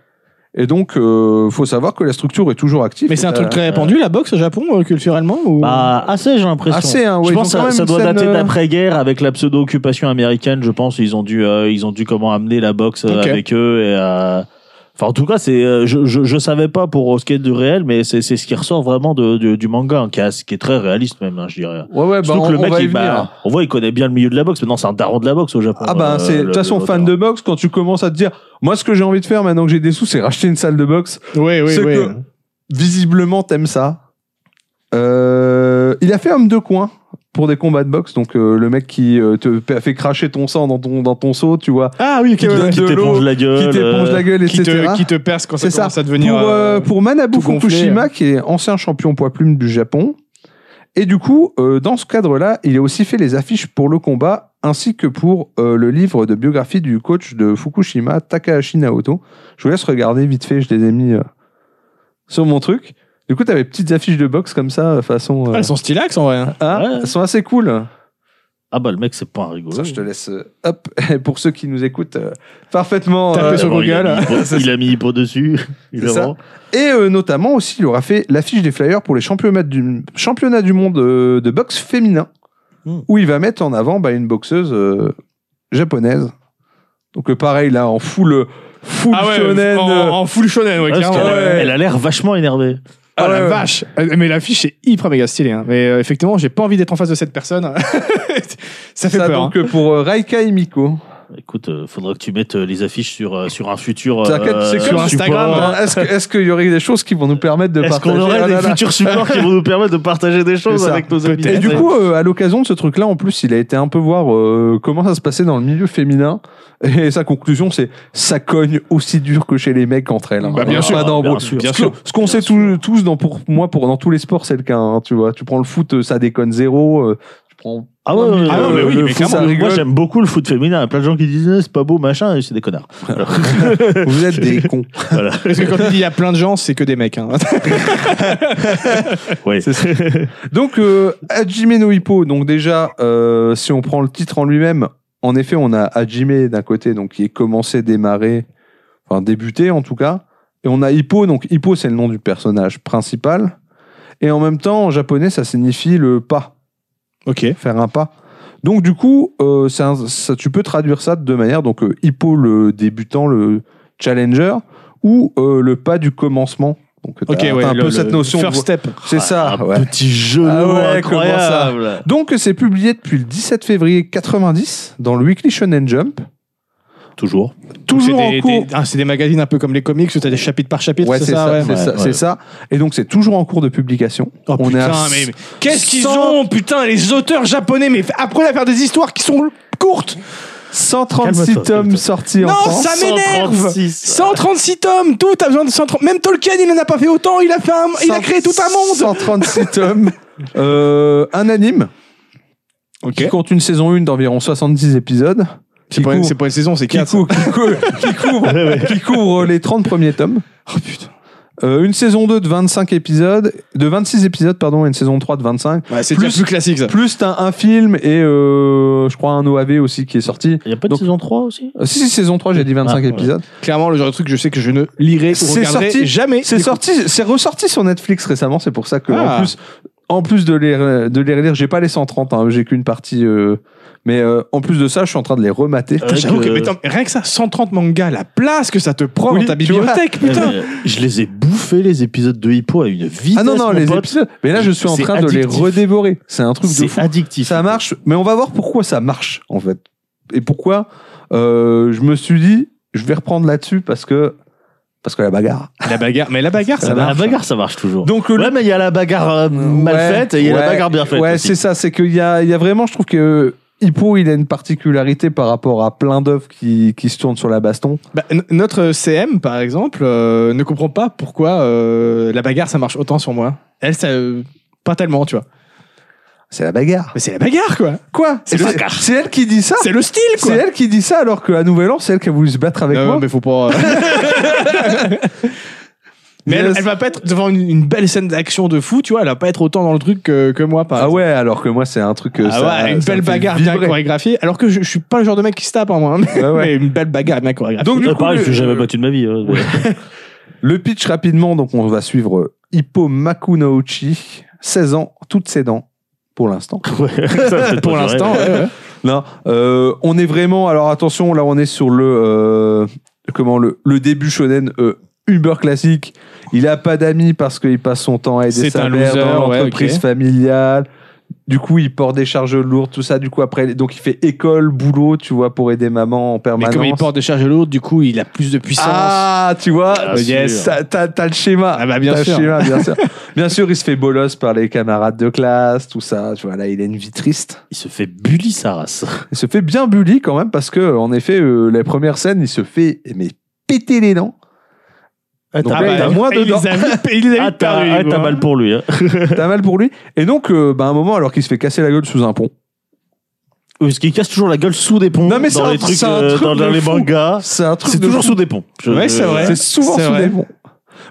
S1: Et donc euh, faut savoir que la structure est toujours active.
S3: Mais c'est un
S1: Euh,
S3: truc très répandu, la boxe au Japon, euh, culturellement ou...
S2: Bah, assez, j'ai l'impression.
S1: Assez, hein, ouais,
S2: je
S1: ils ont
S2: pense que
S1: quand
S2: ça,
S1: même
S2: ça
S1: une
S2: doit
S1: scène,
S2: dater
S1: euh,
S2: d'après-guerre avec la pseudo-occupation américaine, je pense. Ils ont dû, euh, ils ont dû comment amener la boxe euh,
S3: Ok.
S2: avec eux. Et, euh, Enfin, en tout cas, c'est, euh, je, je, je savais pas pour euh, ce qui est du réel, mais c'est, c'est ce qui ressort vraiment de, de- du manga, hein, qui, a- qui est très réaliste même, hein, je dirais.
S1: Ouais ouais, bah,
S2: Surtout
S1: on,
S2: que le
S1: on
S2: mec,
S1: va y
S2: il- bah,
S1: venir.
S2: on voit, il connaît bien le milieu de la boxe. Maintenant, c'est un daron de la boxe au Japon.
S1: Ah bah,
S2: euh,
S1: c'est de
S2: le-
S1: toute façon
S2: le-
S1: fan de boxe quand tu commences à te dire moi ce que j'ai envie de faire maintenant que j'ai des sous c'est racheter une salle de boxe.
S3: Oui, oui,
S1: c'est
S3: oui.
S1: que- Visiblement t'aimes ça. Euh, il a fait homme de coin pour des combats de boxe donc euh, le mec qui euh, te pa- fait cracher ton sang dans ton dans ton seau tu vois
S3: Ah oui, ok,
S1: Qui
S3: ouais,
S1: te-
S3: ouais.
S2: Qui
S1: de
S2: t'éponge
S1: l'eau,
S2: la gueule. euh,
S1: qui t'éponge la gueule
S3: Qui,
S1: etc.
S3: te, qui te perce quand ça
S1: C'est ça.
S3: commence à devenir...
S1: pour, euh,
S3: euh,
S1: pour Manabu
S3: tout euh. gonflé,
S1: Fukushima qui est ancien champion poids plume du Japon et du coup euh, dans ce cadre là il a aussi fait les affiches pour le combat ainsi que pour euh, le livre de biographie du coach de Fukushima Takahashi Naoto je vous laisse regarder vite fait je les ai mis euh, sur mon truc du coup t'avais petites affiches de boxe comme ça façon
S3: Ah,
S1: euh,
S3: elles sont stylax, en vrai. hein.
S1: hein,
S2: Ouais.
S1: elles sont assez cool
S2: Ah bah, le mec, c'est pas un rigolo.
S1: ça je te laisse euh, hop pour ceux qui nous écoutent euh, parfaitement
S3: Taper
S1: euh,
S3: sur
S2: D'abord, il a mis
S3: Google.
S2: Hippo- Il a mis Hippo dessus.
S1: C'est ça.
S2: évidemment.
S1: Et euh, notamment aussi, il aura fait l'affiche des flyers pour les championnats du, championnats du monde euh, de boxe féminin,
S2: Hmm.
S1: où il va mettre en avant bah, une boxeuse euh, japonaise. Donc euh, pareil, là, en full, euh, full
S3: Ah ouais,
S1: shonen.
S3: en,
S1: euh,
S3: en full shonen, ouais,
S2: Ouais, parce
S3: clairement.
S2: qu'elle a-
S1: ouais.
S2: Elle a l'air vachement énervée.
S3: Ah la
S1: ouais.
S3: vache Euh, Mais l'affiche est hyper méga stylée. hein. Mais euh, effectivement, j'ai pas envie d'être en face de cette personne. ça fait
S1: ça,
S3: peur. hein.
S1: donc euh, pour euh, Raika Imiko.
S2: Écoute, euh, faudra que tu mettes euh, les affiches sur, euh, sur un futur. euh,
S1: T'inquiète, c'est
S2: sur
S1: comme
S2: un
S3: Instagram,
S2: support.
S3: hein.
S1: Est-ce que- est-ce qu'il y aurait des choses qui vont nous permettre de
S2: Est-ce
S1: partager
S2: qu'on aurait
S1: Ah
S2: des
S1: là là.
S2: futurs supports qui vont nous permettre de partager des choses
S1: C'est ça.
S2: avec nos amis
S1: Et du coup, euh, à l'occasion de ce truc-là, en plus, il a été un peu voir euh, comment ça se passait dans le milieu féminin. Et sa conclusion, c'est ça cogne aussi dur que chez les mecs entre elles. hein.
S3: Bah, bien
S1: Pas
S3: sûr,
S1: dans-
S2: bien
S1: bon,
S2: sûr,
S1: ce
S3: bien
S1: que-
S3: sûr.
S1: Ce qu'on
S2: Bien
S1: sait
S2: sûr.
S1: tous- tous, dans, pour moi, pour, dans tous les sports, c'est le cas. hein, tu vois, tu prends le foot, euh, ça déconne zéro. euh, tu prends. euh,
S2: Ah ouais, ouais, ouais,
S3: Ah non, mais
S2: ouais,
S3: oui,
S2: le
S3: mais
S2: foot,
S3: clairement,
S2: ça
S1: moi,
S2: Moi,
S1: rigole.
S2: j'aime beaucoup le foot féminin. Il y a plein de gens qui disent, eh, c'est pas beau, machin, et c'est des connards. Alors,
S1: Vous êtes des cons.
S2: voilà.
S3: Parce que quand tu dis il y a plein de gens, c'est que des mecs. hein.
S2: Ouais.
S1: Donc, euh, Hajime no Hippo, donc déjà, euh, si on prend le titre en lui-même, en effet, on a Hajime d'un côté, donc qui est commencé, démarré, enfin débuté en tout cas, et on a Hippo, donc Hippo c'est le nom du personnage principal, et en même temps, en japonais, ça signifie le pas,
S3: ok.
S1: faire un pas. Donc du coup, euh, c'est un- ça, tu peux traduire ça de deux manières, donc euh, Hippo le débutant, le challenger, ou euh, le pas du commencement. Donc, t'as-
S3: Ok,
S1: Ah, t'as
S3: ouais,
S1: un
S3: le-
S1: peu
S3: le
S1: cette notion. de- Ah,
S3: First Ah, step.
S1: C'est ça.
S2: Un
S1: ouais.
S2: petit jeu
S1: Ah
S2: de mots
S1: ouais, comment ça
S2: incroyable.
S1: Donc, c'est publié depuis le 17 février 90 dans le Weekly Shonen Jump.
S2: Toujours.
S1: Toujours
S3: c'est des,
S1: en cours.
S3: des- ah, c'est des magazines un peu comme les comics où t'as des chapitres par chapitre,
S1: Ouais,
S3: c'est ça, ouais.
S1: c'est
S2: ouais,
S1: ça,
S2: ouais.
S1: c'est ça. Et donc, c'est toujours en cours de publication.
S3: Oh,
S1: On est
S3: putain,
S1: à-
S3: mais, mais qu'est-ce qu'ils
S1: cent-
S3: ont, putain, les auteurs japonais, mais apprenez à faire des histoires qui sont courtes.
S1: 136
S2: Calme-toi,
S1: tomes
S2: calme-toi.
S1: sortis en
S3: Non,
S1: France.
S3: Ça m'énerve
S2: 136.
S3: 136 tomes, tout a besoin de 130. Même Tolkien, il en a pas fait autant, il a fait un- il a créé tout un monde.
S1: 136 tomes. Euh, un anime qui
S3: Ok.
S1: compte une saison 1 d'environ 70 épisodes. Qui
S3: C'est pas, une-
S1: couvre-
S3: c'est pas une saison, c'est
S1: qui
S3: 4.
S1: cou- qui cou- qui couvre- qui couvre les 30 premiers tomes.
S3: Oh putain.
S1: Euh, une saison 2 de 25 épisodes, de 26 épisodes, pardon, et une saison 3 de 25.
S3: Ouais, c'est
S1: Plus-
S3: déjà plus classique ça.
S1: Plus t'as un film et euh, je crois un OAV aussi qui est sorti.
S2: Il n'y a pas de
S1: Donc-
S2: saison 3 aussi
S1: Euh, si, si, saison 3, j'ai dit 25
S2: Ah, ouais.
S1: épisodes.
S3: Clairement, le genre de truc, je sais que je ne lirai ou
S1: C'est
S3: regarderai
S1: sorti-
S3: jamais.
S1: C'est
S3: Du coup,
S1: sorti, c'est ressorti sur Netflix récemment, c'est pour ça que,
S3: Ah.
S1: en plus, en plus de les, de les relire, j'ai pas les 130, hein, j'ai qu'une partie, euh, mais euh, en plus de ça, je suis en train de les remater.
S2: Avec,
S3: J'avoue que
S2: euh,
S3: mais attends, rien que ça, 130 mangas, la place que ça te prend
S1: Oui,
S3: dans ta
S1: tu vois.
S3: bibliothèque,
S2: Ouais,
S3: putain.
S2: mais, euh, Je les ai bouffés, les épisodes de Hippo, à une vitesse.
S1: Ah non, non,
S2: mon
S1: les
S2: pote.
S1: épisodes, mais là, je suis en
S2: C'est
S1: train de les
S2: addictif.
S1: redévorer. C'est un truc de
S2: C'est
S1: fou.
S2: addictif.
S1: Ça marche, mais on va voir pourquoi ça marche, en fait. Et pourquoi euh, je me suis dit, je vais reprendre là-dessus parce que, parce que la bagarre.
S3: La bagarre, mais la bagarre,
S2: Ah
S3: ça
S2: bah,
S3: va.
S2: La bagarre, ça marche toujours.
S1: Donc, le
S2: ouais, mais il y a la bagarre euh, mal
S1: Ouais,
S2: faite et il y a
S1: ouais,
S2: la bagarre bien faite.
S1: Ouais,
S2: aussi.
S1: c'est ça. C'est qu'il y a, il y a vraiment, je trouve que euh, Hippo, il a une particularité par rapport à plein d'œuvres qui, qui se tournent sur la baston.
S3: Bah, n- notre CM, par exemple, euh, ne comprend pas pourquoi euh, la bagarre, ça marche autant sur moi. Elle, ça. euh, pas tellement, tu vois.
S1: C'est la bagarre.
S3: Mais c'est la bagarre, quoi.
S1: Quoi
S2: C'est
S1: le-
S2: la bagarre.
S1: C'est elle qui dit ça
S3: C'est le style,
S1: C'est
S3: quoi.
S1: elle qui dit ça alors qu'à Nouvel An, c'est elle qui a voulu se battre avec
S3: Non,
S1: moi.
S3: mais faut pas. euh, mais elle,
S1: Yes.
S3: elle va pas être devant une, une belle scène d'action de fou, tu vois. Elle va pas être autant dans le truc que, que moi, par
S1: Ah ouais, alors que moi, c'est un truc. euh,
S3: Ah
S1: ça-
S3: ouais, une
S1: ça
S3: belle
S1: me fait
S3: bagarre bien
S1: vibrer.
S3: chorégraphiée. Alors que je, je suis pas le genre de mec qui se tape, en moi. hein, mais-
S1: Ouais, ouais.
S3: mais une belle bagarre bien chorégraphiée.
S1: Donc, du
S2: Ouais,
S1: coup,
S2: pareil,
S1: le-
S2: je suis jamais battu de ma vie. hein.
S1: Le pitch rapidement, donc on va suivre euh, Hippo Makunouchi, 16 ans, toutes ses dents, pour l'instant.
S2: Ouais, ça va peut-être
S3: pour
S2: pas durer,
S3: l'instant,
S2: mais-
S3: ouais, ouais.
S1: Non, euh, on est vraiment. Alors attention, là on est sur le euh, comment le, le début shonen euh, uber classique. Il a pas d'amis parce qu'il passe son temps à aider
S3: C'est
S1: sa
S3: un
S1: mère
S3: loser,
S1: dans
S3: ouais,
S1: l'entreprise
S3: ok.
S1: familiale. Du coup, il porte des charges lourdes, tout ça. Du coup, après, donc il fait école, boulot, tu vois, pour aider maman en
S3: Mais
S1: permanence.
S3: comme il porte des charges lourdes, du coup, il a plus de puissance.
S1: ah, tu vois,
S2: Ah, yes.
S1: t'as- t'as t'as le schéma.
S3: Ah bah, bien
S1: T'as le
S3: sûr.
S1: schéma, bien sûr. Bien sûr, il se fait bolos par les camarades de classe, tout ça. Tu vois, là, il a une vie triste.
S2: Il se fait bully sa race.
S1: Il se fait bien bully quand même parce que en effet euh, les premières scènes il se fait mais péter les dents. Donc
S3: Ah
S1: là,
S3: bah,
S1: il a
S3: il-
S1: moins
S3: il
S1: dedans.
S3: les a vite- il les a
S2: Ah,
S3: vite perdus,
S2: t'as ah,
S3: les
S2: t'as
S3: gars.
S2: mal pour lui. hein.
S1: T'as mal pour lui. Et donc euh, bah, à un moment alors qu'il se fait casser la gueule sous un pont.
S2: Parce qu'il Euh, casse toujours la gueule sous des ponts.
S1: Non, mais c'est
S2: dans
S1: un-
S2: les trucs,
S1: c'est un
S2: euh,
S1: truc
S2: dans, dans
S1: de
S2: les
S1: fou.
S2: mangas.
S1: C'est un truc
S2: C'est
S1: de
S2: toujours
S1: fou.
S2: sous des ponts. Je-
S3: Ouais, c'est vrai.
S1: C'est souvent
S3: C'est
S1: sous
S3: vrai.
S1: des ponts.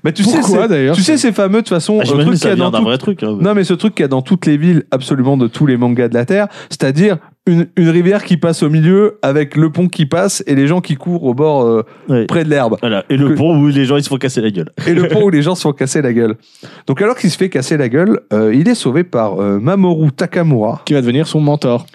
S1: Mais tu sais
S3: Pourquoi,
S1: c'est-
S3: d'ailleurs,
S1: Tu sais ces fameux de toute façon
S2: Ah,
S1: un
S2: J'imagine
S1: truc qu'il
S2: que
S1: y
S2: ça
S1: a
S2: vient
S1: dans
S2: d'un
S1: tout-
S2: vrai truc. hein.
S1: Non mais ce truc qu'il y a dans toutes les villes absolument de tous les mangas de la terre, c'est-à-dire une, une rivière qui passe au milieu avec le pont qui passe et les gens qui courent au bord euh,
S2: Ouais.
S1: près de l'herbe.
S2: Voilà. Et le
S1: Que-
S2: pont où les gens ils se font casser la gueule.
S1: et le pont où les gens se font casser la gueule. Donc alors qu'il se fait casser la gueule, euh, il est sauvé par euh, Mamoru Takamura,
S3: Qui va devenir son mentor.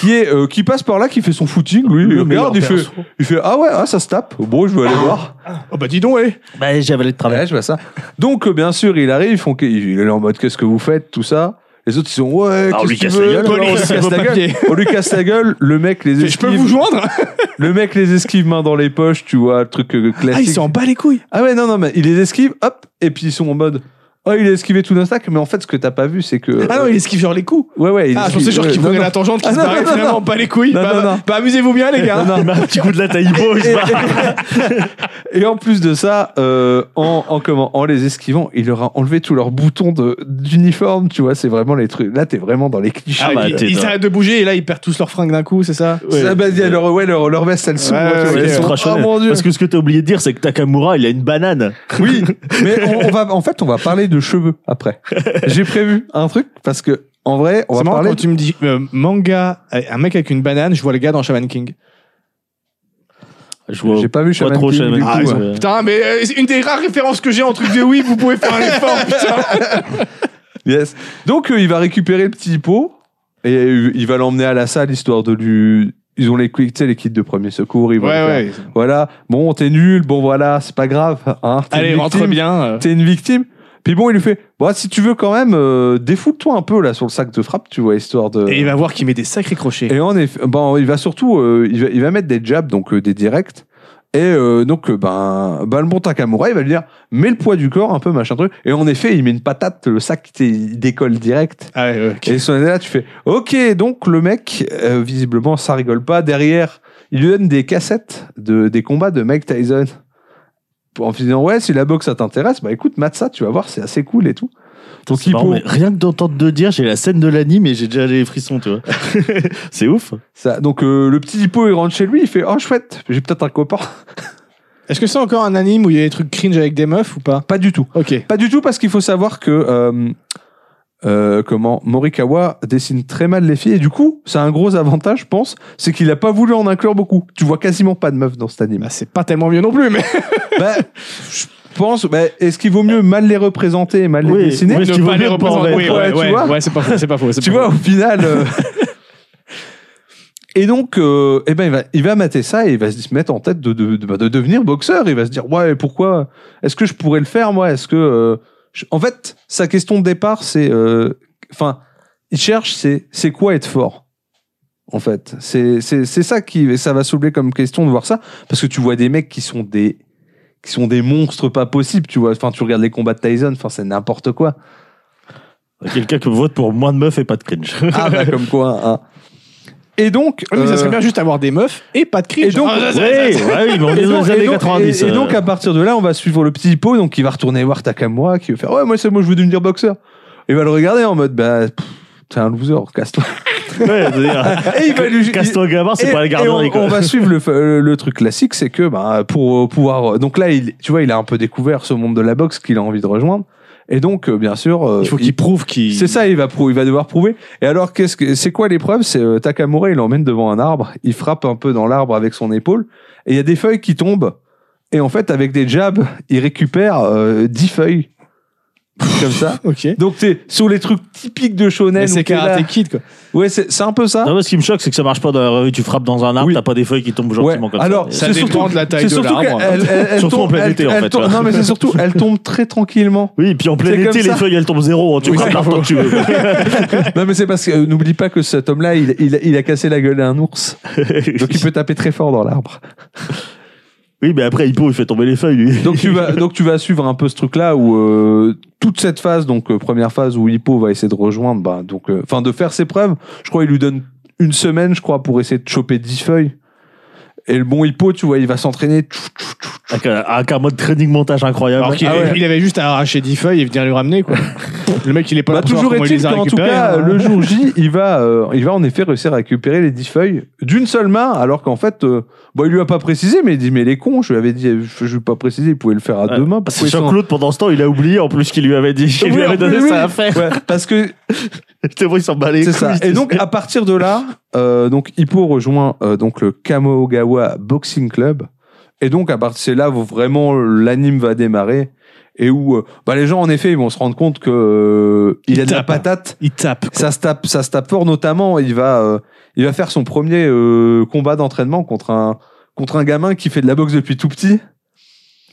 S1: qui est euh, qui passe par là, qui fait son footing, lui, il
S2: Le meilleur
S1: regarde, il fait,
S2: perso.
S1: il fait ah ouais, ah, ça se tape. Bon, je vais aller voir.
S3: Oh bah dis donc, Ah ouais.
S2: Bah, j'avais le travail.
S1: Ouais, je vois ça. Donc euh, bien sûr, il arrive, ils font qu'- il est en mode qu'est-ce que vous faites, tout ça. Les autres, ils sont ouais,
S2: Ah, on
S1: qu'est-ce
S2: lui
S1: que tu
S2: casse la
S1: veux
S2: gueule,
S1: Alors,
S3: Police,
S1: on lui
S3: c'est
S1: casse
S3: vos
S1: la gueule.
S3: papiers.
S1: On lui casse la gueule, le mec les
S3: Je peux
S1: esquive.
S3: vous joindre Ah,
S1: le mec les esquive main dans les poches, tu vois, le truc euh,
S3: Ah, il
S1: classique.
S3: s'en bat les couilles.
S1: Ah ouais, non, non, mais il les esquive, hop, et puis ils sont en mode. Oh, il a esquivé tout d'un sac, mais en fait, ce que t'as pas vu, c'est que.
S3: Ah non, il esquive genre les coups.
S1: Ouais, ouais, il
S3: Ah, je
S1: esquive,
S3: pensais genre
S1: ouais,
S3: qu'il
S1: non,
S3: prenait
S1: non.
S3: la tangente qui
S1: Ah,
S3: se
S1: non,
S3: barrait
S1: non,
S3: finalement
S1: non.
S3: pas les couilles.
S1: Non,
S3: Bah,
S1: non,
S3: bah,
S1: non.
S3: bah, amusez-vous bien, les gars.
S1: Non, non.
S2: Il m'a un petit coup de la taille il se barre.
S1: Et en plus de ça, euh, en, en comment, en les esquivant, il leur a enlevé tous leurs boutons de- d'uniforme, tu vois, c'est vraiment les trucs. Là, t'es vraiment dans les clichés.
S2: Ah, bah,
S3: ils
S2: t'es
S3: ils
S2: dans-
S3: s'arrêtent de bouger et là, ils perdent tous leurs fringues d'un coup, c'est ça
S1: Ça, bah, il y a leur, ouais, leur, leur veste, elle s'ouvre.
S3: Ouais,
S1: tu vois,
S3: ouais,
S1: ils
S3: ouais.
S1: sont-
S2: Trachonnet.
S1: oh mon dieu.
S2: Parce que ce que t'as oublié de dire, c'est que Takamura, il a une banane.
S1: Oui, mais on, on va, en fait, on va parler de cheveux après. J'ai prévu un truc parce que, en vrai, on
S3: C'est
S1: va
S3: marrant
S1: parler.
S3: quand tu me dis euh, manga, euh, un mec avec une banane, je vois le gars dans Shaman King.
S2: Je vois
S1: J'ai pas vu
S2: pas
S1: Shaman
S2: trop
S1: King,
S2: Shaman
S1: du
S3: Ah,
S2: King,
S1: coup,
S2: ouais.
S3: Putain, mais euh, c'est une des rares références que j'ai en truc de oui, vous pouvez faire un effort, putain.
S1: Yes. Donc euh, il va récupérer le petit pot et euh, il va l'emmener à la salle histoire de lui. Ils ont les quick, tu sais, les kits de premier secours. Ils vont
S3: Ouais,
S1: le faire.
S3: ouais.
S1: Voilà. Bon, t'es nul. Bon, voilà, c'est pas grave. Hein, T'es
S3: Allez,
S1: une
S3: rentre
S1: victime.
S3: bien. euh.
S1: T'es une victime. Puis bon, il lui fait. Bon, si tu veux quand même, euh, défoule-toi un peu là sur le sac de frappe, tu vois, histoire de.
S3: Et il va voir qu'il met des sacrés crochets.
S1: Et en effet, bon, il va surtout, euh, il, va, il va mettre des jabs, donc euh, des directs. Et euh, donc, euh, ben, ben, le bon Takamura, il va lui dire, mets le poids du corps, un peu machin truc. Et en effet, il met une patate, le sac, t'es- il décolle direct.
S3: Ah ouais, ouais, ok.
S1: Et son année là, tu fais, ok, donc le mec, euh, visiblement, ça rigole pas. Derrière, il lui donne des cassettes de, des combats de Mike Tyson. En lui disant, ouais, si la boxe, ça t'intéresse, bah écoute, mate ça, tu vas voir, c'est assez cool et tout. Donc,
S2: C'est
S1: il
S2: marrant,
S1: faut-
S2: mais rien que d'entendre de dire, j'ai la scène de l'anime et j'ai déjà les frissons, tu vois. c'est ouf.
S1: ça, donc euh, le petit hippo, il rentre chez lui, il fait, oh chouette, j'ai peut-être un copain.
S3: Est-ce que c'est encore un anime où il y a des trucs cringe avec des meufs ou pas
S1: Pas du tout.
S3: Ok.
S1: Pas du tout, parce qu'il faut savoir que euh, euh, comment Morikawa dessine très mal les filles, et du coup, c'est un gros avantage, je pense, c'est qu'il a pas voulu en inclure beaucoup. Tu vois quasiment pas de meufs dans cet anime.
S3: Bah, c'est pas tellement mieux non plus, mais.
S1: bah, je pense, bah, est-ce qu'il vaut mieux mal les représenter et mal
S2: Oui,
S1: les dessiner
S2: oui.
S3: ne
S2: qu'il vaut
S3: pas les
S2: mieux pas en
S3: représenter.
S2: mettre.
S1: Ouais,
S3: Oui, ouais,
S1: tu
S3: ouais,
S1: vois
S3: ouais, c'est pas faux, c'est pas faux. c'est
S1: Tu
S3: pas
S1: vois,
S3: faux.
S1: au final. euh, Et donc, euh, eh ben, il va, il va mater ça et il va se mettre en tête de, de, de- bah, de devenir boxeur. Il va se dire, ouais, pourquoi Est-ce que je pourrais le faire, moi Est-ce que. euh, je- En fait, sa question de départ, c'est. euh, Enfin, il cherche, c'est c'est quoi être fort En fait, c'est c'est- c'est ça qui. Ça va soulever comme question de voir ça. Parce que tu vois des mecs qui sont des. Qui sont des monstres pas possibles, tu vois. Enfin, tu regardes les combats de Tyson, enfin, c'est n'importe quoi.
S2: Quelqu'un qui vote pour moins de meufs et pas de cringe.
S1: Ah bah comme quoi. hein. Et donc,
S3: Ah Oui, mais ça
S1: euh,
S3: serait bien juste avoir des meufs et pas de cringe.
S1: et donc-
S3: Ah, ça, ça,
S2: ouais,
S3: ça, ça.
S2: ouais, mais on est
S1: et
S2: dans
S1: donc-
S2: les
S1: et
S2: années
S1: donc-
S2: 90.
S1: et- et
S2: euh.
S1: donc à partir de là, on va suivre le petit pot, donc il va retourner voir Takamura, qui veut faire ouais moi c'est moi je veux devenir boxeur. Il va le regarder en mode bah pff, t'es un loser, casse-toi.
S2: Ouais, c'est-à-dire,
S1: Et il va lui
S2: Casse-toi gamin, c'est
S1: et-
S2: pas la
S1: et
S2: garderie,
S1: on, on
S2: quoi.
S1: va suivre le, fa- le truc classique, c'est que bah, pour pouvoir donc là il tu vois il a un peu découvert ce monde de la boxe qu'il a envie de rejoindre et donc euh, bien sûr euh,
S3: Il faut qu'il prouve qu'il.
S1: C'est ça, il va, prou- il va devoir prouver. Et alors, qu'est-ce que, c'est quoi l'épreuve C'est euh, Takamura, il l'emmène devant un arbre, il frappe un peu dans l'arbre avec son épaule, et il y a des feuilles qui tombent. Et en fait, avec des jabs, il récupère euh, 10 feuilles. Comme ça.
S3: Ok.
S1: Donc, t'es sur les trucs typiques de Shonen.
S3: Mais
S1: où
S3: c'est
S1: t'es là-
S3: Karate Kid, quoi.
S1: Ouais, c'est c'est un peu ça.
S2: Non, mais ce qui me choque, c'est que ça marche pas dans la revue. Tu frappes dans un arbre,
S1: Oui.
S2: t'as pas des feuilles qui tombent
S1: Ouais,
S2: gentiment comme
S1: alors,
S2: ça.
S1: c'est surtout-
S3: de la
S1: C'est surtout euh, qu'elle elle- elle
S2: hein. Surtout en
S1: tombe,
S2: plein
S1: elle-
S2: été, en
S1: elle
S2: fait,
S1: tombe-
S2: là.
S1: Non, mais c'est surtout, elle tombe très tranquillement.
S2: Oui, puis en plein
S1: C'est comme
S2: été, les
S1: ça.
S2: feuilles, elles tombent zéro. hein. Tu
S1: Oui,
S2: frappes
S1: c'est
S2: l'arbre tant que tu veux.
S1: Non, mais c'est parce que euh, n'oublie pas que cet homme-là, il, il- il a cassé la gueule à un ours. Donc, il peut taper très fort dans l'arbre.
S2: Oui, mais après, Hippo, il fait tomber les feuilles, lui.
S1: donc tu vas donc tu vas suivre un peu ce truc là où euh, toute cette phase donc euh, première phase où Hippo va essayer de rejoindre bah, donc euh, enfin de faire ses preuves je crois il lui donne une semaine je crois pour essayer de choper 10 feuilles et le bon Hippo tu vois il va s'entraîner tchou, tchou, tchou, tchou.
S2: Avec un, avec un mode training montage incroyable.
S3: Alors qu'il
S1: Ah ouais.
S3: il avait juste à arracher 10 feuilles et venir lui ramener, quoi. le mec, il est pas
S1: bah,
S3: là pour savoir
S1: toujours
S3: comment il
S1: est-il
S3: les a
S1: qu'en tout
S3: récupérés,
S1: cas
S3: hein.
S1: le jour J il va euh, il va en effet réussir à récupérer les 10 feuilles d'une seule main alors qu'en fait euh, bon il lui a pas précisé mais il dit mais les cons je lui avais dit je, je lui ai pas précisé il pouvait le faire à
S2: Ouais.
S1: deux
S3: bah,
S1: mains
S2: Parce que
S1: pourquoi ils sont-
S2: Jean-Claude, pendant ce temps, il a oublié en plus qu'il lui avait dit, qu'il
S1: Oui,
S2: lui avait
S1: en
S2: donné
S1: plus,
S2: ça
S1: oui.
S2: à faire.
S1: Ouais, parce que
S2: C'est bon, il s'en bat les
S1: C'est ça.
S2: couilles,
S1: Et
S2: tu
S1: donc
S2: sais.
S1: à partir de là, euh, donc Hippo rejoint euh, donc le Kamogawa Boxing Club. Et donc à partir c'est là où vraiment l'anime va démarrer et où euh, bah, les gens en effet ils vont se rendre compte que euh, il,
S3: Il
S1: a de la
S3: tape.
S1: patate.
S3: il tape.
S1: Ça se tape, ça se tape fort notamment. Il va euh, il va faire son premier euh, combat d'entraînement contre un contre un gamin qui fait de la boxe depuis tout petit.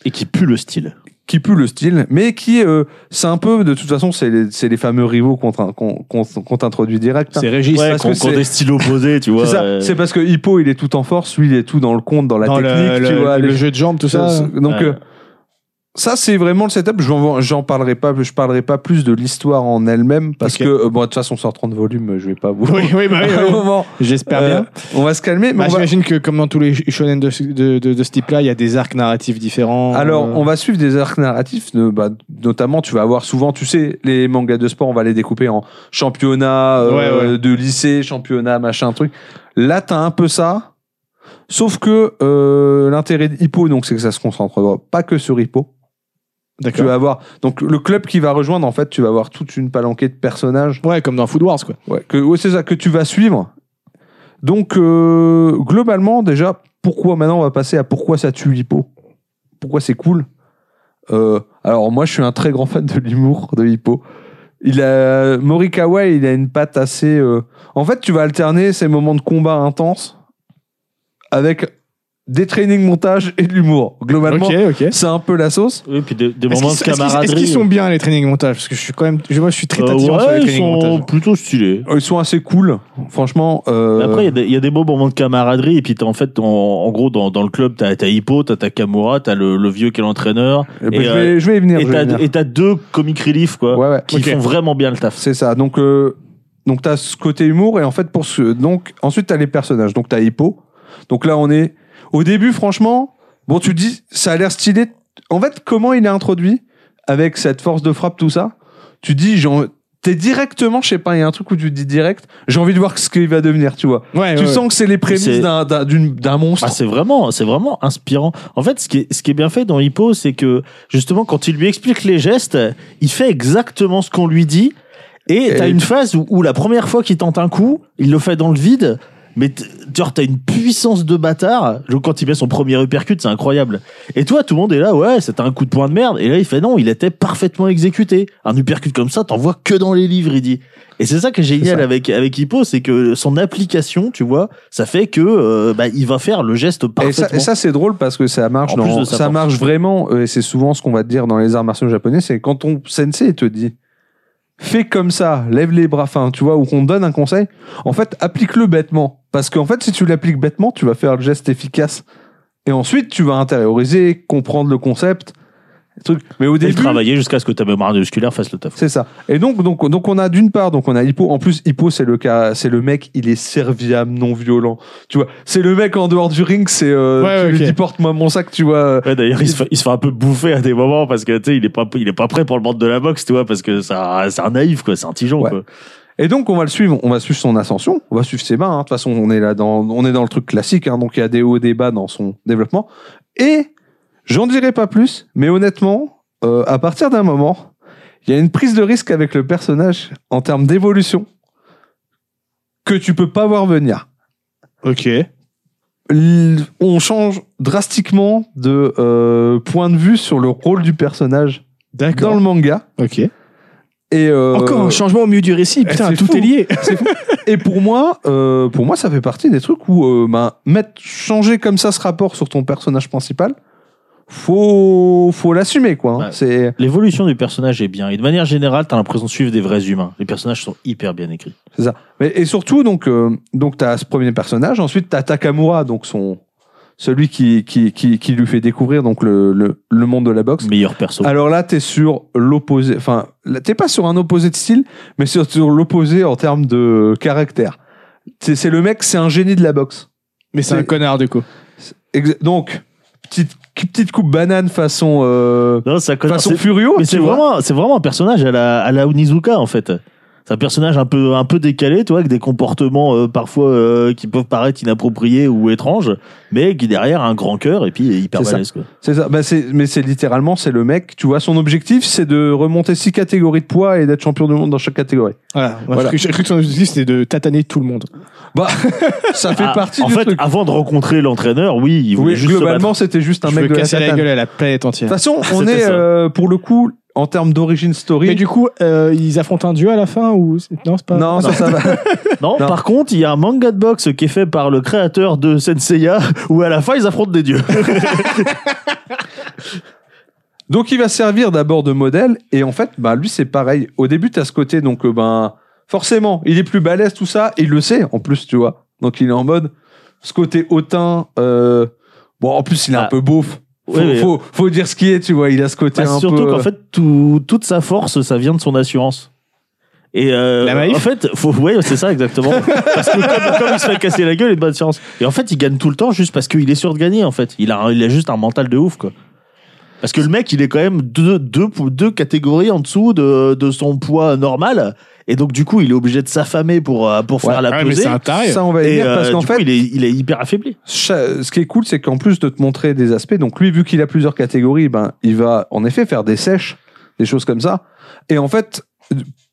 S2: Et qui pue le style.
S1: qui pue le style, mais qui, euh, c'est un peu, de toute façon, c'est les, c'est les fameux rivaux qu'on t'in- qu'on qu'on- qu'on t'introduit direct. hein.
S3: C'est Régis.
S2: Ouais,
S1: parce
S2: qu'on
S1: que
S2: qu'on
S1: c'est-
S2: des styles opposés, tu vois.
S1: C'est ça,
S2: euh,
S1: c'est parce que Hippo, il est tout en force, lui, il est tout dans le compte, dans la
S3: Dans
S1: technique,
S3: le,
S1: tu
S3: le-
S1: vois.
S3: le
S1: les-
S3: jeu de jambes, tout ça.
S1: ça, donc,
S2: Ouais.
S1: euh, ça, c'est vraiment le setup. J'en j'en parlerai pas, je parlerai pas plus de l'histoire en elle-même, parce
S3: Ok.
S1: que, euh, bon, de toute façon, sur 30 volumes, je vais pas vous.
S3: Oui, oui, bah oui,
S1: un
S3: oui.
S1: moment,
S3: J'espère
S1: euh,
S3: bien.
S1: on va se calmer. Mais
S3: Bah,
S1: on va-
S3: J'imagine que, comme dans tous les sh- shonen de, ce- de, de- de ce type-là, il y a des arcs narratifs différents.
S1: Alors,
S3: euh,
S1: on va suivre des arcs narratifs. de- bah, notamment, tu vas avoir souvent, tu sais, les mangas de sport, on va les découper en championnat euh,
S3: Ouais, ouais.
S1: de lycée, championnat, machin, truc. Là, t'as un peu ça. Sauf que euh, l'intérêt d'Hippo, donc, c'est que ça se concentre pas que sur Hippo. Tu
S3: D'accord.
S1: vas avoir donc le club qui va rejoindre. En fait, tu vas avoir toute une palanquée de personnages
S3: Ouais, comme dans Food Wars, quoi.
S1: Ouais, que, ouais, c'est ça que tu vas suivre. Donc, euh, globalement, déjà, pourquoi maintenant on va passer à pourquoi ça tue Hippo Pourquoi c'est cool Euh, Alors, moi, je suis un très grand fan de l'humour de Hippo. Il a, Morikawa, il a une patte assez. euh, En fait, tu vas alterner ces moments de combat intenses avec des training montage et de l'humour. Globalement,
S3: Ok, ok.
S1: c'est un peu la sauce.
S2: Oui, puis des, des
S3: Est-ce qu'ils-
S2: moments de
S3: est-ce qu'ils
S2: camaraderie.
S3: est-ce qu'ils sont bien les training montages Parce que je suis quand même, je- moi je suis très
S2: Euh,
S3: tatillon sur
S2: ouais,
S3: les
S2: ils
S3: training
S2: sont
S3: montages.
S2: plutôt stylés.
S1: Ils sont assez cool, franchement. euh,
S2: Après, il y a des- il y, a des beaux moments de camaraderie, et puis t'as en fait, en, en gros, dans, dans le club, t'as t'as Hippo, t'as Takamura, t'as le, le vieux qui est l'entraîneur,
S1: eh ben,
S2: et,
S1: je,
S2: euh,
S1: vais, je vais y venir.
S2: et
S1: je vais y
S2: t'as
S1: venir.
S2: et t'as deux comic relief, quoi,
S1: Ouais, ouais.
S2: qui
S3: Ok.
S2: font vraiment bien le taf.
S1: C'est ça. Donc, euh, donc tu as ce côté humour et en fait, pour ce. Donc, ensuite, tu as les personnages. Donc, tu as Hippo. Donc là, on est. Au début, franchement, bon, tu te dis, ça a l'air stylé. En fait, comment il est introduit avec cette force de frappe, tout ça Tu te dis, genre, t'es directement, je sais pas, il y a un truc où tu te dis direct, j'ai envie de voir ce qu'il va devenir, tu vois.
S3: Ouais,
S1: tu
S3: ouais,
S1: sens que c'est les prémices
S2: C'est-
S1: d'un- d'un d'une- d'un monstre.
S2: Ah, c'est vraiment, c'est vraiment inspirant. En fait, ce qui est, ce qui est bien fait dans Hippo, c'est que justement, quand il lui explique les gestes, il fait exactement ce qu'on lui dit. Et
S1: Et-
S2: t'as une phase où, où la première fois qu'il tente un coup, il le fait dans le vide. Mais t- genre, t'as une puissance de bâtard. Genre, Quand il met son premier uppercut, c'est incroyable. Et toi, tout le monde est là, ouais, c'était un coup de poing de merde. Et là, il fait non, il était parfaitement exécuté. Un uppercut comme ça, t'en vois que dans les livres, il dit. Et c'est ça qui est génial
S1: ça.
S2: avec avec Hippo, c'est que son application, tu vois, ça fait que euh, bah, il va faire le geste
S1: Et ça,
S2: parfaitement.
S1: et ça, c'est drôle parce que ça marche,
S2: En plus
S1: dans-
S2: de sa
S1: ça,
S2: force.
S1: marche vraiment, euh, et c'est souvent ce qu'on va te dire dans les arts martiaux japonais, c'est quand ton sensei te dit fais comme ça, lève les bras, fin, tu vois, ou qu'on te donne un conseil, en fait, applique-le bêtement. Parce qu'en fait, si tu l'appliques bêtement, tu vas faire le geste efficace. Et ensuite, tu vas intérioriser, comprendre le concept. le Truc. Mais au
S2: Et le
S1: début,
S2: travailler jusqu'à ce que ta mémoire musculaire fasse le taf.
S1: c'est ça. Et donc, donc, donc on a d'une part, donc on a Hippo. En plus, Hippo, c'est le cas, c'est le mec, il est serviable, non violent. Tu vois, c'est le mec en dehors du ring, c'est, euh,
S3: Ouais,
S1: tu
S3: ouais,
S1: lui
S3: ok.
S1: dis porte-moi mon sac, tu vois. euh,
S2: Ouais, d'ailleurs, il se, fait, il se fait un peu bouffer à des moments parce que tu sais, il est pas, il est pas prêt pour le bord de la boxe, tu vois, parce que ça, c'est un naïf, quoi, c'est un tigeon,
S1: Ouais.
S2: quoi.
S1: Et donc on va le suivre, on va suivre son ascension, on va suivre ses mains. hein. De toute façon, on est là dans, on est dans le truc classique, hein, donc il y a des hauts, des bas dans son développement. Et j'en dirai pas plus, mais honnêtement, euh, à partir d'un moment, il y a une prise de risque avec le personnage en termes d'évolution que tu peux pas voir venir.
S3: Ok.
S1: L- on change drastiquement de euh, point de vue sur le rôle du personnage dans
S3: D'accord.
S1: le manga.
S3: Ok.
S1: Et euh, eh,
S3: Encore un changement au milieu du récit. Putain,
S1: c'est
S3: tout
S1: fou.
S3: est lié.
S1: Et pour moi, euh, pour moi, ça fait partie des trucs où euh, ben, mettre, changer comme ça ce rapport sur ton personnage principal, faut, faut l'assumer quoi. hein.
S2: Ouais.
S1: C'est
S2: L'évolution du personnage est bien. Et de manière générale, t'as l'impression de suivre des vrais humains. Les personnages sont hyper bien écrits.
S1: mais- et surtout donc euh, donc t'as ce premier personnage, ensuite t'as Takamura donc son celui qui qui, qui, qui lui fait découvrir donc le, le, le monde de la boxe.
S2: Meilleur perso.
S1: Alors là, t'es sur l'opposé. Enfin, là, t'es pas sur un opposé de style, mais sur, sur l'opposé en termes de caractère. C'est c'est le mec, c'est un génie de la boxe.
S3: Mais c'est un
S1: C'est-
S3: connard du coup.
S1: Exa- Donc, petite, petite coupe banane façon, euh,
S2: non, ça connaît-
S1: façon
S2: c'est-
S1: Furio.
S2: Mais
S1: tu
S2: c'est
S1: vois.
S2: vraiment, c'est vraiment un personnage à la, à la Onizuka en fait. C'est un personnage un peu, un peu décalé, tu vois, avec des comportements euh, parfois euh, qui peuvent paraître inappropriés ou étranges, mais qui derrière a un grand cœur et puis est hyper
S1: C'est ça.
S2: balèze. Quoi.
S1: C'est ça. Bah, c'est- mais c'est littéralement, c'est le mec. Tu vois, son objectif, c'est de remonter six catégories de poids et d'être champion du monde dans chaque catégorie.
S3: Voilà. Moi,
S1: Voilà.
S3: j'ai cru- J'ai cru que son objectif c'était de tataner tout le monde.
S1: Bah, ça fait
S2: Ah,
S1: partie
S2: en
S1: du
S2: fait,
S1: truc.
S2: avant de rencontrer l'entraîneur, oui, il voulait
S1: Oui,
S2: juste
S1: globalement, c'était juste un
S3: je
S1: mec
S3: veux
S1: de la
S3: casser la,
S1: tatane.
S3: gueule à la planète
S1: De
S3: entière.
S1: toute façon, on
S2: C'était
S1: est
S2: ça.
S1: euh, pour le coup en termes d'origine story.
S3: Mais du coup, euh, ils affrontent un dieu à la fin ou c'est- non C'est pas.
S1: non,
S3: Ah,
S1: ça, ça va.
S2: se battre. Non,
S1: Non.
S2: par contre, il y a un manga de boxe qui est fait par le créateur de Senseiya, où à la fin ils affrontent des dieux.
S1: Donc il va servir d'abord de modèle et en fait bah lui c'est pareil. Au début t'as ce côté donc euh, ben forcément il est plus balèze tout ça et il le sait en plus tu vois. Donc il est en mode ce côté hautain. euh, bon en plus il est un
S2: Ah.
S1: peu beauf. Faut,
S2: Ouais, mais-
S1: faut, faut dire ce qui est tu vois. Il a ce côté
S2: Bah,
S1: un
S2: surtout
S1: peu. euh,
S2: qu'en fait, tout- toute sa force, ça vient de son assurance. Et euh,
S3: La Maïf
S2: en fait, faut, ouais, c'est ça exactement. parce que comme, comme il se fait casser la gueule, il a de bonne assurance. Et en fait, il gagne tout le temps juste parce qu'il est sûr de gagner. En fait, il a, un- il a juste un mental de ouf, quoi. Parce que le mec, il est quand même deux, deux, deux catégories en dessous de, de son poids normal. Et donc, du coup, il est obligé de s'affamer pour, euh, pour faire
S1: Ouais,
S2: la
S3: Ouais, mais
S2: pesée.
S3: c'est un taré.
S1: ça on va y
S2: Et
S1: venir parce
S2: euh,
S1: qu'en
S2: du
S1: fait
S2: coup, il est, il est hyper affaibli.
S1: Cha- ce qui est cool, c'est qu'en plus de te montrer des aspects, donc lui, vu qu'il a plusieurs catégories, ben, il va en effet faire des sèches, des choses comme ça. Et en fait,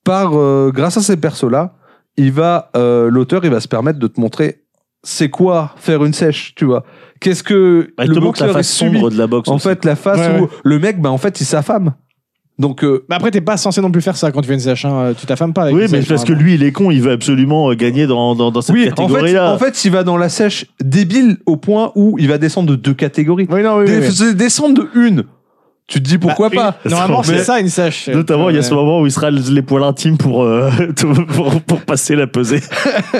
S1: par, euh, grâce à ces persos-là, il va, euh, l'auteur, il va se permettre de te montrer c'est quoi faire une sèche, tu vois. Qu'est-ce que
S2: Bah, il
S1: le
S2: te montre la
S1: boxeur est
S2: face
S1: subi
S2: sombre de la boxe.
S1: En
S2: aussi.
S1: fait, la face
S3: Ouais,
S1: où
S3: ouais.
S1: le mec, ben, en fait, il s'affame. Donc, euh,
S3: Bah après, t'es pas censé non plus faire ça quand tu fais une CH1. euh, Tu t'affames pas avec
S2: Oui,
S3: une
S2: mais
S3: CH1,
S2: parce que lui, il est con, il veut absolument euh, gagner dans, dans, dans cette
S1: oui, en fait,
S2: catégorie-là.
S1: en fait, il va dans la sèche débile au point où il va descendre de deux catégories.
S3: Oui, non, oui, oui,
S1: Dé-
S3: oui.
S1: Descendre de une, tu te dis pourquoi
S3: Bah,
S1: pas
S3: une- Normalement,
S2: Mais-
S3: c'est ça une sèche.
S2: Notamment, il y a ce
S3: Ouais.
S2: moment où il sera les poils intimes pour, euh, pour, pour passer la pesée.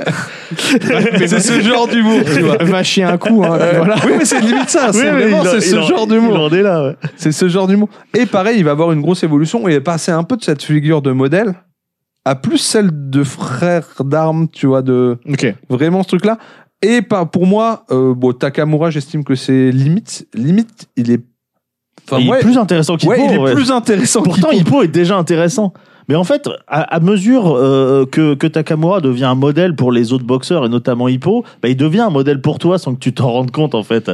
S1: Mais c'est ce genre d'humour, tu vois.
S3: Va chier un coup. hein, et voilà.
S1: Oui, mais c'est limite ça. C'est
S2: Oui, mais
S1: vraiment
S2: il en-
S1: c'est
S2: il
S1: ce
S2: en-
S1: genre
S2: Il
S1: d'humour.
S2: en est là, ouais.
S1: C'est ce genre d'humour. Et pareil, il va avoir une grosse évolution et passer un peu de cette figure de modèle à plus celle de frère d'armes, tu vois, de
S3: Ok.
S1: vraiment ce truc-là. Et pas, pour moi, euh, bon, Takamura, j'estime que c'est limite, limite, il est, enfin,
S2: il
S1: ouais,
S2: est plus intéressant qu'Hippo.
S1: ouais, il est
S2: ouais.
S1: plus intéressant.
S2: Pourtant,
S1: qu'Hippo.
S2: Hippo est déjà intéressant. Mais en fait, à, à mesure euh, que, que Takamura devient un modèle pour les autres boxeurs, et notamment Hippo, bah, il devient un modèle pour toi sans que tu t'en rendes compte, en fait.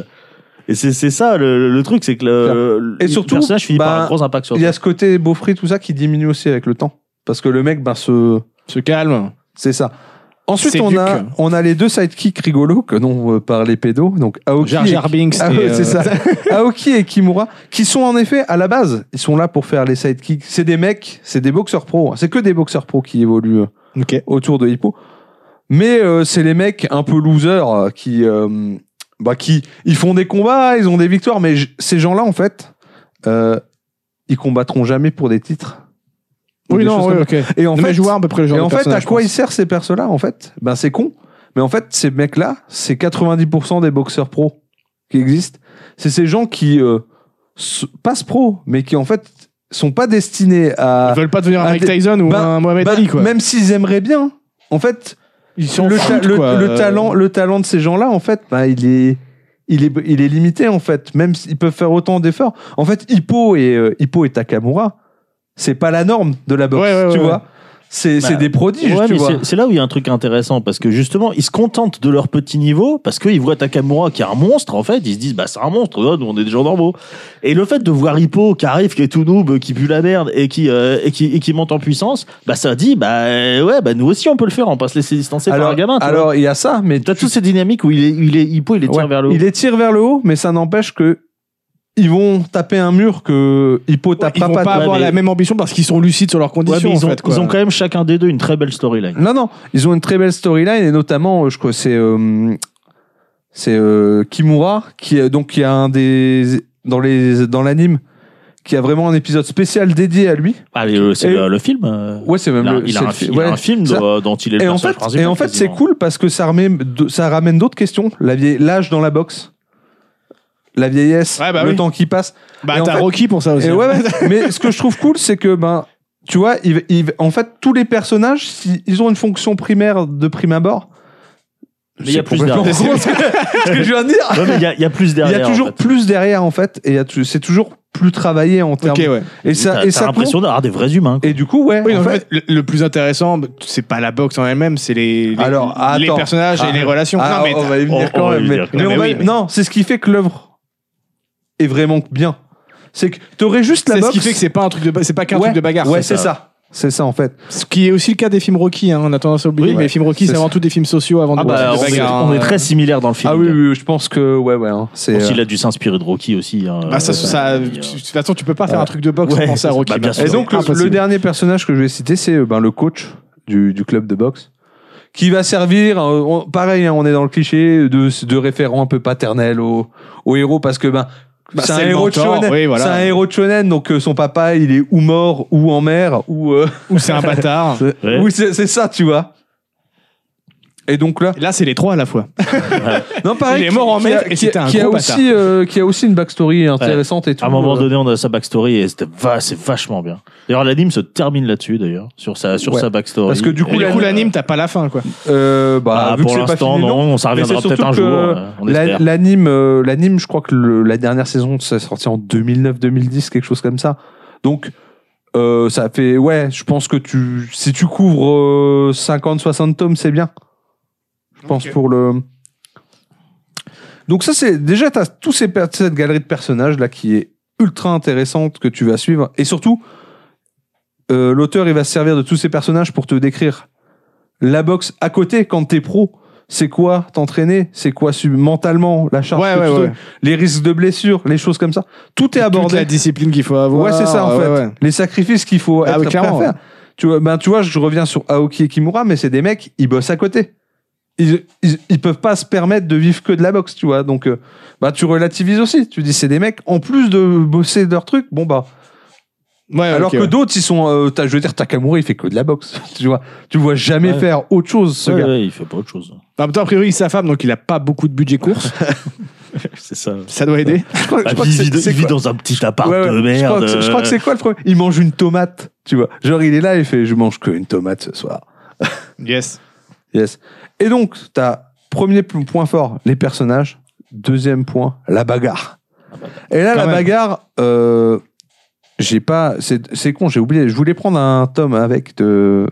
S2: Et c'est c'est ça le, le truc, c'est que le,
S1: Et
S2: le
S1: surtout,
S2: personnage finit par
S1: bah,
S2: un gros impact sur
S1: il y a ce côté beau free, tout ça, qui diminue aussi avec le temps, parce que le mec, ben, se
S3: Se calme.
S1: C'est ça. Ensuite,
S3: C'est
S1: on
S3: Duke.
S1: a, on a les deux sidekicks rigolos que dont euh, parlaient Pédo, donc Aoki,
S3: Jar Jar
S1: et,
S3: Binks.
S1: Ah
S3: et,
S1: ouais, c'est ça.
S3: euh,
S1: Aoki et Kimura, qui sont en effet à la base, ils sont là pour faire les sidekicks. C'est des mecs, c'est des boxeurs pro. C'est que des boxeurs pro qui évoluent euh,
S3: Ok.
S1: autour de Hippo. Mais euh, c'est les mecs un peu losers euh, qui, euh, bah, qui, ils font des combats, ils ont des victoires, mais j- ces gens-là, en fait, euh, ils combattront jamais pour des titres. Ou
S3: Oui,
S1: des
S3: non,
S1: choses
S3: oui,
S1: comme-
S3: ok.
S1: Et en
S3: Non, mais
S1: fait,
S3: je vois à peu près le genre
S1: et en
S3: de
S1: fait, à
S3: personnage,
S1: quoi
S3: je
S1: ils servent ces persos-là, en fait Ben, c'est con. Mais en fait, ces mecs-là, c'est 90% des boxeurs pros qui existent. C'est ces gens qui euh, s- passent pro, mais qui, en fait, sont pas destinés
S3: pense.
S1: à...
S3: Ils veulent pas devenir un
S1: Ah,
S3: Mike
S1: des-
S3: Tyson ou
S1: bah-
S3: un Mohamed
S1: Ben,
S3: Ali, quoi.
S1: Même s'ils aimeraient bien, en fait,
S3: Ils s'en
S1: le, ta-
S3: foutent,
S1: le-
S3: quoi.
S1: le
S3: Euh,
S1: talent, le talent de ces gens-là, en fait, ben, il est... Il est, il est limité en fait, même s'ils peuvent faire autant d'efforts. En fait, Hippo et, euh, Hippo et Takamura, c'est pas la norme de la boxe,
S3: Ouais, ouais, ouais,
S1: tu
S3: ouais.
S1: vois. C'est
S2: Bah,
S1: c'est des prodiges,
S2: Ouais,
S1: tu
S2: mais
S1: vois.
S2: c'est- c'est là où il y a un truc intéressant parce que justement, ils se contentent de leur petit niveau parce qu'ils voient Takamura qui est un monstre en fait. Ils se disent, bah c'est un monstre, là, nous on est des gens normaux. Et le fait de voir Hippo qui arrive, qui est tout noob, qui pue la merde et qui, euh, et qui, et qui monte en puissance, bah ça dit, bah euh, ouais, bah nous aussi on peut le faire, on peut se laisser distancer par un gamin. tu vois.
S1: alors il y a ça, mais
S2: T'as toutes ces dynamiques où il est, il est Hippo, il est tiré
S1: Ouais,
S2: vers le haut.
S1: Il les tire vers le haut, mais ça n'empêche que ils vont taper un mur que Hippo
S3: ouais,
S1: tape
S3: Ils vont
S1: pas.
S3: pas
S2: Ouais,
S3: avoir
S2: mais-
S3: la même ambition parce qu'ils sont lucides sur leurs
S2: Ouais, mais
S3: conditions,
S2: ils,
S3: en
S2: ont,
S3: fait, quoi.
S2: ils ont quand même chacun des deux une très belle storyline.
S1: Non, non, ils ont une très belle storyline et notamment, euh, je crois, que c'est euh, c'est euh, Kimura qui est donc qui a un des dans les dans l'anime qui a vraiment un épisode spécial dédié à lui.
S2: Ah, mais, euh, c'est
S1: Et-
S2: le, le film. euh,
S1: Ouais, c'est même
S2: il a,
S1: le,
S2: il a
S1: c'est
S2: un,
S1: le-
S2: fi- il
S1: ouais.
S2: a un film
S1: Ça-
S2: dont, dont il est le
S1: Et en
S2: personnage
S1: fait,
S2: principal.
S1: et en fait, c'est
S2: quasiment.
S1: cool parce que ça ramène, de- ça ramène d'autres questions. La vieille, l'âge dans la boxe, la vieillesse,
S3: Ouais, bah
S1: le
S3: oui.
S1: temps qui passe. et
S3: Bah,
S1: en
S3: t'as
S1: fait-
S3: Rocky pour ça aussi.
S1: Et
S3: hein.
S1: ouais, ouais. mais ce que je trouve cool, c'est que ben, tu vois, il- il- en fait, tous les personnages, si- ils ont une fonction primaire de prime abord.
S2: Mais il y a
S1: C'est
S2: plus
S1: complètement
S2: derrière.
S1: con, ce que- ce que je viens de dire.
S2: Ouais, mais il y a- il y, a plus
S1: Il y
S2: derrière.
S1: a toujours
S2: en fait.
S1: plus derrière en fait, et il y a tu- c'est toujours plus travaillé en termes.
S3: Ok, ouais.
S1: Et ça,
S2: T'as-
S1: et
S2: t'as
S1: ça
S2: l'impression d'avoir des vrais humains. quoi.
S1: Et du coup, ouais.
S3: Oui,
S1: en
S3: en
S1: fait,
S3: fait, le, le plus intéressant, c'est pas la boxe en elle-même, c'est les, les,
S1: Alors,
S3: les
S1: attends.
S3: personnages
S1: Ah.
S3: et les relations.
S1: ah,
S3: non, mais
S1: on va y venir
S2: on- on
S1: quand
S2: va y
S1: même. mais-
S2: venir quand
S1: mais
S3: même.
S1: on va
S3: Mais
S1: y-
S3: oui, mais-
S1: Non, c'est ce qui fait que l'œuvre est vraiment bien. C'est que t'aurais juste la
S3: c'est
S1: boxe.
S3: ce qui fait que c'est pas un truc de, ba- c'est pas qu'un
S1: Ouais.
S3: truc de bagarre.
S1: Ouais,
S3: ça.
S1: c'est ça. C'est ça en fait.
S3: Ce qui est aussi le cas des films Rocky, hein, on a tendance à oublier,
S2: Oui,
S3: mais les films Rocky,
S1: c'est
S3: c'est
S1: ça.
S3: avant tout des films sociaux avant
S2: Ah
S3: de
S2: bah,
S3: des
S2: on, est,
S3: bagarres,
S2: on
S3: hein.
S2: est très similaire dans le film.
S1: Ah oui, oui, oui, je pense que ouais, ouais. hein, c'est.
S2: Je pense
S1: euh,
S2: qu'il a dû s'inspirer de Rocky aussi. hein.
S3: Bah, ça,
S2: Euh,
S3: ça,
S2: euh,
S3: tu- de toute façon, tu peux pas faire
S1: Ouais.
S3: un truc de boxe
S2: Ouais,
S3: sans penser à
S2: bah,
S3: Rocky.
S2: bien
S3: bah,
S2: sûr.
S1: Et
S3: c'est
S1: donc, le- le,
S3: impossible.
S1: dernier personnage que je vais citer, c'est euh, ben, le coach du, du club de boxe, qui va servir, euh, on- pareil, hein, on est dans le cliché, de, de référent un peu paternel au, au héros, parce que ben,
S3: Bah,
S1: c'est
S3: c'est
S1: un
S3: le
S1: héros de
S3: mentor,
S1: shonen.
S3: oui, voilà.
S1: C'est un héros de shonen, donc euh, son papa, il est ou mort, ou en mer, ou. euh,
S3: Ou c'est un bâtard.
S1: c'est-
S2: Ouais.
S1: Oui, c'est c'est ça, tu vois. Et donc là,
S3: Là, c'est les trois à la fois.
S1: non, pareil.
S3: Il est
S1: qui-
S3: mort en
S1: qui
S3: mer
S1: a-
S3: et
S1: qui-
S3: c'était un
S1: qui a
S3: gros
S1: aussi, euh, qui a aussi une backstory intéressante et tout.
S2: À un moment
S1: euh,
S2: donné, on a sa backstory et c'était va, c'est vachement bien. D'ailleurs, l'anime se termine là-dessus, d'ailleurs, sur sa, sur
S1: Ouais.
S2: sa backstory.
S1: Parce que du coup,
S2: Et,
S3: Du
S1: l'anime-
S3: coup,
S2: euh,
S3: l'anime, t'as pas la fin, quoi.
S1: euh, bah,
S2: bah,
S3: Ah,
S1: vu que
S2: pour
S1: c'est pas
S2: l'instant,
S1: fini,
S2: non, on s'en
S1: Mais c'est
S2: reviendra peut-être
S1: surtout
S2: un jour.
S1: que
S2: euh, on
S1: la-
S2: espère.
S1: L'anime, euh, l'anime, je crois que le- la dernière saison, ça sorti en 2009-2010, quelque chose comme ça. Donc, euh, ça fait, ouais, je pense que tu, si tu couvres euh, 50-60 tomes, c'est bien. Je pense
S3: Ok.
S1: pour le. Donc ça, c'est déjà t'as tous ces per- cette galerie de personnages là qui est ultra intéressante que tu vas suivre et surtout euh, l'auteur il va se servir de tous ces personnages pour te décrire la boxe à côté quand t'es pro. C'est quoi t'entraîner C'est quoi su- mentalement la charge
S3: Ouais,
S1: que
S3: ouais,
S1: tu te-
S3: ouais.
S1: Les risques de blessures, les choses comme ça. Tout est
S3: Toute
S1: abordé.
S3: la discipline qu'il faut avoir.
S1: Ouais, c'est ça en
S3: ouais,
S1: fait.
S3: ouais.
S1: Les sacrifices qu'il faut
S3: Ah
S1: être
S3: oui,
S1: prêt à
S3: clairement,
S1: faire. Tu vois, ben, tu vois, je reviens sur Aoki et Kimura, mais c'est des mecs, ils bossent à côté. Ils, ils, ils peuvent pas se permettre de vivre que de la boxe, tu vois. Donc, euh, bah, tu relativises aussi. Tu dis, c'est des mecs, en plus de bosser leur truc, bon, bah.
S3: Ouais,
S1: alors
S3: Ah, ok,
S1: que
S3: ouais.
S1: d'autres, ils sont. euh, t'as- je veux dire, Takamura, il fait que de la boxe. tu vois, tu vois jamais
S2: Ouais.
S1: faire autre chose, ce
S2: Ouais,
S1: gars.
S2: ouais, il fait pas autre chose.
S3: Bah, En même temps, a priori, c'est sa femme, donc il a pas beaucoup de budget course.
S2: C'est ça.
S3: ça doit aider.
S1: Je crois, je
S2: Bah,
S1: crois
S2: il
S1: que c'est-
S2: vit,
S1: c'est
S2: il vit
S1: quoi
S2: dans un petit appart
S1: Ouais, ouais.
S2: de
S1: Je crois que
S2: merde. euh.
S1: c'est- Je crois que c'est quoi le problème Il mange une tomate, tu vois. Genre, il est là, il fait Je mange que une tomate ce soir.
S3: Yes.
S1: Yes. Et donc, t'as premier p- point fort, les personnages. Deuxième point, la bagarre. Et là,
S3: Quand
S1: la
S3: même.
S1: bagarre, euh, j'ai pas. C'est c'est con, j'ai oublié. Je voulais prendre un tome avec de,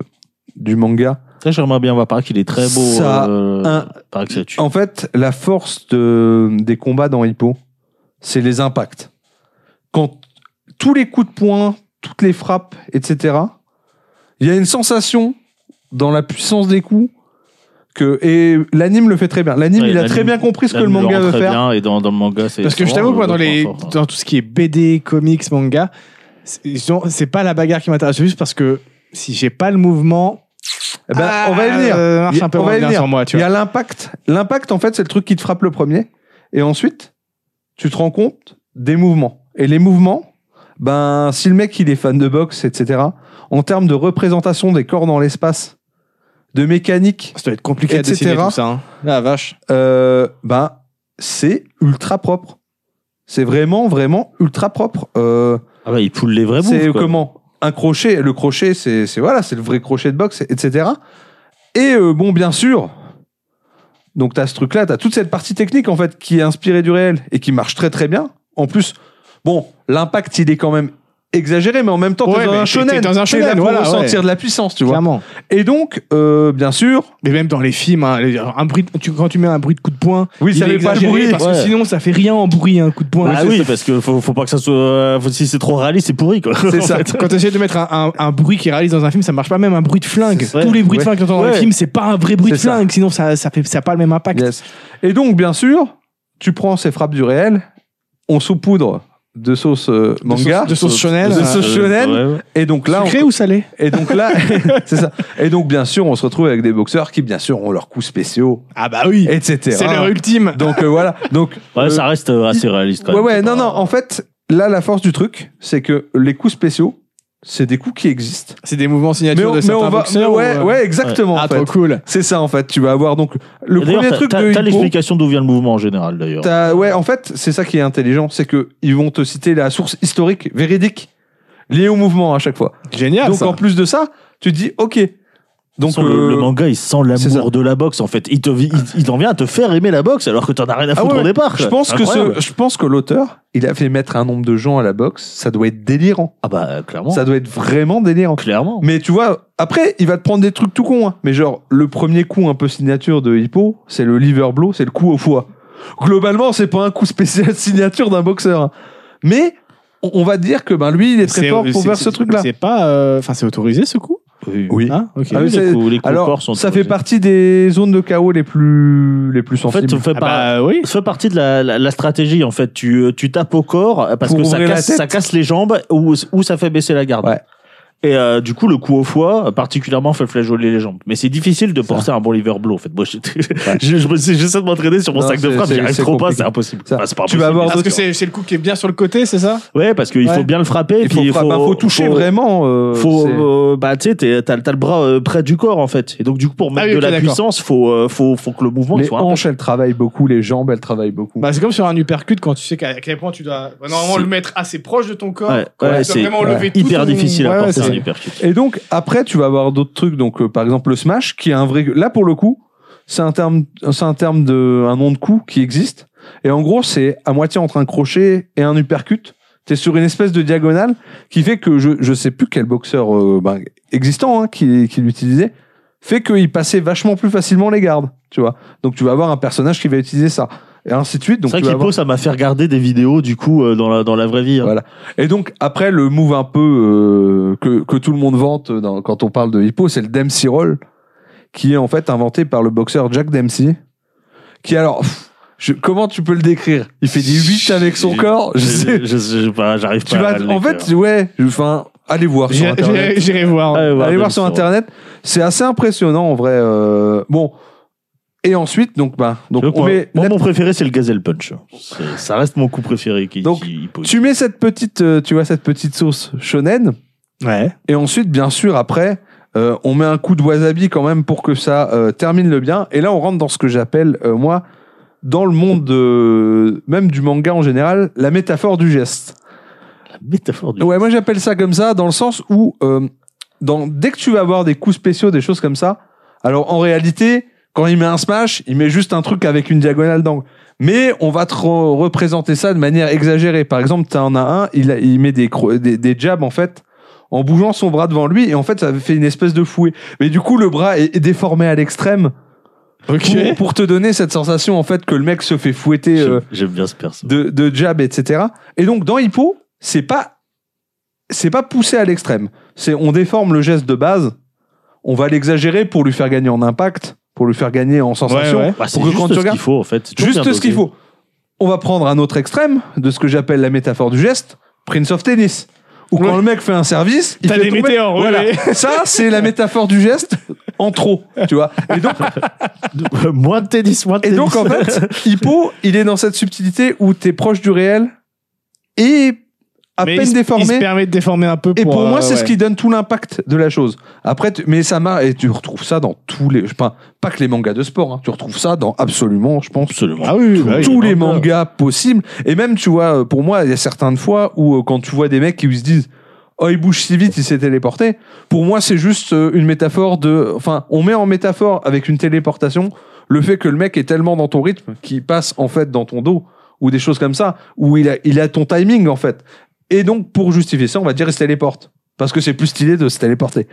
S1: du manga.
S2: Ça, j'aimerais bien voir. Par qu'il est très beau.
S1: Ça,
S2: euh,
S1: un-
S2: Par que ça tue.
S1: En fait, la force de, des combats dans Hippo, c'est les impacts. Quand tous les coups de poing, toutes les frappes, etc., il y a une sensation dans la puissance des coups que. Et l'anime le fait très bien. L'anime,
S2: Ouais,
S1: il a
S2: l'anime-
S1: très bien compris ce
S2: Là,
S1: que le
S2: il
S1: manga
S2: rend
S1: veut
S2: très
S1: faire.
S2: bien, et dans, dans le manga, c'est.
S3: Parce que je
S2: souvent
S3: t'avoue que moi,
S2: le
S3: dans,
S2: point
S3: les,
S2: fort, hein.
S3: dans tout ce qui est BD, comics, manga, c'est- ils ont- c'est pas la bagarre qui m'intéresse le plus parce que si j'ai pas le mouvement,
S1: Eh ben,
S3: ah,
S1: on va y venir.
S3: euh, marche
S1: Y-
S3: un peu
S1: on
S3: moins
S1: va y
S3: bien
S1: venir.
S3: sur moi, tu
S1: Il y
S3: vois.
S1: a l'impact. L'impact, en fait, c'est le truc qui te frappe le premier. Et ensuite, tu te rends compte des mouvements. Et les mouvements, ben, si le mec, il est fan de boxe, etc., en termes de représentation des corps dans l'espace, de mécanique,
S3: Ça doit être compliqué à
S1: etc.
S3: dessiner tout ça. hein.
S1: Ah,
S3: La vache.
S1: euh, ben, c'est ultra propre. C'est vraiment, vraiment ultra propre. Euh,
S2: Ah ouais, il poule les vrais bouts.
S1: c'est
S2: quoi.
S1: comment un crochet le crochet c'est c'est- voilà c'est le vrai crochet de boxe etc et euh, bon bien sûr donc t'as ce truc là t'as toute cette partie technique en fait qui est inspirée du réel et qui marche très très bien en plus bon l'impact il est quand même exagéré mais en même temps
S3: Ouais,
S1: t'es dans
S3: mais
S1: un
S3: t'es-
S1: shonen
S3: t'es dans un
S1: T'es
S3: shonen,
S1: là pour
S3: voilà, ouais.
S1: ressentir de la puissance tu vois
S3: Clairement.
S1: et donc euh, bien sûr
S3: Mais même dans les films, hein, les- un bruit, de- tu- quand tu mets un bruit de coup de poing,
S1: oui
S3: il est exagéré parce que
S2: ouais.
S3: sinon ça fait rien en bruit un coup de poing.
S2: Ah oui, parce que faut, faut pas que ça soit. euh, faut- si c'est trop réaliste, c'est pourri quoi.
S1: c'est ça
S3: Quand tu essaies de mettre un, un- un bruit qui réalise dans un film, ça marche pas même un bruit de flingue.
S2: C'est ça.
S3: Tous les bruits de
S1: Ouais.
S3: flingue que t'entends dans les
S2: Ouais.
S3: films, c'est pas un vrai bruit de
S1: C'est ça.
S3: flingue, sinon ça ça fait ça a pas le même impact.
S1: Yes. Et donc, bien sûr, tu prends ces frappes du réel, on saupoudre de sauce euh, manga,
S3: sauce- de sauce shonen,
S1: de
S3: euh,
S1: sauce shonen,
S2: Ouais, ouais.
S1: et donc là, on-
S3: Sucré ou salé
S1: et donc là, c'est ça. Et donc, bien sûr, on se retrouve avec des boxeurs qui, bien sûr, ont leurs coups spéciaux,
S3: Ah bah oui.
S1: etc.
S3: C'est leur ultime.
S1: Donc euh, voilà. Donc
S2: Ouais,
S1: euh,
S2: ça reste euh, assez réaliste quand
S1: ouais,
S2: même.
S1: ouais,
S2: C'est
S1: non,
S2: pas-
S1: non. En fait, là, la force du truc, c'est que les coups spéciaux, c'est des coups qui existent.
S3: C'est des mouvements
S1: Mais
S3: signature
S1: on,
S3: de
S1: mais on
S3: certains
S1: va,
S3: boxeurs.
S1: mais ouais,
S3: ou, euh,
S1: ouais, exactement.
S3: Ah
S1: en fait.
S3: trop cool.
S1: C'est ça, en fait. Tu vas avoir donc le
S2: Et d'ailleurs,
S1: premier
S2: t'as-
S1: truc
S2: t'as-
S1: de
S2: T'as
S1: Hippo-
S2: l'explication d'où vient le mouvement en général d'ailleurs.
S1: T'as- ouais, en fait, c'est ça qui est intelligent, c'est que ils vont te citer la source historique, véridique, liée au mouvement à chaque fois.
S3: Génial.
S1: Donc
S3: Ah, ça.
S1: en plus de ça, tu te dis ok.
S2: De
S1: Donc
S2: toute façon, le,
S1: euh,
S2: le manga, il sent
S1: c'est ça.
S2: l'amour de la boxe en fait. Il, te, vi- il, il en vient à te faire aimer la boxe alors que t'en as rien à
S1: Ah
S2: foutre
S1: ouais,
S2: au départ.
S1: je
S2: quoi.
S1: pense que
S2: Incroyable.
S1: ce- je pense que l'auteur, il a fait mettre un nombre de gens à la boxe, ça doit être délirant.
S2: Ah bah euh, clairement.
S1: Ça doit être vraiment délirant.
S2: Clairement.
S1: Mais tu vois, après, il va te prendre des trucs tout cons. hein. Mais genre, le premier coup un peu signature de Hippo, c'est le liver blow, c'est le coup au foie. Globalement, c'est pas un coup spécial signature d'un boxeur. hein. Mais on- on va dire que ben lui, il est très
S3: C'est-
S1: fort pour
S3: c'est-
S1: faire
S3: c'est-
S1: ce truc-là.
S3: C'est pas, euh, enfin, c'est autorisé ce coup.
S2: Oui.
S1: Oui.
S3: Hein ok.
S1: Ah oui,
S2: les
S1: c'est-
S2: coups, les coups
S1: Alors,
S2: forts sont
S1: ça fait
S2: autorisés.
S1: partie des zones de chaos les plus les plus
S2: En fait,
S1: sensibles.
S2: ça fait,
S3: Ah
S2: par-
S3: bah oui.
S2: ça fait partie de la, la- la stratégie en fait. Tu, euh, tu tapes au corps euh, parce
S1: Pour
S2: que ça
S1: ouvrir la
S2: casse,
S1: tête.
S2: ça casse les jambes ou, ou ça fait baisser la garde.
S1: Ouais.
S2: Et euh, du coup, le coup au foie, euh, particulièrement, fait flageoler les jambes. Mais c'est difficile de porter un bon liver blow, en fait. Moi, je- je- je me- j'essaie de m'entraîner sur mon
S1: Non,
S2: sac de
S1: c'est-
S2: frappe,
S1: c'est-
S2: j'y arrive
S1: c'est
S2: trop pas,
S1: compliqué.
S2: c'est impossible.
S1: Ça,
S2: Enfin, c'est pas
S1: tu vas
S2: impossible,
S1: avoir
S2: mais
S1: deux-
S3: Parce que
S2: c'est sûr.
S3: c'est c'est le coup qui est bien sur le côté, c'est ça
S2: Ouais, parce qu'il
S3: Ouais.
S2: faut bien le frapper, et
S1: Il
S2: puis
S1: faut,
S2: il
S1: frapper,
S2: faut,
S1: faut toucher
S2: faut-
S1: vraiment. euh,
S2: faut
S1: c'est-
S2: euh, bah tu sais t'es- t'as t'as le bras euh, près du corps en fait et donc du coup
S1: Ah
S2: pour mettre
S3: oui,
S2: de
S3: ok,
S2: la
S3: d'accord.
S2: puissance faut euh, faut faut que le mouvement
S1: les
S2: soit
S1: hanches, elles travaillent beaucoup, les jambes, elles travaillent beaucoup.
S3: Bah, c'est comme sur un uppercut quand tu sais qu'à quel point tu dois bah, normalement
S2: C'est-
S3: le mettre assez proche de ton corps.
S2: Ouais,
S3: quand
S2: ouais,
S3: tu dois
S2: c'est-
S3: vraiment
S1: ouais.
S3: lever tout
S2: hyper
S3: ton-
S2: difficile
S3: Ouais,
S2: à
S3: ouais,
S2: porter
S3: c'est-
S2: un uppercut
S1: Et donc, après, tu vas avoir d'autres trucs. Donc, euh, par exemple, le smash, qui est un vrai. Là, pour le coup, c'est un terme, c'est un terme de, un nom de coup qui existe. Et en gros, c'est à moitié entre un crochet et un uppercut. T'es sur une espèce de diagonale qui fait que je, je sais plus quel boxeur euh, ben, existant hein, qui, qui l'utilisait, fait qu'il passait vachement plus facilement les gardes, tu vois. Donc, tu vas avoir un personnage qui va utiliser ça. Et ainsi de suite.
S2: c'est
S1: Donc,
S2: vrai
S1: tu vas avoir-
S2: qu'Hippo ça m'a fait regarder des vidéos du coup euh, dans la dans la vraie vie hein.
S1: Ouais. Et donc après le move un peu euh, que, que tout le monde vante dans- quand on parle de hippo, c'est le Dempsey Roll, qui est en fait inventé par le boxeur Jack Dempsey, qui alors pff, je- comment tu peux le décrire Il fait des 8 avec son
S2: Je-
S1: corps, je
S2: je
S1: sais.
S2: je- je sais pas j'arrive
S1: Tu
S2: pas à
S1: vas,
S2: le
S1: en
S2: décrire.
S1: fait, ouais, je- enfin, allez voir sur
S3: J'irai-
S1: internet.
S3: J'irai j'irai voir.
S2: Allez voir
S1: Allez voir
S2: Dempsey,
S1: sur
S2: ouais.
S1: internet, c'est assez impressionnant en vrai. euh, bon, et ensuite donc ben donc
S2: Je
S1: on
S2: crois-
S1: met
S2: moi
S1: la-
S2: mon préféré c'est le gazelle punch C'est- ça reste mon coup préféré qui,
S1: Donc,
S2: qui- Hippo.
S1: tu mets cette petite euh, tu vois cette petite sauce shonen
S3: Ouais.
S1: Et ensuite, bien sûr, après, euh, on met un coup de wasabi quand même pour que ça euh, termine le bien. Et là, on rentre dans ce que j'appelle, euh, moi, dans le monde de- même du manga en général, la métaphore du geste.
S2: la métaphore du
S1: Ouais, moi j'appelle ça comme ça dans le sens où, euh, dans, dès que tu vas avoir des coups spéciaux, des choses comme ça, alors en réalité, quand il met un smash, il met juste un truc avec une diagonale d'angle. Mais on va te re- représenter ça de manière exagérée. Par exemple, tu en as un, il, a- il met des, cro- des, des jabs en fait, en bougeant son bras devant lui, et en fait ça fait une espèce de fouet. Mais du coup, le bras est, est déformé à l'extrême
S3: Ok.
S1: pour, pour te donner cette sensation en fait que le mec se fait fouetter.
S2: J'aime-
S1: euh,
S2: j'aime bien ce perso
S1: de, de jab, etc. Et donc dans Hippo, c'est pas c'est pas poussé à l'extrême. C'est on déforme le geste de base, on va l'exagérer pour lui faire gagner en impact, pour lui faire gagner en sensation,
S3: ouais.
S2: Bah, c'est
S1: pour que quand
S2: juste
S1: tu
S2: ce qu'il
S1: regardes,
S2: faut en fait C'est toujours bien
S1: juste ce qu'il
S2: dosé.
S1: faut. On va prendre un autre extrême de ce que j'appelle la métaphore du geste, Prince of Tennis. Ou quand
S3: Ouais.
S1: le mec fait un service, il
S3: T'as
S1: fait
S3: des
S1: tomber-
S3: météores, ouais,
S1: Voilà.
S3: ouais.
S1: Ça, c'est la métaphore du geste en trop, tu vois. Et donc,
S2: moins de tennis moins de
S1: et
S2: tennis
S1: donc, en fait, Hippo, il est dans cette subtilité où t'es proche du réel et à
S3: Mais il
S1: peine
S3: se- Il se
S1: déformé.
S3: permet de déformer un peu.
S1: Et pour
S3: euh,
S1: moi, c'est
S3: ouais.
S1: ce qui donne tout l'impact de la chose. Après, tu- mais ça m'a, et tu retrouves ça dans tous les, je pas, pas que les mangas de sport, hein. tu retrouves ça dans absolument, je pense,
S2: absolument
S3: Ah oui,
S2: Tout-
S3: bah oui.
S1: tous
S2: les
S1: les
S2: mangas.
S1: mangas possibles. Et même, tu vois, euh, pour moi, il y a certaines fois où euh, quand tu vois des mecs qui se disent, oh, il bouge si vite, il s'est téléporté. Pour moi, c'est juste euh, une métaphore de, enfin, on met en métaphore avec une téléportation le fait que le mec est tellement dans ton rythme qu'il passe en fait dans ton dos ou des choses comme ça où il a, il a ton timing en fait. Et donc, pour justifier ça, on va dire il se téléporte. Parce que c'est plus stylé de se téléporter.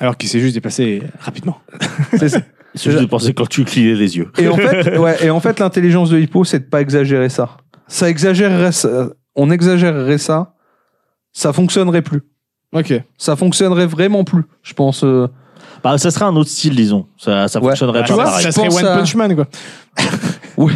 S3: Alors qu'il s'est juste déplacé rapidement.
S1: C'est ça.
S2: C'est juste de penser quand tu clignais les yeux.
S1: Et en fait, ouais, et en fait l'intelligence de Hippo, c'est de pas exagérer ça. Ça exagérerait ça. On exagérerait ça. Ça fonctionnerait plus.
S3: Ok.
S1: Ça fonctionnerait vraiment plus, je pense. euh.
S2: Bah, ça serait un autre style, disons. Ça, ça
S1: Ouais. Ah,
S2: fonctionnerait
S3: Bah,
S2: pas
S3: tu vois,
S2: pareil.
S3: ça
S1: Je
S3: serait
S1: pense
S3: One
S1: à-
S3: Punch Man, quoi.
S1: Ouais.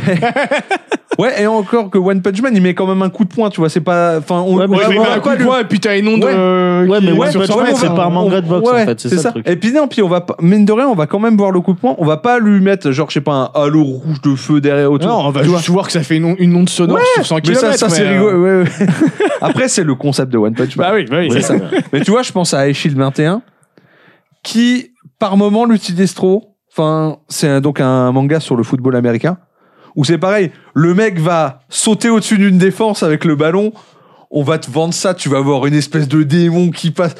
S1: ouais, et encore que One Punch Man, il met quand même un coup de poing, tu vois. C'est pas. Enfin, on,
S2: Ouais, mais
S1: on
S2: je
S1: va
S2: vais
S3: il
S2: voir
S3: met
S1: pas
S3: un coup de
S1: lui-
S3: poing et puis t'as une onde.
S1: Ouais.
S3: euh,
S2: Ouais,
S3: qui
S2: mais
S3: est
S2: One
S3: sur
S2: Punch
S3: son
S2: Man,
S3: mec,
S2: c'est
S3: hein.
S2: pas un manga de boxe,
S1: ouais,
S2: en fait, c'est ça, le truc.
S1: Et puis non, puis on va pas, mine de rien, on va quand même voir le coup de poing. On va pas lui mettre, genre, je sais pas, un halo rouge de feu derrière autour.
S3: Non, on va
S1: Tu vois.
S3: juste voir que ça fait une, on- une onde sonore
S1: Ouais,
S3: sur 100
S1: Mais
S3: km.
S1: ça, ça c'est rigolo. ouais, ouais. Après, c'est le concept de One Punch Man.
S3: Bah oui, bah oui.
S2: Ouais,
S1: ça. Mais tu vois, je pense à Aeshield 21, qui, par moment, l'utilise trop. Enfin, c'est un- donc un manga sur le football américain, où c'est pareil, le mec va sauter au-dessus d'une défense avec le ballon, on va te vendre ça, tu vas voir une espèce de démon qui passe.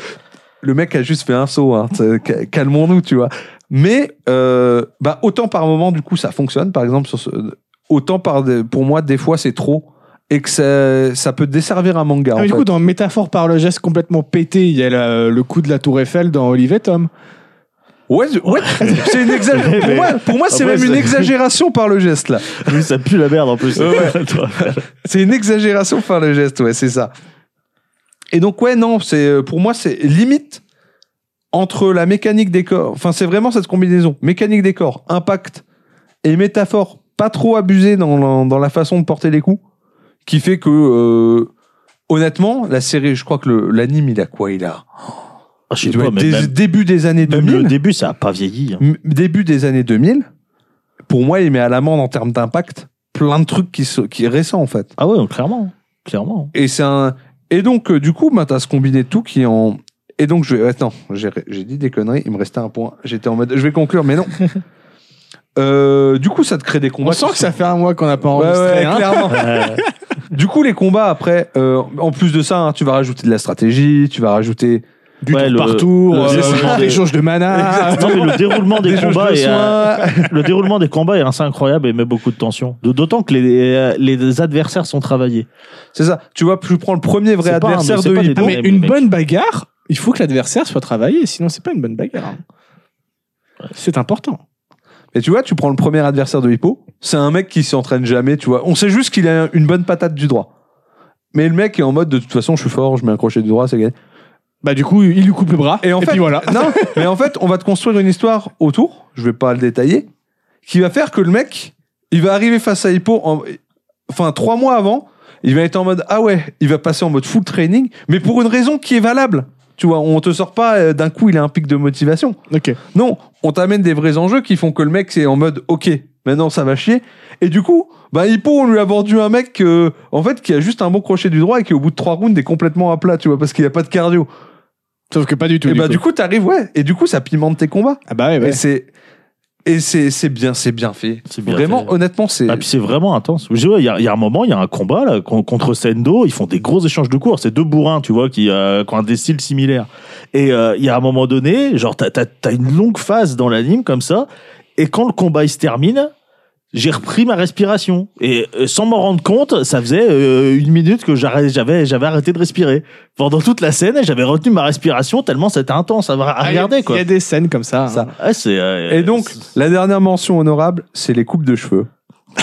S1: Le mec a juste fait un saut, hein, t'sais, ca- calmons-nous, tu vois. Mais euh, bah, autant par moment, du coup, ça fonctionne, par exemple, sur ce- autant par des- pour moi, des fois, c'est trop, et que ça, ça peut desservir un manga.
S3: Ah,
S1: en
S3: mais du
S1: fait.
S3: coup, dans Métaphore par le geste complètement pété, il y a la- le coup de la Tour Eiffel dans Olivier Tom.
S1: Ouais, je- ouais, c'est une exagération. Pour moi, pour moi, c'est
S2: Après,
S1: même une
S2: c'est-
S1: exagération par le geste, là.
S2: Oui, ça pue la merde, en plus.
S1: Ouais.
S2: Toi.
S1: C'est une exagération par le geste, ouais, c'est ça. Et donc, ouais, non, c'est, euh, pour moi, c'est limite entre la mécanique des corps. Enfin, c'est vraiment cette combinaison. Mécanique des corps, impact et métaphore pas trop abusée dans la, dans la façon de porter les coups, qui fait que, euh, honnêtement, la série, je crois que le- l'anime, il a quoi Il a oh,
S2: Ah, je
S1: Il
S2: sais
S1: doit
S2: pas,
S1: être
S2: mais
S1: dé-
S2: même,
S1: début des années
S2: même le
S1: 2000.
S2: début, ça a pas vieilli. hein.
S1: M- Début des années 2000, pour moi, il met à l'amende en termes d'impact plein de trucs qui, sont- qui est récent en fait.
S2: Ah ouais, clairement. Clairement.
S1: Et c'est un. Et donc, euh, du coup, bah, t'as ce combiné de tout qui est en. Et donc, je vais. Attends, j'ai j'ai dit des conneries, il me restait un point. J'étais en mode. Je vais conclure, mais non. Euh, du coup, ça te crée des combats.
S3: On sent que ça fait un mois qu'on n'a pas
S1: Ouais,
S3: enregistré.
S1: ouais,
S3: hein.
S1: clairement.
S2: Euh,
S1: Du coup, les combats après, euh, en plus de ça, hein, tu vas rajouter de la stratégie, tu vas rajouter
S3: Du
S2: Ouais,
S3: tour
S2: le-
S3: par tour,
S2: le-
S3: euh,
S2: le-
S3: des échanges de mana.
S2: Euh, non, mais le déroulement des,
S1: des jauges
S2: combats
S1: de
S2: est, euh,
S1: soins.
S2: le déroulement des combats est assez incroyable et met beaucoup de tension. D- D'autant que les, euh, les adversaires sont travaillés.
S1: C'est ça. Tu vois, tu prends le premier vrai
S2: C'est pas un,
S1: adversaire
S2: mais c'est
S1: de
S2: pas des
S1: Hippo.
S3: Ah, mais
S2: Ouais,
S3: une
S2: mec.
S3: bonne bagarre, il faut que l'adversaire soit travaillé, sinon c'est pas une bonne bagarre. hein. C'est important.
S1: Et tu vois, tu prends le premier adversaire de Hippo. C'est un mec qui s'entraîne jamais, tu vois. On sait juste qu'il a une bonne patate du droit. Mais le mec est en mode de toute façon, je suis fort, je mets un crochet du droit, c'est gagné.
S3: Bah du coup, il lui coupe le bras
S1: Et en fait,
S3: puis voilà.
S1: non, mais en fait, on va te construire une histoire autour, je vais pas le détailler, qui va faire que le mec, il va arriver face à Hippo, en- enfin, trois mois avant, il va être en mode, ah ouais, il va passer en mode full training, mais pour une raison qui est valable. Tu vois, on te sort pas euh, d'un coup, il a un pic de motivation.
S3: OK.
S1: Non, on t'amène des vrais enjeux qui font que le mec, c'est en mode, ok, maintenant ça va chier. Et du coup, bah, Hippo, on lui a vendu un mec, euh, en fait, qui a juste un bon crochet du droit et qui, au bout de trois rounds, est complètement à plat, tu vois, parce qu'il a pas de cardio.
S3: Sauf que pas du tout.
S1: Et bah du coup t'arrives ouais et du coup ça pimente tes combats
S3: ah
S2: Eh
S3: bah ouais,
S2: ben.
S3: ouais.
S1: et c'est et c'est c'est bien c'est bien fait
S2: C'est bien
S1: vraiment
S2: fait.
S1: honnêtement c'est
S2: Ah, puis c'est vraiment intense. Je dis, ouais, Il y, a- il y a un moment, il y a un combat là, con- contre Sendo, ils font des gros échanges de cours. C'est deux bourrins, tu vois, qui, euh, qui ont des styles similaires. Et euh, il y a un moment donné, genre, t'as as, une longue phase dans l'anime comme ça, et quand le combat il se termine, j'ai repris ma respiration. Et euh, sans m'en rendre compte, ça faisait euh, une minute que j'arrêt- j'avais j'avais arrêté de respirer. Pendant toute la scène, j'avais retenu ma respiration tellement c'était intense à, à regarder.
S3: Ah, Il
S2: Quoi.
S3: y a des scènes comme ça.
S1: Ah, Ça.
S3: hein.
S2: Ouais, c'est, euh,
S1: et donc
S2: c'est-
S1: la dernière mention honorable c'est les coupes de cheveux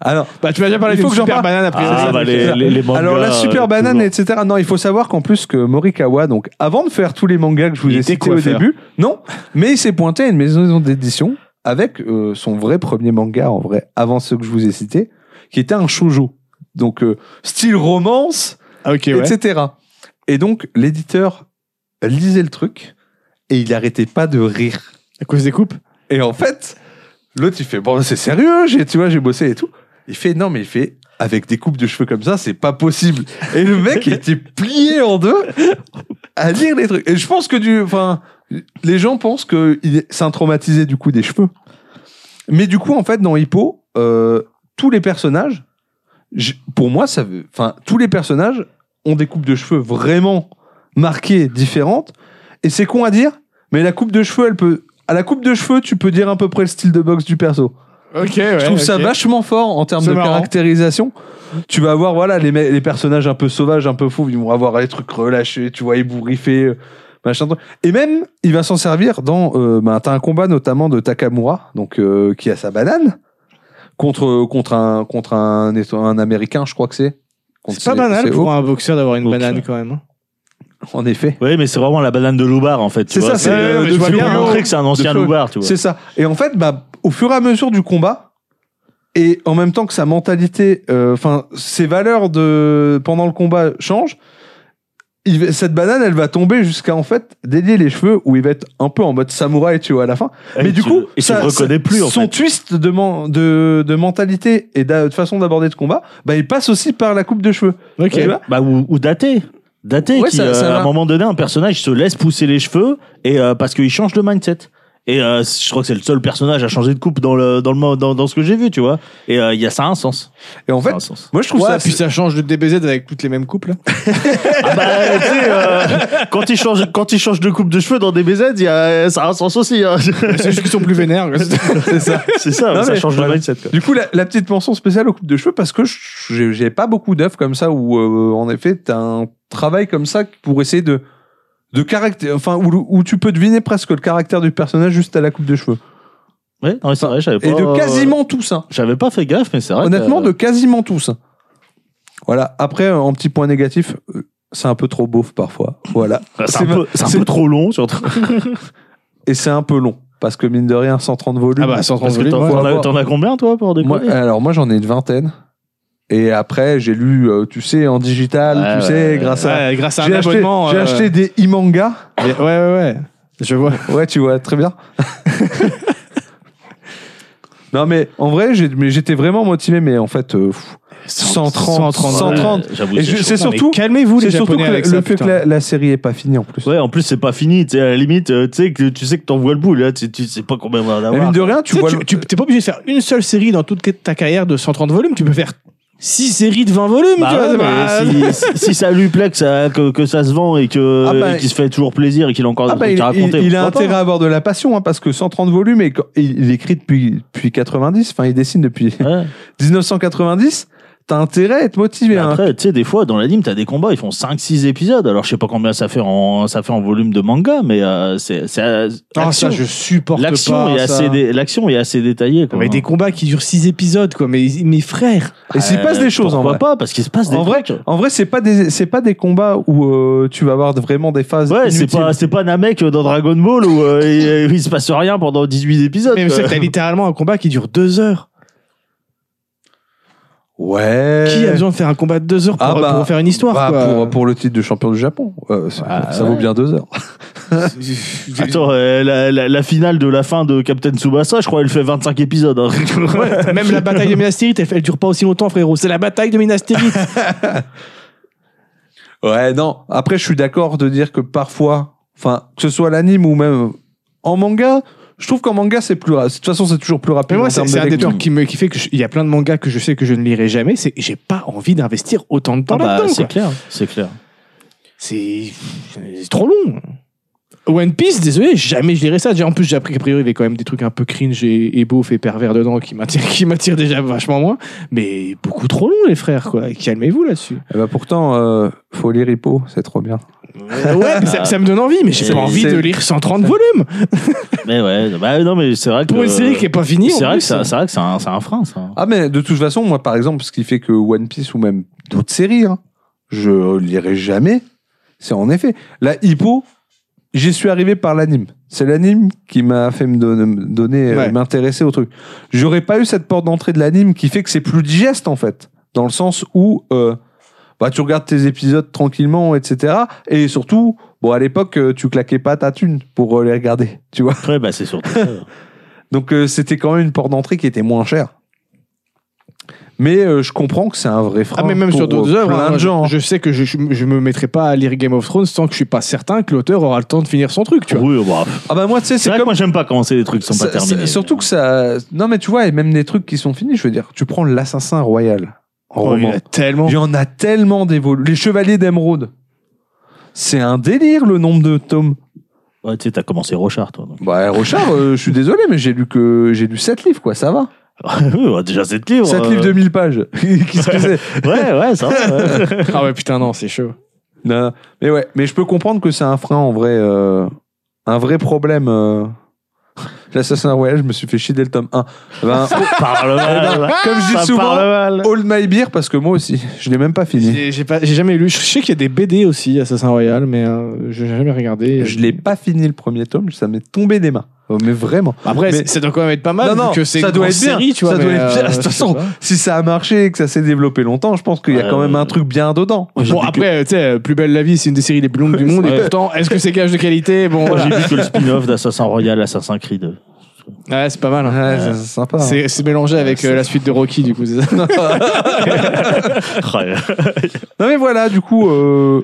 S1: alors
S3: Bah tu m'as déjà parlé
S1: Il faut
S3: d'une
S1: que j'en
S3: super
S1: parle.
S3: banane après.
S2: Ah,
S1: ça,
S2: bah,
S1: c'est
S2: les,
S1: ça.
S2: les, les mangas,
S1: alors la super
S2: euh,
S1: banane
S2: toujours.
S1: etc non il faut savoir qu'en plus que Morikawa donc avant de faire tous les mangas que je vous
S3: Il
S1: ai
S3: était
S1: cités au
S3: coiffeur.
S1: début non mais il s'est pointé à une maison d'édition avec euh, son vrai premier manga en vrai avant ceux que je vous ai cités qui était un shoujo donc euh, style romance
S3: Ah, OK ouais.
S1: etc. Et donc, l'éditeur lisait le truc et il n'arrêtait pas de rire.
S3: À cause des coupes.
S1: Et en fait, l'autre, il fait Bon, c'est sérieux, j'ai- tu vois, j'ai bossé et tout. Il fait Non, mais il fait Avec des coupes de cheveux comme ça, c'est pas possible. Et le mec était plié en deux à lire les trucs. Et je pense que du. Enfin, les gens pensent que il est- c'est un traumatisé du coup des cheveux. Mais du coup, en fait, dans Hippo, euh, tous les personnages, j- pour moi, ça veut. Enfin, tous les personnages ont des coupes de cheveux vraiment marquées, différentes. Et c'est con à dire, mais la coupe de cheveux, elle peut. À la coupe de cheveux, tu peux dire à peu près le style de boxe du perso.
S3: OK ouais.
S1: Je trouve ça
S3: ok.
S1: vachement fort en termes
S3: C'est
S1: de
S3: marrant.
S1: caractérisation. Tu vas avoir voilà les, me- les personnages un peu sauvages, un peu fous, ils vont avoir les trucs relâchés, tu vois, ébouriffés, euh, machin. truc. Et même, il va s'en servir dans. Euh, bah, T'as un combat notamment de Takamura, donc euh, qui a sa banane contre contre un contre un un américain, je crois que c'est. euh, Contre
S3: C'est pas
S1: ses-
S3: banal
S1: ses
S3: pour
S1: hauts.
S3: un boxeur d'avoir une
S2: Ok.
S3: banane quand même. hein.
S1: En effet.
S2: Oui, mais c'est vraiment la banane de Loubar en fait. tu
S1: C'est
S2: vois.
S1: ça, c'est-
S2: euh,
S3: ouais,
S2: de
S3: je vois
S2: lui
S3: bien.
S2: montrer que c'est un ancien
S1: oh, De feu.
S2: Loubar, tu vois.
S1: C'est ça. Et en fait, bah, au fur et à mesure du combat, et en même temps que sa mentalité, euh, enfin, ses valeurs de pendant le combat changent, il va- cette banane, elle va tomber jusqu'à en fait délier les cheveux où il va être un peu en mode samouraï, tu vois, à la fin.
S2: Et
S1: Mais du
S2: tu-
S1: coup,
S2: et tu
S1: ça-
S2: le reconnais
S1: ça-
S2: plus en
S1: son
S2: fait.
S1: twist de, men- de, de mentalité et d'a- de façon d'aborder le combat, bah, il passe aussi par la coupe de cheveux.
S3: OK.
S1: Tu vois
S2: Bah, ou, ou daté. Daté,
S1: Ouais,
S2: qui,
S1: ça-
S2: euh,
S1: ça
S2: à
S1: va.
S2: un moment donné, un personnage se laisse pousser les cheveux et euh, parce qu'il change de mindset. Et euh, je crois que c'est le seul personnage à changer de coupe dans le dans le mo- dans, dans ce que j'ai vu, tu vois. Et euh, il y a ça a un sens.
S1: Et en
S2: Ça a
S1: fait,
S2: un sens.
S1: moi, je trouve
S3: ouais,
S1: ça.
S3: puis ça change de DBZ avec toutes les mêmes coupes là.
S2: Ah bah, tu sais, euh, quand il change quand il change de coupe de cheveux dans des BZ, il y a, ça a un sens aussi. hein.
S3: C'est juste qu'ils sont plus vénères.
S1: c'est ça.
S2: c'est ça,
S1: Non,
S2: ça
S1: mais-
S2: change de
S1: voilà.
S2: mindset. Quoi.
S1: Du coup, la, la petite mention spéciale aux coupes de cheveux parce que je- j'ai j'ai pas beaucoup d'œuvres comme ça où, euh, en effet, t'as un travail comme ça pour essayer de de caractère, enfin où, le- où tu peux deviner presque le caractère du personnage juste à la coupe de cheveux
S2: Ouais, non, mais c'est vrai, j'avais pas. euh,
S1: et de quasiment tout ça.
S2: J'avais pas fait gaffe, mais c'est vrai.
S1: Honnêtement,
S2: que-
S1: de quasiment tout ça. Voilà. Après, euh, en petit point négatif, euh, c'est un peu trop beauf parfois. Voilà.
S2: Bah, C'est
S1: C'est
S2: un, peu,
S1: ma-
S2: c'est un
S1: c'est-
S2: peu trop long, surtout.
S1: Et c'est un peu long parce que mine de rien, 130 volumes.
S3: Ah bah, 130
S2: Parce que
S3: volumes,
S2: t'en
S1: ouais.
S2: t'en as- t'en as combien, toi, pour
S1: Moi, euh,
S2: décoller
S1: alors moi j'en ai une vingtaine Et après, j'ai lu, euh, tu sais, en digital,
S2: Ouais,
S1: tu
S2: ouais,
S1: sais,
S2: ouais.
S1: grâce à.
S3: Ouais, grâce à un
S1: J'ai acheté,
S3: abonnement.
S1: j'ai
S3: euh,
S1: acheté des e-mangas.
S3: Ouais, ouais, ouais. Je vois.
S1: Ouais, tu vois, très bien. non, mais en vrai, j'ai- mais j'étais vraiment motivé, mais en fait, euh, pff, 130, 130.
S2: Ouais, j'avoue,
S1: Et je-
S2: c'est chaud.
S1: c'est surtout,
S3: Calmez-vous, les
S1: c'est surtout que
S3: Japonais, avec
S1: le
S3: ça.
S1: fait que
S3: putain.
S1: la, la série est pas finie en plus.
S2: Ouais, en plus, c'est pas fini. tu sais, à la limite, euh, tu sais que tu sais que t'envoies le bout. Là, tu, tu sais pas combien on va en
S1: Mais
S2: avoir.
S1: mine de rien,
S3: Tu
S1: tu
S3: sais,
S1: vois.
S3: tu-
S1: le-
S3: tu- t'es pas obligé de faire une seule série dans toute ta carrière de 130 volumes. Tu peux faire 6 séries de 20 volumes.
S2: Bah
S3: tu vois,
S2: ouais,
S3: c'est pas-
S2: mais si, si- si ça lui plaît, que ça, que, que ça se vend et que
S1: Ah bah,
S2: et qu'il se fait toujours plaisir et qu'il a encore
S1: Ah
S2: des
S1: bah,
S2: trucs
S1: il,
S2: à
S1: il-
S2: raconter,
S1: il a
S2: pourquoi
S1: intérêt
S2: pas
S1: à avoir de la passion, hein, parce que 130 volumes, et quand- il, il écrit depuis, depuis 90, enfin, il dessine depuis
S2: hein. Ouais.
S1: 1990, t'as intérêt à être motivé.
S3: Bah,
S2: Mais
S1: hein.
S2: Après, tu sais, des fois, dans l'anime, t'as des combats, ils font 5-6 épisodes. Alors, je sais pas combien ça fait en, ça fait en volume de manga, mais euh, c'est. c'est, euh,
S3: Ah,
S2: l'action-
S3: ça, je supporte pas.
S2: L'action est,
S3: ça.
S2: assez dé- l'action est assez détaillée. Quoi.
S3: Mais des combats qui durent 6 épisodes, quoi. Mais mes frères.
S1: Et s'il
S2: Euh,
S1: passe des choses, en
S2: pourquoi
S1: vrai.
S2: pas, parce qu'il se passe des
S1: En vrai,
S2: trucs.
S1: En vrai, c'est pas des, c'est pas des combats où euh, tu vas avoir vraiment des phases.
S2: Ouais, c'est
S1: inutiles.
S2: pas, c'est pas Namek euh, dans Dragon Ball où euh, il, il se passe rien pendant 18 épisodes.
S3: Mais
S2: quoi.
S3: c'est que t'as littéralement un combat qui dure 2 heures.
S1: Ouais.
S3: Qui a besoin de faire un combat de 2 heures pour,
S1: Euh. Ah bah,
S3: pour faire une histoire,
S1: bah,
S3: quoi Bah,
S1: pour, pour le titre de champion du Japon, euh, ça,
S2: Ah,
S1: ça vaut
S2: ouais.
S1: bien deux heures.
S2: Attends, euh, la, la- la finale de la fin de Captain Tsubasa, je crois, elle fait 25 épisodes. hein.
S3: Ouais, même la bataille de Minas Tirith, elle, elle dure pas aussi longtemps, frérot. C'est la bataille de Minas Tirith.
S1: Ouais, non. Après, je suis d'accord de dire que parfois, enfin, que ce soit l'anime ou même en manga, je trouve qu'en manga c'est plus rapide. De toute façon, c'est toujours plus rapide.
S3: Mais moi,
S1: en
S3: c'est
S1: termes
S3: c'est
S1: de
S3: un des
S1: lecture.
S3: trucs qui, me, qui fait qu'il y a plein de mangas que je sais que je ne lirai jamais. C'est j'ai pas envie d'investir autant de temps
S2: Ah bah,
S3: là-dedans.
S2: c'est
S3: quoi.
S2: clair, c'est clair.
S3: C'est c'est trop long. One Piece, désolé, jamais je lirai ça. Déjà, En plus, j'ai appris qu'a priori, il y avait quand même des trucs un peu cringe et, et beauf et pervers dedans qui m'attirent qui m'attirent déjà vachement moins. Mais beaucoup trop long, les frères, quoi. Calmez-vous là-dessus.
S1: Eh ben, pourtant, euh, faut lire Hippo, c'est trop bien.
S3: Euh, ouais, mais ça, ça me donne envie, mais j'ai
S2: Et
S3: pas envie
S1: c'est-
S3: de lire 130 volumes.
S2: Mais ouais, bah, non, mais c'est vrai que.
S3: Pour une série qui est pas finie, en
S2: C'est vrai
S3: plus. hein.
S2: que ça- c'est vrai que c'est un, c'est un frein, ça.
S1: Ah, mais de toute façon, moi, par exemple, ce qui fait que One Piece ou même d'autres séries, hein, je lirai jamais. C'est en effet. La Hippo, j'y suis arrivé par l'anime. C'est l'anime qui m'a fait me donner, me donner, euh,
S3: Ouais.
S1: m'intéresser au truc. J'aurais pas eu cette porte d'entrée de l'anime qui fait que c'est plus digeste, en fait. Dans le sens où, euh, bah, tu regardes tes épisodes tranquillement, etc. Et surtout, bon, à l'époque, euh, tu claquais pas ta thune pour euh, les regarder, tu vois.
S2: Après, bah, c'est surtout ça.
S1: Donc euh, c'était quand même une porte d'entrée qui était moins chère. Mais euh, je comprends que c'est un vrai frein.
S3: Ah, mais même
S1: pour,
S3: sur d'autres
S1: euh,
S3: œuvres,
S1: Plein
S3: hein,
S1: de
S3: moi, je-
S1: gens.
S3: Je, sais que je, je, je me mettrai pas à lire Game of Thrones tant que je suis pas certain que l'auteur aura le temps de finir son truc, tu vois.
S2: Oui, bah,
S1: Ah bah moi tu sais
S2: c'est
S1: c'est
S2: vrai que
S1: comme
S2: moi, j'aime pas commencer des trucs qui sont
S1: ça-
S2: pas terminés.
S1: ça- surtout que ça non mais tu vois et même des trucs qui sont finis je veux dire tu prends l'assassin royal en
S3: Oh, il
S1: roman
S3: a tellement.
S1: il y en a tellement d'évolués les chevaliers d'émeraude c'est un délire le nombre de tomes
S2: Ouais, tu sais, t'as commencé Rochard, toi. donc.
S1: bah Rochard euh, je suis désolé mais j'ai lu que j'ai lu 7 livres quoi ça va
S2: Ouais, bah, déjà, cette livre.
S1: 7
S2: euh,
S1: livres de 1000 pages qu'est-ce que c'est
S2: Ouais, ouais, ça. va, ouais.
S3: Ah ouais, putain, non, c'est chaud.
S1: Non, mais ouais, mais je peux comprendre que c'est un frein en vrai, euh, un vrai problème. euh. L'assassin royal, je me suis fait chier dès le tome 1. Ben,
S2: Parle mal.
S1: ben, comme je
S2: Ça
S1: dis souvent,
S2: parle mal.
S1: hold my beer parce que moi aussi, je l'ai même pas fini.
S3: J'ai j'ai pas- j'ai jamais lu. Je sais qu'il y a des BD aussi, Assassin Royal, mais euh, je n'ai jamais regardé.
S1: Je l'ai pas fini le premier tome, ça m'est tombé des mains. Oh, Mais vraiment.
S3: Après,
S1: Mais-
S3: c'est- ça doit quand même être pas mal.
S1: Non,
S3: vu
S1: non,
S3: que c'est
S1: ça
S3: une
S1: doit
S3: grosse
S1: être bien.
S3: série, tu vois.
S1: Ça doit
S3: mais, euh,
S1: être bien. De toute
S3: je sais
S1: façon,
S3: pas.
S1: Si ça a marché et que ça s'est développé longtemps, je pense qu'il y a quand
S2: Euh,
S1: même un truc bien dedans.
S2: Moi, j'ai
S3: Bon,
S2: vu que-
S3: après, euh, tu sais, euh, Plus belle la vie, c'est une des séries les plus longues du monde. Et
S2: Ouais.
S3: pourtant, est-ce que c'est gage de qualité Bon,
S2: moi,
S3: voilà.
S2: j'ai vu que le spin-off d'Assassin Royal, Assassin Creed.
S3: Ouais, c'est pas mal. hein.
S1: Ouais, c'est- c'est sympa. hein.
S3: C'est c'est mélangé avec euh, la suite de Rocky, du coup. c'est ça
S2: Ouais.
S1: Non mais voilà, du coup, euh,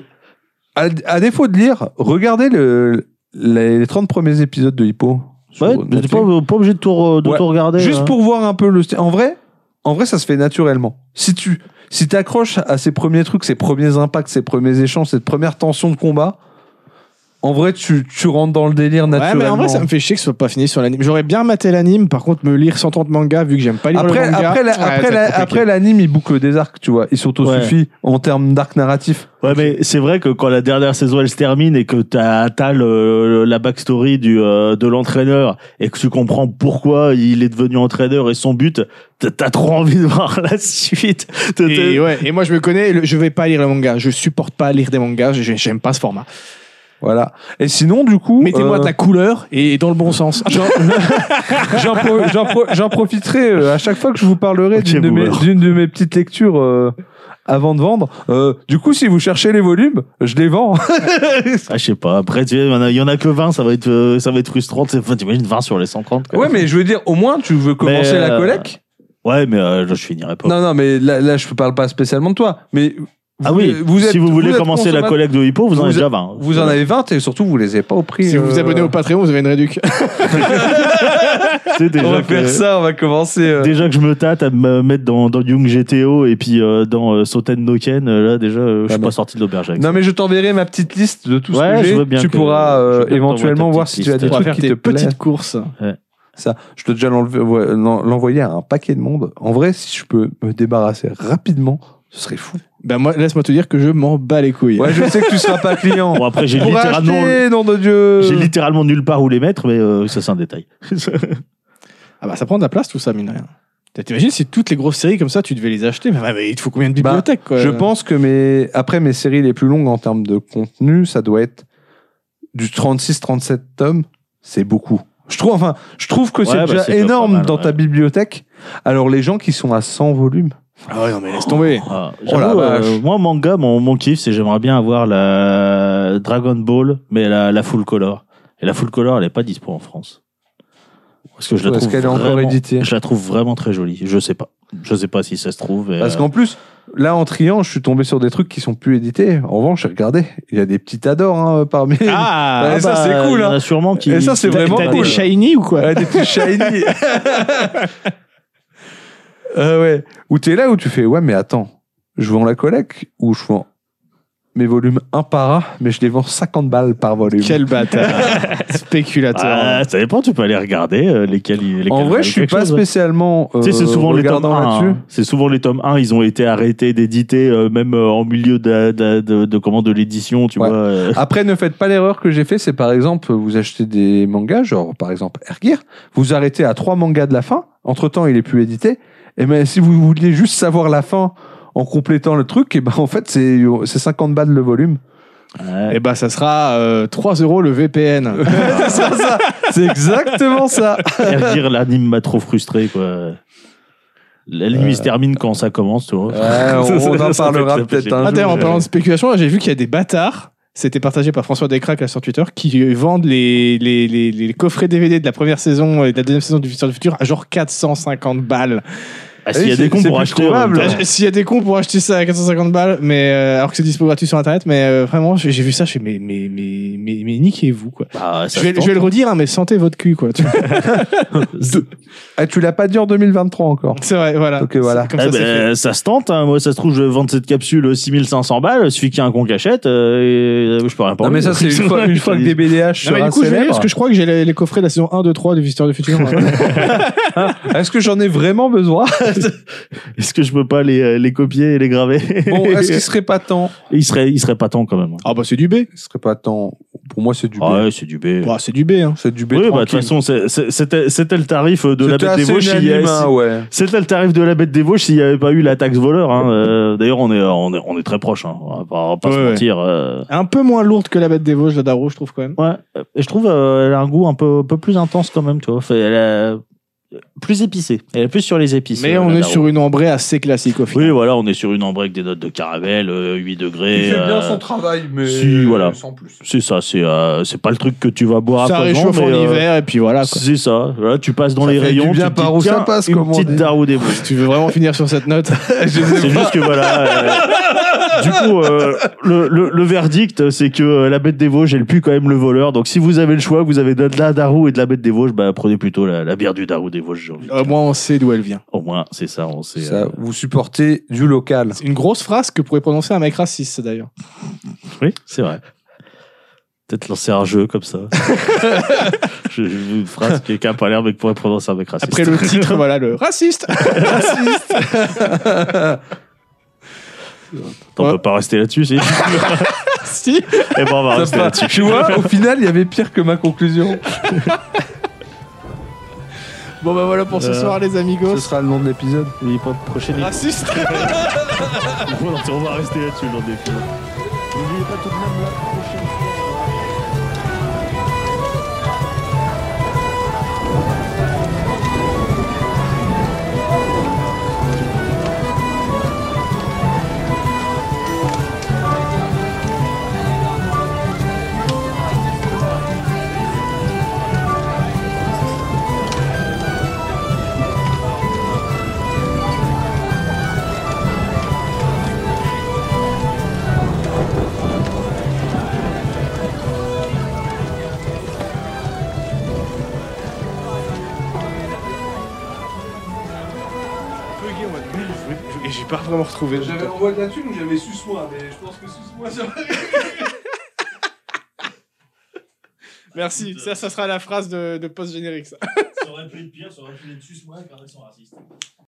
S1: à, à défaut de lire, regardez le, les, les 30 premiers épisodes de Hippo. sur
S2: Ouais, t'es
S1: Netflix.
S2: pas, pas obligé de tout, re- de
S1: Ouais.
S2: tout regarder.
S1: Juste
S2: hein.
S1: pour voir un peu le... sti- En vrai, en vrai, ça se fait naturellement. Si tu si t'accroches à ces premiers trucs, ces premiers impacts, ces premiers échanges, cette première tension de combat, en vrai, tu, tu rentres dans le délire
S3: Ouais,
S1: naturellement.
S3: mais en vrai, ça me fait chier que ce soit pas fini sur l'anime. J'aurais bien maté l'anime, par contre, me lire 130 mangas, vu que j'aime pas lire
S1: Après,
S3: le manga.
S1: après, la-
S3: ouais,
S1: après,
S3: ça va
S1: la-
S3: être compliqué.
S1: après l'anime, il boucle des arcs, tu vois. Il s'autosuffit en termes d'arc narratif.
S2: Ouais, mais c'est vrai que quand la dernière saison elle se termine et que t'as as la backstory du euh, de l'entraîneur et que tu comprends pourquoi il est devenu entraîneur et son but, t'as- t'as trop envie de voir la suite. T'as-
S3: Et,
S2: t'as-
S3: ouais, et moi, je me connais, le- je vais pas lire le manga. Je supporte pas lire des mangas, j'ai- j'aime pas ce format.
S1: Voilà. Et sinon, du coup.
S3: Mettez-moi
S1: euh,
S3: de la couleur et dans le bon sens.
S1: J'en- J'en pro- j'en pro- j'en profiterai euh, à chaque fois que je vous parlerai
S2: Ok,
S1: d'une de, mes-
S2: boomer.
S1: d'une de mes petites lectures euh, avant de vendre. Euh, du coup, si vous cherchez les volumes, je les vends. hein.
S2: Ah, je sais pas. Après, tu sais, il y en a- il y en a que 20, ça va être, euh, ça va être frustrant. tu sais. Enfin, t'imagines 20 sur les 130. quoi.
S1: ouais, mais je veux dire, au moins, tu veux commencer
S2: Mais,
S1: la
S2: euh,
S1: collecte.
S2: Ouais, mais euh, je finirai pas.
S1: Non, non, mais là, là, je ne parle pas spécialement de toi. Mais
S2: ah
S1: vous-
S2: oui, si
S1: êtes-
S2: vous, voulez
S1: êtes
S2: commencer la
S1: consommateur-
S2: collecte de Hippo, vous, en hein.
S1: Vous
S2: avez
S1: êtes-
S2: déjà 20.
S1: Vous en avez 20 et surtout, vous les avez pas au prix.
S3: Si vous vous
S1: euh,
S3: abonnez au Patreon, vous avez une réduc.
S2: C'est déjà
S1: On va
S2: que-
S1: faire ça, on va commencer. euh,
S2: Déjà que je me tâte à me mettre dans, dans Young GTO et puis euh, dans euh, Soten no Ken, euh, là déjà, euh, je suis
S1: Ah,
S2: pas
S1: non.
S2: sorti de l'auberge avec
S1: Non mais je t'enverrai ma petite liste de tout
S2: Ouais,
S1: ce que
S2: je
S1: j'ai.
S2: veux bien
S1: Tu
S2: que-
S1: pourras
S2: je veux
S1: euh,
S2: bien que t'envoies ta
S1: éventuellement
S2: petite
S1: voir si tu as
S2: liste.
S1: des
S3: On va
S1: trucs
S3: faire
S1: qui te
S3: tes
S1: plaisent.
S3: petites courses.
S1: Je te déjà l'enlever- ouais, l'en- l'envoyer à un paquet de monde. En vrai, si je peux me débarrasser rapidement, ce serait fou.
S3: Ben moi, laisse-moi te dire que je m'en bas les couilles.
S1: Ouais, je sais que tu seras pas client.
S2: ça. Bon, après, j'ai
S1: Pour
S2: littéralement,
S1: acheter, euh, nom de Dieu.
S2: j'ai littéralement nulle part où les mettre, mais euh, ça, c'est un détail.
S3: Ah bah ça prend de la place tout ça, mine de rien. T'as- T'imagines si toutes les grosses séries comme ça, tu devais les acheter, mais, bah, mais il te faut combien de
S1: Bah,
S3: bibliothèques quoi
S1: Je pense que mes après mes séries les plus longues en termes de contenu, ça doit être du 36-37 tomes. C'est beaucoup. Je trouve enfin, je trouve que
S2: Ouais,
S1: c'est
S2: bah,
S1: déjà
S2: c'est déjà pas
S1: énorme
S2: mal,
S1: dans ta
S2: ouais.
S1: bibliothèque. Alors les gens qui sont à 100 volumes.
S3: Ah ouais, non mais laisse tomber.
S2: Ah,
S1: Oh la
S2: j'avoue, euh,
S1: vache.
S2: moi, manga, mon, mon kiff, c'est j'aimerais bien avoir la Dragon Ball, mais la, la full color. Et la full color, elle est pas dispo en France. Parce que je la
S1: Est-ce
S2: trouve
S1: qu'elle est encore
S2: vraiment-
S1: éditée
S2: Je la trouve vraiment très jolie. Je sais pas. Je sais pas si ça se trouve. et,
S1: Parce
S2: euh,
S1: qu'en plus, là en triant, je suis tombé sur des trucs qui sont plus édités. En revanche, j'ai regardé, il y a des petits adores hein, parmi.
S3: Ah,
S1: Ah, ça,
S2: bah,
S1: c'est cool,
S2: il y en a
S1: hein.
S2: sûrement qui.
S1: Et ça, c'est
S2: qui-
S1: vraiment
S2: t'as des
S1: cool.
S2: chats
S3: shiny ou quoi
S1: Ouais, des petits shiny. euh, ouais. Ou t'es là où tu fais, ouais, mais attends, je vends la collecte ou je vends mes volumes un par un, mais je les vends 50 balles par volume.
S3: Quel bâtard. Spéculateur.
S2: Ah, ça dépend, tu peux aller regarder euh, lesquels, ils- lesquels
S1: En vrai,
S2: valent
S1: je suis
S2: quelque
S1: pas
S2: chose.
S1: spécialement euh,
S2: Tu sais, c'est souvent les tomes
S1: regardant
S2: 1.
S1: là-dessus.
S2: hein. C'est souvent les tomes 1, ils ont été arrêtés d'éditer, euh, même euh, en milieu de, de, de, de- comment, de l'édition, tu
S1: Ouais.
S2: vois. euh.
S1: Après, ne faites pas l'erreur que j'ai fait, c'est par exemple, vous achetez des mangas, genre par exemple Ergir, vous arrêtez à trois mangas de la fin, entre-temps il est plus édité, et ben si vous vouliez juste savoir la fin en complétant le truc, et ben en fait c'est c'est 50 balles le volume.
S2: Ouais.
S3: Et bah ça sera euh, 3 euros le VPN.
S1: c'est ça, ça. C'est exactement ça.
S2: Ergir, l'anime m'a trop frustré, quoi. L'anime, il se termine quand ça commence, tu vois.
S1: Euh. Ouais, on- on en
S2: Ça fait-
S1: parlera
S2: ça fait-
S1: peut-être un
S3: Ah, d'ailleurs, en
S1: jour.
S2: euh,
S3: parlant de spéculation, là, j'ai vu qu'il y a des bâtards. C'était partagé par François Descraques là, sur Twitter qui euh, vendent les, les, les, les coffrets DVD de la première saison et de la deuxième saison du Futur du Futur à genre 450 balles.
S2: Ah, s'il y a
S1: Oui,
S2: des cons
S1: c'est
S2: pour
S1: plus
S2: acheter. en même
S1: probable.
S2: temps.
S1: Ouais.
S3: Euh, S'il y a des cons pour acheter ça à 450 balles, mais euh, alors que c'est dispo gratuit sur internet, mais euh, vraiment, j'ai j'ai vu ça, je fais mais mais mais mais, mais niquez-vous quoi.
S2: Bah,
S3: Je
S2: ça
S3: vais,
S2: se
S3: je vais le redire, hein, mais sentez votre cul quoi. Tu vois.
S2: tente.
S1: Ah, tu l'as pas dit en 2023 encore.
S3: C'est vrai, voilà.
S1: Ok, voilà.
S3: C'est- Comme
S2: Eh
S3: ça,
S2: ben,
S3: c'est fait.
S2: ça, se tente. hein. Moi, ça se trouve, je vais vendre cette capsule euh, 6500 balles. Suffit qu'il y a un con qui achète. euh, et, euh, je peux rien
S1: Non mais ça c'est une fois, une fois que DBDH
S3: Non, mais
S1: sera
S3: du coup, je vais lire,
S1: célèbre.
S3: parce que je crois que j'ai les, les coffrets de hein. la saison 1, 2, 3 du Visiteur du Futur.
S1: Est-ce que j'en ai vraiment besoin
S2: Est-ce que je peux pas les, euh, les copier et les graver
S1: Bon, est-ce qu'il serait pas temps
S2: Il serait, il serait pas temps quand même. hein.
S3: Ah bah c'est du B.
S1: Il serait pas temps. Pour moi c'est du B.
S2: Ah ouais, c'est du B.
S3: Bah, c'est du B. Hein.
S1: C'est du B.
S2: oui, bah de toute
S1: tranquille.
S2: façon, c'est- c'est- c'était c'était le tarif euh, de la
S1: C'était
S2: bête des
S1: assez
S2: Vosges. s'il y a-
S1: unanime, hein, ouais.
S2: C'était le tarif de la bête des Vosges s'il n'y avait pas eu la taxe voleur. hein. Euh, D'ailleurs, on est, on est, on est très proche. Hein. On va pas, on va pas
S3: Ouais,
S2: se
S3: ouais.
S2: mentir. euh.
S3: Un peu moins lourde que la bête des Vosges, la Daro, je trouve quand même.
S2: Ouais. Et je trouve euh, elle a un goût un peu, un peu plus intense quand même. Tu vois. Fait, elle a- plus épicée. Elle est plus sur les épices.
S3: Mais
S2: euh,
S3: on
S2: la
S3: est
S2: Daro.
S3: sur une ambrée assez classique au
S2: Oui,
S3: final.
S2: voilà, on est sur une ambre avec des notes de caramel, euh, 8 degrés.
S1: Il fait bien
S2: euh,
S1: son travail, mais
S2: si, voilà.
S1: sans plus.
S2: C'est ça, c'est euh, c'est pas le truc que tu vas boire
S3: ça
S2: à foison,
S3: réchauffe en
S2: mais, euh,
S3: hiver et puis voilà. Quoi.
S2: C'est ça. Là, tu passes dans
S1: Ça
S2: les
S1: fait
S2: rayons,
S1: du bien
S2: tu te dis,
S1: par où ça
S2: tiens,
S1: passe,
S2: une
S1: comme on
S2: petite
S1: dit.
S2: daro des Vosges.
S3: tu veux vraiment finir sur cette note
S2: C'est juste que voilà. euh, du coup, euh, le, le, le verdict, c'est que euh, la bête des Vosges, elle pue quand même le voleur. Donc, si vous avez le choix, que vous avez de la Darou et de la bête des Vosges, bah, prenez plutôt la, la bière du Darou des Vosges. j'ai envie.
S3: Au moins, on sait d'où elle vient.
S2: Au moins, c'est ça, on sait.
S1: Ça,
S2: euh,
S1: vous supportez du local.
S3: C'est une grosse phrase que pourrait prononcer un mec raciste, ça, d'ailleurs.
S2: Oui, c'est vrai. Peut-être lancer un jeu comme ça. je, je- une phrase que quelqu'un a pas l'air, mais que pourrait prononcer un mec raciste.
S3: Après le titre, voilà, le raciste.
S1: Raciste.
S2: Attends, On
S3: Ouais.
S2: peut pas rester là-dessus, si.
S3: si.
S2: Eh ben, on va
S1: Ça
S2: rester
S1: va.
S2: là-dessus.
S1: tu vois, au final, il y avait pire que ma conclusion.
S3: Bon, bah voilà pour ce
S2: Euh,
S3: soir, les
S1: Ce
S3: amigos.
S1: sera le nom de l'épisode.
S2: Oui, pour le prochain épisode.
S3: Raciste.
S2: on va rester là-dessus, le N'oubliez pas tout de même la prochaine fois.
S3: j'ai pas vraiment retrouvé.
S1: J'avais envoyé de la thune ou j'avais suce-moi Mais je pense que suce-moi, ça va.
S3: Merci, ça, ça sera la phrase de, de post-générique, ça.
S2: aurait pu être pire, ça aurait pu être juste moi, car ils sont racistes.